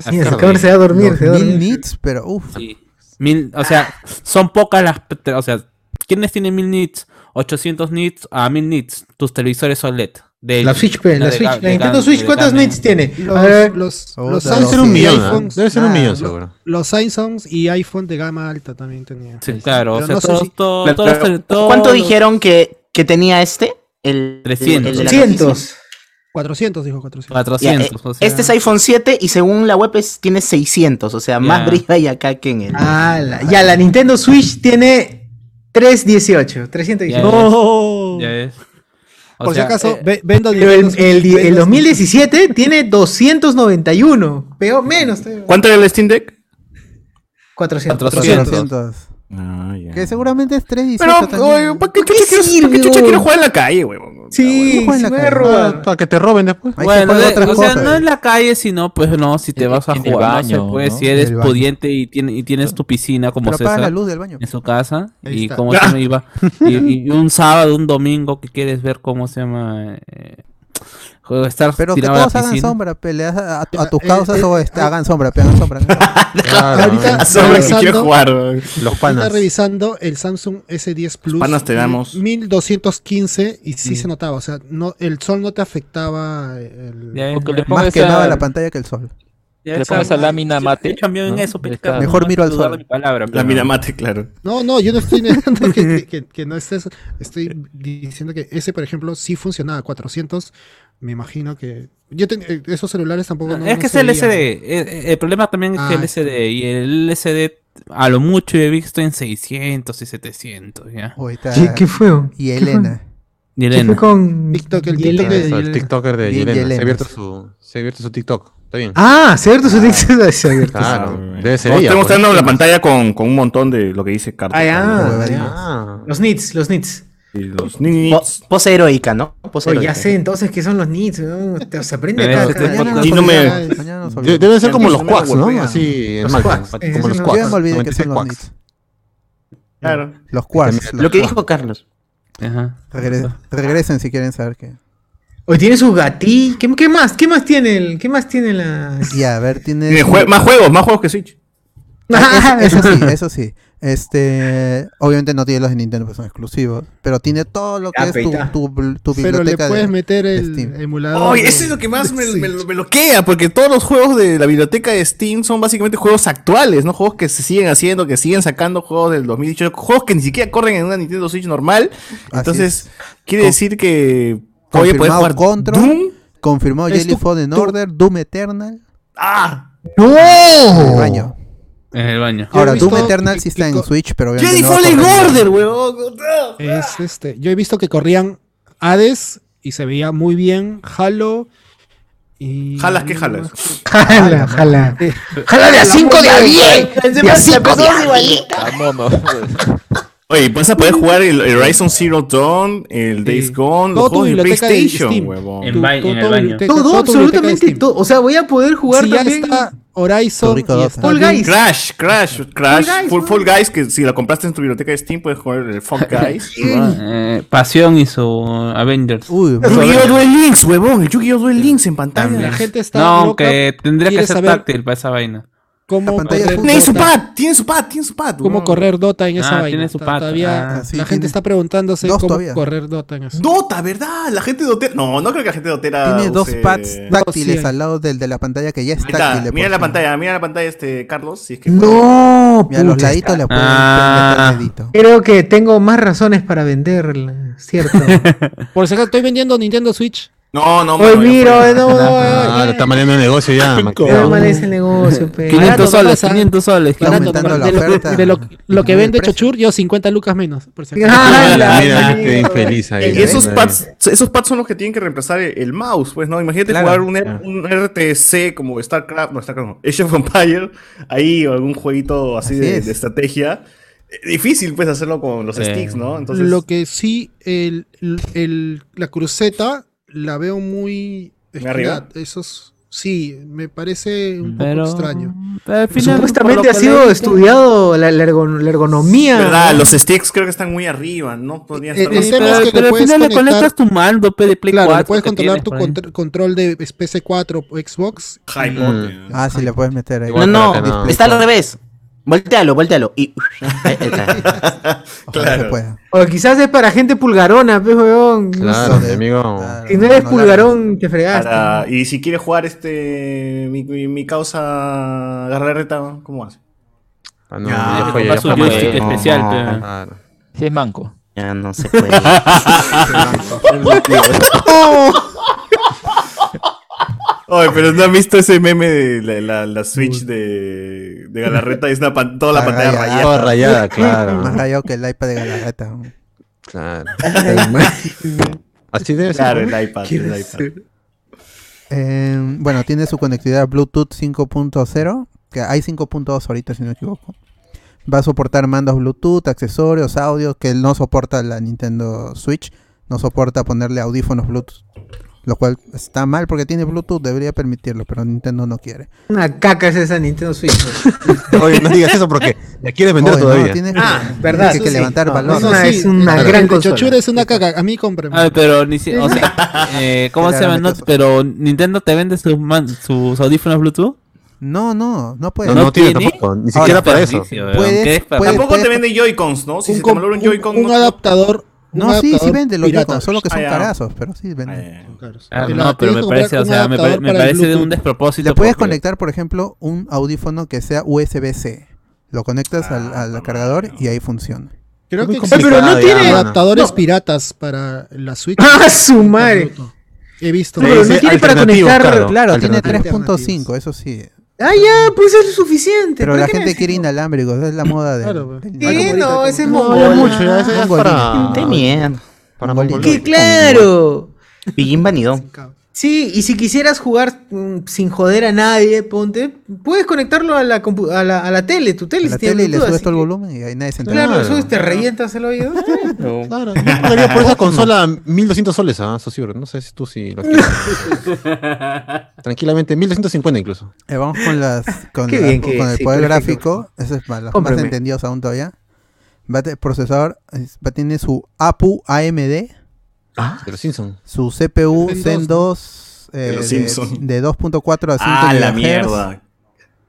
[SPEAKER 4] se
[SPEAKER 6] Acá,
[SPEAKER 4] acaba- se va a dormir,
[SPEAKER 3] Los
[SPEAKER 4] se va a
[SPEAKER 3] mil
[SPEAKER 4] dormir.
[SPEAKER 3] nits, pero uff.
[SPEAKER 6] Sí. Mil, o sea, son pocas las. O sea, ¿quiénes tienen 1000 nits? 800 nits a 1000 nits. Tus televisores OLED. De, E
[SPEAKER 4] La Switch, pe, la
[SPEAKER 6] de
[SPEAKER 4] Switch.
[SPEAKER 6] Ga-
[SPEAKER 4] La
[SPEAKER 6] de
[SPEAKER 4] Nintendo
[SPEAKER 6] Gan-
[SPEAKER 4] Switch,
[SPEAKER 6] de
[SPEAKER 4] ¿cuántas
[SPEAKER 6] Ganen.
[SPEAKER 4] nits tiene? A
[SPEAKER 10] Los,
[SPEAKER 4] ver,
[SPEAKER 10] los,
[SPEAKER 3] Oh,
[SPEAKER 10] los
[SPEAKER 3] debe ser
[SPEAKER 5] Eh. Debe ser
[SPEAKER 3] un
[SPEAKER 5] un
[SPEAKER 10] Samsung y
[SPEAKER 5] millón, ¿ah?
[SPEAKER 10] iPhones.
[SPEAKER 5] debe ser un
[SPEAKER 10] nada,
[SPEAKER 5] millón
[SPEAKER 10] lo-
[SPEAKER 5] seguro.
[SPEAKER 10] Los Samsung y iPhone de gama alta también tenía.
[SPEAKER 6] Sí, claro, o
[SPEAKER 10] Pero
[SPEAKER 6] sea,
[SPEAKER 10] no sé
[SPEAKER 6] todos,
[SPEAKER 10] si-
[SPEAKER 6] todos-
[SPEAKER 8] Pero-
[SPEAKER 6] todos-
[SPEAKER 8] pero,
[SPEAKER 6] todos-
[SPEAKER 8] ¿Cuánto dijeron que, que tenía este? El,
[SPEAKER 6] 300.
[SPEAKER 8] el de la noticia.
[SPEAKER 4] cientos.
[SPEAKER 10] 400, dijo 400.
[SPEAKER 6] 400.
[SPEAKER 8] Ya, eh,
[SPEAKER 6] o sea,
[SPEAKER 8] este es iPhone 7 y según la web es, tiene 600, o sea, más
[SPEAKER 6] Ya.
[SPEAKER 8] brilla y acá que en el...
[SPEAKER 4] Ah, la- ya, la Nintendo Switch tiene 318,
[SPEAKER 6] Ya,
[SPEAKER 4] 318.
[SPEAKER 6] ya.
[SPEAKER 10] ¡No!
[SPEAKER 6] ya es. O
[SPEAKER 10] Por
[SPEAKER 6] sea,
[SPEAKER 10] si acaso,
[SPEAKER 6] eh,
[SPEAKER 10] ve- vendo
[SPEAKER 4] Pero el, el, di- el
[SPEAKER 10] Vendo-
[SPEAKER 4] 2017 tiene 291. Peor, menos.
[SPEAKER 7] ¿Cuánto era el Steam Deck?
[SPEAKER 4] 400.
[SPEAKER 6] 400.
[SPEAKER 3] 400.
[SPEAKER 7] Ah, ya.
[SPEAKER 3] Que seguramente es 3
[SPEAKER 7] Pero, oye, ¿para qué
[SPEAKER 4] ¿Por qué
[SPEAKER 7] chucha quiero- para qué chucha
[SPEAKER 4] sirve?
[SPEAKER 7] quiero jugar en la calle, huevón?
[SPEAKER 4] Sí,
[SPEAKER 3] ¿Qué juega en
[SPEAKER 4] sí
[SPEAKER 3] la
[SPEAKER 4] me
[SPEAKER 3] calle?
[SPEAKER 4] roban.
[SPEAKER 5] Para que te roben después.
[SPEAKER 6] Bueno, de-
[SPEAKER 3] otras
[SPEAKER 6] o sea,
[SPEAKER 3] cosas.
[SPEAKER 6] no en la calle, sino pues no, si te
[SPEAKER 9] En-
[SPEAKER 6] vas a
[SPEAKER 9] en el
[SPEAKER 6] jugar, no
[SPEAKER 9] baño,
[SPEAKER 6] sé, pues,
[SPEAKER 9] ¿no?
[SPEAKER 6] si
[SPEAKER 3] En
[SPEAKER 6] eres
[SPEAKER 3] el baño.
[SPEAKER 6] pudiente y, tiene- y tienes tu piscina como
[SPEAKER 3] Pero apaga
[SPEAKER 6] César
[SPEAKER 3] la luz del baño.
[SPEAKER 6] en su casa
[SPEAKER 10] Ahí
[SPEAKER 6] y
[SPEAKER 10] está.
[SPEAKER 6] como se me iba y, y un sábado, un domingo que quieres ver cómo se llama eh, juego, estar
[SPEAKER 3] Pero que
[SPEAKER 6] tirado a la
[SPEAKER 3] todos hagan
[SPEAKER 6] piscina.
[SPEAKER 3] sombra, peleas a, a tu- a tus
[SPEAKER 10] Eh,
[SPEAKER 3] causas
[SPEAKER 10] eh,
[SPEAKER 3] o este, hagan sombra, pe, hagan sombra.
[SPEAKER 5] Claro,
[SPEAKER 10] Ahorita-
[SPEAKER 5] ¿no?
[SPEAKER 7] Sobre que
[SPEAKER 10] Regresando-
[SPEAKER 7] quiero jugar, huevón.
[SPEAKER 5] los
[SPEAKER 10] Está
[SPEAKER 5] panas.
[SPEAKER 10] revisando el Samsung S10 Plus.
[SPEAKER 7] panas te damos.
[SPEAKER 10] 1215 y sí
[SPEAKER 6] Mm.
[SPEAKER 10] se notaba. O sea, no, el sol no te afectaba. el-
[SPEAKER 6] Ya,
[SPEAKER 9] Porque le
[SPEAKER 6] ya,
[SPEAKER 9] pongo
[SPEAKER 3] Más que
[SPEAKER 9] esa-
[SPEAKER 3] nada la pantalla que el sol.
[SPEAKER 6] ya
[SPEAKER 9] le
[SPEAKER 6] está,
[SPEAKER 9] pongo esa
[SPEAKER 6] ya-
[SPEAKER 9] lámina
[SPEAKER 6] ya-
[SPEAKER 9] mate,
[SPEAKER 6] ya cambió en
[SPEAKER 9] ¿no?
[SPEAKER 6] eso, pe,
[SPEAKER 9] Está-
[SPEAKER 6] cabrón,
[SPEAKER 3] Mejor
[SPEAKER 6] no
[SPEAKER 3] miro al
[SPEAKER 6] dudar
[SPEAKER 3] sol.
[SPEAKER 6] de mi palabra,
[SPEAKER 7] La
[SPEAKER 6] pero-
[SPEAKER 7] Minamate, claro.
[SPEAKER 10] No, no, yo no estoy negando que, que- que no estés. Estoy diciendo que ese, por ejemplo, sí funcionaba. 400, me imagino que. Yo ten- eh, esos celulares tampoco. no-
[SPEAKER 6] Ah, es
[SPEAKER 10] no
[SPEAKER 6] que es
[SPEAKER 10] se veían.
[SPEAKER 6] LCD. eh, eh, El problema también es
[SPEAKER 10] Ah,
[SPEAKER 6] que LCD. Y el LCD, a lo mucho, he visto en 600 y 700. ¿ya?
[SPEAKER 3] Uy, está-
[SPEAKER 4] ¿Qué, qué fue?
[SPEAKER 3] Y Elena.
[SPEAKER 6] Y
[SPEAKER 4] ¿Qué fue
[SPEAKER 6] Elena.
[SPEAKER 4] con
[SPEAKER 10] TikTok, el
[SPEAKER 4] y el-
[SPEAKER 10] TikTok.
[SPEAKER 5] Eso, el TikToker de
[SPEAKER 3] Bien,
[SPEAKER 5] Yelena. Se
[SPEAKER 3] Yelena.
[SPEAKER 5] ha abierto su, se ha abierto su TikTok. Está bien.
[SPEAKER 4] Ah, cierto, su TikTok se ha abierto.
[SPEAKER 5] Claro, debe ser
[SPEAKER 7] No,
[SPEAKER 5] ella.
[SPEAKER 7] Estoy
[SPEAKER 5] pues.
[SPEAKER 7] mostrando la pantalla con, con un montón de lo que dice Carlos.
[SPEAKER 4] Ah, ya.
[SPEAKER 5] Ah.
[SPEAKER 4] Los nits, los nits.
[SPEAKER 7] Y los
[SPEAKER 8] Po-
[SPEAKER 7] ninis.
[SPEAKER 8] pose heroica, ¿no? Pose
[SPEAKER 4] Oye, ya
[SPEAKER 8] heroica.
[SPEAKER 4] sé entonces qué son los nits. ¿no? Te- Se aprende
[SPEAKER 6] Pero
[SPEAKER 4] acá.
[SPEAKER 6] este
[SPEAKER 4] cada-
[SPEAKER 6] podcast-
[SPEAKER 4] cada-
[SPEAKER 3] nos
[SPEAKER 7] Y no me-
[SPEAKER 3] olvidamos, mañana nos
[SPEAKER 5] De-
[SPEAKER 3] olvidamos.
[SPEAKER 5] deben ser como
[SPEAKER 7] Ya,
[SPEAKER 5] los
[SPEAKER 7] ya
[SPEAKER 5] quacks,
[SPEAKER 7] me
[SPEAKER 5] ¿no?
[SPEAKER 7] golpean.
[SPEAKER 5] Así, en
[SPEAKER 4] Los
[SPEAKER 5] Malcolm,
[SPEAKER 4] quacks, eh,
[SPEAKER 5] como los
[SPEAKER 4] sí,
[SPEAKER 3] Yo ya
[SPEAKER 5] quacks.
[SPEAKER 3] me olvidé que
[SPEAKER 5] 96
[SPEAKER 3] son los
[SPEAKER 5] quacks.
[SPEAKER 3] nits.
[SPEAKER 7] Claro.
[SPEAKER 3] Los quarks.
[SPEAKER 8] Lo que dijo Carlos.
[SPEAKER 6] Ajá.
[SPEAKER 3] Regre- regresen si quieren saber qué.
[SPEAKER 4] Oye, tiene su gatí. ¿Qué, qué más? ¿Qué más tiene el, qué más tiene la
[SPEAKER 3] Y a ver, tiene.
[SPEAKER 7] Tiene jue- más juegos, más juegos que Switch.
[SPEAKER 3] Ah, Eso, eso sí, eso sí. Este, obviamente no tiene los de Nintendo, pues son exclusivos. Pero tiene todo lo que
[SPEAKER 4] Ya,
[SPEAKER 3] es
[SPEAKER 4] pe,
[SPEAKER 3] tu,
[SPEAKER 4] ya.
[SPEAKER 3] tu- tu
[SPEAKER 10] Pero le
[SPEAKER 3] biblioteca.
[SPEAKER 10] puedes
[SPEAKER 3] de-
[SPEAKER 10] meter el
[SPEAKER 3] Steam.
[SPEAKER 10] emulador.
[SPEAKER 7] Oye,
[SPEAKER 10] de-
[SPEAKER 7] eso es lo que más me, me, me bloquea, porque todos los juegos de la biblioteca de Steam son básicamente juegos actuales, ¿no? Juegos que se siguen haciendo, que siguen sacando juegos del 2018, juegos que ni siquiera corren en una Nintendo Switch normal.
[SPEAKER 3] Así
[SPEAKER 7] Entonces, quiere
[SPEAKER 3] Con-
[SPEAKER 7] decir que. Oye, puedes
[SPEAKER 3] Confirmado
[SPEAKER 7] jugar
[SPEAKER 3] Control.
[SPEAKER 7] Doom.
[SPEAKER 3] Confirmado
[SPEAKER 10] Es
[SPEAKER 3] Jelly
[SPEAKER 10] tu-
[SPEAKER 3] Phone in
[SPEAKER 10] tu-
[SPEAKER 3] Order, Doom Eternal.
[SPEAKER 7] ¡Ah!
[SPEAKER 3] en el baño.
[SPEAKER 6] En el baño.
[SPEAKER 10] Yo he
[SPEAKER 3] Ahora,
[SPEAKER 10] visto-
[SPEAKER 3] Doom Eternal sí está en
[SPEAKER 10] Pico-
[SPEAKER 3] Switch, pero obviamente.
[SPEAKER 7] ¡Jedi
[SPEAKER 3] no va a
[SPEAKER 7] Fallen
[SPEAKER 3] correr.
[SPEAKER 7] Order, weón! ¡Ah!
[SPEAKER 10] Es este. Yo he visto que corrían Hades y se veía muy bien. Halo. Y...
[SPEAKER 7] Jalas, ¿qué jalas?
[SPEAKER 4] Jala, jala. Jala de a 5 de a 10. De a 5 de a 10.
[SPEAKER 9] Ah, mono.
[SPEAKER 7] Oye, vas a poder jugar el, el Horizon Zero Dawn, el Days Gone, los
[SPEAKER 10] Todo tu
[SPEAKER 7] juegos de
[SPEAKER 10] biblioteca de
[SPEAKER 7] PlayStation,
[SPEAKER 10] Steam.
[SPEAKER 7] huevón.
[SPEAKER 6] En ba- en el
[SPEAKER 10] todo
[SPEAKER 6] baño.
[SPEAKER 10] biblioteca-
[SPEAKER 4] Todo,
[SPEAKER 10] toda tu biblioteca de
[SPEAKER 4] absolutamente
[SPEAKER 10] Steam.
[SPEAKER 4] todo. O sea, voy a poder jugar
[SPEAKER 10] Si ya
[SPEAKER 4] también.
[SPEAKER 10] está Horizon
[SPEAKER 3] Rico
[SPEAKER 10] y
[SPEAKER 3] Dota.
[SPEAKER 10] está
[SPEAKER 4] Fall
[SPEAKER 10] Doom,
[SPEAKER 4] Guys.
[SPEAKER 7] Crash, Crash, Crash,
[SPEAKER 4] Guys,
[SPEAKER 7] Full,
[SPEAKER 4] ¿no?
[SPEAKER 7] Full Guys, que si la compraste en tu biblioteca de Steam puedes jugar el Fall Guys.
[SPEAKER 6] Eh, Pasión y su Avengers.
[SPEAKER 3] Uy,
[SPEAKER 7] Yu-Gi-Oh! Duel Links, huevón, el Yu-Gi-Oh! Duel Links en pantalla.
[SPEAKER 10] La gente está
[SPEAKER 6] No,
[SPEAKER 10] loca.
[SPEAKER 6] aunque tendría que
[SPEAKER 10] ¿Quieres
[SPEAKER 6] ser
[SPEAKER 10] saber
[SPEAKER 6] táctil para esa vaina.
[SPEAKER 10] ¿Cómo
[SPEAKER 3] La pantalla
[SPEAKER 10] correr
[SPEAKER 3] azul.
[SPEAKER 7] Tiene su
[SPEAKER 10] Dota?
[SPEAKER 7] pad, tiene su pad, tiene su pad.
[SPEAKER 10] cómo
[SPEAKER 7] huevón.
[SPEAKER 10] correr Dota en esa
[SPEAKER 6] Ah,
[SPEAKER 10] vaina.
[SPEAKER 6] tiene su
[SPEAKER 10] Ta-
[SPEAKER 6] pata.
[SPEAKER 10] Todavía
[SPEAKER 3] Ah, sí,
[SPEAKER 10] la
[SPEAKER 3] tiene
[SPEAKER 10] gente está preguntándose
[SPEAKER 3] dos
[SPEAKER 10] cómo
[SPEAKER 3] todavía.
[SPEAKER 10] correr Dota en eso.
[SPEAKER 7] Dota, ¿verdad? La gente dotera. No, no creo que la gente dotera.
[SPEAKER 3] Tiene dos
[SPEAKER 7] use-
[SPEAKER 3] pads
[SPEAKER 7] Ahí
[SPEAKER 3] táctiles
[SPEAKER 10] sí.
[SPEAKER 3] al lado del de la pantalla que ya es
[SPEAKER 7] está,
[SPEAKER 3] táctil. de
[SPEAKER 7] Mira
[SPEAKER 3] por
[SPEAKER 7] la
[SPEAKER 3] sí.
[SPEAKER 7] pantalla, mira la pantalla, este, Carlos, si es que.
[SPEAKER 4] No,
[SPEAKER 3] Mira, los
[SPEAKER 4] pucha,
[SPEAKER 3] laditos le pueden
[SPEAKER 6] Ah.
[SPEAKER 3] meter dedito.
[SPEAKER 4] Creo que tengo más razones para venderla, ¿cierto?
[SPEAKER 10] Por si acaso estoy vendiendo Nintendo Switch.
[SPEAKER 7] No, no,
[SPEAKER 4] Hoy
[SPEAKER 7] mano, ya fue.
[SPEAKER 4] miro, no, no, eh.
[SPEAKER 5] Ah,
[SPEAKER 4] no,
[SPEAKER 5] está mareando el negocio ya.
[SPEAKER 4] Qué
[SPEAKER 5] Macao.
[SPEAKER 4] mal es el negocio, pe.
[SPEAKER 6] 500
[SPEAKER 10] barato,
[SPEAKER 6] soles,
[SPEAKER 10] ¿no?
[SPEAKER 6] 500 soles.
[SPEAKER 3] Está
[SPEAKER 10] Barato,
[SPEAKER 3] aumentando
[SPEAKER 10] ¿no?
[SPEAKER 3] la
[SPEAKER 10] de lo-
[SPEAKER 3] oferta.
[SPEAKER 10] de lo, lo
[SPEAKER 3] Sube
[SPEAKER 10] que
[SPEAKER 3] el
[SPEAKER 10] vende
[SPEAKER 3] precio.
[SPEAKER 10] Chochur, yo 50 lucas menos. Por si acaso.
[SPEAKER 4] Ah,
[SPEAKER 5] Mira,
[SPEAKER 4] la
[SPEAKER 5] mira,
[SPEAKER 4] mierda.
[SPEAKER 5] qué infeliz ahí.
[SPEAKER 7] Y Eh, esos
[SPEAKER 5] Ahí.
[SPEAKER 7] pads, esos pads son los que tienen que reemplazar el, el mouse, pues, ¿no? Imagínate
[SPEAKER 3] Claro,
[SPEAKER 7] jugar un, R-
[SPEAKER 5] claro.
[SPEAKER 7] un RTC como StarCraft, no, StarCraft no, Age of Empire, ahí o algún jueguito así,
[SPEAKER 3] Así
[SPEAKER 7] de,
[SPEAKER 3] es.
[SPEAKER 7] de estrategia. Eh, Difícil, pues, hacerlo con los
[SPEAKER 6] Eh,
[SPEAKER 7] sticks, ¿no? Entonces,
[SPEAKER 10] Lo que sí, el, el- la cruceta la veo muy Es
[SPEAKER 7] ¿Me arriba?
[SPEAKER 10] que ya, esos, sí, me parece un
[SPEAKER 9] Pero-
[SPEAKER 10] poco extraño.
[SPEAKER 6] Al final, por
[SPEAKER 4] Supuestamente
[SPEAKER 6] lo
[SPEAKER 4] ha sido
[SPEAKER 6] polémico-
[SPEAKER 4] estudiado la, la ergon- la ergonomía.
[SPEAKER 7] ¿Verdad? Los sticks creo que están muy arriba, no podrían
[SPEAKER 10] Eh,
[SPEAKER 7] estar.
[SPEAKER 10] eh,
[SPEAKER 7] más-
[SPEAKER 6] Sí,
[SPEAKER 10] temas
[SPEAKER 6] pero,
[SPEAKER 10] que le
[SPEAKER 6] pero al
[SPEAKER 10] puedes
[SPEAKER 6] final le
[SPEAKER 10] conectar-
[SPEAKER 6] conectas tu mando pe, de Play
[SPEAKER 10] Claro,
[SPEAKER 6] 4.
[SPEAKER 10] le puedes
[SPEAKER 6] que
[SPEAKER 10] controlar
[SPEAKER 6] tienes
[SPEAKER 10] tu
[SPEAKER 6] por ahí.
[SPEAKER 10] contr- control de PS4 o Xbox.
[SPEAKER 7] Hype, eh.
[SPEAKER 5] Mm.
[SPEAKER 7] ¿no?
[SPEAKER 3] Ah, sí, le puedes meter ahí.
[SPEAKER 8] No,
[SPEAKER 5] Igual
[SPEAKER 8] no,
[SPEAKER 5] para que no-
[SPEAKER 8] está al revés. Voltealo, voltealo. Y. Ahí está.
[SPEAKER 3] Ojalá se
[SPEAKER 7] Claro.
[SPEAKER 3] pueda.
[SPEAKER 4] O quizás es para gente pulgarona, pues, weón.
[SPEAKER 5] Claro,
[SPEAKER 3] Eso de-
[SPEAKER 5] mi amigo.
[SPEAKER 3] Claro,
[SPEAKER 4] Si no eres
[SPEAKER 3] la-
[SPEAKER 4] pulgarón, te fregaste.
[SPEAKER 7] Para- y si quiere jugar este mi, mi- mi causa Garrareta, ¿cómo hace?
[SPEAKER 5] Ah, no,
[SPEAKER 8] Ah,
[SPEAKER 5] ya
[SPEAKER 8] te
[SPEAKER 5] fue, ya
[SPEAKER 6] compras
[SPEAKER 5] fue, Ah,
[SPEAKER 6] un
[SPEAKER 5] ya
[SPEAKER 7] este
[SPEAKER 6] joystick
[SPEAKER 5] fue.
[SPEAKER 6] especial.
[SPEAKER 8] No.
[SPEAKER 6] pe.
[SPEAKER 5] Claro.
[SPEAKER 9] Si es manco.
[SPEAKER 8] Ya no se puede.
[SPEAKER 7] Oye, pero no han visto ese meme de la, la- la Switch de, de Galarreta y es una pan- toda la
[SPEAKER 3] Ah,
[SPEAKER 7] pantalla
[SPEAKER 3] ya.
[SPEAKER 7] rayada.
[SPEAKER 5] Toda rayada,
[SPEAKER 3] Más
[SPEAKER 5] Ah, claro.
[SPEAKER 3] rayado que el iPad de Galarreta.
[SPEAKER 5] claro. Así debe ser.
[SPEAKER 7] Claro, el iPad, el iPad.
[SPEAKER 3] Eh, bueno, tiene su conectividad Bluetooth 5.0, que hay 5.2 ahorita si no me equivoco. Va a soportar mandos Bluetooth, accesorios, audio, que no soporta la Nintendo Switch, no soporta ponerle audífonos Bluetooth, lo cual está mal porque tiene Bluetooth, debería permitirlo, pero Nintendo no quiere.
[SPEAKER 4] Una caca es esa Nintendo Switch. weón.
[SPEAKER 5] Oye, no digas eso porque la quieres vender
[SPEAKER 3] Oye, no,
[SPEAKER 5] todavía.
[SPEAKER 3] tienes que-
[SPEAKER 4] Ah,
[SPEAKER 3] tienes
[SPEAKER 4] verdad,
[SPEAKER 3] que,
[SPEAKER 4] eso
[SPEAKER 3] que
[SPEAKER 4] sí.
[SPEAKER 3] levantar
[SPEAKER 4] No,
[SPEAKER 3] valor.
[SPEAKER 4] eso
[SPEAKER 3] ¿no?
[SPEAKER 4] sí. es una
[SPEAKER 10] el- el
[SPEAKER 4] gran
[SPEAKER 10] de
[SPEAKER 4] consola.
[SPEAKER 10] Chochura es una caca. A mí cómprenme.
[SPEAKER 6] Ah, pero ni si- o sea, eh, ¿cómo
[SPEAKER 3] Claro,
[SPEAKER 6] se llama?
[SPEAKER 3] me
[SPEAKER 6] No,
[SPEAKER 3] caso.
[SPEAKER 6] pero Nintendo te vende sus man- sus audífonos Bluetooth.
[SPEAKER 3] No, no, no puede.
[SPEAKER 5] No, no,
[SPEAKER 6] ¿No
[SPEAKER 5] tiene
[SPEAKER 6] tiene?
[SPEAKER 5] tampoco, ni
[SPEAKER 3] Ahora,
[SPEAKER 5] siquiera para eso.
[SPEAKER 6] Desperdicio, weón,
[SPEAKER 3] Puedes-
[SPEAKER 6] qué desperdicio.
[SPEAKER 3] puedes-
[SPEAKER 7] Tampoco te venden Joy-Cons, ¿no? Si
[SPEAKER 10] Un
[SPEAKER 7] se
[SPEAKER 10] com-
[SPEAKER 7] te malora un
[SPEAKER 10] un-
[SPEAKER 7] Joy-Con.
[SPEAKER 10] un adaptador. un
[SPEAKER 3] No, sí, sí
[SPEAKER 10] adaptador
[SPEAKER 3] vende los
[SPEAKER 10] pirata.
[SPEAKER 3] Joy-Con, solo que son
[SPEAKER 7] Ah, ya.
[SPEAKER 3] carazos, pero sí venden.
[SPEAKER 7] Eh,
[SPEAKER 10] Caros.
[SPEAKER 6] Ah,
[SPEAKER 10] Te la-
[SPEAKER 6] no, pero
[SPEAKER 10] tienes
[SPEAKER 6] me
[SPEAKER 10] que comprar
[SPEAKER 6] parece, o
[SPEAKER 10] un
[SPEAKER 6] sea, me, pare-
[SPEAKER 10] adaptador
[SPEAKER 6] me
[SPEAKER 10] para el
[SPEAKER 6] parece de un
[SPEAKER 10] Bluetooth.
[SPEAKER 6] despropósito.
[SPEAKER 3] Le puedes
[SPEAKER 6] porque-
[SPEAKER 3] conectar, por ejemplo, un audífono que sea USB-C. Lo conectas al,
[SPEAKER 7] Ah,
[SPEAKER 3] al
[SPEAKER 7] está
[SPEAKER 3] cargador
[SPEAKER 7] mal,
[SPEAKER 3] y ahí funciona.
[SPEAKER 10] Creo
[SPEAKER 5] Muy
[SPEAKER 10] que
[SPEAKER 5] complicado
[SPEAKER 10] existen
[SPEAKER 4] pero no
[SPEAKER 5] ya,
[SPEAKER 4] tiene-
[SPEAKER 5] mano.
[SPEAKER 10] adaptadores piratas para la Switch.
[SPEAKER 4] ¡Ah, su madre!
[SPEAKER 10] He visto.
[SPEAKER 5] Le
[SPEAKER 4] Pero no
[SPEAKER 5] dice
[SPEAKER 4] tiene para
[SPEAKER 5] alternativos,
[SPEAKER 4] conectar-
[SPEAKER 3] Claro, tiene
[SPEAKER 10] Alternativas.
[SPEAKER 3] 3.5 eso sí.
[SPEAKER 4] Ah, ya, pues es lo suficiente.
[SPEAKER 3] Pero
[SPEAKER 4] ¿Para
[SPEAKER 3] la
[SPEAKER 4] qué
[SPEAKER 3] gente quiere
[SPEAKER 4] necesito?
[SPEAKER 3] inalámbrico, esa es la moda de.
[SPEAKER 10] Claro, pues.
[SPEAKER 4] Sí, no, ese es
[SPEAKER 5] No, ya
[SPEAKER 4] mongol.
[SPEAKER 5] mucho, ya eso ya es
[SPEAKER 3] Mongolín.
[SPEAKER 5] para.
[SPEAKER 8] De mierda.
[SPEAKER 5] Para
[SPEAKER 3] Mongolín.
[SPEAKER 5] Mongolín.
[SPEAKER 4] ¡Qué claro!
[SPEAKER 8] Pillín vanidón.
[SPEAKER 4] Sí, y si quisieras jugar mm, sin joder a nadie, ponte, puedes conectarlo a la, compu- a la, a la tele, tu
[SPEAKER 3] la
[SPEAKER 4] tele. si tiene
[SPEAKER 3] tele y le
[SPEAKER 4] Bluetooth,
[SPEAKER 3] subes
[SPEAKER 4] así
[SPEAKER 3] todo el
[SPEAKER 4] que-
[SPEAKER 3] volumen y ahí nadie se entera.
[SPEAKER 4] Claro,
[SPEAKER 5] Claro.
[SPEAKER 4] eso te revientas el oído. está bien.
[SPEAKER 5] Claro, yo pagaría por esa consola 1200 soles, ¿ah? Sosur? No sé si tú si lo quieres. Tranquilamente, 1250 incluso.
[SPEAKER 3] Eh, vamos con las con,
[SPEAKER 4] Qué
[SPEAKER 3] la-
[SPEAKER 4] bien que
[SPEAKER 3] con el
[SPEAKER 4] sí,
[SPEAKER 3] poder
[SPEAKER 4] perfecto.
[SPEAKER 3] gráfico, ese es para los
[SPEAKER 4] Cómprame.
[SPEAKER 3] más entendidos aún todavía. Va a te- procesador es- va a tener su APU AMD,
[SPEAKER 5] Ah, De los Simpsons.
[SPEAKER 3] su CPU Zen
[SPEAKER 10] Zen
[SPEAKER 3] 2 eh,
[SPEAKER 7] De los
[SPEAKER 3] de,
[SPEAKER 7] Simpson.
[SPEAKER 3] de 2.4 a 5
[SPEAKER 7] Ah, la
[SPEAKER 3] GHz,
[SPEAKER 7] mierda.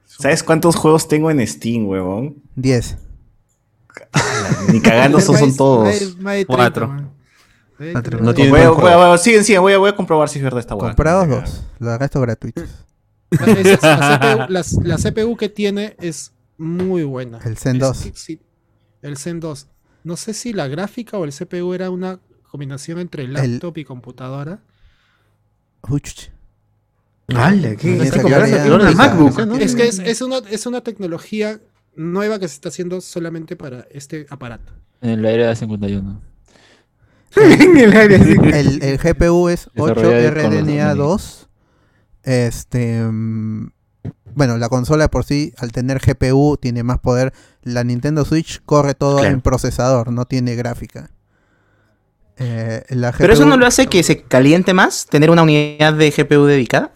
[SPEAKER 7] ¿Sabes cuántos juegos tengo en Steam, huevón?
[SPEAKER 3] 10.
[SPEAKER 7] Ni cagando esos son todos.
[SPEAKER 6] Cuatro.
[SPEAKER 5] No
[SPEAKER 7] Voy
[SPEAKER 5] tiene-
[SPEAKER 7] a, voy a- voy a- siguen, siguen, voy a, voy a comprobar si es verdad esta hueá.
[SPEAKER 3] Comprados dos, los restos gratuitos.
[SPEAKER 10] Las veces, la, CPU, las- la CPU que tiene es muy buena.
[SPEAKER 3] El Zen
[SPEAKER 10] Es
[SPEAKER 3] 2.
[SPEAKER 10] que sí, el Zen 2. No sé si la gráfica o el CPU era una combinación entre laptop y computadora.
[SPEAKER 3] Uch.
[SPEAKER 4] ¡Hala! ¿Qué?
[SPEAKER 3] Y
[SPEAKER 4] Está
[SPEAKER 3] esa
[SPEAKER 4] comprando
[SPEAKER 3] calidad
[SPEAKER 4] con una
[SPEAKER 3] física,
[SPEAKER 4] MacBook.
[SPEAKER 5] ¿no?
[SPEAKER 10] Es que es, es una, es una tecnología nueva que se está haciendo solamente para este aparato.
[SPEAKER 9] En el aire de 51.
[SPEAKER 4] En el aire, así.
[SPEAKER 3] El, el GPU es
[SPEAKER 9] Desarrollado con
[SPEAKER 3] 8RDNA2.
[SPEAKER 9] los
[SPEAKER 3] Este. mm, Bueno, la consola de por sí, al tener GPU, tiene más poder. La Nintendo Switch corre todo
[SPEAKER 8] Claro.
[SPEAKER 3] en procesador, no tiene gráfica. Eh, la
[SPEAKER 8] Pero eso
[SPEAKER 3] GPU
[SPEAKER 8] no lo hace que se caliente más, tener una unidad de GPU dedicada.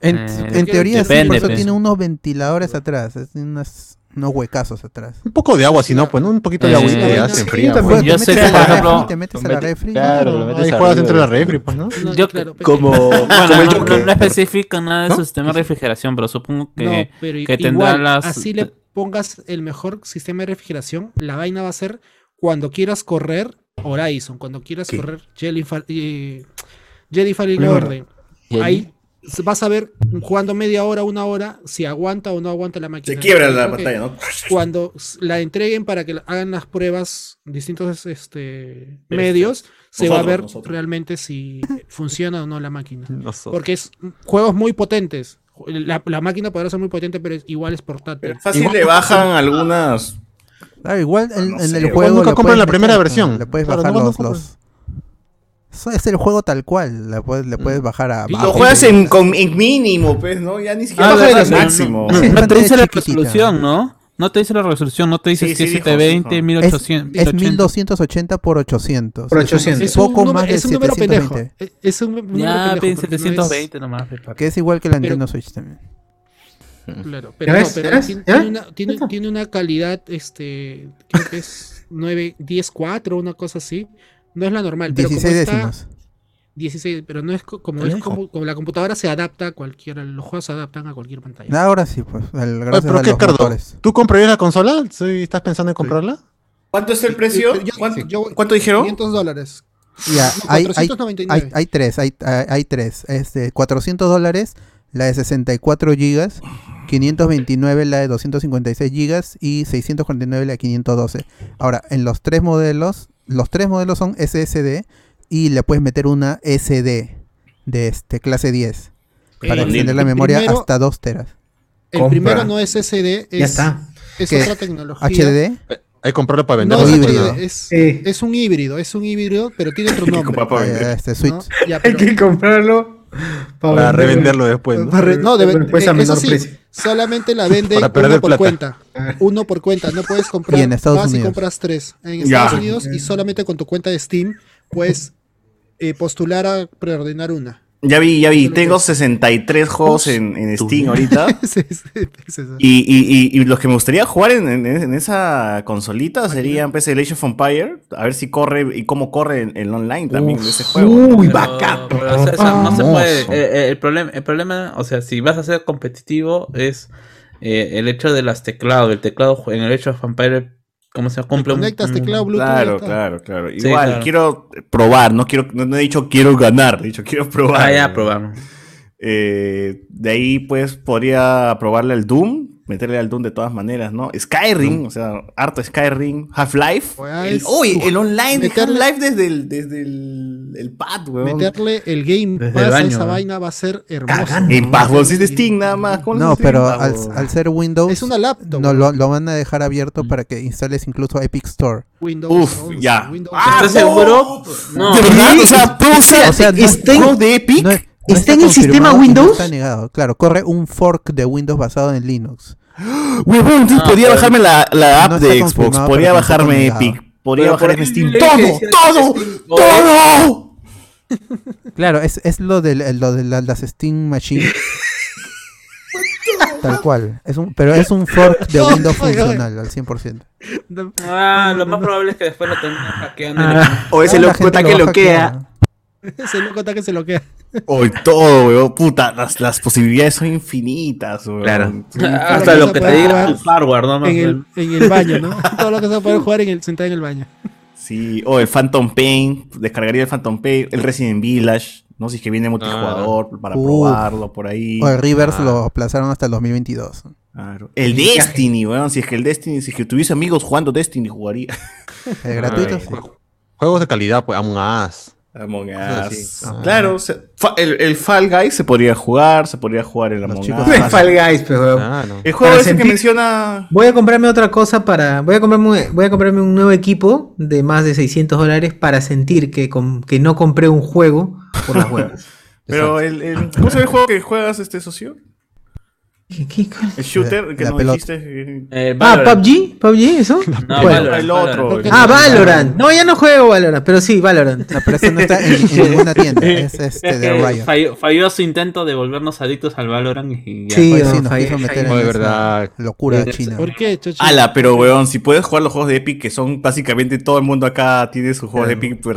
[SPEAKER 3] En,
[SPEAKER 6] Eh,
[SPEAKER 3] en teoría, sí,
[SPEAKER 6] depende,
[SPEAKER 3] por eso
[SPEAKER 6] pues.
[SPEAKER 3] tiene unos ventiladores atrás, es- tiene unas- unos huecazos atrás.
[SPEAKER 5] Un poco de agua, si no, pues, ¿no? Un poquito de
[SPEAKER 6] Eh,
[SPEAKER 5] agüita y ya
[SPEAKER 10] sí,
[SPEAKER 5] se
[SPEAKER 10] yo
[SPEAKER 4] también.
[SPEAKER 5] enfría. pues.
[SPEAKER 3] Bueno,
[SPEAKER 6] yo
[SPEAKER 3] te
[SPEAKER 6] sé
[SPEAKER 3] metes
[SPEAKER 6] que,
[SPEAKER 3] a la
[SPEAKER 6] por
[SPEAKER 3] refri,
[SPEAKER 6] ejemplo,
[SPEAKER 3] te metes a
[SPEAKER 9] lo
[SPEAKER 3] la
[SPEAKER 9] metes-
[SPEAKER 3] refri.
[SPEAKER 9] Claro, lo metes
[SPEAKER 5] Ahí
[SPEAKER 9] arriba,
[SPEAKER 5] juegas dentro de la
[SPEAKER 9] güey.
[SPEAKER 5] refri, pues, ¿no?
[SPEAKER 10] No,
[SPEAKER 6] Yo-
[SPEAKER 10] claro, pe-
[SPEAKER 8] Como.
[SPEAKER 6] Bueno, no, no,
[SPEAKER 8] Joker.
[SPEAKER 6] no especifican nada de
[SPEAKER 8] ¿No?
[SPEAKER 6] su sistema de refrigeración, pero supongo que.
[SPEAKER 10] no, pero
[SPEAKER 6] que
[SPEAKER 10] igual,
[SPEAKER 6] tendrá las-
[SPEAKER 10] así le pongas el mejor sistema de refrigeración, la vaina va a ser cuando quieras correr Horizon, cuando quieras
[SPEAKER 7] ¿Qué?
[SPEAKER 10] correr Jelly, Fa- eh, Jedi Fallen
[SPEAKER 7] Claro.
[SPEAKER 10] Order.
[SPEAKER 9] Y
[SPEAKER 10] Ahí se- vas a ver jugando media hora, una hora, si aguanta o no aguanta la máquina.
[SPEAKER 7] Se quiebra
[SPEAKER 10] Creo
[SPEAKER 7] la
[SPEAKER 10] que
[SPEAKER 7] pantalla, ¿no?
[SPEAKER 10] Cuando s- la entreguen para que la- hagan las pruebas, distintos este, medios, se va a
[SPEAKER 7] Nosotros,
[SPEAKER 10] ver
[SPEAKER 7] nosotros.
[SPEAKER 10] realmente si funciona o no la máquina.
[SPEAKER 5] Nosotros.
[SPEAKER 10] Porque es juegos muy potentes. La, la máquina podrá ser muy potente, pero es- igual es portátil.
[SPEAKER 7] Pero fácil le bajan algunas.
[SPEAKER 3] Claro, Ah, igual en,
[SPEAKER 7] No
[SPEAKER 3] en
[SPEAKER 7] sé,
[SPEAKER 3] el
[SPEAKER 7] igual
[SPEAKER 3] juego.
[SPEAKER 5] nunca
[SPEAKER 3] le
[SPEAKER 5] compran
[SPEAKER 3] puedes
[SPEAKER 5] la primera
[SPEAKER 3] claro,
[SPEAKER 5] versión.
[SPEAKER 3] Le puedes
[SPEAKER 5] Claro,
[SPEAKER 3] bajar
[SPEAKER 5] no, no
[SPEAKER 3] los.
[SPEAKER 5] compran.
[SPEAKER 3] los- Eso es el juego tal cual. Le puedes, le puedes bajar a.
[SPEAKER 10] Y lo
[SPEAKER 7] Lo juegas en, con, en mínimo, pues, ¿no? Ya ni siquiera
[SPEAKER 6] Ah,
[SPEAKER 7] bajas
[SPEAKER 6] verdad,
[SPEAKER 7] el
[SPEAKER 6] no, no,
[SPEAKER 7] máximo.
[SPEAKER 6] No te
[SPEAKER 3] pantalla
[SPEAKER 6] dice la
[SPEAKER 3] chiquitita.
[SPEAKER 6] resolución, ¿no? No te dice la resolución, no te dice
[SPEAKER 7] Sí,
[SPEAKER 6] si
[SPEAKER 7] sí
[SPEAKER 6] es
[SPEAKER 7] dijo,
[SPEAKER 6] 720,
[SPEAKER 7] dijo.
[SPEAKER 6] 1800.
[SPEAKER 3] Es 1280 por 800.
[SPEAKER 10] Por
[SPEAKER 3] Es un-
[SPEAKER 10] 800. Es un
[SPEAKER 3] poco más
[SPEAKER 10] número-
[SPEAKER 3] de
[SPEAKER 10] es un número pendejo.
[SPEAKER 3] 720.
[SPEAKER 10] Es- Es un número
[SPEAKER 6] Ya,
[SPEAKER 10] pendejo,
[SPEAKER 6] ven,
[SPEAKER 10] porque no es-
[SPEAKER 6] 720 nomás. pe, papi.
[SPEAKER 3] Que es igual que la
[SPEAKER 10] Pero-
[SPEAKER 3] Nintendo Switch también.
[SPEAKER 10] Claro, pero,
[SPEAKER 4] ¿Ya
[SPEAKER 10] no,
[SPEAKER 4] ves?
[SPEAKER 10] pero
[SPEAKER 4] ¿Ya ves?
[SPEAKER 10] tiene,
[SPEAKER 4] ¿Ya
[SPEAKER 10] tiene
[SPEAKER 4] ves?
[SPEAKER 10] una, tiene, tiene una calidad, este, creo que es 9, 10, 4, una cosa así. No es la normal, pero
[SPEAKER 3] 16
[SPEAKER 10] como está-
[SPEAKER 3] décimas.
[SPEAKER 10] 16, pero no es co- como, es como, como la computadora se adapta a cualquier, los juegos se adaptan a cualquier pantalla.
[SPEAKER 3] Ahora sí, pues. al- Gracias
[SPEAKER 5] pero
[SPEAKER 3] a
[SPEAKER 5] ¿qué,
[SPEAKER 3] los
[SPEAKER 5] Cardo?
[SPEAKER 3] motores.
[SPEAKER 5] ¿Tú comprarías la consola? ¿Sí? ¿Estás pensando en comprarla?
[SPEAKER 7] ¿Cuánto es el precio?
[SPEAKER 10] Yo-
[SPEAKER 7] ¿Cuánto,
[SPEAKER 10] yo-
[SPEAKER 7] cuánto dijeron?
[SPEAKER 10] 500 dólares.
[SPEAKER 3] Ya,
[SPEAKER 10] No,
[SPEAKER 3] hay, hay,
[SPEAKER 10] 499.
[SPEAKER 3] hay, hay tres. Hay, hay- hay tres. Este, 400 dólares, la de 64 gigas. 529 la de 256 gigas y 649 la de 512. Ahora, en los tres modelos, los tres modelos son SSD y le puedes meter una SD de este clase 10 para
[SPEAKER 7] Con
[SPEAKER 3] extender
[SPEAKER 7] el
[SPEAKER 3] la memoria
[SPEAKER 10] primero-
[SPEAKER 3] hasta 2 teras.
[SPEAKER 10] El
[SPEAKER 7] Compra.
[SPEAKER 10] primero no es SD, es,
[SPEAKER 4] Ya está.
[SPEAKER 10] es
[SPEAKER 3] ¿Qué?
[SPEAKER 10] otra tecnología.
[SPEAKER 3] HDD
[SPEAKER 5] Hay que comprarla para
[SPEAKER 10] No,
[SPEAKER 5] venderla.
[SPEAKER 10] es,
[SPEAKER 3] Híbrido.
[SPEAKER 10] híbrido. Es,
[SPEAKER 4] Sí.
[SPEAKER 10] es un híbrido, es un híbrido, pero tiene otro nombre.
[SPEAKER 7] Como
[SPEAKER 10] ¿no?
[SPEAKER 7] para
[SPEAKER 3] eh,
[SPEAKER 7] vender.
[SPEAKER 3] este Switch.
[SPEAKER 10] Ya,
[SPEAKER 4] Hay
[SPEAKER 10] pero-
[SPEAKER 4] que comprarlo
[SPEAKER 5] para revenderlo después. ¿no?
[SPEAKER 4] Para re-
[SPEAKER 10] no, debe-
[SPEAKER 4] pues,
[SPEAKER 10] eh,
[SPEAKER 4] a
[SPEAKER 10] eso
[SPEAKER 4] menor
[SPEAKER 10] sí,
[SPEAKER 4] precio.
[SPEAKER 10] solamente la venden
[SPEAKER 5] Para perder
[SPEAKER 10] uno por
[SPEAKER 5] plata.
[SPEAKER 10] cuenta. Uno por cuenta, no puedes comprar
[SPEAKER 3] Y en Estados
[SPEAKER 10] más y
[SPEAKER 3] Unidos.
[SPEAKER 10] compras tres. En
[SPEAKER 7] Ya.
[SPEAKER 10] Estados Unidos y solamente con tu cuenta de Steam puedes eh, postular a preordenar una.
[SPEAKER 7] Ya vi, ya vi. Tengo 63 juegos en, en Steam ahorita.
[SPEAKER 10] Ese es- ese es eso.
[SPEAKER 7] Y, y- y- y los que me gustaría jugar en, en- en esa consolita serían pues, el Age of Empire. A ver si corre y cómo corre el, el online también de ese juego.
[SPEAKER 4] Uy,
[SPEAKER 6] Pero-
[SPEAKER 4] bacán.
[SPEAKER 6] pero, o sea, eso no se
[SPEAKER 7] Hermoso.
[SPEAKER 6] puede. Eh, eh, el, problema, el problema, o sea, si vas a ser competitivo, es eh, el hecho de las teclados. El teclado ju- en el hecho de Vampire, ¿cómo se cumple? un-
[SPEAKER 10] Conectas
[SPEAKER 6] un-
[SPEAKER 10] teclado Bluetooth. y ya
[SPEAKER 7] Claro,
[SPEAKER 10] está.
[SPEAKER 7] claro, claro.
[SPEAKER 6] Sí,
[SPEAKER 7] Igual,
[SPEAKER 6] claro.
[SPEAKER 7] quiero probar, no quiero, no, no he dicho quiero ganar, he dicho quiero probar.
[SPEAKER 6] Ah, ya, probaron.
[SPEAKER 7] Eh, de ahí, pues, podría probarle al Doom, meterle al Doom de todas maneras, ¿no? Skyrim, o sea, harto Skyrim, Half-Life.
[SPEAKER 10] Weá,
[SPEAKER 7] El-
[SPEAKER 10] es-
[SPEAKER 7] Uy, el online de
[SPEAKER 10] meterle-
[SPEAKER 7] Half-Life desde el, desde el, el pad, weón.
[SPEAKER 10] Meterle el Game
[SPEAKER 6] Desde
[SPEAKER 10] Pass
[SPEAKER 6] el
[SPEAKER 10] a
[SPEAKER 6] baño,
[SPEAKER 10] esa
[SPEAKER 6] ¿no?
[SPEAKER 10] vaina va a ser hermoso.
[SPEAKER 7] Cagando. En pad, weón, si es de Steam nada más. ¿cómo
[SPEAKER 3] No,
[SPEAKER 7] es de Steam?
[SPEAKER 3] pero
[SPEAKER 7] Ah,
[SPEAKER 3] al,
[SPEAKER 7] weón.
[SPEAKER 3] al ser Windows
[SPEAKER 10] Es una laptop.
[SPEAKER 3] no, lo, lo van a dejar abierto para que instales incluso Epic Store.
[SPEAKER 10] Windows
[SPEAKER 7] Uf,
[SPEAKER 10] 11,
[SPEAKER 7] ya.
[SPEAKER 10] Windows
[SPEAKER 7] Ah,
[SPEAKER 10] 11.
[SPEAKER 6] ¿Estás seguro? No.
[SPEAKER 7] ¿De verdad? O sea, puedo usar
[SPEAKER 3] O sea, no-
[SPEAKER 7] Steam
[SPEAKER 3] no-
[SPEAKER 7] de Epic.
[SPEAKER 3] No- no
[SPEAKER 4] ¿Está en el
[SPEAKER 3] confirmado
[SPEAKER 4] sistema
[SPEAKER 3] y no
[SPEAKER 4] Windows?
[SPEAKER 3] está negado. Claro, corre un fork de Windows basado en Linux.
[SPEAKER 7] Huevón, entonces
[SPEAKER 6] Ah,
[SPEAKER 7] podía
[SPEAKER 6] pero-
[SPEAKER 7] bajarme la, la app
[SPEAKER 3] No está
[SPEAKER 7] de Xbox,
[SPEAKER 3] confirmado,
[SPEAKER 7] podía
[SPEAKER 3] pero tampoco
[SPEAKER 7] bajarme
[SPEAKER 3] negado.
[SPEAKER 7] Epic, podía
[SPEAKER 6] Pero por
[SPEAKER 7] bajarme
[SPEAKER 6] ahí
[SPEAKER 7] Steam.
[SPEAKER 6] leí que
[SPEAKER 7] ¡Todo!
[SPEAKER 6] decía que
[SPEAKER 7] ¡Todo!
[SPEAKER 6] Steam-
[SPEAKER 7] ¡Todo!
[SPEAKER 3] Claro, es, es lo de, lo de la- las Steam Machines. Tal cual. Es un, pero es un fork de
[SPEAKER 10] No,
[SPEAKER 3] Windows
[SPEAKER 10] oiga, oiga.
[SPEAKER 3] funcional al 100%.
[SPEAKER 6] Ah, lo más probable es que después lo terminen hackeando.
[SPEAKER 7] O ese
[SPEAKER 3] Ah, la
[SPEAKER 7] loco
[SPEAKER 3] gente
[SPEAKER 7] está que
[SPEAKER 3] va a
[SPEAKER 7] loquea.
[SPEAKER 3] hackear.
[SPEAKER 10] Ese loco está que se lo queda.
[SPEAKER 7] Hoy todo, weón. Puta, las, las posibilidades son infinitas, weón.
[SPEAKER 5] Claro.
[SPEAKER 6] Hasta lo que te diga tu hardware, ¿no? Más
[SPEAKER 10] En el,
[SPEAKER 6] bien.
[SPEAKER 10] en el baño, ¿no? Todo lo que se va a poder jugar en el, sentado en el baño.
[SPEAKER 7] Sí, o el Phantom Pain, descargaría el Phantom Pain, el Resident Village, no sé si es que viene multijugador para
[SPEAKER 3] Uf.
[SPEAKER 7] probarlo por ahí.
[SPEAKER 3] O el Rivers lo aplazaron hasta el 2022.
[SPEAKER 7] Claro. El Destiny, weón. Si es que el Destiny, si es que tuviese amigos jugando Destiny, jugaría.
[SPEAKER 3] El gratuito.
[SPEAKER 5] Ay,
[SPEAKER 3] sí.
[SPEAKER 5] jue- Juegos de calidad, pues, Among Us.
[SPEAKER 7] Among
[SPEAKER 5] Ah,
[SPEAKER 7] Us.
[SPEAKER 5] sí.
[SPEAKER 7] Claro, se- fa- el, el Fall Guys se podría jugar, se podría jugar el
[SPEAKER 3] Los
[SPEAKER 7] Among
[SPEAKER 3] chicos-
[SPEAKER 7] Us.
[SPEAKER 4] Me Fall Guys, pues, weón.
[SPEAKER 5] Claro.
[SPEAKER 7] El juego
[SPEAKER 4] Para
[SPEAKER 7] ese
[SPEAKER 4] sentir-
[SPEAKER 7] que menciona.
[SPEAKER 4] Voy a comprarme otra cosa para. Voy a comprarme, un- voy a comprarme un nuevo equipo de más de 600 dólares para sentir que, com- que no compré un juego por las huevas.
[SPEAKER 7] Pero el, el- ¿Cómo se ve el juego que juegas este socio?
[SPEAKER 4] ¿Qué- qué- cuál?
[SPEAKER 7] El shooter, el que
[SPEAKER 3] La
[SPEAKER 7] nos
[SPEAKER 3] pelota.
[SPEAKER 7] dijiste. eh,
[SPEAKER 6] Eh,
[SPEAKER 4] Ah,
[SPEAKER 6] Valorant.
[SPEAKER 4] PUBG, PUBG, eso.
[SPEAKER 6] No,
[SPEAKER 7] bueno,
[SPEAKER 6] Valorant,
[SPEAKER 7] el
[SPEAKER 6] Valorant.
[SPEAKER 7] otro. el-
[SPEAKER 4] Ah, Valorant. No, ya no juego Valorant, pero sí, Valorant.
[SPEAKER 3] No, pero eso no está en, en ninguna tienda. Es este
[SPEAKER 6] Es
[SPEAKER 3] de
[SPEAKER 6] que
[SPEAKER 3] Riot.
[SPEAKER 6] falló, falló su intento de volvernos adictos al Valorant y ya.
[SPEAKER 4] Sí,
[SPEAKER 3] Pues
[SPEAKER 4] no,
[SPEAKER 3] sí, nos
[SPEAKER 4] fallé,
[SPEAKER 3] quiso meter
[SPEAKER 4] fallé.
[SPEAKER 3] en
[SPEAKER 5] No, de
[SPEAKER 3] esa
[SPEAKER 5] verdad.
[SPEAKER 3] locura
[SPEAKER 6] Sí.
[SPEAKER 3] china.
[SPEAKER 10] ¿Por qué, Chochi?
[SPEAKER 7] Eh, Ala, pero weón, si puedes jugar los juegos de Epic, que son básicamente todo el mundo acá tiene sus juegos de Epic pues,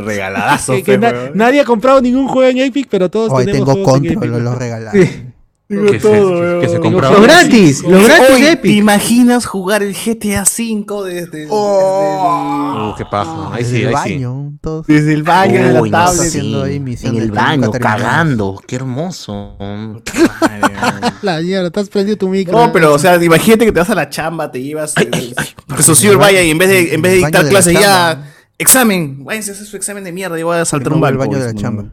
[SPEAKER 7] regaladazos.
[SPEAKER 10] Que- que
[SPEAKER 7] pues,
[SPEAKER 10] na-
[SPEAKER 7] weón.
[SPEAKER 10] nadie ha comprado ningún juego en Epic, pero todos
[SPEAKER 3] Hoy
[SPEAKER 10] tenemos
[SPEAKER 3] tengo
[SPEAKER 10] juegos en
[SPEAKER 3] control,
[SPEAKER 10] Epic.
[SPEAKER 3] lo, lo regalaron.
[SPEAKER 5] Que se, que- que se compraba.
[SPEAKER 4] Lo gratis, lo gratis
[SPEAKER 7] Hoy,
[SPEAKER 4] de
[SPEAKER 7] ¿Te
[SPEAKER 4] Epic.
[SPEAKER 7] imaginas jugar el GTA V desde,
[SPEAKER 5] Uh, qué paja. Ahí
[SPEAKER 3] Ah, Desde
[SPEAKER 5] sí,
[SPEAKER 3] el
[SPEAKER 5] ahí sí.
[SPEAKER 3] baño, todos
[SPEAKER 7] desde, desde el baño de la
[SPEAKER 8] Uy, no,
[SPEAKER 7] tablet?
[SPEAKER 8] sí,
[SPEAKER 3] haciendo ahí misión
[SPEAKER 8] en
[SPEAKER 3] de
[SPEAKER 8] el
[SPEAKER 3] que nunca
[SPEAKER 8] baño,
[SPEAKER 3] terminamos.
[SPEAKER 8] cagando. Qué hermoso.
[SPEAKER 10] La mierda, te has prendido tu micro.
[SPEAKER 7] No, pero, o sea, imagínate que te vas a la chamba, te llevas. eh, que su señor vaya y en vez de, en vez de
[SPEAKER 3] El baño
[SPEAKER 7] dictar
[SPEAKER 3] de la
[SPEAKER 7] clases
[SPEAKER 3] chamba.
[SPEAKER 7] ya. Examen, váyanse a hacer su examen de mierda y voy a
[SPEAKER 3] Que
[SPEAKER 7] saltar
[SPEAKER 3] no
[SPEAKER 7] un
[SPEAKER 3] va al
[SPEAKER 7] balcón.
[SPEAKER 3] baño de la chamba.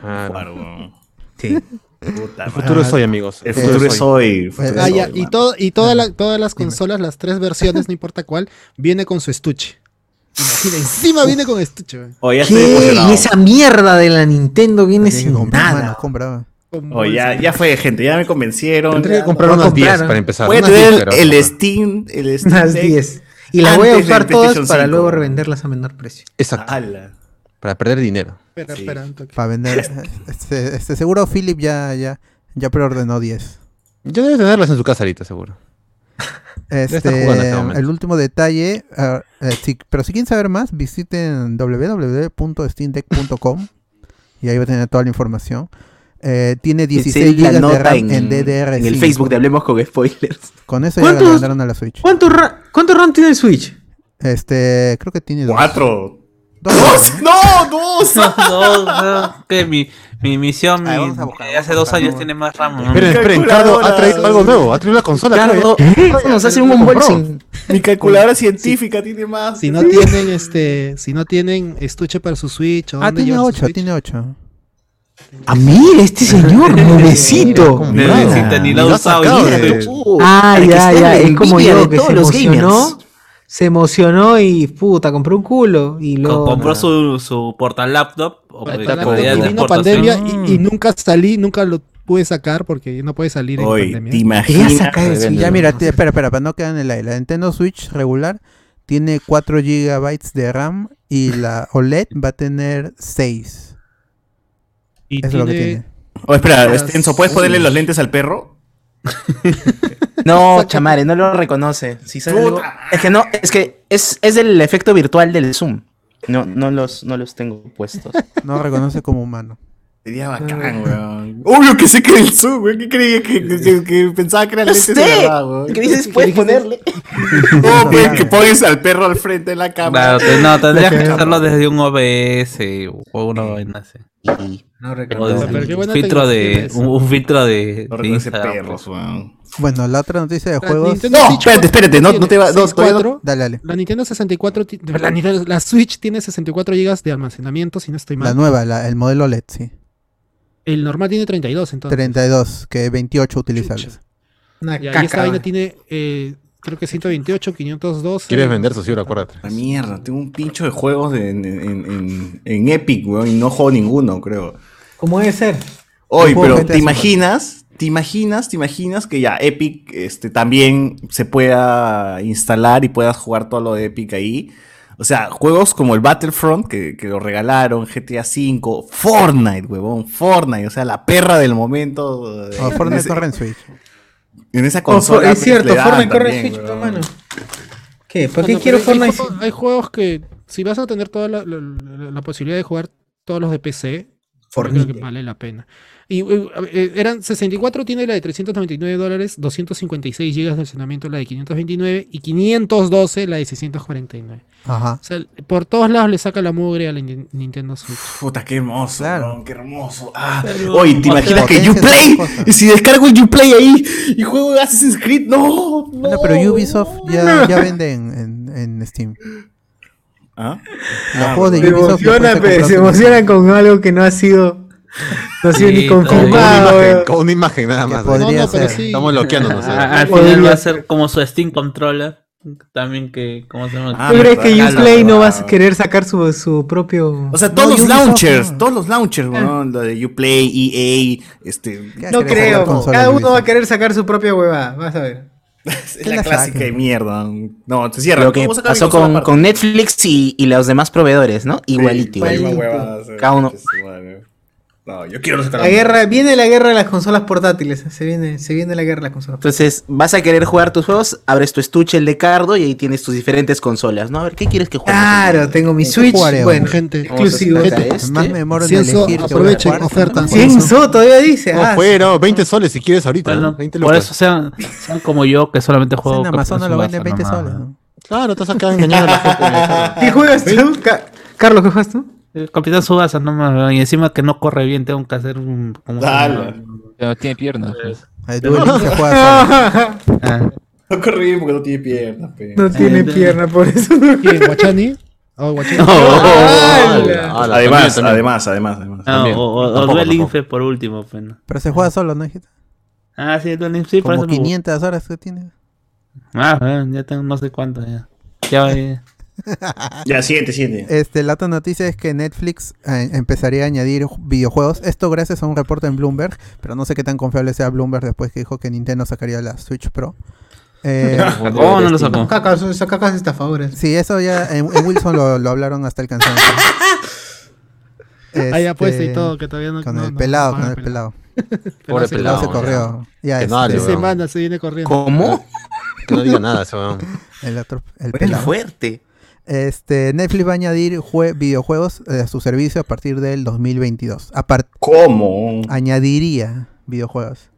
[SPEAKER 5] Claro.
[SPEAKER 4] Sí.
[SPEAKER 7] Puta
[SPEAKER 5] El futuro es hoy, amigos.
[SPEAKER 7] El futuro es hoy. futuro
[SPEAKER 10] Ah,
[SPEAKER 7] es
[SPEAKER 10] ya,
[SPEAKER 7] hoy,
[SPEAKER 10] y,
[SPEAKER 7] mano.
[SPEAKER 10] todo, y toda la- todas las consolas, las tres versiones, no importa cuál, viene con su estuche. Imagina, encima viene con estuche. güey.
[SPEAKER 7] Hoy ya estoy
[SPEAKER 4] ¿Qué?
[SPEAKER 7] emocionado.
[SPEAKER 4] Y esa mierda de la Nintendo viene
[SPEAKER 3] Tienen que
[SPEAKER 4] sin
[SPEAKER 3] comprar,
[SPEAKER 4] nada.
[SPEAKER 3] mano, compra.
[SPEAKER 7] Oh, ya, ya fue, gente, ya me convencieron.
[SPEAKER 5] Tendría que
[SPEAKER 7] Ya,
[SPEAKER 5] comprar
[SPEAKER 7] no,
[SPEAKER 5] unas
[SPEAKER 7] no
[SPEAKER 5] 10
[SPEAKER 7] compraron.
[SPEAKER 5] para empezar,
[SPEAKER 7] Voy a
[SPEAKER 5] unas
[SPEAKER 7] tener
[SPEAKER 5] 10,
[SPEAKER 7] el
[SPEAKER 5] pero-
[SPEAKER 7] Steam, el Steam
[SPEAKER 4] Unas
[SPEAKER 7] Deck
[SPEAKER 4] 10. Y las voy a
[SPEAKER 7] antes del
[SPEAKER 4] usar todas
[SPEAKER 7] PlayStation
[SPEAKER 4] para
[SPEAKER 7] 5.
[SPEAKER 4] luego revenderlas a menor precio.
[SPEAKER 5] Exacto.
[SPEAKER 7] Ala.
[SPEAKER 5] Para perder dinero.
[SPEAKER 10] Espera,
[SPEAKER 7] Sí.
[SPEAKER 10] espera, un toque.
[SPEAKER 3] Para vender. Este, este, seguro Philip ya, ya, ya preordenó 10.
[SPEAKER 5] Ya debe tenerlas en su casa ahorita, seguro. estar
[SPEAKER 3] Este,
[SPEAKER 5] jugando en este momento.
[SPEAKER 3] el último detalle, ah, eh, si- pero si quieren saber más, visiten www.steamdeck.com y ahí va a tener toda la información. Eh, tiene 16
[SPEAKER 8] la
[SPEAKER 3] GB de
[SPEAKER 8] nota
[SPEAKER 3] RAM
[SPEAKER 8] en,
[SPEAKER 3] en, DDR5.
[SPEAKER 8] en el Facebook de Hablemos con Spoilers.
[SPEAKER 3] Con eso ya le
[SPEAKER 4] ¿Cuántos?
[SPEAKER 3] mandaron a la Switch.
[SPEAKER 4] ¿Cuánto, ra- ¿Cuánto RAM tiene el Switch?
[SPEAKER 3] Este, creo que tiene dos.
[SPEAKER 7] Cuatro.
[SPEAKER 3] Dos,
[SPEAKER 7] ¡Dos!
[SPEAKER 3] ¿no?
[SPEAKER 7] ¡No! ¡Dos!
[SPEAKER 6] No, no, no, que mi, mi misión
[SPEAKER 3] A ver,
[SPEAKER 6] mi-
[SPEAKER 3] vamos a buscar,
[SPEAKER 6] de hace
[SPEAKER 3] vamos
[SPEAKER 6] dos
[SPEAKER 3] a buscar,
[SPEAKER 6] años
[SPEAKER 3] ¿no?
[SPEAKER 6] tiene más RAM. ¿no?
[SPEAKER 5] Esperen, esperen, Cardo ha traído algo nuevo. Ha traído la consola. creo,
[SPEAKER 8] Claro,
[SPEAKER 5] ya.
[SPEAKER 8] nos hace un
[SPEAKER 5] Lo compró.
[SPEAKER 8] unboxing.
[SPEAKER 7] Mi calculadora científica tiene más.
[SPEAKER 10] Si no tienen este, si no tienen estuche para su Switch o
[SPEAKER 3] Ah,
[SPEAKER 10] dónde
[SPEAKER 3] tiene
[SPEAKER 10] llevar su
[SPEAKER 3] 8,
[SPEAKER 10] Switch.
[SPEAKER 3] tiene 8.
[SPEAKER 4] Ah,
[SPEAKER 8] A mí, este señor, nuevecito.
[SPEAKER 5] Como
[SPEAKER 6] No
[SPEAKER 5] nada.
[SPEAKER 6] necesita ni la
[SPEAKER 5] Lo ha
[SPEAKER 6] usado,
[SPEAKER 5] sacado
[SPEAKER 6] hijo de
[SPEAKER 5] de-
[SPEAKER 8] Tú,
[SPEAKER 4] Ah,
[SPEAKER 8] para que
[SPEAKER 4] ya,
[SPEAKER 8] esté
[SPEAKER 4] ya.
[SPEAKER 8] la
[SPEAKER 4] Es como
[SPEAKER 8] envidia
[SPEAKER 4] yo
[SPEAKER 8] de
[SPEAKER 4] que
[SPEAKER 8] todos
[SPEAKER 4] se
[SPEAKER 8] los
[SPEAKER 4] emocionó.
[SPEAKER 8] gamers.
[SPEAKER 4] Se emocionó y puta, compró un culo. Y
[SPEAKER 6] Co-
[SPEAKER 4] luego.
[SPEAKER 6] compró su, su portal laptop o
[SPEAKER 10] Para
[SPEAKER 6] portal
[SPEAKER 10] la-
[SPEAKER 6] de
[SPEAKER 10] y vino
[SPEAKER 6] exportación.
[SPEAKER 10] pandemia
[SPEAKER 7] Mm.
[SPEAKER 10] y, y nunca salí, nunca lo pude sacar porque no puede salir en
[SPEAKER 7] Oye,
[SPEAKER 10] pandemia.
[SPEAKER 7] ¿te
[SPEAKER 4] Quería
[SPEAKER 7] imaginas?
[SPEAKER 4] sacar el Switch.
[SPEAKER 3] Ya mira, te- espera, espera, para no quedar en el aire. La Nintendo Switch regular tiene 4 GB de RAM y la OLED va a tener 6.
[SPEAKER 10] Y
[SPEAKER 3] Eso es lo que tiene.
[SPEAKER 7] Oh, espera, Stenzo, ¿puedes ponerle los lentes al perro?
[SPEAKER 8] No, chamare, no lo reconoce. Si sale algo- Es que no, es que es, es el efecto virtual del Zoom. No, no los, no los tengo puestos.
[SPEAKER 3] No reconoce como humano. Eh,
[SPEAKER 7] Sería bacán, weón. Obvio que sé que era el Zoom, weón. ¿Qué creía que, que- que pensaba que era el
[SPEAKER 8] ¡No
[SPEAKER 7] lentes de
[SPEAKER 8] sé!
[SPEAKER 7] verdad, weón?
[SPEAKER 8] ¿Qué dices? Puedes ponerle.
[SPEAKER 7] No, pues, que pones al perro al frente de la
[SPEAKER 6] Claro,
[SPEAKER 7] cámara.
[SPEAKER 6] te- no, tendrías que
[SPEAKER 4] Ok.
[SPEAKER 6] hacerlo desde un OBS o una vaina así.
[SPEAKER 4] No
[SPEAKER 6] O
[SPEAKER 4] recuerdo.
[SPEAKER 6] desde
[SPEAKER 10] pero qué
[SPEAKER 6] un
[SPEAKER 10] buena
[SPEAKER 6] filtro
[SPEAKER 10] tecnología
[SPEAKER 6] de.
[SPEAKER 10] es
[SPEAKER 6] Un,
[SPEAKER 10] eso.
[SPEAKER 6] un filtro de. de
[SPEAKER 7] No reconoce
[SPEAKER 6] Instagram,
[SPEAKER 7] perros, weón.
[SPEAKER 3] Bueno, la otra noticia de
[SPEAKER 10] La
[SPEAKER 3] juegos.
[SPEAKER 10] Nintendo
[SPEAKER 7] No,
[SPEAKER 10] Switch
[SPEAKER 7] espérate, espérate. No, no te va. No,
[SPEAKER 10] 64,
[SPEAKER 7] todavía no.
[SPEAKER 3] Dale, dale.
[SPEAKER 10] La Nintendo 64, ti- la, Nintendo- la Switch tiene 64 GB de almacenamiento, si no estoy
[SPEAKER 3] La
[SPEAKER 10] mal.
[SPEAKER 3] nueva, la- el modelo LED, sí.
[SPEAKER 10] El normal tiene 32, entonces.
[SPEAKER 3] 32, que 28 utilizables.
[SPEAKER 10] Chucha.
[SPEAKER 4] Una
[SPEAKER 10] Y ahí
[SPEAKER 4] caca,
[SPEAKER 10] esta vaina
[SPEAKER 4] weón.
[SPEAKER 10] tiene, eh, creo que 128, 502.
[SPEAKER 5] Quieres vender su cielo, acuérdate.
[SPEAKER 7] La mierda, tengo un pincho de juegos de- en, en- en- en Epic, weón, y no juego ninguno, creo.
[SPEAKER 4] ¿Cómo debe ser?
[SPEAKER 7] Hoy,
[SPEAKER 3] juego
[SPEAKER 7] pero
[SPEAKER 3] GTA
[SPEAKER 7] ¿te
[SPEAKER 3] cinco.
[SPEAKER 7] imaginas? ¿Te imaginas? ¿Te imaginas que ya Epic este, también se pueda instalar y puedas jugar todo lo de Epic ahí? O sea, juegos como el Battlefront, que, que lo regalaron, GTA V, Fortnite, huevón, Fortnite, o sea, la perra del momento. eh,
[SPEAKER 3] O
[SPEAKER 7] en,
[SPEAKER 3] Fortnite
[SPEAKER 7] ese-
[SPEAKER 3] corre en Switch.
[SPEAKER 7] en esa
[SPEAKER 4] Oh,
[SPEAKER 7] consola.
[SPEAKER 4] es cierto,
[SPEAKER 7] le dan
[SPEAKER 4] Fortnite corre
[SPEAKER 7] también,
[SPEAKER 4] Switch,
[SPEAKER 7] huevón.
[SPEAKER 4] hermano. ¿Qué? ¿Por qué
[SPEAKER 10] Bueno,
[SPEAKER 4] quiero
[SPEAKER 10] pero hay-
[SPEAKER 4] Fortnite?
[SPEAKER 10] Hay, jue- hay juegos que, si vas a tener toda la, la- la- la posibilidad de jugar todos los de PC, yo creo que
[SPEAKER 4] Fortnite.
[SPEAKER 10] vale la pena. Y eh, eh, eran 64, tiene la de 399 dólares, 256 GB de almacenamiento la de 529 y 512 la de 649.
[SPEAKER 3] Ajá.
[SPEAKER 10] O sea, por todos lados le saca la mugre a la Nin- Nintendo Switch.
[SPEAKER 7] Puta, qué hermoso,
[SPEAKER 3] Claro.
[SPEAKER 7] weón, qué hermoso. Ah, oye, ¿te
[SPEAKER 6] o sea,
[SPEAKER 7] imaginas que
[SPEAKER 3] potencia es
[SPEAKER 7] Uplay?
[SPEAKER 3] otra cosa.
[SPEAKER 7] Y si descargo el Uplay ahí y juego Assassin's Creed, no, no.
[SPEAKER 3] No, pero
[SPEAKER 6] Oh,
[SPEAKER 3] Ubisoft ya, ya vende en, en, en Steam.
[SPEAKER 7] ¿Ah?
[SPEAKER 3] Los
[SPEAKER 7] Ah,
[SPEAKER 3] juegos de
[SPEAKER 4] Se
[SPEAKER 3] Ubisoft. los
[SPEAKER 4] emociona,
[SPEAKER 3] puedes
[SPEAKER 4] pe,
[SPEAKER 3] comprar
[SPEAKER 4] se
[SPEAKER 3] tú
[SPEAKER 4] emociona con algo que no ha sido. No ha sido
[SPEAKER 6] Sí,
[SPEAKER 4] ni eh.
[SPEAKER 6] está bien.
[SPEAKER 5] Con una
[SPEAKER 4] confirmado,
[SPEAKER 5] imagen,
[SPEAKER 4] weón.
[SPEAKER 5] con una imagen nada
[SPEAKER 3] mismo.
[SPEAKER 5] más.
[SPEAKER 3] Que podría
[SPEAKER 10] No, no, pero
[SPEAKER 3] ser.
[SPEAKER 10] sí.
[SPEAKER 5] Estamos loqueándonos.
[SPEAKER 6] Ah,
[SPEAKER 5] ¿eh?
[SPEAKER 6] al final va
[SPEAKER 4] Podría
[SPEAKER 6] a ser como su Steam Controller. También que. ¿Cómo se llama?
[SPEAKER 7] Ah,
[SPEAKER 4] ¿Tú crees
[SPEAKER 7] me
[SPEAKER 4] que
[SPEAKER 7] regala,
[SPEAKER 4] Uplay no
[SPEAKER 7] weón.
[SPEAKER 4] va a querer sacar su, su propio.
[SPEAKER 7] O sea, todos los
[SPEAKER 3] Ubisoft,
[SPEAKER 7] launchers,
[SPEAKER 3] no. Ah.
[SPEAKER 7] todos los launchers, weón, lo de Uplay, EA, este.
[SPEAKER 3] ¿Qué
[SPEAKER 4] no
[SPEAKER 3] crees?
[SPEAKER 4] creo.
[SPEAKER 3] Sacar consola de
[SPEAKER 4] Cada uno va a
[SPEAKER 3] Ubisoft.
[SPEAKER 4] querer sacar su propia huevada. Vas a ver.
[SPEAKER 7] Es
[SPEAKER 3] ¿Qué
[SPEAKER 7] la
[SPEAKER 3] la
[SPEAKER 7] clásica
[SPEAKER 3] saca?
[SPEAKER 7] de mierda. No, te cierra.
[SPEAKER 8] Lo que
[SPEAKER 7] ¿Cómo saca mi
[SPEAKER 8] pasó
[SPEAKER 7] consola
[SPEAKER 8] con,
[SPEAKER 7] aparte?
[SPEAKER 8] con Netflix y, y los demás proveedores, ¿no? Igualito,
[SPEAKER 7] Sí,
[SPEAKER 8] igualito.
[SPEAKER 7] misma huevada, sí,
[SPEAKER 8] Cada uno.
[SPEAKER 7] sí, madre. No, yo quiero sacar
[SPEAKER 4] La guerra, viene la guerra de las consolas portátiles. Se viene, se viene la guerra de las consolas portátiles.
[SPEAKER 8] Entonces, vas a querer jugar tus juegos, abres tu estuche, el de Cardo, y ahí tienes tus diferentes consolas, ¿no? A ver, ¿qué quieres que juegue?
[SPEAKER 4] Claro, tengo mi Switch.
[SPEAKER 3] jugaré,
[SPEAKER 4] Bueno,
[SPEAKER 10] gente.
[SPEAKER 4] exclusivo.
[SPEAKER 8] Vamos a sacar
[SPEAKER 4] Gente,
[SPEAKER 8] este.
[SPEAKER 3] Más me demoro en
[SPEAKER 10] Cienzo,
[SPEAKER 3] elegir. si voy a
[SPEAKER 10] aprovechen,
[SPEAKER 3] jugar.
[SPEAKER 10] ofertan. Cienzo.
[SPEAKER 4] Cienzo todavía dice.
[SPEAKER 5] No,
[SPEAKER 4] ah,
[SPEAKER 5] fueron 20 soles si quieres ahorita.
[SPEAKER 6] Bueno,
[SPEAKER 5] ¿no? 20
[SPEAKER 6] por
[SPEAKER 5] lucas.
[SPEAKER 6] eso sean, sean como yo que solamente juego.
[SPEAKER 3] En Amazon no
[SPEAKER 6] Capitán
[SPEAKER 3] lo venden
[SPEAKER 6] Tsubasa
[SPEAKER 3] 20
[SPEAKER 6] nomás.
[SPEAKER 3] soles. ¿no?
[SPEAKER 5] Claro, te has acabado engañando a la gente. Ricardo.
[SPEAKER 4] ¿Qué juegas tú? Ca- Carlos, ¿qué juegas tú?
[SPEAKER 6] El Capitán Subasa nomás. Y encima que no corre bien, tengo que hacer un. Como se
[SPEAKER 7] Dale.
[SPEAKER 6] llama?
[SPEAKER 9] Ya no tiene piernas. pues.
[SPEAKER 3] El Duel Links se juega solo.
[SPEAKER 6] Ah,
[SPEAKER 7] No corrí bien porque no tiene piernas, pe.
[SPEAKER 4] No tiene
[SPEAKER 9] Ah,
[SPEAKER 6] no.
[SPEAKER 4] pierna, por eso. no-
[SPEAKER 10] ¿Quién? ¿Guachani? Oh, Guachani.
[SPEAKER 4] ¡Hala!
[SPEAKER 5] Ala,
[SPEAKER 7] Además,
[SPEAKER 5] también,
[SPEAKER 7] además, además, además.
[SPEAKER 6] no,
[SPEAKER 5] También.
[SPEAKER 6] o- o, o
[SPEAKER 5] Tampoco,
[SPEAKER 6] Duel
[SPEAKER 5] tampoco.
[SPEAKER 6] Linfe por último. pues, ¿no?
[SPEAKER 3] Pero se juega solo, ¿no, hijita?
[SPEAKER 6] Ah, sí, Duel Linfe, sí, por eso
[SPEAKER 3] Como
[SPEAKER 6] me gustó.
[SPEAKER 3] 500 horas que tiene.
[SPEAKER 6] Ah, bueno, ya tengo no sé cuánto ya. Ya, eh,
[SPEAKER 7] Ya, siguiente, siguiente.
[SPEAKER 3] Este, la otra noticia es que Netflix eh, empezaría a añadir videojuegos. Esto gracias a un reporte en Bloomberg, pero no sé qué tan confiable sea Bloomberg después que dijo que Nintendo sacaría la Switch Pro. Eh,
[SPEAKER 6] Oh, no lo
[SPEAKER 5] Este,
[SPEAKER 6] sacó.
[SPEAKER 4] Caca, esa caca es estafadores.
[SPEAKER 3] sí, eso ya en, en Wilson lo, lo hablaron hasta el cansancio.
[SPEAKER 10] Hay apuesta y
[SPEAKER 3] Este,
[SPEAKER 10] todo, que todavía no.
[SPEAKER 3] Con
[SPEAKER 10] no-
[SPEAKER 3] el
[SPEAKER 10] no-
[SPEAKER 3] pelado,
[SPEAKER 10] no
[SPEAKER 3] con el
[SPEAKER 10] paga
[SPEAKER 3] pelado.
[SPEAKER 5] Pobre
[SPEAKER 3] El pelado se
[SPEAKER 5] pelado. weón.
[SPEAKER 3] corrió. Ya,
[SPEAKER 5] Que
[SPEAKER 3] es,
[SPEAKER 5] no hable,
[SPEAKER 10] Tres
[SPEAKER 5] weón.
[SPEAKER 10] semanas se viene corriendo.
[SPEAKER 8] ¿Cómo?
[SPEAKER 5] Que no diga nada ese weón.
[SPEAKER 3] el otro, el
[SPEAKER 8] Muy
[SPEAKER 3] pelado.
[SPEAKER 8] fuerte.
[SPEAKER 3] Este, Netflix va a añadir jue- videojuegos eh, a su servicio a partir del 2022. Aparte,
[SPEAKER 7] ¿Cómo?
[SPEAKER 3] añadiría videojuegos.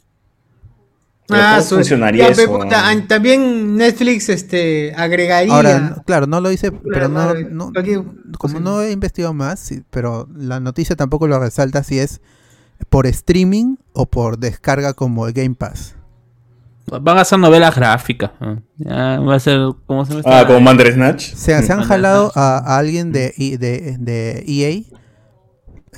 [SPEAKER 7] Pero ¿cómo
[SPEAKER 4] Ah, su-
[SPEAKER 7] funcionaría
[SPEAKER 4] ya,
[SPEAKER 7] eso?
[SPEAKER 4] pero puta, an- también Netflix este, agregaría.
[SPEAKER 3] Ahora, no- claro, no lo hice, pero no,
[SPEAKER 4] madre.
[SPEAKER 3] no-
[SPEAKER 4] Aquí-
[SPEAKER 3] como no he investigado más, sí, pero la noticia tampoco lo resalta si es por streaming o por descarga como el Game Pass.
[SPEAKER 6] Van a hacer novelas gráficas. ah. Ya, va a ser. ¿Cómo se llama?
[SPEAKER 7] Ah,
[SPEAKER 6] esta?
[SPEAKER 7] como Mander Snatch.
[SPEAKER 3] Se, se han
[SPEAKER 6] Ajá.
[SPEAKER 3] jalado a, a alguien de, I- de, de EA,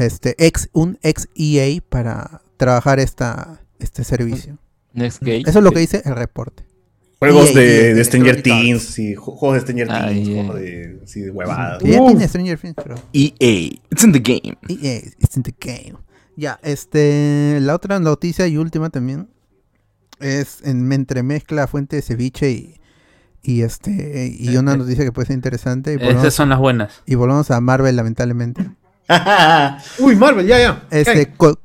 [SPEAKER 3] este, ex, un ex EA, para trabajar esta, este servicio.
[SPEAKER 9] Next Gate.
[SPEAKER 3] Eso es lo que dice el reporte. E
[SPEAKER 7] Juegos
[SPEAKER 3] EA,
[SPEAKER 7] de, este- de
[SPEAKER 3] Electronic
[SPEAKER 7] Stranger
[SPEAKER 3] Arts.
[SPEAKER 7] Things, sí, ju- juegos de Stranger
[SPEAKER 9] Ah,
[SPEAKER 7] Things,
[SPEAKER 9] yeah.
[SPEAKER 7] juegos de, sí, de huevadas.
[SPEAKER 3] Que ya tiene Stranger Things, pero
[SPEAKER 7] E
[SPEAKER 3] E
[SPEAKER 8] EA. It's in the game.
[SPEAKER 3] EA, it's in the game. Ya, este, la otra noticia y última también es en me entremezcla fuente de ceviche y, y este y una noticia que puede ser interesante y
[SPEAKER 6] Eh, Esas
[SPEAKER 3] volvemos,
[SPEAKER 6] son las buenas.
[SPEAKER 3] y volvemos a Marvel lamentablemente.
[SPEAKER 4] Uy, Marvel, ya, ya.
[SPEAKER 3] Este, co-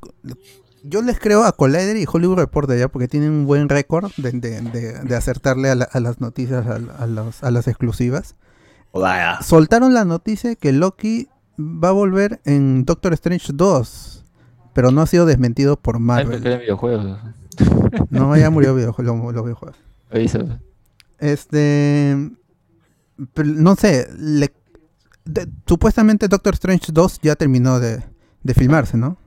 [SPEAKER 3] yo les creo a Collider y Hollywood Reporter ya porque tienen un buen récord de, de- de- de acertarle a, la- a las noticias a, la- a los- a las exclusivas.
[SPEAKER 4] Ah.
[SPEAKER 7] Joder.
[SPEAKER 3] Soltaron la noticia que Loki va a volver en Doctor Strange 2, pero no ha sido desmentido por
[SPEAKER 9] Ay, porque
[SPEAKER 3] Marvel.
[SPEAKER 9] eran videojuegos.
[SPEAKER 3] No, ya murió video- lo- los videojuegos.
[SPEAKER 9] Avisa.
[SPEAKER 3] Este. pero no sé. le- de- supuestamente Doctor Strange 2 ya terminó de, de filmarse, ¿no?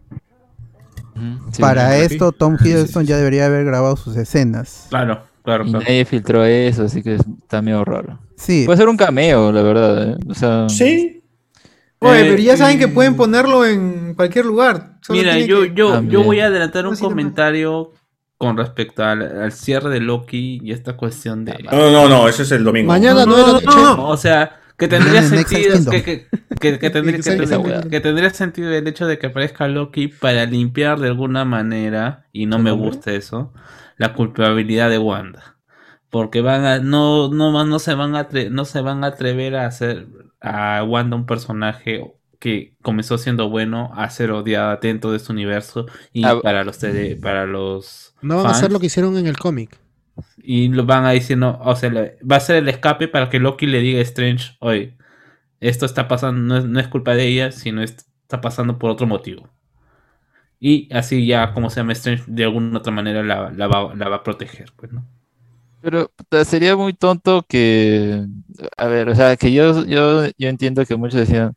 [SPEAKER 9] Ujú, sí.
[SPEAKER 3] Para
[SPEAKER 10] sí.
[SPEAKER 3] esto, Tom Hiddleston ya debería haber grabado sus escenas.
[SPEAKER 6] Claro, claro,
[SPEAKER 9] Y
[SPEAKER 6] claro.
[SPEAKER 9] nadie filtró eso, así que está medio raro.
[SPEAKER 3] Sí,
[SPEAKER 9] Puede ser un cameo, la verdad. ¿eh? O sea,
[SPEAKER 7] Sí.
[SPEAKER 4] Oye,
[SPEAKER 6] Eh,
[SPEAKER 4] pero ya saben que
[SPEAKER 6] mm.
[SPEAKER 4] pueden ponerlo en cualquier lugar. Solo
[SPEAKER 6] Mira,
[SPEAKER 4] tienen
[SPEAKER 6] yo,
[SPEAKER 4] que- Ah,
[SPEAKER 6] yo, yo
[SPEAKER 9] También.
[SPEAKER 6] voy a adelantar un
[SPEAKER 4] Así nomás.
[SPEAKER 6] comentario con respecto al, al cierre de Loki y esta cuestión de.
[SPEAKER 7] Ah, No, no, no, no, eso es el domingo.
[SPEAKER 10] Mañana no,
[SPEAKER 6] no,
[SPEAKER 10] era
[SPEAKER 6] no, no, o sea, que tendría
[SPEAKER 3] Mañana en
[SPEAKER 6] sentido
[SPEAKER 3] Next
[SPEAKER 6] que, que, que- que tendría, que
[SPEAKER 10] Esa
[SPEAKER 6] tendría-
[SPEAKER 9] weá.
[SPEAKER 6] que tendría sentido el hecho de que aparezca Loki para limpiar de alguna manera, y no me gusta eso, la culpabilidad de Wanda. Porque van a, no, no, van- no se van a atre- no se van a atrever a hacer a Wanda un personaje que comenzó siendo bueno a ser odiada dentro de su universo y
[SPEAKER 9] Ah,
[SPEAKER 6] para los tele- para los
[SPEAKER 10] No van a
[SPEAKER 6] fans
[SPEAKER 10] hacer lo que hicieron en el cómic.
[SPEAKER 6] y lo van a decir, no, o sea, le- va a ser el escape para que Loki le diga a Strange, oye, esto está pasando, no es, no es culpa de ella, sino es- está pasando por otro motivo. Y así ya, como se llama Strange, de alguna u otra manera la, la va, la va a proteger, pues, ¿no?
[SPEAKER 9] Pero puta, sería muy tonto que, a ver, o sea, que yo, yo, yo entiendo que muchos decían,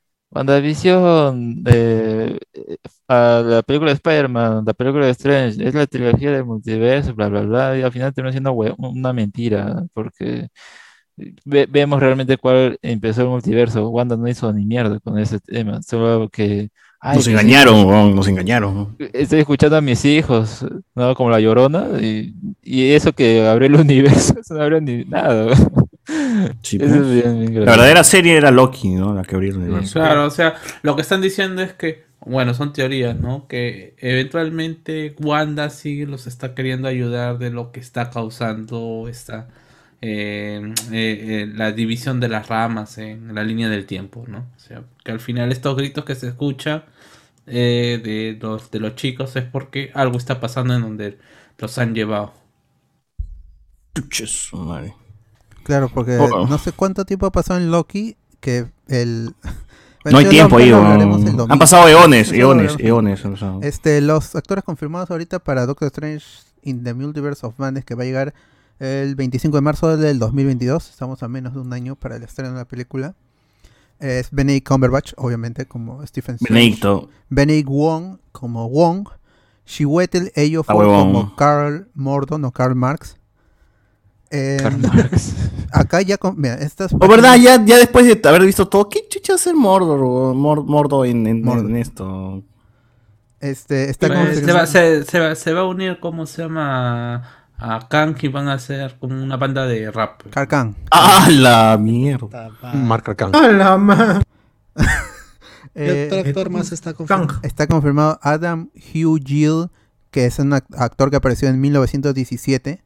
[SPEAKER 9] WandaVision, eh, eh, a la película de Spider-Man, la película de Strange, es la trilogía del multiverso, bla, bla, bla, y al final termina siendo hue- una mentira, porque eh, ve- vemos realmente cuál empezó el multiverso. Wanda no hizo ni mierda con ese tema, solo que, ay, que
[SPEAKER 7] Nos
[SPEAKER 9] sí,
[SPEAKER 7] engañaron, weón, nos engañaron.
[SPEAKER 9] Estoy escuchando a mis hijos, ¿no? Como la llorona, y, y eso que abrió el universo, eso no abrió ni nada.
[SPEAKER 7] Sí,
[SPEAKER 9] Eso
[SPEAKER 7] pues.
[SPEAKER 9] es bien, bien
[SPEAKER 7] La
[SPEAKER 9] grave.
[SPEAKER 7] verdadera serie era Loki, ¿no? La que abrió el universo.
[SPEAKER 6] Claro, o sea, lo que están diciendo es que, bueno, son teorías, ¿no? Que eventualmente Wanda sí los está queriendo ayudar de lo que está causando esta eh, eh, eh, la división de las ramas en la línea del tiempo, ¿no? O sea, que al final estos gritos que se escuchan eh, de los de los chicos es porque algo está pasando en donde los han llevado.
[SPEAKER 7] Chuches, madre.
[SPEAKER 3] claro, porque
[SPEAKER 7] Oh.
[SPEAKER 3] no sé cuánto tiempo ha pasado en Loki que el.
[SPEAKER 7] No hay
[SPEAKER 3] Bueno,
[SPEAKER 7] tiempo
[SPEAKER 3] lo-
[SPEAKER 7] ahí,
[SPEAKER 3] lo
[SPEAKER 7] weón.
[SPEAKER 3] hablaremos el domingo.
[SPEAKER 7] Han pasado eones,
[SPEAKER 3] Eso lo
[SPEAKER 7] eones,
[SPEAKER 3] hablaremos.
[SPEAKER 7] eones. han pasado.
[SPEAKER 3] Este, los actores confirmados ahorita para Doctor Strange in the Multiverse of Madness que va a llegar el 25 de marzo del 2022. Estamos a menos de un año para el estreno de la película. Es Benedict Cumberbatch, obviamente, como Stephen Strange.
[SPEAKER 7] Benedicto.
[SPEAKER 3] Benedict Wong como Wong. Shiwetel Ejiofor
[SPEAKER 7] Ah, huevón.
[SPEAKER 3] como Carl Mordon o Karl Marx. Eh,
[SPEAKER 9] Karl Marx.
[SPEAKER 3] acá ya... con- mira, estas...
[SPEAKER 7] O Oh, verdad, ya, ya después de haber visto todo, ¿qué chucha hace Mordor, weón? Mor- Mordo en, en-
[SPEAKER 3] Mordo.
[SPEAKER 7] en esto?
[SPEAKER 3] Este, está
[SPEAKER 6] Eh, se,
[SPEAKER 7] Pues,
[SPEAKER 3] confirmado.
[SPEAKER 6] va, se- se va- se va a unir, ¿cómo se llama? a Khan que van a hacer como una banda de rap.
[SPEAKER 3] Carcan.
[SPEAKER 7] ¡Ah, la mierda!
[SPEAKER 5] Marca Khan.
[SPEAKER 4] la ma-
[SPEAKER 3] Eh,
[SPEAKER 10] ¿Qué otro actor más está confirmado?
[SPEAKER 3] Está confirmado Adam Hugh Gill, que es un act- actor que apareció en 1917.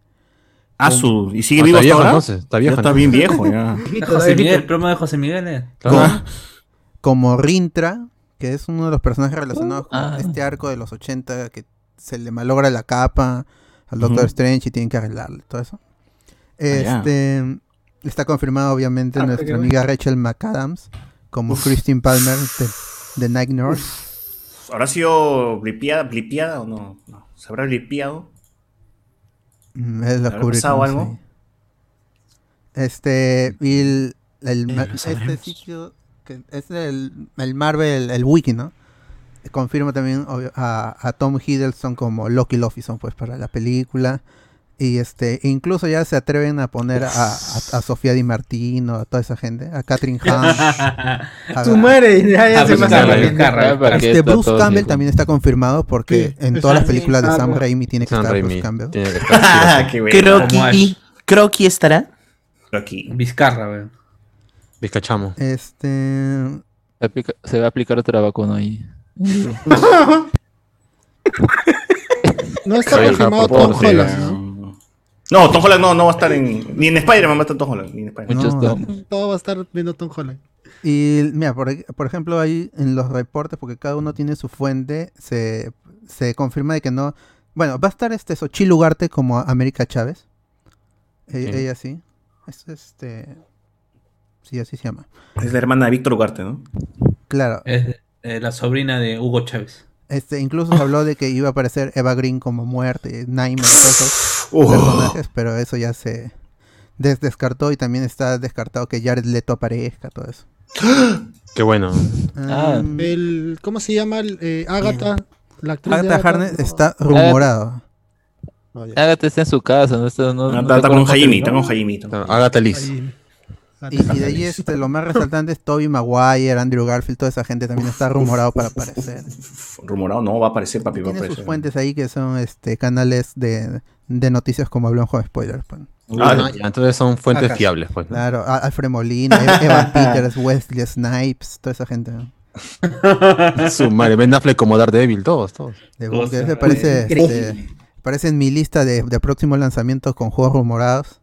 [SPEAKER 7] Ah, su. ¿Y sigue
[SPEAKER 5] Ah,
[SPEAKER 7] vivo
[SPEAKER 5] está
[SPEAKER 7] hasta
[SPEAKER 5] viejo
[SPEAKER 7] ahora?
[SPEAKER 5] entonces, está viejo
[SPEAKER 7] Ya está bien viejo, ya.
[SPEAKER 6] Ah, José Miguel, el promo de José Miguel. eh.
[SPEAKER 5] Claro.
[SPEAKER 3] Como Rintra, que es uno de los personajes relacionados con
[SPEAKER 6] ah.
[SPEAKER 3] este arco de los 80 que se le malogra la capa al Doctor
[SPEAKER 7] Ujú.
[SPEAKER 3] Strange y tienen que arreglarle todo eso.
[SPEAKER 7] ya.
[SPEAKER 3] Este está confirmado obviamente
[SPEAKER 4] Ah,
[SPEAKER 3] nuestra
[SPEAKER 4] pero-
[SPEAKER 3] amiga Rachel McAdams como Christine Palmer de, de Night Nurse.
[SPEAKER 7] ¿Habrá sido blipeada, blipeada o no? No. ¿Se habrá blipeado?
[SPEAKER 3] Mm, Es la
[SPEAKER 7] ¿Habrá
[SPEAKER 3] Kubrick,
[SPEAKER 7] pasado
[SPEAKER 3] no
[SPEAKER 7] algo?
[SPEAKER 3] sé. Este, y el,
[SPEAKER 7] Eh,
[SPEAKER 3] el ma- este sitio, que es el, el Marvel, el Wiki, ¿no? Confirma también obvio, a, a Tom Hiddleston como Loki Lofison, pues, para la película. Y este, incluso ya se atreven a poner a, a- a Sofía Di Martino, a toda esa gente, a Catherine Hahn. a-
[SPEAKER 4] Su madre, ya,
[SPEAKER 6] Ah,
[SPEAKER 4] ya se
[SPEAKER 6] pues,
[SPEAKER 4] pasa
[SPEAKER 6] claro,
[SPEAKER 4] la
[SPEAKER 6] ya.
[SPEAKER 4] pinta.
[SPEAKER 6] Carra-
[SPEAKER 9] Para que
[SPEAKER 3] Este
[SPEAKER 9] está
[SPEAKER 3] Bruce
[SPEAKER 9] todo
[SPEAKER 3] Campbell
[SPEAKER 9] viejo.
[SPEAKER 3] también está confirmado porque
[SPEAKER 10] Sí,
[SPEAKER 3] en
[SPEAKER 10] es
[SPEAKER 3] todas las
[SPEAKER 10] así.
[SPEAKER 3] películas de
[SPEAKER 4] Ah,
[SPEAKER 3] Sam
[SPEAKER 4] pues.
[SPEAKER 3] Raimi tiene que
[SPEAKER 5] Sam
[SPEAKER 3] estar
[SPEAKER 5] Raimi.
[SPEAKER 3] Bruce Campbell.
[SPEAKER 5] Tiene que estar.
[SPEAKER 7] Ah, ¡Qué bueno!
[SPEAKER 6] como
[SPEAKER 8] Croqui, Croqui estará.
[SPEAKER 7] Aquí.
[SPEAKER 6] Vizcarra, weón.
[SPEAKER 5] Vizcachamo.
[SPEAKER 3] Este,
[SPEAKER 9] Se aplica- Se va a aplicar otra vacuna ahí.
[SPEAKER 10] No está
[SPEAKER 5] Oye,
[SPEAKER 10] confirmado
[SPEAKER 5] por
[SPEAKER 10] Tom
[SPEAKER 5] favor, sí,
[SPEAKER 10] Holland, ¿no?
[SPEAKER 7] No, Tom Holland no, no va a estar en. Ni en Spider-Man va a estar Tom Holland. Ni en Spider-Man.
[SPEAKER 9] Muchos
[SPEAKER 3] No,
[SPEAKER 9] tom-
[SPEAKER 10] Todo va a estar viendo Tom Holland.
[SPEAKER 3] Y mira, por, ej- por ejemplo, ahí en los reportes, porque cada uno tiene su fuente, se, se confirma de que no. Bueno, va a estar este Xochitl Ugarte como América Chávez. E-
[SPEAKER 5] Sí.
[SPEAKER 3] Ella sí. Es este. Sí, así se llama.
[SPEAKER 7] Es la hermana de Víctor Ugarte, ¿no?
[SPEAKER 3] Claro.
[SPEAKER 6] Es eh, la sobrina de Hugo Chávez.
[SPEAKER 3] Este, incluso se habló de que iba a aparecer Eva Green como muerte, Naime, todos esos
[SPEAKER 7] Oh.
[SPEAKER 3] personajes, pero eso ya se des- descartó y también está descartado que Jared Leto aparezca, todo eso.
[SPEAKER 5] Qué bueno.
[SPEAKER 9] Ah,
[SPEAKER 3] Mm,
[SPEAKER 10] El, ¿Cómo se llama? El, eh, Agatha, la actriz. de
[SPEAKER 3] Agatha Harkness está rumorado.
[SPEAKER 10] No, Ah, ya.
[SPEAKER 9] Agatha está en su casa, no está. No,
[SPEAKER 7] Ah, Está,
[SPEAKER 9] no
[SPEAKER 7] está
[SPEAKER 9] recuerdo
[SPEAKER 7] con un
[SPEAKER 9] cómo se
[SPEAKER 7] Jaime,
[SPEAKER 9] llama.
[SPEAKER 7] está con un Jaime. está con-
[SPEAKER 5] Agatha Liz.
[SPEAKER 10] Ahí.
[SPEAKER 3] Y, y de ahí este, lo más resaltante es Toby Maguire, Andrew Garfield, toda esa gente también está rumorado para aparecer.
[SPEAKER 7] Uf, Rumorado, no, va a aparecer, papi, va a
[SPEAKER 3] Tiene sus
[SPEAKER 7] aparecer.
[SPEAKER 3] fuentes ahí que son este canales de, de noticias como habló en Joven Spoiler. pues.
[SPEAKER 5] Ah,
[SPEAKER 7] Ah,
[SPEAKER 5] ya, entonces son fuentes
[SPEAKER 10] Acá.
[SPEAKER 5] fiables, pues. ¿no?
[SPEAKER 3] Claro, a- Alfred Molina, E- Evan Peters, Wesley Snipes, toda esa gente. ¿no?
[SPEAKER 5] Su madre, Ben Affleck como Daredevil, todos, todos.
[SPEAKER 3] De
[SPEAKER 6] Cosa,
[SPEAKER 3] Walker. Ese
[SPEAKER 7] eh,
[SPEAKER 3] parece,
[SPEAKER 4] increíble.
[SPEAKER 3] este, parece en mi lista de, de próximos lanzamientos con juegos rumorados.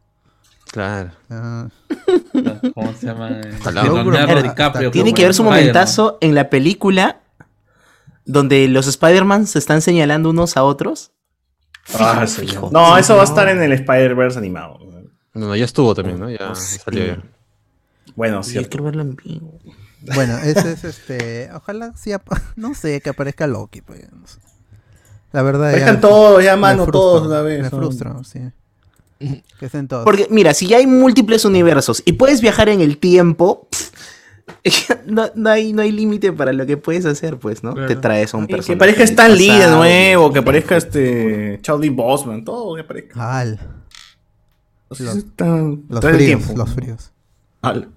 [SPEAKER 5] Claro.
[SPEAKER 3] Ah,
[SPEAKER 6] ¿Cómo se llama? Eh,
[SPEAKER 5] Ojalá.
[SPEAKER 6] Leonardo
[SPEAKER 8] Pero,
[SPEAKER 6] DiCaprio.
[SPEAKER 8] Tiene
[SPEAKER 6] como
[SPEAKER 8] que haber su
[SPEAKER 6] Spider-Man.
[SPEAKER 8] momentazo en la película donde los Spider-Man se están señalando unos a otros.
[SPEAKER 7] ah, sí, ya. No, eso va a estar en el Spider-Verse animado.
[SPEAKER 5] No, no, ya estuvo también, ¿no? Ya salió ya.
[SPEAKER 7] Bueno,
[SPEAKER 8] Sí,
[SPEAKER 7] cierto.
[SPEAKER 8] quiero verlo en vivo.
[SPEAKER 3] Bueno, ese es este. Ojalá sí, ap- no sé, que aparezca Loki. Pues, no sé. La verdad
[SPEAKER 7] Aparezcan
[SPEAKER 3] me-
[SPEAKER 7] todos, ya,
[SPEAKER 3] me
[SPEAKER 7] mano,
[SPEAKER 3] frustra,
[SPEAKER 7] todos una vez,
[SPEAKER 3] Me
[SPEAKER 7] ¿no?
[SPEAKER 8] Mm.
[SPEAKER 3] frustra, sí. Que estén todos.
[SPEAKER 8] Porque mira, si ya hay múltiples universos y puedes viajar en el tiempo, pff, no, no hay, no hay límite para lo que puedes hacer, pues, ¿no? Te traes a un personaje.
[SPEAKER 7] Que parezca Stan
[SPEAKER 8] del
[SPEAKER 7] Lee de
[SPEAKER 8] pasado.
[SPEAKER 7] nuevo, que parezca este. Charlie Bosman, todo que parezca.
[SPEAKER 3] Al, Los-
[SPEAKER 7] Están-
[SPEAKER 3] los
[SPEAKER 7] trae el
[SPEAKER 3] fríos,
[SPEAKER 7] tiempo.
[SPEAKER 3] los fríos.
[SPEAKER 7] Al.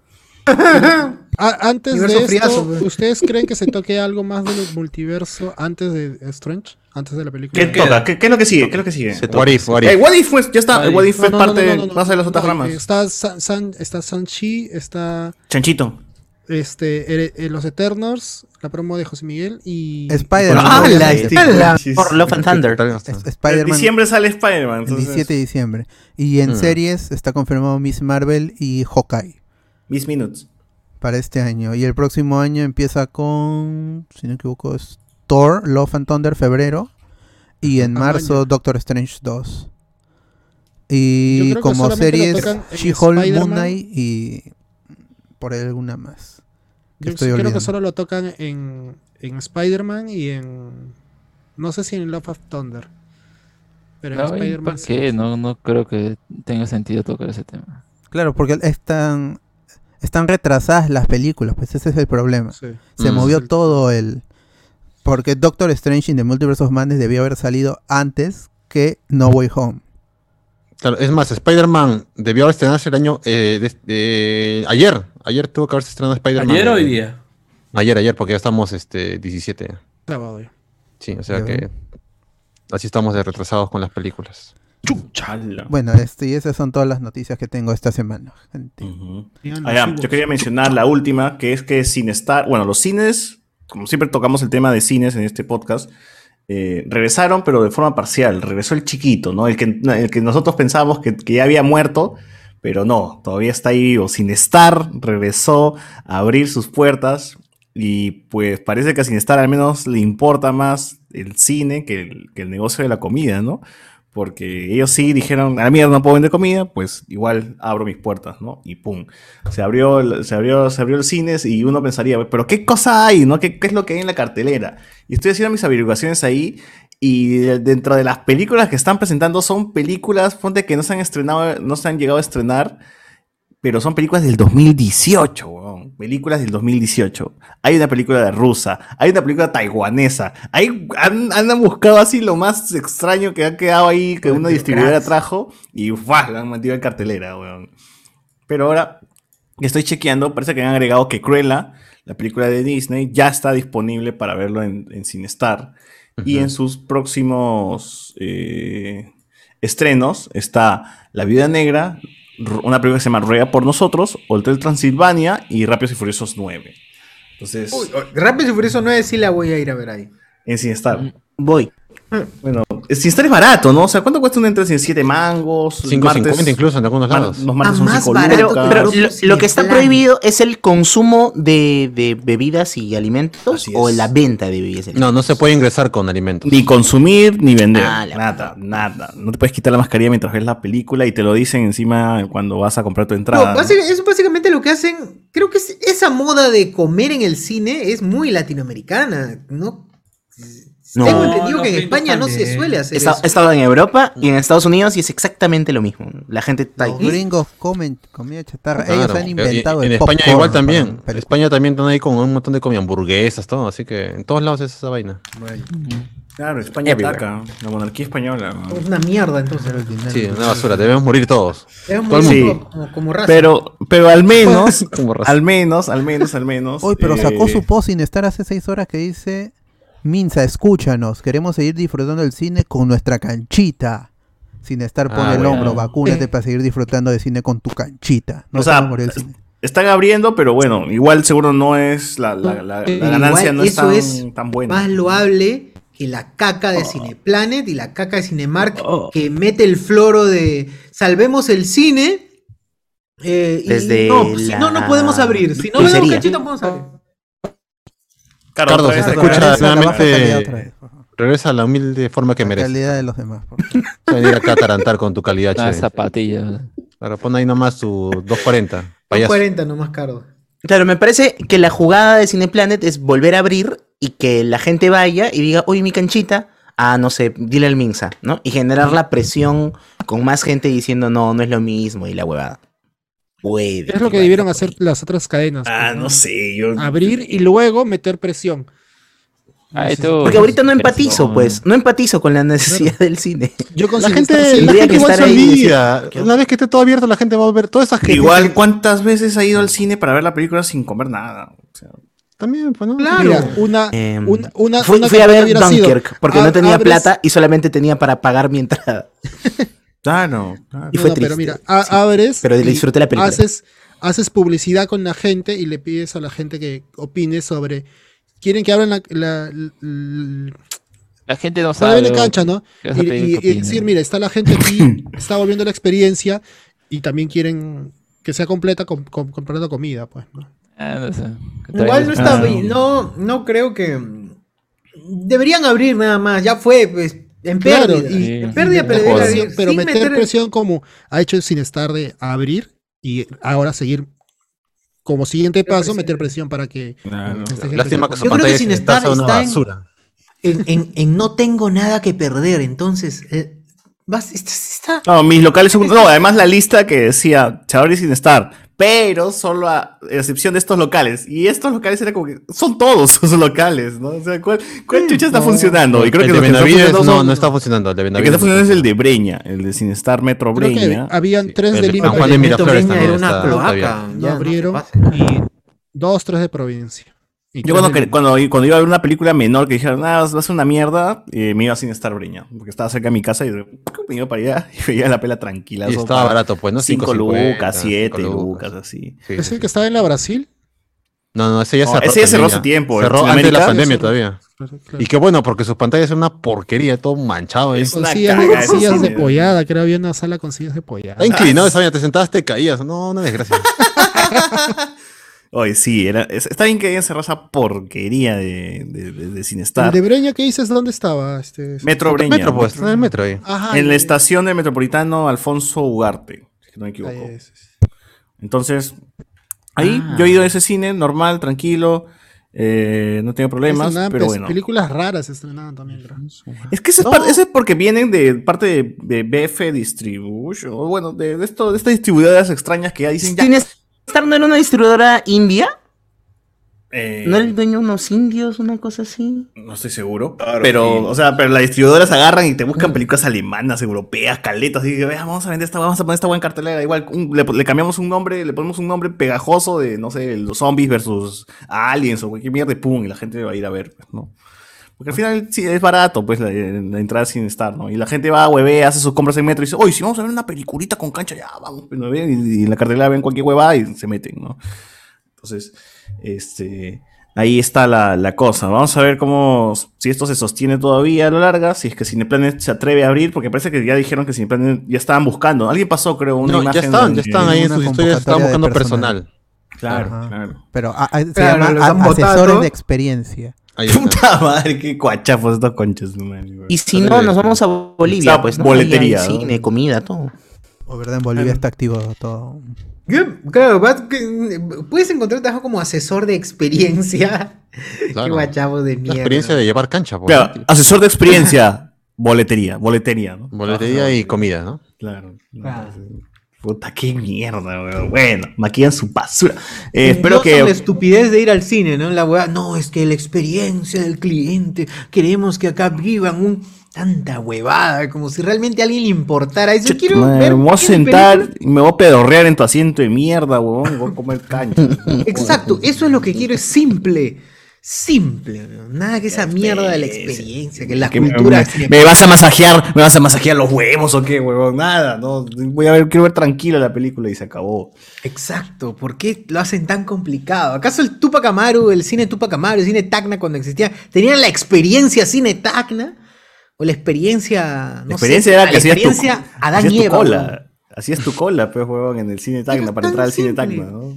[SPEAKER 10] A- antes de
[SPEAKER 4] Universo
[SPEAKER 10] esto,
[SPEAKER 4] friazo, pues.
[SPEAKER 10] ¿ustedes creen que se toque algo más del multiverso antes de Strange? Antes de la película.
[SPEAKER 7] ¿Qué toca? ¿Qué, qué es lo que sigue? ¿Qué es lo que sigue?
[SPEAKER 8] Se
[SPEAKER 5] What if, what
[SPEAKER 7] Eh,
[SPEAKER 5] if.
[SPEAKER 7] what if fue- ya está, el what if
[SPEAKER 10] No,
[SPEAKER 7] es
[SPEAKER 10] no, no,
[SPEAKER 7] parte
[SPEAKER 10] no, no, no,
[SPEAKER 7] más de las
[SPEAKER 10] no,
[SPEAKER 7] otras
[SPEAKER 10] no,
[SPEAKER 7] ramas.
[SPEAKER 10] Está San, San- está Sanchi, está
[SPEAKER 7] Chanchito.
[SPEAKER 10] este, eh, eh, Los Eternals, la promo de José Miguel y.
[SPEAKER 3] Spider-Man.
[SPEAKER 8] Ah, la-
[SPEAKER 3] obviamente.
[SPEAKER 7] la-
[SPEAKER 8] Por Love and Thunder.
[SPEAKER 3] Es-
[SPEAKER 7] En
[SPEAKER 3] Spider-Man.
[SPEAKER 7] diciembre sale Spider-Man.
[SPEAKER 3] El
[SPEAKER 7] entonces-
[SPEAKER 3] 17 de diciembre. Y en
[SPEAKER 5] Mm.
[SPEAKER 3] series está confirmado Miss Marvel y Hawkeye
[SPEAKER 7] Miss Minutes.
[SPEAKER 3] para este año. Y el próximo año empieza con, si no me equivoco, es Thor, Love and Thunder, febrero. Y en
[SPEAKER 10] Ah,
[SPEAKER 3] marzo
[SPEAKER 10] vaya.
[SPEAKER 3] Doctor Strange 2.
[SPEAKER 10] Yo
[SPEAKER 3] Y
[SPEAKER 10] creo que
[SPEAKER 3] como
[SPEAKER 10] solamente lo
[SPEAKER 3] series
[SPEAKER 10] tocan en
[SPEAKER 3] She-Hulk, Moon
[SPEAKER 10] Spider-Man.
[SPEAKER 3] Knight y por ahí alguna más. que
[SPEAKER 10] Yo
[SPEAKER 3] estoy
[SPEAKER 10] creo
[SPEAKER 3] olvidando.
[SPEAKER 10] que solo lo tocan en, en Spider-Man y en. No sé si en Love of Thunder. Pero en
[SPEAKER 9] No, ¿y
[SPEAKER 10] Spider-Man.
[SPEAKER 9] ¿Para
[SPEAKER 10] sí.
[SPEAKER 9] qué? No, no creo que tenga sentido tocar ese tema.
[SPEAKER 3] Claro, porque están están retrasadas las películas, pues ese es el problema.
[SPEAKER 10] Sí.
[SPEAKER 3] Se
[SPEAKER 5] Mm.
[SPEAKER 3] movió
[SPEAKER 10] Sí.
[SPEAKER 3] todo el. Porque Doctor Strange in the Multiverse of Madness debió haber salido antes que No Way Home.
[SPEAKER 5] Claro, es más, Spider-Man debió haber estrenado el año. eh, de- de- ayer. Ayer tuvo que haberse estrenado Spider-Man.
[SPEAKER 6] ¿Ayer o hoy
[SPEAKER 5] Eh,
[SPEAKER 6] día?
[SPEAKER 5] Ayer, ayer, porque ya estamos este, 17.
[SPEAKER 10] Sábado, ya.
[SPEAKER 5] Sí, o sea
[SPEAKER 3] Ya.
[SPEAKER 5] que. Así estamos de retrasados con las películas.
[SPEAKER 3] Bueno, este, y esas son todas las noticias que tengo esta semana, gente.
[SPEAKER 7] Ah, ya, yo quería mencionar la última, que es que sin estar, bueno, los cines, como siempre tocamos el tema de cines en este podcast, eh, regresaron, pero de forma parcial. Regresó el chiquito, ¿no? El que, el que nosotros pensábamos que, que ya había muerto, pero no, todavía está ahí vivo. Sin estar, regresó a abrir sus puertas. Y pues parece que a sin estar al menos le importa más el cine que el, que el negocio de la comida, ¿no? Porque ellos sí dijeron, a la mierda no puedo vender comida, pues igual abro mis puertas, ¿no? Y pum. Se abrió, el- se abrió, se abrió el cine y uno pensaría, pero ¿qué cosa hay, no? ¿Qué, qué es lo que hay en la cartelera? Y estoy haciendo mis averiguaciones ahí y de- dentro de las películas que están presentando son películas, ponte que no se han estrenado, no se han llegado a estrenar, pero son películas del 2018, weón. Películas del 2018. Hay una película rusa, hay una película taiwanesa, hay, han, han buscado así lo más extraño que ha quedado ahí, que una distribuidora trajo, y ¡guau! la han metido en cartelera, weón. Pero ahora que estoy chequeando, parece que han agregado que Cruella, la película de Disney, ya está disponible para verlo en, en Cinestar. Y en sus próximos eh, estrenos está La Viuda Negra, r- una película que se llama Ruega por Nosotros, Hotel Transilvania y Rápidos y Furiosos 9. Entonces,
[SPEAKER 11] oh, Rápido y Furioso 9 sí la voy a ir a ver ahí.
[SPEAKER 7] en Cinestar.
[SPEAKER 8] Voy.
[SPEAKER 7] Bueno, Cinestar es barato, ¿no? O sea, ¿cuánto cuesta un entrance de 7 mangos?
[SPEAKER 5] 5.50 incluso en algunos lados.
[SPEAKER 7] Los martes
[SPEAKER 8] Ah,
[SPEAKER 7] son
[SPEAKER 8] más
[SPEAKER 7] cinco
[SPEAKER 8] barato,
[SPEAKER 7] lucas.
[SPEAKER 8] pero lo, lo que está
[SPEAKER 11] plan.
[SPEAKER 8] prohibido es el consumo de, de bebidas y alimentos o la venta de bebidas y alimentos.
[SPEAKER 5] No, no se puede ingresar con alimentos.
[SPEAKER 7] Ni consumir ni vender.
[SPEAKER 8] Ah, la
[SPEAKER 7] nada, nada. No te puedes quitar la mascarilla mientras ves la película y te lo dicen encima cuando vas a comprar tu
[SPEAKER 11] No,
[SPEAKER 7] entrada. ¿no?
[SPEAKER 11] básica- es básicamente lo que hacen. Creo que es- esa moda de comer en el cine es muy latinoamericana, ¿no?
[SPEAKER 8] No.
[SPEAKER 11] Tengo entendido que en
[SPEAKER 6] los
[SPEAKER 11] España no se
[SPEAKER 6] gringos
[SPEAKER 11] suele hacer
[SPEAKER 8] Esta-
[SPEAKER 11] eso.
[SPEAKER 8] He estado en Europa y en Estados Unidos y es exactamente lo mismo. La gente está
[SPEAKER 3] Los
[SPEAKER 8] ahí.
[SPEAKER 3] gringos comen comida chatarra.
[SPEAKER 5] Claro. eh,
[SPEAKER 3] Ellos han inventado
[SPEAKER 5] Y- y- En
[SPEAKER 3] el
[SPEAKER 5] España
[SPEAKER 3] popcorn
[SPEAKER 5] igual
[SPEAKER 3] para
[SPEAKER 5] también.
[SPEAKER 3] películas.
[SPEAKER 5] España también están ahí con un montón de comida, hamburguesas, todo. Así que en todos lados es esa vaina.
[SPEAKER 7] Claro, España
[SPEAKER 5] Everywhere.
[SPEAKER 7] ataca. La monarquía española. ¿no?
[SPEAKER 11] Es una mierda, entonces.
[SPEAKER 5] Sí, una basura. Debemos morir todos.
[SPEAKER 11] Es
[SPEAKER 5] Todo el
[SPEAKER 11] muy-
[SPEAKER 5] mundo.
[SPEAKER 11] como, como raza.
[SPEAKER 7] Pero, pero al menos,
[SPEAKER 5] Como raza.
[SPEAKER 7] al menos, al menos, al menos.
[SPEAKER 3] Hoy, pero
[SPEAKER 7] eh,
[SPEAKER 3] sacó su post sin estar hace seis horas que dice: Minza, escúchanos, queremos seguir disfrutando del cine con nuestra canchita. Sin estar pone
[SPEAKER 5] Ah,
[SPEAKER 3] el
[SPEAKER 5] bueno.
[SPEAKER 3] hombro,
[SPEAKER 8] Eh.
[SPEAKER 3] vacúnate para seguir disfrutando de cine con tu canchita. No
[SPEAKER 7] O
[SPEAKER 3] se
[SPEAKER 7] sea,
[SPEAKER 3] va a morir el cine.
[SPEAKER 7] Están abriendo, pero bueno, igual seguro no es la, la- la- la
[SPEAKER 11] Eh,
[SPEAKER 7] ganancia
[SPEAKER 11] igual
[SPEAKER 7] no es
[SPEAKER 11] eso
[SPEAKER 7] tan,
[SPEAKER 11] es
[SPEAKER 7] tan buena.
[SPEAKER 11] Más loable que la caca de Cineplanet y la caca de Cinemark que mete el floro de salvemos el cine. eh, y
[SPEAKER 8] Desde
[SPEAKER 11] no, si
[SPEAKER 8] la
[SPEAKER 11] no, no podemos abrir. Si no
[SPEAKER 8] pizzería.
[SPEAKER 11] vemos cachito, no podemos abrir.
[SPEAKER 7] Claro,
[SPEAKER 5] Carlos,
[SPEAKER 7] otra vez
[SPEAKER 5] se te
[SPEAKER 7] acá.
[SPEAKER 5] escucha
[SPEAKER 3] Regresa a la baja calidad
[SPEAKER 5] claramente.
[SPEAKER 3] otra vez, por favor.
[SPEAKER 5] Regresa a la humilde forma que
[SPEAKER 3] La
[SPEAKER 5] merece.
[SPEAKER 3] calidad de los demás. por favor.
[SPEAKER 5] Venir acá a tarantar con tu calidad
[SPEAKER 9] Unas
[SPEAKER 5] HD.
[SPEAKER 9] zapatillas.
[SPEAKER 5] Claro, pon ahí nomás tu 240. Payaso.
[SPEAKER 11] 40 nomás caro.
[SPEAKER 8] Claro, me parece que la jugada de Cineplanet es volver a abrir y que la gente vaya y diga, uy, mi canchita. Ah, no sé, dile al Minsa, ¿no? Y generar la presión con más gente diciendo, no, no es lo mismo y la huevada. Puede.
[SPEAKER 10] Es lo que
[SPEAKER 8] vaya
[SPEAKER 10] debieron
[SPEAKER 8] por
[SPEAKER 10] hacer
[SPEAKER 8] ahí.
[SPEAKER 10] las otras cadenas.
[SPEAKER 7] pues, Ah,
[SPEAKER 10] pues,
[SPEAKER 7] no sé, yo.
[SPEAKER 10] Abrir y luego meter presión.
[SPEAKER 9] Ay, tú.
[SPEAKER 8] Porque ahorita no
[SPEAKER 9] Presión.
[SPEAKER 8] empatizo, pues. No empatizo con la necesidad del cine.
[SPEAKER 10] Yo
[SPEAKER 5] La
[SPEAKER 10] considero
[SPEAKER 5] gente,
[SPEAKER 10] estar
[SPEAKER 5] la
[SPEAKER 10] sin-
[SPEAKER 8] tendría
[SPEAKER 5] gente
[SPEAKER 8] que
[SPEAKER 5] igual se
[SPEAKER 8] estar ahí y decir,
[SPEAKER 5] olvida. Una vez que esté todo abierto, la gente va a ver. Todas esas gente
[SPEAKER 7] Igual, ¿cuántas veces ha ido al cine para ver la película sin comer nada? O sea,
[SPEAKER 5] También, pues no.
[SPEAKER 11] Claro.
[SPEAKER 10] Mira, una,
[SPEAKER 8] Eh,
[SPEAKER 10] una, una,
[SPEAKER 8] fui,
[SPEAKER 10] una
[SPEAKER 8] fui a
[SPEAKER 10] que
[SPEAKER 8] ver
[SPEAKER 10] hubiera sido,
[SPEAKER 8] Dunkirk porque no
[SPEAKER 10] ab-
[SPEAKER 8] tenía
[SPEAKER 10] abres-
[SPEAKER 8] plata y solamente tenía para pagar mi entrada.
[SPEAKER 7] claro, claro.
[SPEAKER 8] Y fue
[SPEAKER 10] No, no, Ah,
[SPEAKER 8] triste.
[SPEAKER 10] Pero mira, a- abres.
[SPEAKER 8] Pero
[SPEAKER 10] y
[SPEAKER 8] disfruté la película.
[SPEAKER 10] Haces, haces publicidad con la gente y le pides a la gente que opine sobre. Quieren que abran la. la, la-
[SPEAKER 9] La gente no
[SPEAKER 10] para
[SPEAKER 9] sabe.
[SPEAKER 10] ver la cancha, ¿no?
[SPEAKER 9] ¿Qué vas
[SPEAKER 10] Y,
[SPEAKER 9] a pedir
[SPEAKER 10] y-
[SPEAKER 9] que
[SPEAKER 10] y
[SPEAKER 9] opinen?
[SPEAKER 10] decir, mira, está la gente aquí, está volviendo la experiencia y también quieren que sea completa con- con- comprando comida, pues. ¿no?
[SPEAKER 9] Ah, no sé. Que
[SPEAKER 11] Igual no
[SPEAKER 9] traigas-
[SPEAKER 11] está
[SPEAKER 9] Ah,
[SPEAKER 11] bien, no, no creo que mm, deberían abrir nada más, ya fue, pues, en
[SPEAKER 10] Claro,
[SPEAKER 11] pérdida.
[SPEAKER 10] y-
[SPEAKER 11] en pérdida,
[SPEAKER 10] Meter
[SPEAKER 11] pero
[SPEAKER 9] joder.
[SPEAKER 11] debería
[SPEAKER 10] presión,
[SPEAKER 11] abrir,
[SPEAKER 10] pero
[SPEAKER 11] sin
[SPEAKER 10] meter,
[SPEAKER 11] meter-
[SPEAKER 10] presión como ha hecho sin estar de abrir y ahora seguir como siguiente paso
[SPEAKER 11] presión.
[SPEAKER 10] meter presión para que este esta gente
[SPEAKER 5] Lástima que
[SPEAKER 10] compre.
[SPEAKER 5] su
[SPEAKER 11] Yo creo que
[SPEAKER 5] pantalla
[SPEAKER 11] sin
[SPEAKER 5] de
[SPEAKER 11] estar
[SPEAKER 5] taza es una
[SPEAKER 11] está en-
[SPEAKER 5] basura.
[SPEAKER 11] en, en- en no tengo nada que perder, entonces, eh, vas, está, está-
[SPEAKER 7] No, mis locales son- No, además la lista que decía se abre sin estar, pero solo a excepción de estos locales. Y estos locales era como que son todos sus locales, ¿no? O sea, ¿cuál, cuál chucha está funcionando? Y creo
[SPEAKER 5] el
[SPEAKER 7] que
[SPEAKER 5] de
[SPEAKER 7] los que están
[SPEAKER 5] Benavides no,
[SPEAKER 7] funcionando son-
[SPEAKER 5] no está funcionando. El de
[SPEAKER 7] El que
[SPEAKER 5] Benavides
[SPEAKER 7] está funcionando es el de Breña, el de sin estar Metro
[SPEAKER 10] Creo que
[SPEAKER 7] Breña.
[SPEAKER 10] habían tres de
[SPEAKER 5] El de
[SPEAKER 10] Lima
[SPEAKER 5] San Juan de
[SPEAKER 10] que
[SPEAKER 5] Miraflores
[SPEAKER 11] Breña
[SPEAKER 5] también
[SPEAKER 11] era una
[SPEAKER 5] está, está
[SPEAKER 10] cloaca.
[SPEAKER 5] abierto.
[SPEAKER 10] lo abrieron
[SPEAKER 11] pasen.
[SPEAKER 10] y dos, tres de provincia.
[SPEAKER 7] Yo cuando, que- cuando, cuando iba a ver una película menor que dijeron, ah, va a ser una mierda, eh, me iba sin estar breña. Porque estaba cerca de mi casa y de- me iba para allá y veía la pela tranquila.
[SPEAKER 5] Y estaba barato, pues, ¿no?
[SPEAKER 7] 5
[SPEAKER 5] 5.50,
[SPEAKER 7] lucas, 7
[SPEAKER 5] cinco
[SPEAKER 7] lucas, así.
[SPEAKER 10] ¿Es el que está en la Brasil?
[SPEAKER 5] No, no, ese ya
[SPEAKER 7] No,
[SPEAKER 5] cerró.
[SPEAKER 7] ese ya cerró
[SPEAKER 5] también
[SPEAKER 7] su tiempo,
[SPEAKER 5] Cerró
[SPEAKER 7] en
[SPEAKER 5] antes de la
[SPEAKER 7] Sudamérica.
[SPEAKER 5] pandemia
[SPEAKER 7] Ya cerró.
[SPEAKER 5] todavía.
[SPEAKER 10] Claro,
[SPEAKER 5] Y qué bueno, porque sus pantallas son una porquería, todo manchado. ¿eh?
[SPEAKER 7] Es
[SPEAKER 10] Con sillas, de, sillas de pollada, creo había una sala con sillas de pollada. Ah,
[SPEAKER 5] Está inclinado esa vaina, te sentaste, te caías. No, una desgracia.
[SPEAKER 7] Oye, sí, era, es- está bien que hayan cerrado esa porquería de, de, de, de
[SPEAKER 10] ¿El
[SPEAKER 7] Sinestar.
[SPEAKER 10] de Breña que dices dónde estaba? Este,
[SPEAKER 7] Metro Breña.
[SPEAKER 5] Metro, pues, está en el metro ahí.
[SPEAKER 10] Ajá,
[SPEAKER 7] en
[SPEAKER 10] y-
[SPEAKER 7] la estación de Metropolitano Alfonso Ugarte, si no me equivoco. Entonces, ahí
[SPEAKER 10] Ah.
[SPEAKER 7] yo he ido a ese cine normal, tranquilo, eh, no tengo problemas,
[SPEAKER 10] estrenaban
[SPEAKER 7] pero
[SPEAKER 10] pes-
[SPEAKER 7] bueno.
[SPEAKER 10] Películas raras se estrenaban también, creo.
[SPEAKER 7] Es que eso es, par- eso es porque vienen de parte de, de BF Distribution, o bueno, de, de esto, de estas distribuidoras extrañas que ya dicen ya.
[SPEAKER 8] ¿Sinestar no era una distribuidora india?
[SPEAKER 7] eh,
[SPEAKER 8] ¿No era el dueño de unos indios, una cosa así?
[SPEAKER 7] No estoy seguro. pero, o sea, pero las distribuidoras agarran y te buscan películas alemanas, europeas, caletas. Y que "Vea, vamos a vender esta, vamos a poner esta buena cartelera. Igual un- le, le cambiamos un nombre, le ponemos un nombre pegajoso de, no sé, los zombies versus aliens o cualquier mierda y pum, y la gente va a ir a ver, pues, ¿no? Porque al final sí es barato, pues, la, la entrada sin estar, ¿no? Y la gente va, hueve, hace sus compras en metro y dice, oye, si vamos a ver una peliculita con cancha, ya, vamos. pues, ¿no ven?". Y, y en la cartelera ven cualquier huevada y se meten, ¿no? Entonces, este, ahí está la, la cosa. Vamos a ver cómo, si esto se sostiene todavía a lo larga, si es que Cineplanet se atreve a abrir, porque parece que ya dijeron que Cineplanet ya estaban buscando. Alguien pasó, creo, una
[SPEAKER 5] No, ya
[SPEAKER 7] imagen.
[SPEAKER 5] estaban, ya
[SPEAKER 7] donde-
[SPEAKER 5] estaban ahí en
[SPEAKER 3] una
[SPEAKER 5] sus historias, estaban
[SPEAKER 3] convocatoria de
[SPEAKER 5] buscando
[SPEAKER 3] personal.
[SPEAKER 5] personal.
[SPEAKER 7] Claro,
[SPEAKER 3] Ajá.
[SPEAKER 7] claro.
[SPEAKER 3] Pero a- a- se
[SPEAKER 11] Claro, los
[SPEAKER 3] llama
[SPEAKER 11] han
[SPEAKER 3] a- asesores
[SPEAKER 11] votado.
[SPEAKER 3] de experiencia.
[SPEAKER 5] Ahí está.
[SPEAKER 7] Puta madre, qué cuachafos estos conchas. no mames, güey.
[SPEAKER 8] Y si no, nos vamos a Bolivia,
[SPEAKER 7] Está
[SPEAKER 8] pues no.
[SPEAKER 7] boletería,
[SPEAKER 8] Ahí hay
[SPEAKER 7] ¿no?
[SPEAKER 8] cine, comida, todo.
[SPEAKER 3] O verdad, en Bolivia está activo todo.
[SPEAKER 11] Yo- claro, vas- que- puedes encontrar trabajo como asesor de experiencia. Qué
[SPEAKER 5] Claro.
[SPEAKER 11] guachavo de
[SPEAKER 5] La
[SPEAKER 11] mierda.
[SPEAKER 5] experiencia de llevar cancha, pues.
[SPEAKER 7] Claro, asesor de experiencia, boletería, boletería, ¿no?
[SPEAKER 5] Boletería y comida, ¿no?
[SPEAKER 7] Claro.
[SPEAKER 11] Ah.
[SPEAKER 7] Eh, Puta, qué mierda, weón. Bueno, maquillan su basura.
[SPEAKER 8] Pues,
[SPEAKER 7] Eh,
[SPEAKER 11] Envidioso
[SPEAKER 7] espero que.
[SPEAKER 11] la estupidez de ir al cine, ¿no? La hueá, no, es que la experiencia del cliente, queremos que acá vivan un tanta huevada, como si realmente a alguien le importara. Eso quiero
[SPEAKER 7] Me
[SPEAKER 11] ver
[SPEAKER 7] voy a
[SPEAKER 11] qué
[SPEAKER 7] sentar y me voy a pedorrear en tu asiento de mierda, weón. Voy a comer caña.
[SPEAKER 11] película- Exacto, eso es lo que quiero, es simple. Simple, ¿no? nada que esa mierda de la experiencia, que la
[SPEAKER 7] Que me,
[SPEAKER 11] cultura.
[SPEAKER 7] me- me vas a masajear, me vas a masajear los huevos o qué, huevón. Nada, no. Voy a ver, quiero ver tranquila la película y se acabó.
[SPEAKER 11] Exacto, ¿por qué lo hacen tan complicado? ¿Acaso el Tupac Amaru, el cine Tupac Amaru, el cine Tacna cuando existía, tenían la experiencia cine Tacna? ¿O la experiencia... no
[SPEAKER 7] la experiencia
[SPEAKER 11] sé,
[SPEAKER 7] era que
[SPEAKER 11] la
[SPEAKER 7] hacías tu,
[SPEAKER 11] experiencia Adán
[SPEAKER 7] hacías
[SPEAKER 11] y
[SPEAKER 7] tu
[SPEAKER 11] Eva,
[SPEAKER 7] cola.
[SPEAKER 11] weón?
[SPEAKER 7] Hacías tu cola, pues, huevón, en el cine Tacna, para
[SPEAKER 11] tan
[SPEAKER 7] entrar al cine
[SPEAKER 11] simple.
[SPEAKER 7] Tacna, ¿no?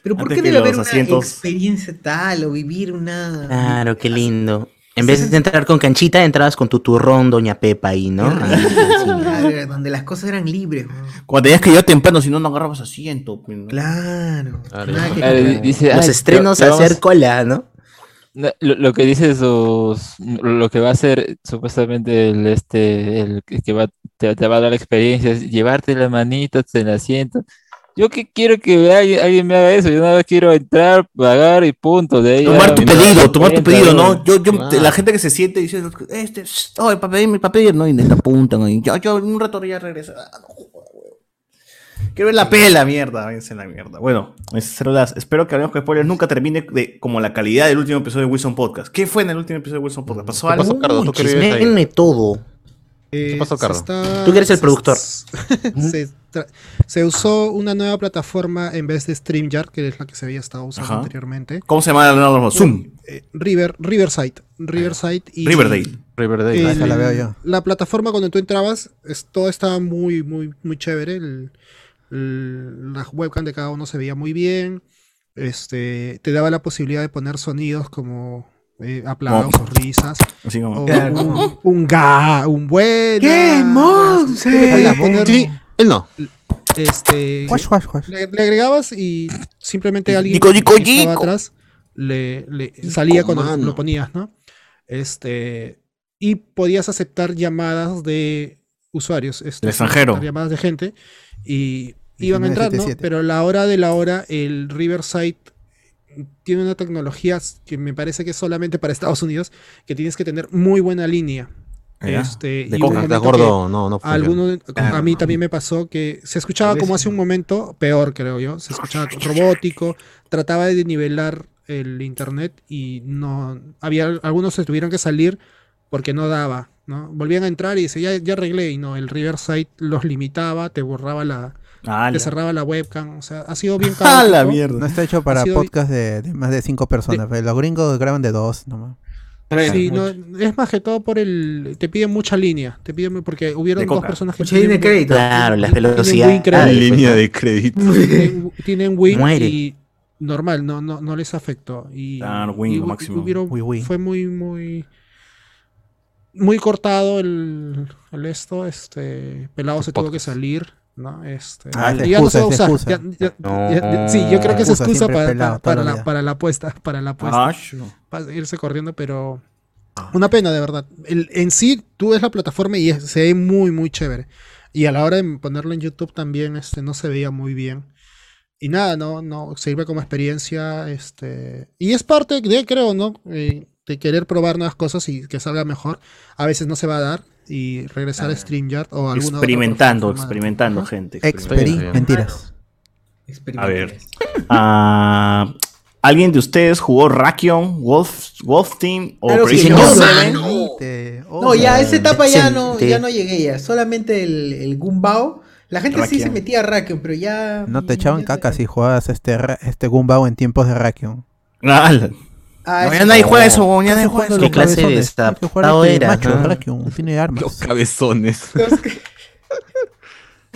[SPEAKER 11] Pero ¿por
[SPEAKER 7] Antes
[SPEAKER 11] qué
[SPEAKER 7] que
[SPEAKER 11] debe haber
[SPEAKER 7] los
[SPEAKER 11] una
[SPEAKER 7] asientos- Ah.
[SPEAKER 11] experiencia tal o vivir una...
[SPEAKER 8] Claro, qué lindo. En vez de entrar con canchita, entrabas con tu turrón, Doña Pepa ahí, ¿no? Ahí, sí.
[SPEAKER 11] Claro, eh, donde las cosas eran libres. weón.
[SPEAKER 7] Cuando tenías que ir temprano, si no, no agarrabas asiento. pues, ¿no?
[SPEAKER 11] Claro.
[SPEAKER 5] Claro,
[SPEAKER 11] nada
[SPEAKER 5] ya.
[SPEAKER 11] que-
[SPEAKER 9] Claro, di- dice,
[SPEAKER 8] Los
[SPEAKER 9] "Ay,
[SPEAKER 8] estrenos
[SPEAKER 9] lo-
[SPEAKER 8] a
[SPEAKER 9] lo
[SPEAKER 8] hacer
[SPEAKER 9] vamos-
[SPEAKER 8] cola, ¿no?
[SPEAKER 9] no, Lo, lo que dice sus, lo que va a hacer supuestamente el este, el que que va, te, te va a dar la experiencia, es llevarte las manitas en el asiento. Yo que quiero que alguien, alguien me haga eso, yo nada más quiero entrar, pagar y punto. De ahí
[SPEAKER 7] Tomar
[SPEAKER 9] ya
[SPEAKER 7] tu
[SPEAKER 9] me
[SPEAKER 7] pedido,
[SPEAKER 9] doy
[SPEAKER 7] tomar tu
[SPEAKER 9] cuenta,
[SPEAKER 7] pedido,
[SPEAKER 9] ¿no?
[SPEAKER 7] ¿no? Yo, yo,
[SPEAKER 5] Claro.
[SPEAKER 7] te- La gente que se siente dice, este, shh, oh, el papel, mi papel, ¿no? Y te apuntan ahí. Yo, yo en un rato ya regreso. Ah, no joda, huevo. Quiero ver la pela, mierda, váyanse a la mierda. Bueno, esas eran las- espero que Hablemos con Spoilers nunca termine de, como la calidad del último episodio de Wilson Podcast. ¿Qué fue en el último episodio de Wilson Podcast? ¿Pasó
[SPEAKER 5] ¿Qué
[SPEAKER 7] algo?
[SPEAKER 5] pasó, Cardo? ¿Tú qué vives ahí?
[SPEAKER 8] Chismeenme todo.
[SPEAKER 10] Eh,
[SPEAKER 5] pasó,
[SPEAKER 10] se
[SPEAKER 5] Cardo?
[SPEAKER 10] está-
[SPEAKER 8] Tú que eres el
[SPEAKER 10] se-
[SPEAKER 8] productor.
[SPEAKER 11] ¿Este?
[SPEAKER 10] Se, tra- se usó una nueva plataforma en vez de StreamYard, que es la que se había estado usando
[SPEAKER 7] Ajá.
[SPEAKER 10] anteriormente.
[SPEAKER 7] ¿Cómo se llama Leonardo? Zoom.
[SPEAKER 10] Eh, River, Riverside. Riverside y.
[SPEAKER 7] Riverdale.
[SPEAKER 5] Riverdale.
[SPEAKER 10] el-
[SPEAKER 3] esa la veo yo.
[SPEAKER 10] la plataforma cuando tú entrabas, es- todo estaba muy, muy, muy chévere. El, el- la webcam de cada uno se veía muy bien. Este, te daba la posibilidad de poner sonidos como eh, aplausos, risas.
[SPEAKER 7] Así
[SPEAKER 10] o
[SPEAKER 11] Oh.
[SPEAKER 7] como.
[SPEAKER 10] un, un
[SPEAKER 7] Ah,
[SPEAKER 10] ga, un buen.
[SPEAKER 11] ¡Qué monse!
[SPEAKER 5] Sí, él no.
[SPEAKER 10] Este,
[SPEAKER 3] Guash, guash, guash.
[SPEAKER 10] le, le agregabas y simplemente alguien
[SPEAKER 7] Dico, dico,
[SPEAKER 10] que estaba
[SPEAKER 7] dico.
[SPEAKER 10] atrás le, le salía cuando
[SPEAKER 5] mano.
[SPEAKER 10] lo ponías, ¿no? Este y podías aceptar llamadas de usuarios, este,
[SPEAKER 7] Del extranjero.
[SPEAKER 10] aceptar llamadas de gente y iban a entrar, ¿no?
[SPEAKER 3] 1977.
[SPEAKER 10] Pero a la hora de la hora el Riverside tiene una tecnología que me parece que es solamente para Estados Unidos que tienes que tener muy buena línea.
[SPEAKER 7] Ya.
[SPEAKER 10] Este,
[SPEAKER 7] De
[SPEAKER 10] y
[SPEAKER 7] coca,
[SPEAKER 10] un
[SPEAKER 5] No, estás
[SPEAKER 10] momento que-
[SPEAKER 5] gordo, no, no.
[SPEAKER 10] a, alguno de- a mí también me pasó que se escuchaba como hace un momento, peor creo yo, se escuchaba robótico, trataba de nivelar el internet y no había algunos se tuvieron que salir porque no daba, ¿no? Volvían a entrar y dice, ya, ya arreglé, y no, el Riverside los limitaba, te borraba la,
[SPEAKER 7] ¡Hala!
[SPEAKER 10] te cerraba la webcam, o sea, ha sido bien
[SPEAKER 7] ¡Hala,
[SPEAKER 10] caótico.
[SPEAKER 7] mierda!
[SPEAKER 3] No está hecho
[SPEAKER 10] Ha
[SPEAKER 3] para
[SPEAKER 10] sido-
[SPEAKER 3] podcast de, de más de cinco personas. pero Los gringos graban de dos nomás.
[SPEAKER 10] Sí, no, es más que todo por el. Te piden mucha línea. Te piden porque hubieron
[SPEAKER 7] De
[SPEAKER 10] dos
[SPEAKER 7] coca.
[SPEAKER 10] personas que.
[SPEAKER 11] Mucha línea de crédito.
[SPEAKER 8] Claro, las
[SPEAKER 10] tienen
[SPEAKER 8] velocidades.
[SPEAKER 10] buen crédito. pues,
[SPEAKER 5] Línea de crédito.
[SPEAKER 10] Tienen, tienen Win
[SPEAKER 8] Muere.
[SPEAKER 10] y normal, no, no, no les afectó. Y,
[SPEAKER 7] Claro, Win,
[SPEAKER 10] y
[SPEAKER 7] lo
[SPEAKER 10] hu-
[SPEAKER 7] máximo.
[SPEAKER 10] hubieron-
[SPEAKER 3] Win, Win.
[SPEAKER 10] Fue muy, muy. Muy cortado el, el esto. Este. Pelado se tuvo que salir. ¿no? Este,
[SPEAKER 3] Ah, es
[SPEAKER 10] y ya no se va a
[SPEAKER 3] excusa,
[SPEAKER 10] usar.
[SPEAKER 3] es
[SPEAKER 10] Ya-
[SPEAKER 3] excusa.
[SPEAKER 10] ya-
[SPEAKER 8] No.
[SPEAKER 10] ya- sí, yo creo que es
[SPEAKER 3] Excusa,
[SPEAKER 10] excusa
[SPEAKER 3] siempre
[SPEAKER 10] para,
[SPEAKER 3] pelado,
[SPEAKER 10] para,
[SPEAKER 3] toda la
[SPEAKER 10] la,
[SPEAKER 3] vida.
[SPEAKER 10] para la apuesta. Para la apuesta
[SPEAKER 7] Ah, shu.
[SPEAKER 10] para irse corriendo, pero
[SPEAKER 7] Ah.
[SPEAKER 10] una pena, de verdad. El- en sí, tú ves la plataforma y es- se ve muy, muy chévere. Y a la hora de ponerlo en YouTube también este, no se veía muy bien. Y nada, no, no, sirve como experiencia. Este, y es parte de, creo, ¿no? Eh, de querer probar nuevas cosas y que salga mejor. A veces no se va a dar. Y regresar a StreamYard o a alguna otra
[SPEAKER 7] Ah. Experimentando,
[SPEAKER 10] plataforma.
[SPEAKER 7] experimentando,
[SPEAKER 10] Ajá.
[SPEAKER 7] gente.
[SPEAKER 3] Experi
[SPEAKER 5] bien.
[SPEAKER 3] mentiras.
[SPEAKER 7] A ver. Ah, ¿Alguien de ustedes jugó Rakion, Wolf, Wolf Team o
[SPEAKER 11] Claro que
[SPEAKER 7] Operation
[SPEAKER 11] sí,
[SPEAKER 7] Seven?
[SPEAKER 11] mano. No, ya esa etapa ya no, ya no llegué ya. Solamente el, el Gumbao. La gente sí se
[SPEAKER 7] Rakion.
[SPEAKER 11] metía a Rakion, pero ya.
[SPEAKER 3] No te echaban
[SPEAKER 11] ya-
[SPEAKER 3] caca si jugabas este, ra- este Gumbao en tiempos de Rakion.
[SPEAKER 7] Ah, la-
[SPEAKER 11] Ah,
[SPEAKER 8] No,
[SPEAKER 11] ese-
[SPEAKER 8] ya nadie juega eso, weón, ya
[SPEAKER 3] Estás
[SPEAKER 8] nadie juega
[SPEAKER 3] jugando
[SPEAKER 8] eso.
[SPEAKER 3] los
[SPEAKER 8] ¿Qué clase de
[SPEAKER 3] cabezones, tienes que jugar
[SPEAKER 8] estado
[SPEAKER 3] este
[SPEAKER 8] era?
[SPEAKER 3] Macho,
[SPEAKER 8] ¿no?
[SPEAKER 3] Rakion, tiene armas.
[SPEAKER 5] Los cabezones.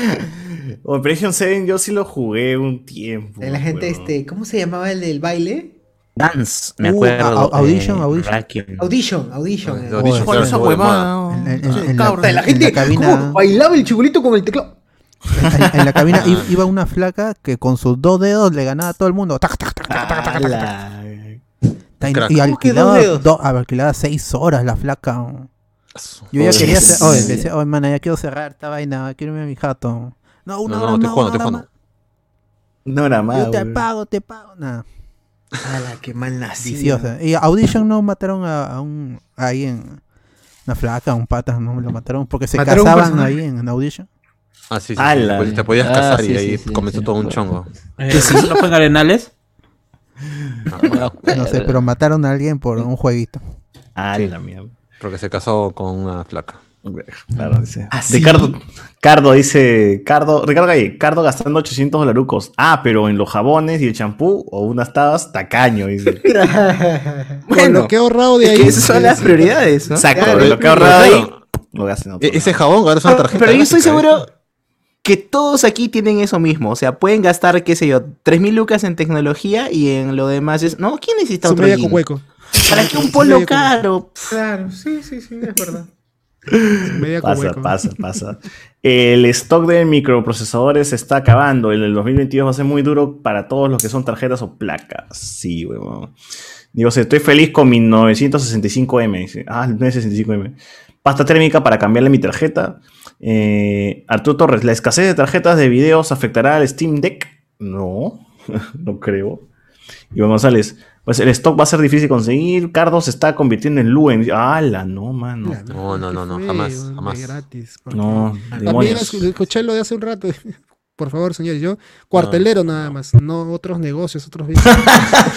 [SPEAKER 7] Operation 7 yo sí lo jugué un tiempo.
[SPEAKER 11] La gente,
[SPEAKER 7] weón.
[SPEAKER 11] este, ¿cómo se llamaba el del baile?
[SPEAKER 8] Dance, me
[SPEAKER 3] Uh,
[SPEAKER 8] acuerdo.
[SPEAKER 3] a- audition, audition.
[SPEAKER 8] Rakion.
[SPEAKER 11] Audition, Audition.
[SPEAKER 5] Ah,
[SPEAKER 11] eh. Joder,
[SPEAKER 5] Audition. Por
[SPEAKER 8] Esa huevada,
[SPEAKER 3] En,
[SPEAKER 8] weón.
[SPEAKER 3] en- en-
[SPEAKER 8] Sí,
[SPEAKER 3] en
[SPEAKER 8] cabrón.
[SPEAKER 11] La
[SPEAKER 3] en
[SPEAKER 11] gente
[SPEAKER 3] cabina-
[SPEAKER 11] ¿cómo bailaba el chibulito con el teclado.
[SPEAKER 3] En, en la cabina i- iba una flaca que con sus dos dedos le ganaba a todo el mundo. Tac, tac, tac, tac, tac, tac, tac,
[SPEAKER 8] Ah,
[SPEAKER 3] tac.
[SPEAKER 8] Ala.
[SPEAKER 3] Y- Y
[SPEAKER 5] Crack.
[SPEAKER 11] ¿Cómo que dos
[SPEAKER 3] alquilaba,
[SPEAKER 11] dedos?
[SPEAKER 3] do- alquilaba seis horas la flaca. Yo ya
[SPEAKER 5] Joder.
[SPEAKER 3] quería
[SPEAKER 8] sí,
[SPEAKER 3] cerrar. Oye,
[SPEAKER 8] sí.
[SPEAKER 3] le decía, oye, mana, ya quiero cerrar esta vaina, quiero irme a mi jato. No, una
[SPEAKER 5] No,
[SPEAKER 3] hora
[SPEAKER 5] no, te
[SPEAKER 3] más,
[SPEAKER 5] jodo,
[SPEAKER 3] una
[SPEAKER 5] te
[SPEAKER 3] hora
[SPEAKER 5] jodo.
[SPEAKER 3] más.
[SPEAKER 7] No era más.
[SPEAKER 3] Yo te
[SPEAKER 7] weón.
[SPEAKER 3] pago, te pago. Nada,
[SPEAKER 11] Ala, qué mal nacido.
[SPEAKER 3] viciosa. Y Audition no mataron a, a un. ahí en. Una flaca, un pata, no lo mataron porque se
[SPEAKER 11] Mataron a un
[SPEAKER 3] casaban
[SPEAKER 11] personaje.
[SPEAKER 3] ahí en, en Audition.
[SPEAKER 5] Ah, sí, sí, sí.
[SPEAKER 7] Ala.
[SPEAKER 5] Pues te podías
[SPEAKER 9] Ah,
[SPEAKER 5] casar
[SPEAKER 9] sí,
[SPEAKER 5] y ahí
[SPEAKER 9] sí, sí,
[SPEAKER 5] comenzó
[SPEAKER 9] sí.
[SPEAKER 5] todo un chongo.
[SPEAKER 6] Eh, ¿No fue en Arenales?
[SPEAKER 3] No sé, pero mataron a alguien por un jueguito.
[SPEAKER 7] Ah, la mierda.
[SPEAKER 5] Porque se casó con una flaca.
[SPEAKER 7] Claro, dice.
[SPEAKER 11] ¿Ah, sí?
[SPEAKER 7] Ricardo, Cardo dice, Cardo, Ricardo Galle, Cardo gastando 800 dolarucos. Ah, pero en los jabones y el champú o unas tabas, tacaño, dice.
[SPEAKER 10] Con
[SPEAKER 8] Bueno,
[SPEAKER 10] lo que he ahorrado de
[SPEAKER 8] es
[SPEAKER 10] ahí.
[SPEAKER 8] que esas son las
[SPEAKER 10] es-
[SPEAKER 8] prioridades, ¿no?
[SPEAKER 7] Exacto,
[SPEAKER 11] Claro,
[SPEAKER 7] lo que ahorra ahí, lo gastan en otro
[SPEAKER 5] E- ese
[SPEAKER 7] lado.
[SPEAKER 5] jabón ahora es una tarjeta.
[SPEAKER 8] Ah, Pero yo estoy
[SPEAKER 5] gráfica,
[SPEAKER 8] seguro que todos aquí tienen eso mismo. O sea, pueden gastar, qué sé yo, 3.000 lucas en tecnología y en lo demás es... No, ¿quién necesita
[SPEAKER 10] Su
[SPEAKER 8] otro
[SPEAKER 10] media
[SPEAKER 8] jean?
[SPEAKER 10] con hueco.
[SPEAKER 8] ¿Para qué un
[SPEAKER 10] media
[SPEAKER 8] polo
[SPEAKER 10] con-
[SPEAKER 8] caro?
[SPEAKER 11] Claro, sí, sí, sí, es verdad.
[SPEAKER 10] Su media con
[SPEAKER 7] Pasa,
[SPEAKER 10] hueco.
[SPEAKER 7] pasa, pasa. El stock de microprocesadores se está acabando. El del 2022 va a ser muy duro para todos los que son tarjetas o placas. Sí, huevón. Digo, sí, estoy feliz con mi 965M. dice. Ah, el 965M. Pasta térmica para cambiarle mi tarjeta. Eh, Arturo Torres, ¿la escasez de tarjetas de videos afectará al Steam Deck? No, no creo. Iván González, pues el stock va a ser difícil de conseguir. Cardo se está convirtiendo en Luen. ¡Hala! No, mano.
[SPEAKER 10] La
[SPEAKER 5] No, no, no, no,
[SPEAKER 10] madre,
[SPEAKER 5] jamás,
[SPEAKER 10] weón, de
[SPEAKER 5] jamás.
[SPEAKER 10] gratis, por favor.
[SPEAKER 7] No,
[SPEAKER 10] También
[SPEAKER 7] demonios.
[SPEAKER 10] escu- escuché lo de hace un rato. Por favor, señor, yo
[SPEAKER 5] Ah.
[SPEAKER 10] cuartelero nada más, no otros negocios, otros vicios.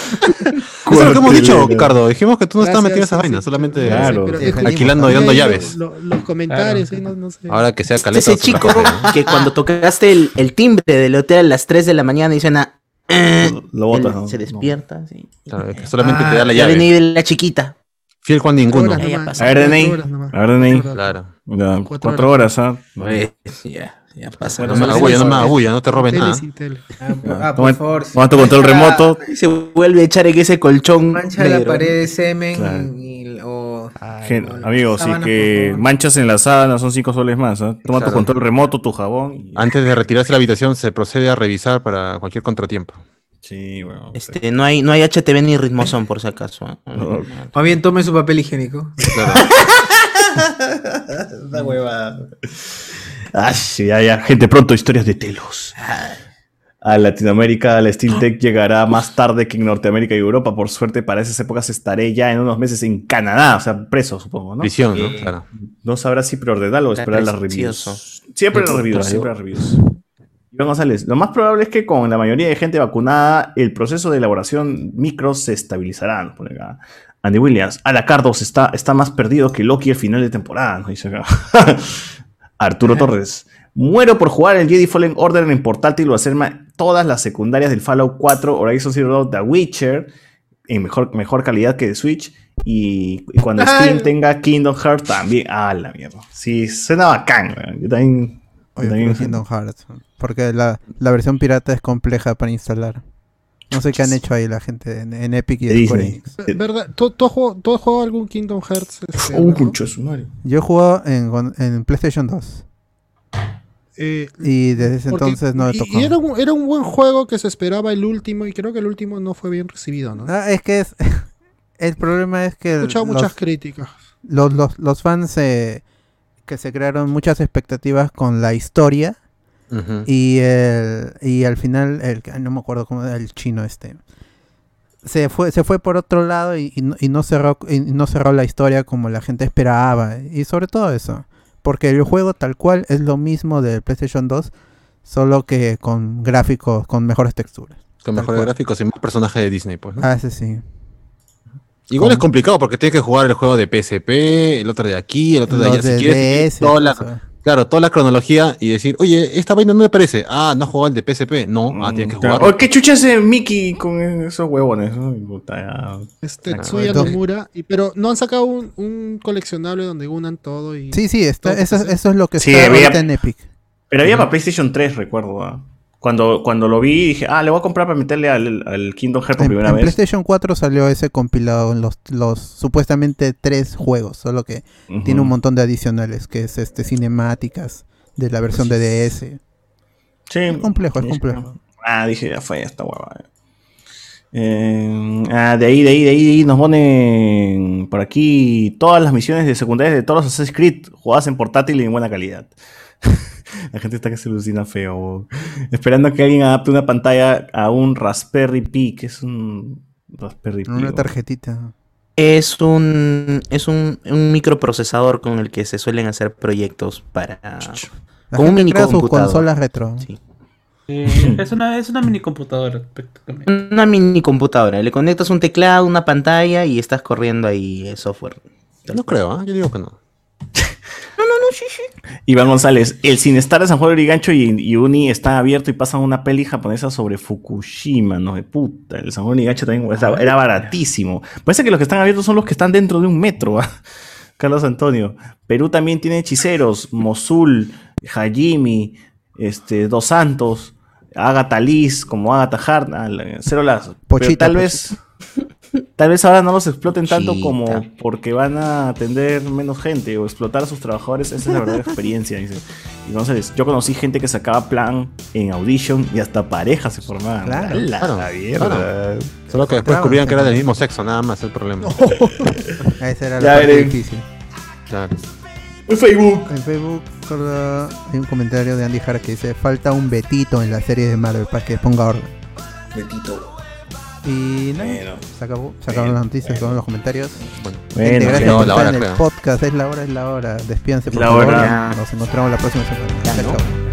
[SPEAKER 5] Eso es lo que hemos dicho,
[SPEAKER 7] Cuartelero.
[SPEAKER 5] Cardo. Dijimos que tú no
[SPEAKER 10] Gracias,
[SPEAKER 5] estabas metido en esas
[SPEAKER 10] sí,
[SPEAKER 5] vainas,
[SPEAKER 10] sí.
[SPEAKER 5] solamente
[SPEAKER 10] Ya sé,
[SPEAKER 7] Claro.
[SPEAKER 10] pero
[SPEAKER 3] Sí,
[SPEAKER 10] es que-
[SPEAKER 5] alquilando y
[SPEAKER 10] también
[SPEAKER 5] dando
[SPEAKER 10] lo-
[SPEAKER 5] llaves.
[SPEAKER 10] lo- los comentarios, sí, no, no sé.
[SPEAKER 5] Ahora que sea caleta.
[SPEAKER 8] Ese
[SPEAKER 5] su
[SPEAKER 8] Este chico
[SPEAKER 5] café, ¿no?
[SPEAKER 8] que cuando tocaste el, el timbre del hotel a las 3 de la mañana y suena... "Eh",
[SPEAKER 7] Lo botas,
[SPEAKER 8] él
[SPEAKER 7] ¿no?
[SPEAKER 8] se
[SPEAKER 7] No.
[SPEAKER 8] despierta, sí.
[SPEAKER 5] Claro, que solamente
[SPEAKER 11] Ah,
[SPEAKER 5] te da la
[SPEAKER 8] Ya
[SPEAKER 5] llave.
[SPEAKER 8] venía de la chiquita.
[SPEAKER 5] Fiel
[SPEAKER 10] Cuatro
[SPEAKER 5] con ninguno.
[SPEAKER 10] horas
[SPEAKER 8] Ya, ya
[SPEAKER 10] nomás,
[SPEAKER 8] pasa.
[SPEAKER 7] A ver,
[SPEAKER 10] cuatro
[SPEAKER 7] Deney.
[SPEAKER 10] horas nomás.
[SPEAKER 7] A ver, Deney.
[SPEAKER 10] Cuatro horas.
[SPEAKER 5] Claro.
[SPEAKER 7] Ya,
[SPEAKER 10] Cuatro
[SPEAKER 7] cuatro horas, ¿ah?
[SPEAKER 8] Pues, ya, ya pasa. Ah,
[SPEAKER 7] Bueno,
[SPEAKER 5] No me
[SPEAKER 7] sí,
[SPEAKER 5] agulla,
[SPEAKER 7] sí,
[SPEAKER 5] no me
[SPEAKER 7] sí.
[SPEAKER 5] agulla, no te robes
[SPEAKER 10] Tele
[SPEAKER 5] nada.
[SPEAKER 10] sin tele.
[SPEAKER 11] Ah, por,
[SPEAKER 7] Ah,
[SPEAKER 11] ah, por
[SPEAKER 7] toma-
[SPEAKER 11] favor. sí.
[SPEAKER 7] toma tu control
[SPEAKER 11] Mancha-
[SPEAKER 7] remoto.
[SPEAKER 8] Se vuelve a echar en ese colchón.
[SPEAKER 11] Mancha la
[SPEAKER 8] negro.
[SPEAKER 11] pared de semen
[SPEAKER 7] Claro.
[SPEAKER 11] y- o.
[SPEAKER 7] Gen-
[SPEAKER 11] o las
[SPEAKER 7] amigos, así
[SPEAKER 11] sábanas, por
[SPEAKER 7] que
[SPEAKER 11] favor.
[SPEAKER 7] manchas en la sábana son cinco soles más. ¿ah? Toma
[SPEAKER 5] Claro.
[SPEAKER 7] tu control remoto, tu jabón. y-
[SPEAKER 5] Antes de retirarse de la habitación, se procede a revisar para cualquier contratiempo.
[SPEAKER 7] Sí, bueno.
[SPEAKER 8] Este, no hay, no hay HTV ni ritmozón, por si acaso. ¿eh?
[SPEAKER 7] No.
[SPEAKER 11] Más bien, tome su papel higiénico.
[SPEAKER 7] Esa huevada. Ay, sí, ya, ya. Gente, pronto historias de telos. A Latinoamérica, la Steam Tech llegará más tarde que en Norteamérica y Europa. Por suerte, para esas épocas estaré ya en unos meses en Canadá. O sea, preso, supongo, ¿no?
[SPEAKER 5] Visión, ¿no? Claro.
[SPEAKER 7] No sabrá si preordenarlo o
[SPEAKER 8] Está
[SPEAKER 7] esperar las
[SPEAKER 8] precioso.
[SPEAKER 7] reviews. Siempre las reviews,
[SPEAKER 8] Claro.
[SPEAKER 7] siempre las reviews. Iván González, lo más probable es que con la mayoría de gente vacunada, el proceso de elaboración micro se estabilizará. nos pone acá. Andy Williams, Alacardos está, está más perdido que Loki al final de temporada, nos dice acá. Arturo Torres, muero por jugar el Jedi Fallen Order en portátil o hacerme todas las secundarias del Fallout 4, Horizon Zero Dawn, The Witcher, en mejor, mejor calidad que de Switch. Y, y cuando Steam
[SPEAKER 11] Ay.
[SPEAKER 7] tenga Kingdom Hearts también. Ah, la mierda. Sí, suena bacán. weón. Yo también.
[SPEAKER 3] Oye,
[SPEAKER 7] también-
[SPEAKER 3] por Kingdom Hearts. Porque la, la versión pirata es compleja para instalar. No sé qué han hecho ahí la gente en, en Epic y
[SPEAKER 7] De
[SPEAKER 3] en Square
[SPEAKER 7] Disney.
[SPEAKER 3] Enix.
[SPEAKER 10] ¿Verdad? ¿Tú, tú, has jugado, tú has jugado algún Kingdom Hearts? este,
[SPEAKER 7] Uh,
[SPEAKER 10] Marco?
[SPEAKER 7] concha de su madre.
[SPEAKER 3] Yo he jugado en, gon- en PlayStation 2.
[SPEAKER 10] Eh,
[SPEAKER 3] Y desde ese
[SPEAKER 10] porque-
[SPEAKER 3] entonces no he
[SPEAKER 10] y-
[SPEAKER 3] tocado.
[SPEAKER 10] Y era un, era un buen juego que se esperaba el último y creo que el último no fue bien recibido, ¿no?
[SPEAKER 3] Ah, es que es, el problema es que...
[SPEAKER 10] He escuchado
[SPEAKER 3] los-
[SPEAKER 10] muchas críticas.
[SPEAKER 3] los, los, los fans eh, que se crearon muchas expectativas con la historia
[SPEAKER 5] Ujú.
[SPEAKER 3] y, el- y al final, el, ay, no me acuerdo cómo era el chino este, se fue, se fue por otro lado y, y no- y no cerró, y no cerró la historia como la gente esperaba. Y sobre todo eso, porque el juego tal cual es lo mismo del PlayStation 2, solo que con gráficos, con mejores texturas.
[SPEAKER 5] Con mejores gráficos y más personajes de Disney, pues. ¿no?
[SPEAKER 3] Ah, ese sí.
[SPEAKER 5] Igual es complicado porque tienes que jugar el juego de PSP, el otro de aquí, el otro de
[SPEAKER 3] Los
[SPEAKER 5] allá. Si
[SPEAKER 3] de
[SPEAKER 5] quieres seguir
[SPEAKER 3] DS,
[SPEAKER 5] toda la-
[SPEAKER 3] o sea.
[SPEAKER 5] claro, toda la cronología y decir, oye, esta vaina no me parece. Ah, no has jugado el de PSP. No, ah, tienes que jugar.
[SPEAKER 7] Oh, ¿Qué chucha hace Mickey con esos huevones? Ay, puta, ya.
[SPEAKER 10] Este
[SPEAKER 7] Ah,
[SPEAKER 10] Tsuya
[SPEAKER 7] bueno.
[SPEAKER 10] Nomura, y, pero no han sacado un, un coleccionable donde unan todo y...
[SPEAKER 3] Sí, sí, está-
[SPEAKER 10] todo
[SPEAKER 3] eso,
[SPEAKER 10] se-
[SPEAKER 3] eso es lo que
[SPEAKER 7] Sí,
[SPEAKER 3] está
[SPEAKER 7] había-
[SPEAKER 3] ahorita en Epic.
[SPEAKER 7] Pero había para PlayStation 3, recuerdo. ah. Cuando, cuando lo vi, dije, ah, le voy a comprar para meterle al, al Kingdom Hearts por
[SPEAKER 3] En,
[SPEAKER 7] primera
[SPEAKER 3] en
[SPEAKER 7] vez.
[SPEAKER 3] PlayStation 4 salió ese compilado en los, los supuestamente tres juegos, solo que
[SPEAKER 7] Ujú.
[SPEAKER 3] tiene un montón de adicionales, que es este cinemáticas de la versión de DS.
[SPEAKER 7] Sí.
[SPEAKER 3] Es complejo, es complejo.
[SPEAKER 7] Ah, dije, ya fue esta hueva. Eh, ah, de ahí, de ahí, de ahí, de ahí nos ponen por aquí todas las misiones de secundarias de todos los Assassin's Creed jugadas en portátil y en buena calidad. La gente está que se alucina feo. bo. Esperando que alguien adapte una pantalla a un Raspberry Pi, que es un Raspberry Pi.
[SPEAKER 3] Una
[SPEAKER 7] bo.
[SPEAKER 3] tarjetita.
[SPEAKER 8] Es un es un, un microprocesador con el que se suelen hacer proyectos para
[SPEAKER 3] La
[SPEAKER 8] con un
[SPEAKER 3] gente crea sus
[SPEAKER 8] minicomputador.
[SPEAKER 3] consolas retro.
[SPEAKER 6] Eh, es una, es una mini computadora prácticamente.
[SPEAKER 8] Una mini computadora, le conectas un teclado, una pantalla y estás corriendo ahí eh, software.
[SPEAKER 5] No creo, ¿ah? yo digo que no.
[SPEAKER 7] Iván González, el Cinestar de San Juan de Origancho y, y Uni está abierto y pasan una peli japonesa sobre Fukushima, no de puta. El San Juan de Origancho también
[SPEAKER 3] Ah,
[SPEAKER 7] o sea, era baratísimo. Parece que los que están abiertos son los que están dentro de un metro. ¿ah? Carlos Antonio. Perú también tiene hechiceros, Mosul, Hajimi, este, Dos Santos, Agatha Liz, como Agatha Hart, ah, la- Cero Lazo. Pero
[SPEAKER 3] Pochita,
[SPEAKER 7] tal vez. Tal vez ahora no los exploten tanto
[SPEAKER 8] Pochita.
[SPEAKER 7] como porque van a atender menos gente o explotar a sus trabajadores. Esa es la verdadera experiencia, dice. Y Entonces, yo conocí gente que sacaba plan en Audition y hasta parejas se formaban.
[SPEAKER 3] Claro.
[SPEAKER 7] ¡A la
[SPEAKER 5] Claro,
[SPEAKER 7] mierda!
[SPEAKER 5] claro. Solo que
[SPEAKER 3] Claro,
[SPEAKER 5] después descubrieron que era
[SPEAKER 3] claro.
[SPEAKER 5] del mismo sexo, nada más el problema.
[SPEAKER 3] Esa era
[SPEAKER 7] Ya
[SPEAKER 3] la parte
[SPEAKER 7] veré.
[SPEAKER 3] difícil.
[SPEAKER 5] Claro.
[SPEAKER 7] Facebook.
[SPEAKER 3] En Facebook solo hay un comentario de Andy Hart que dice falta un Betito en la serie de Marvel para que ponga orden.
[SPEAKER 7] Betito.
[SPEAKER 3] Y nada,
[SPEAKER 7] Bueno.
[SPEAKER 3] se acabó. Se
[SPEAKER 4] Eh,
[SPEAKER 3] acabaron las noticias, se acabaron los comentarios.
[SPEAKER 5] Bueno,
[SPEAKER 3] Gente,
[SPEAKER 7] Bueno,
[SPEAKER 3] gracias
[SPEAKER 5] creo,
[SPEAKER 3] por
[SPEAKER 5] la
[SPEAKER 3] estar
[SPEAKER 5] hora,
[SPEAKER 3] en el
[SPEAKER 5] creo.
[SPEAKER 3] podcast. Es la hora, es la hora. Despídense por
[SPEAKER 7] La
[SPEAKER 3] favor.
[SPEAKER 7] hora.
[SPEAKER 3] Nos encontramos la próxima semana. Chao, chao.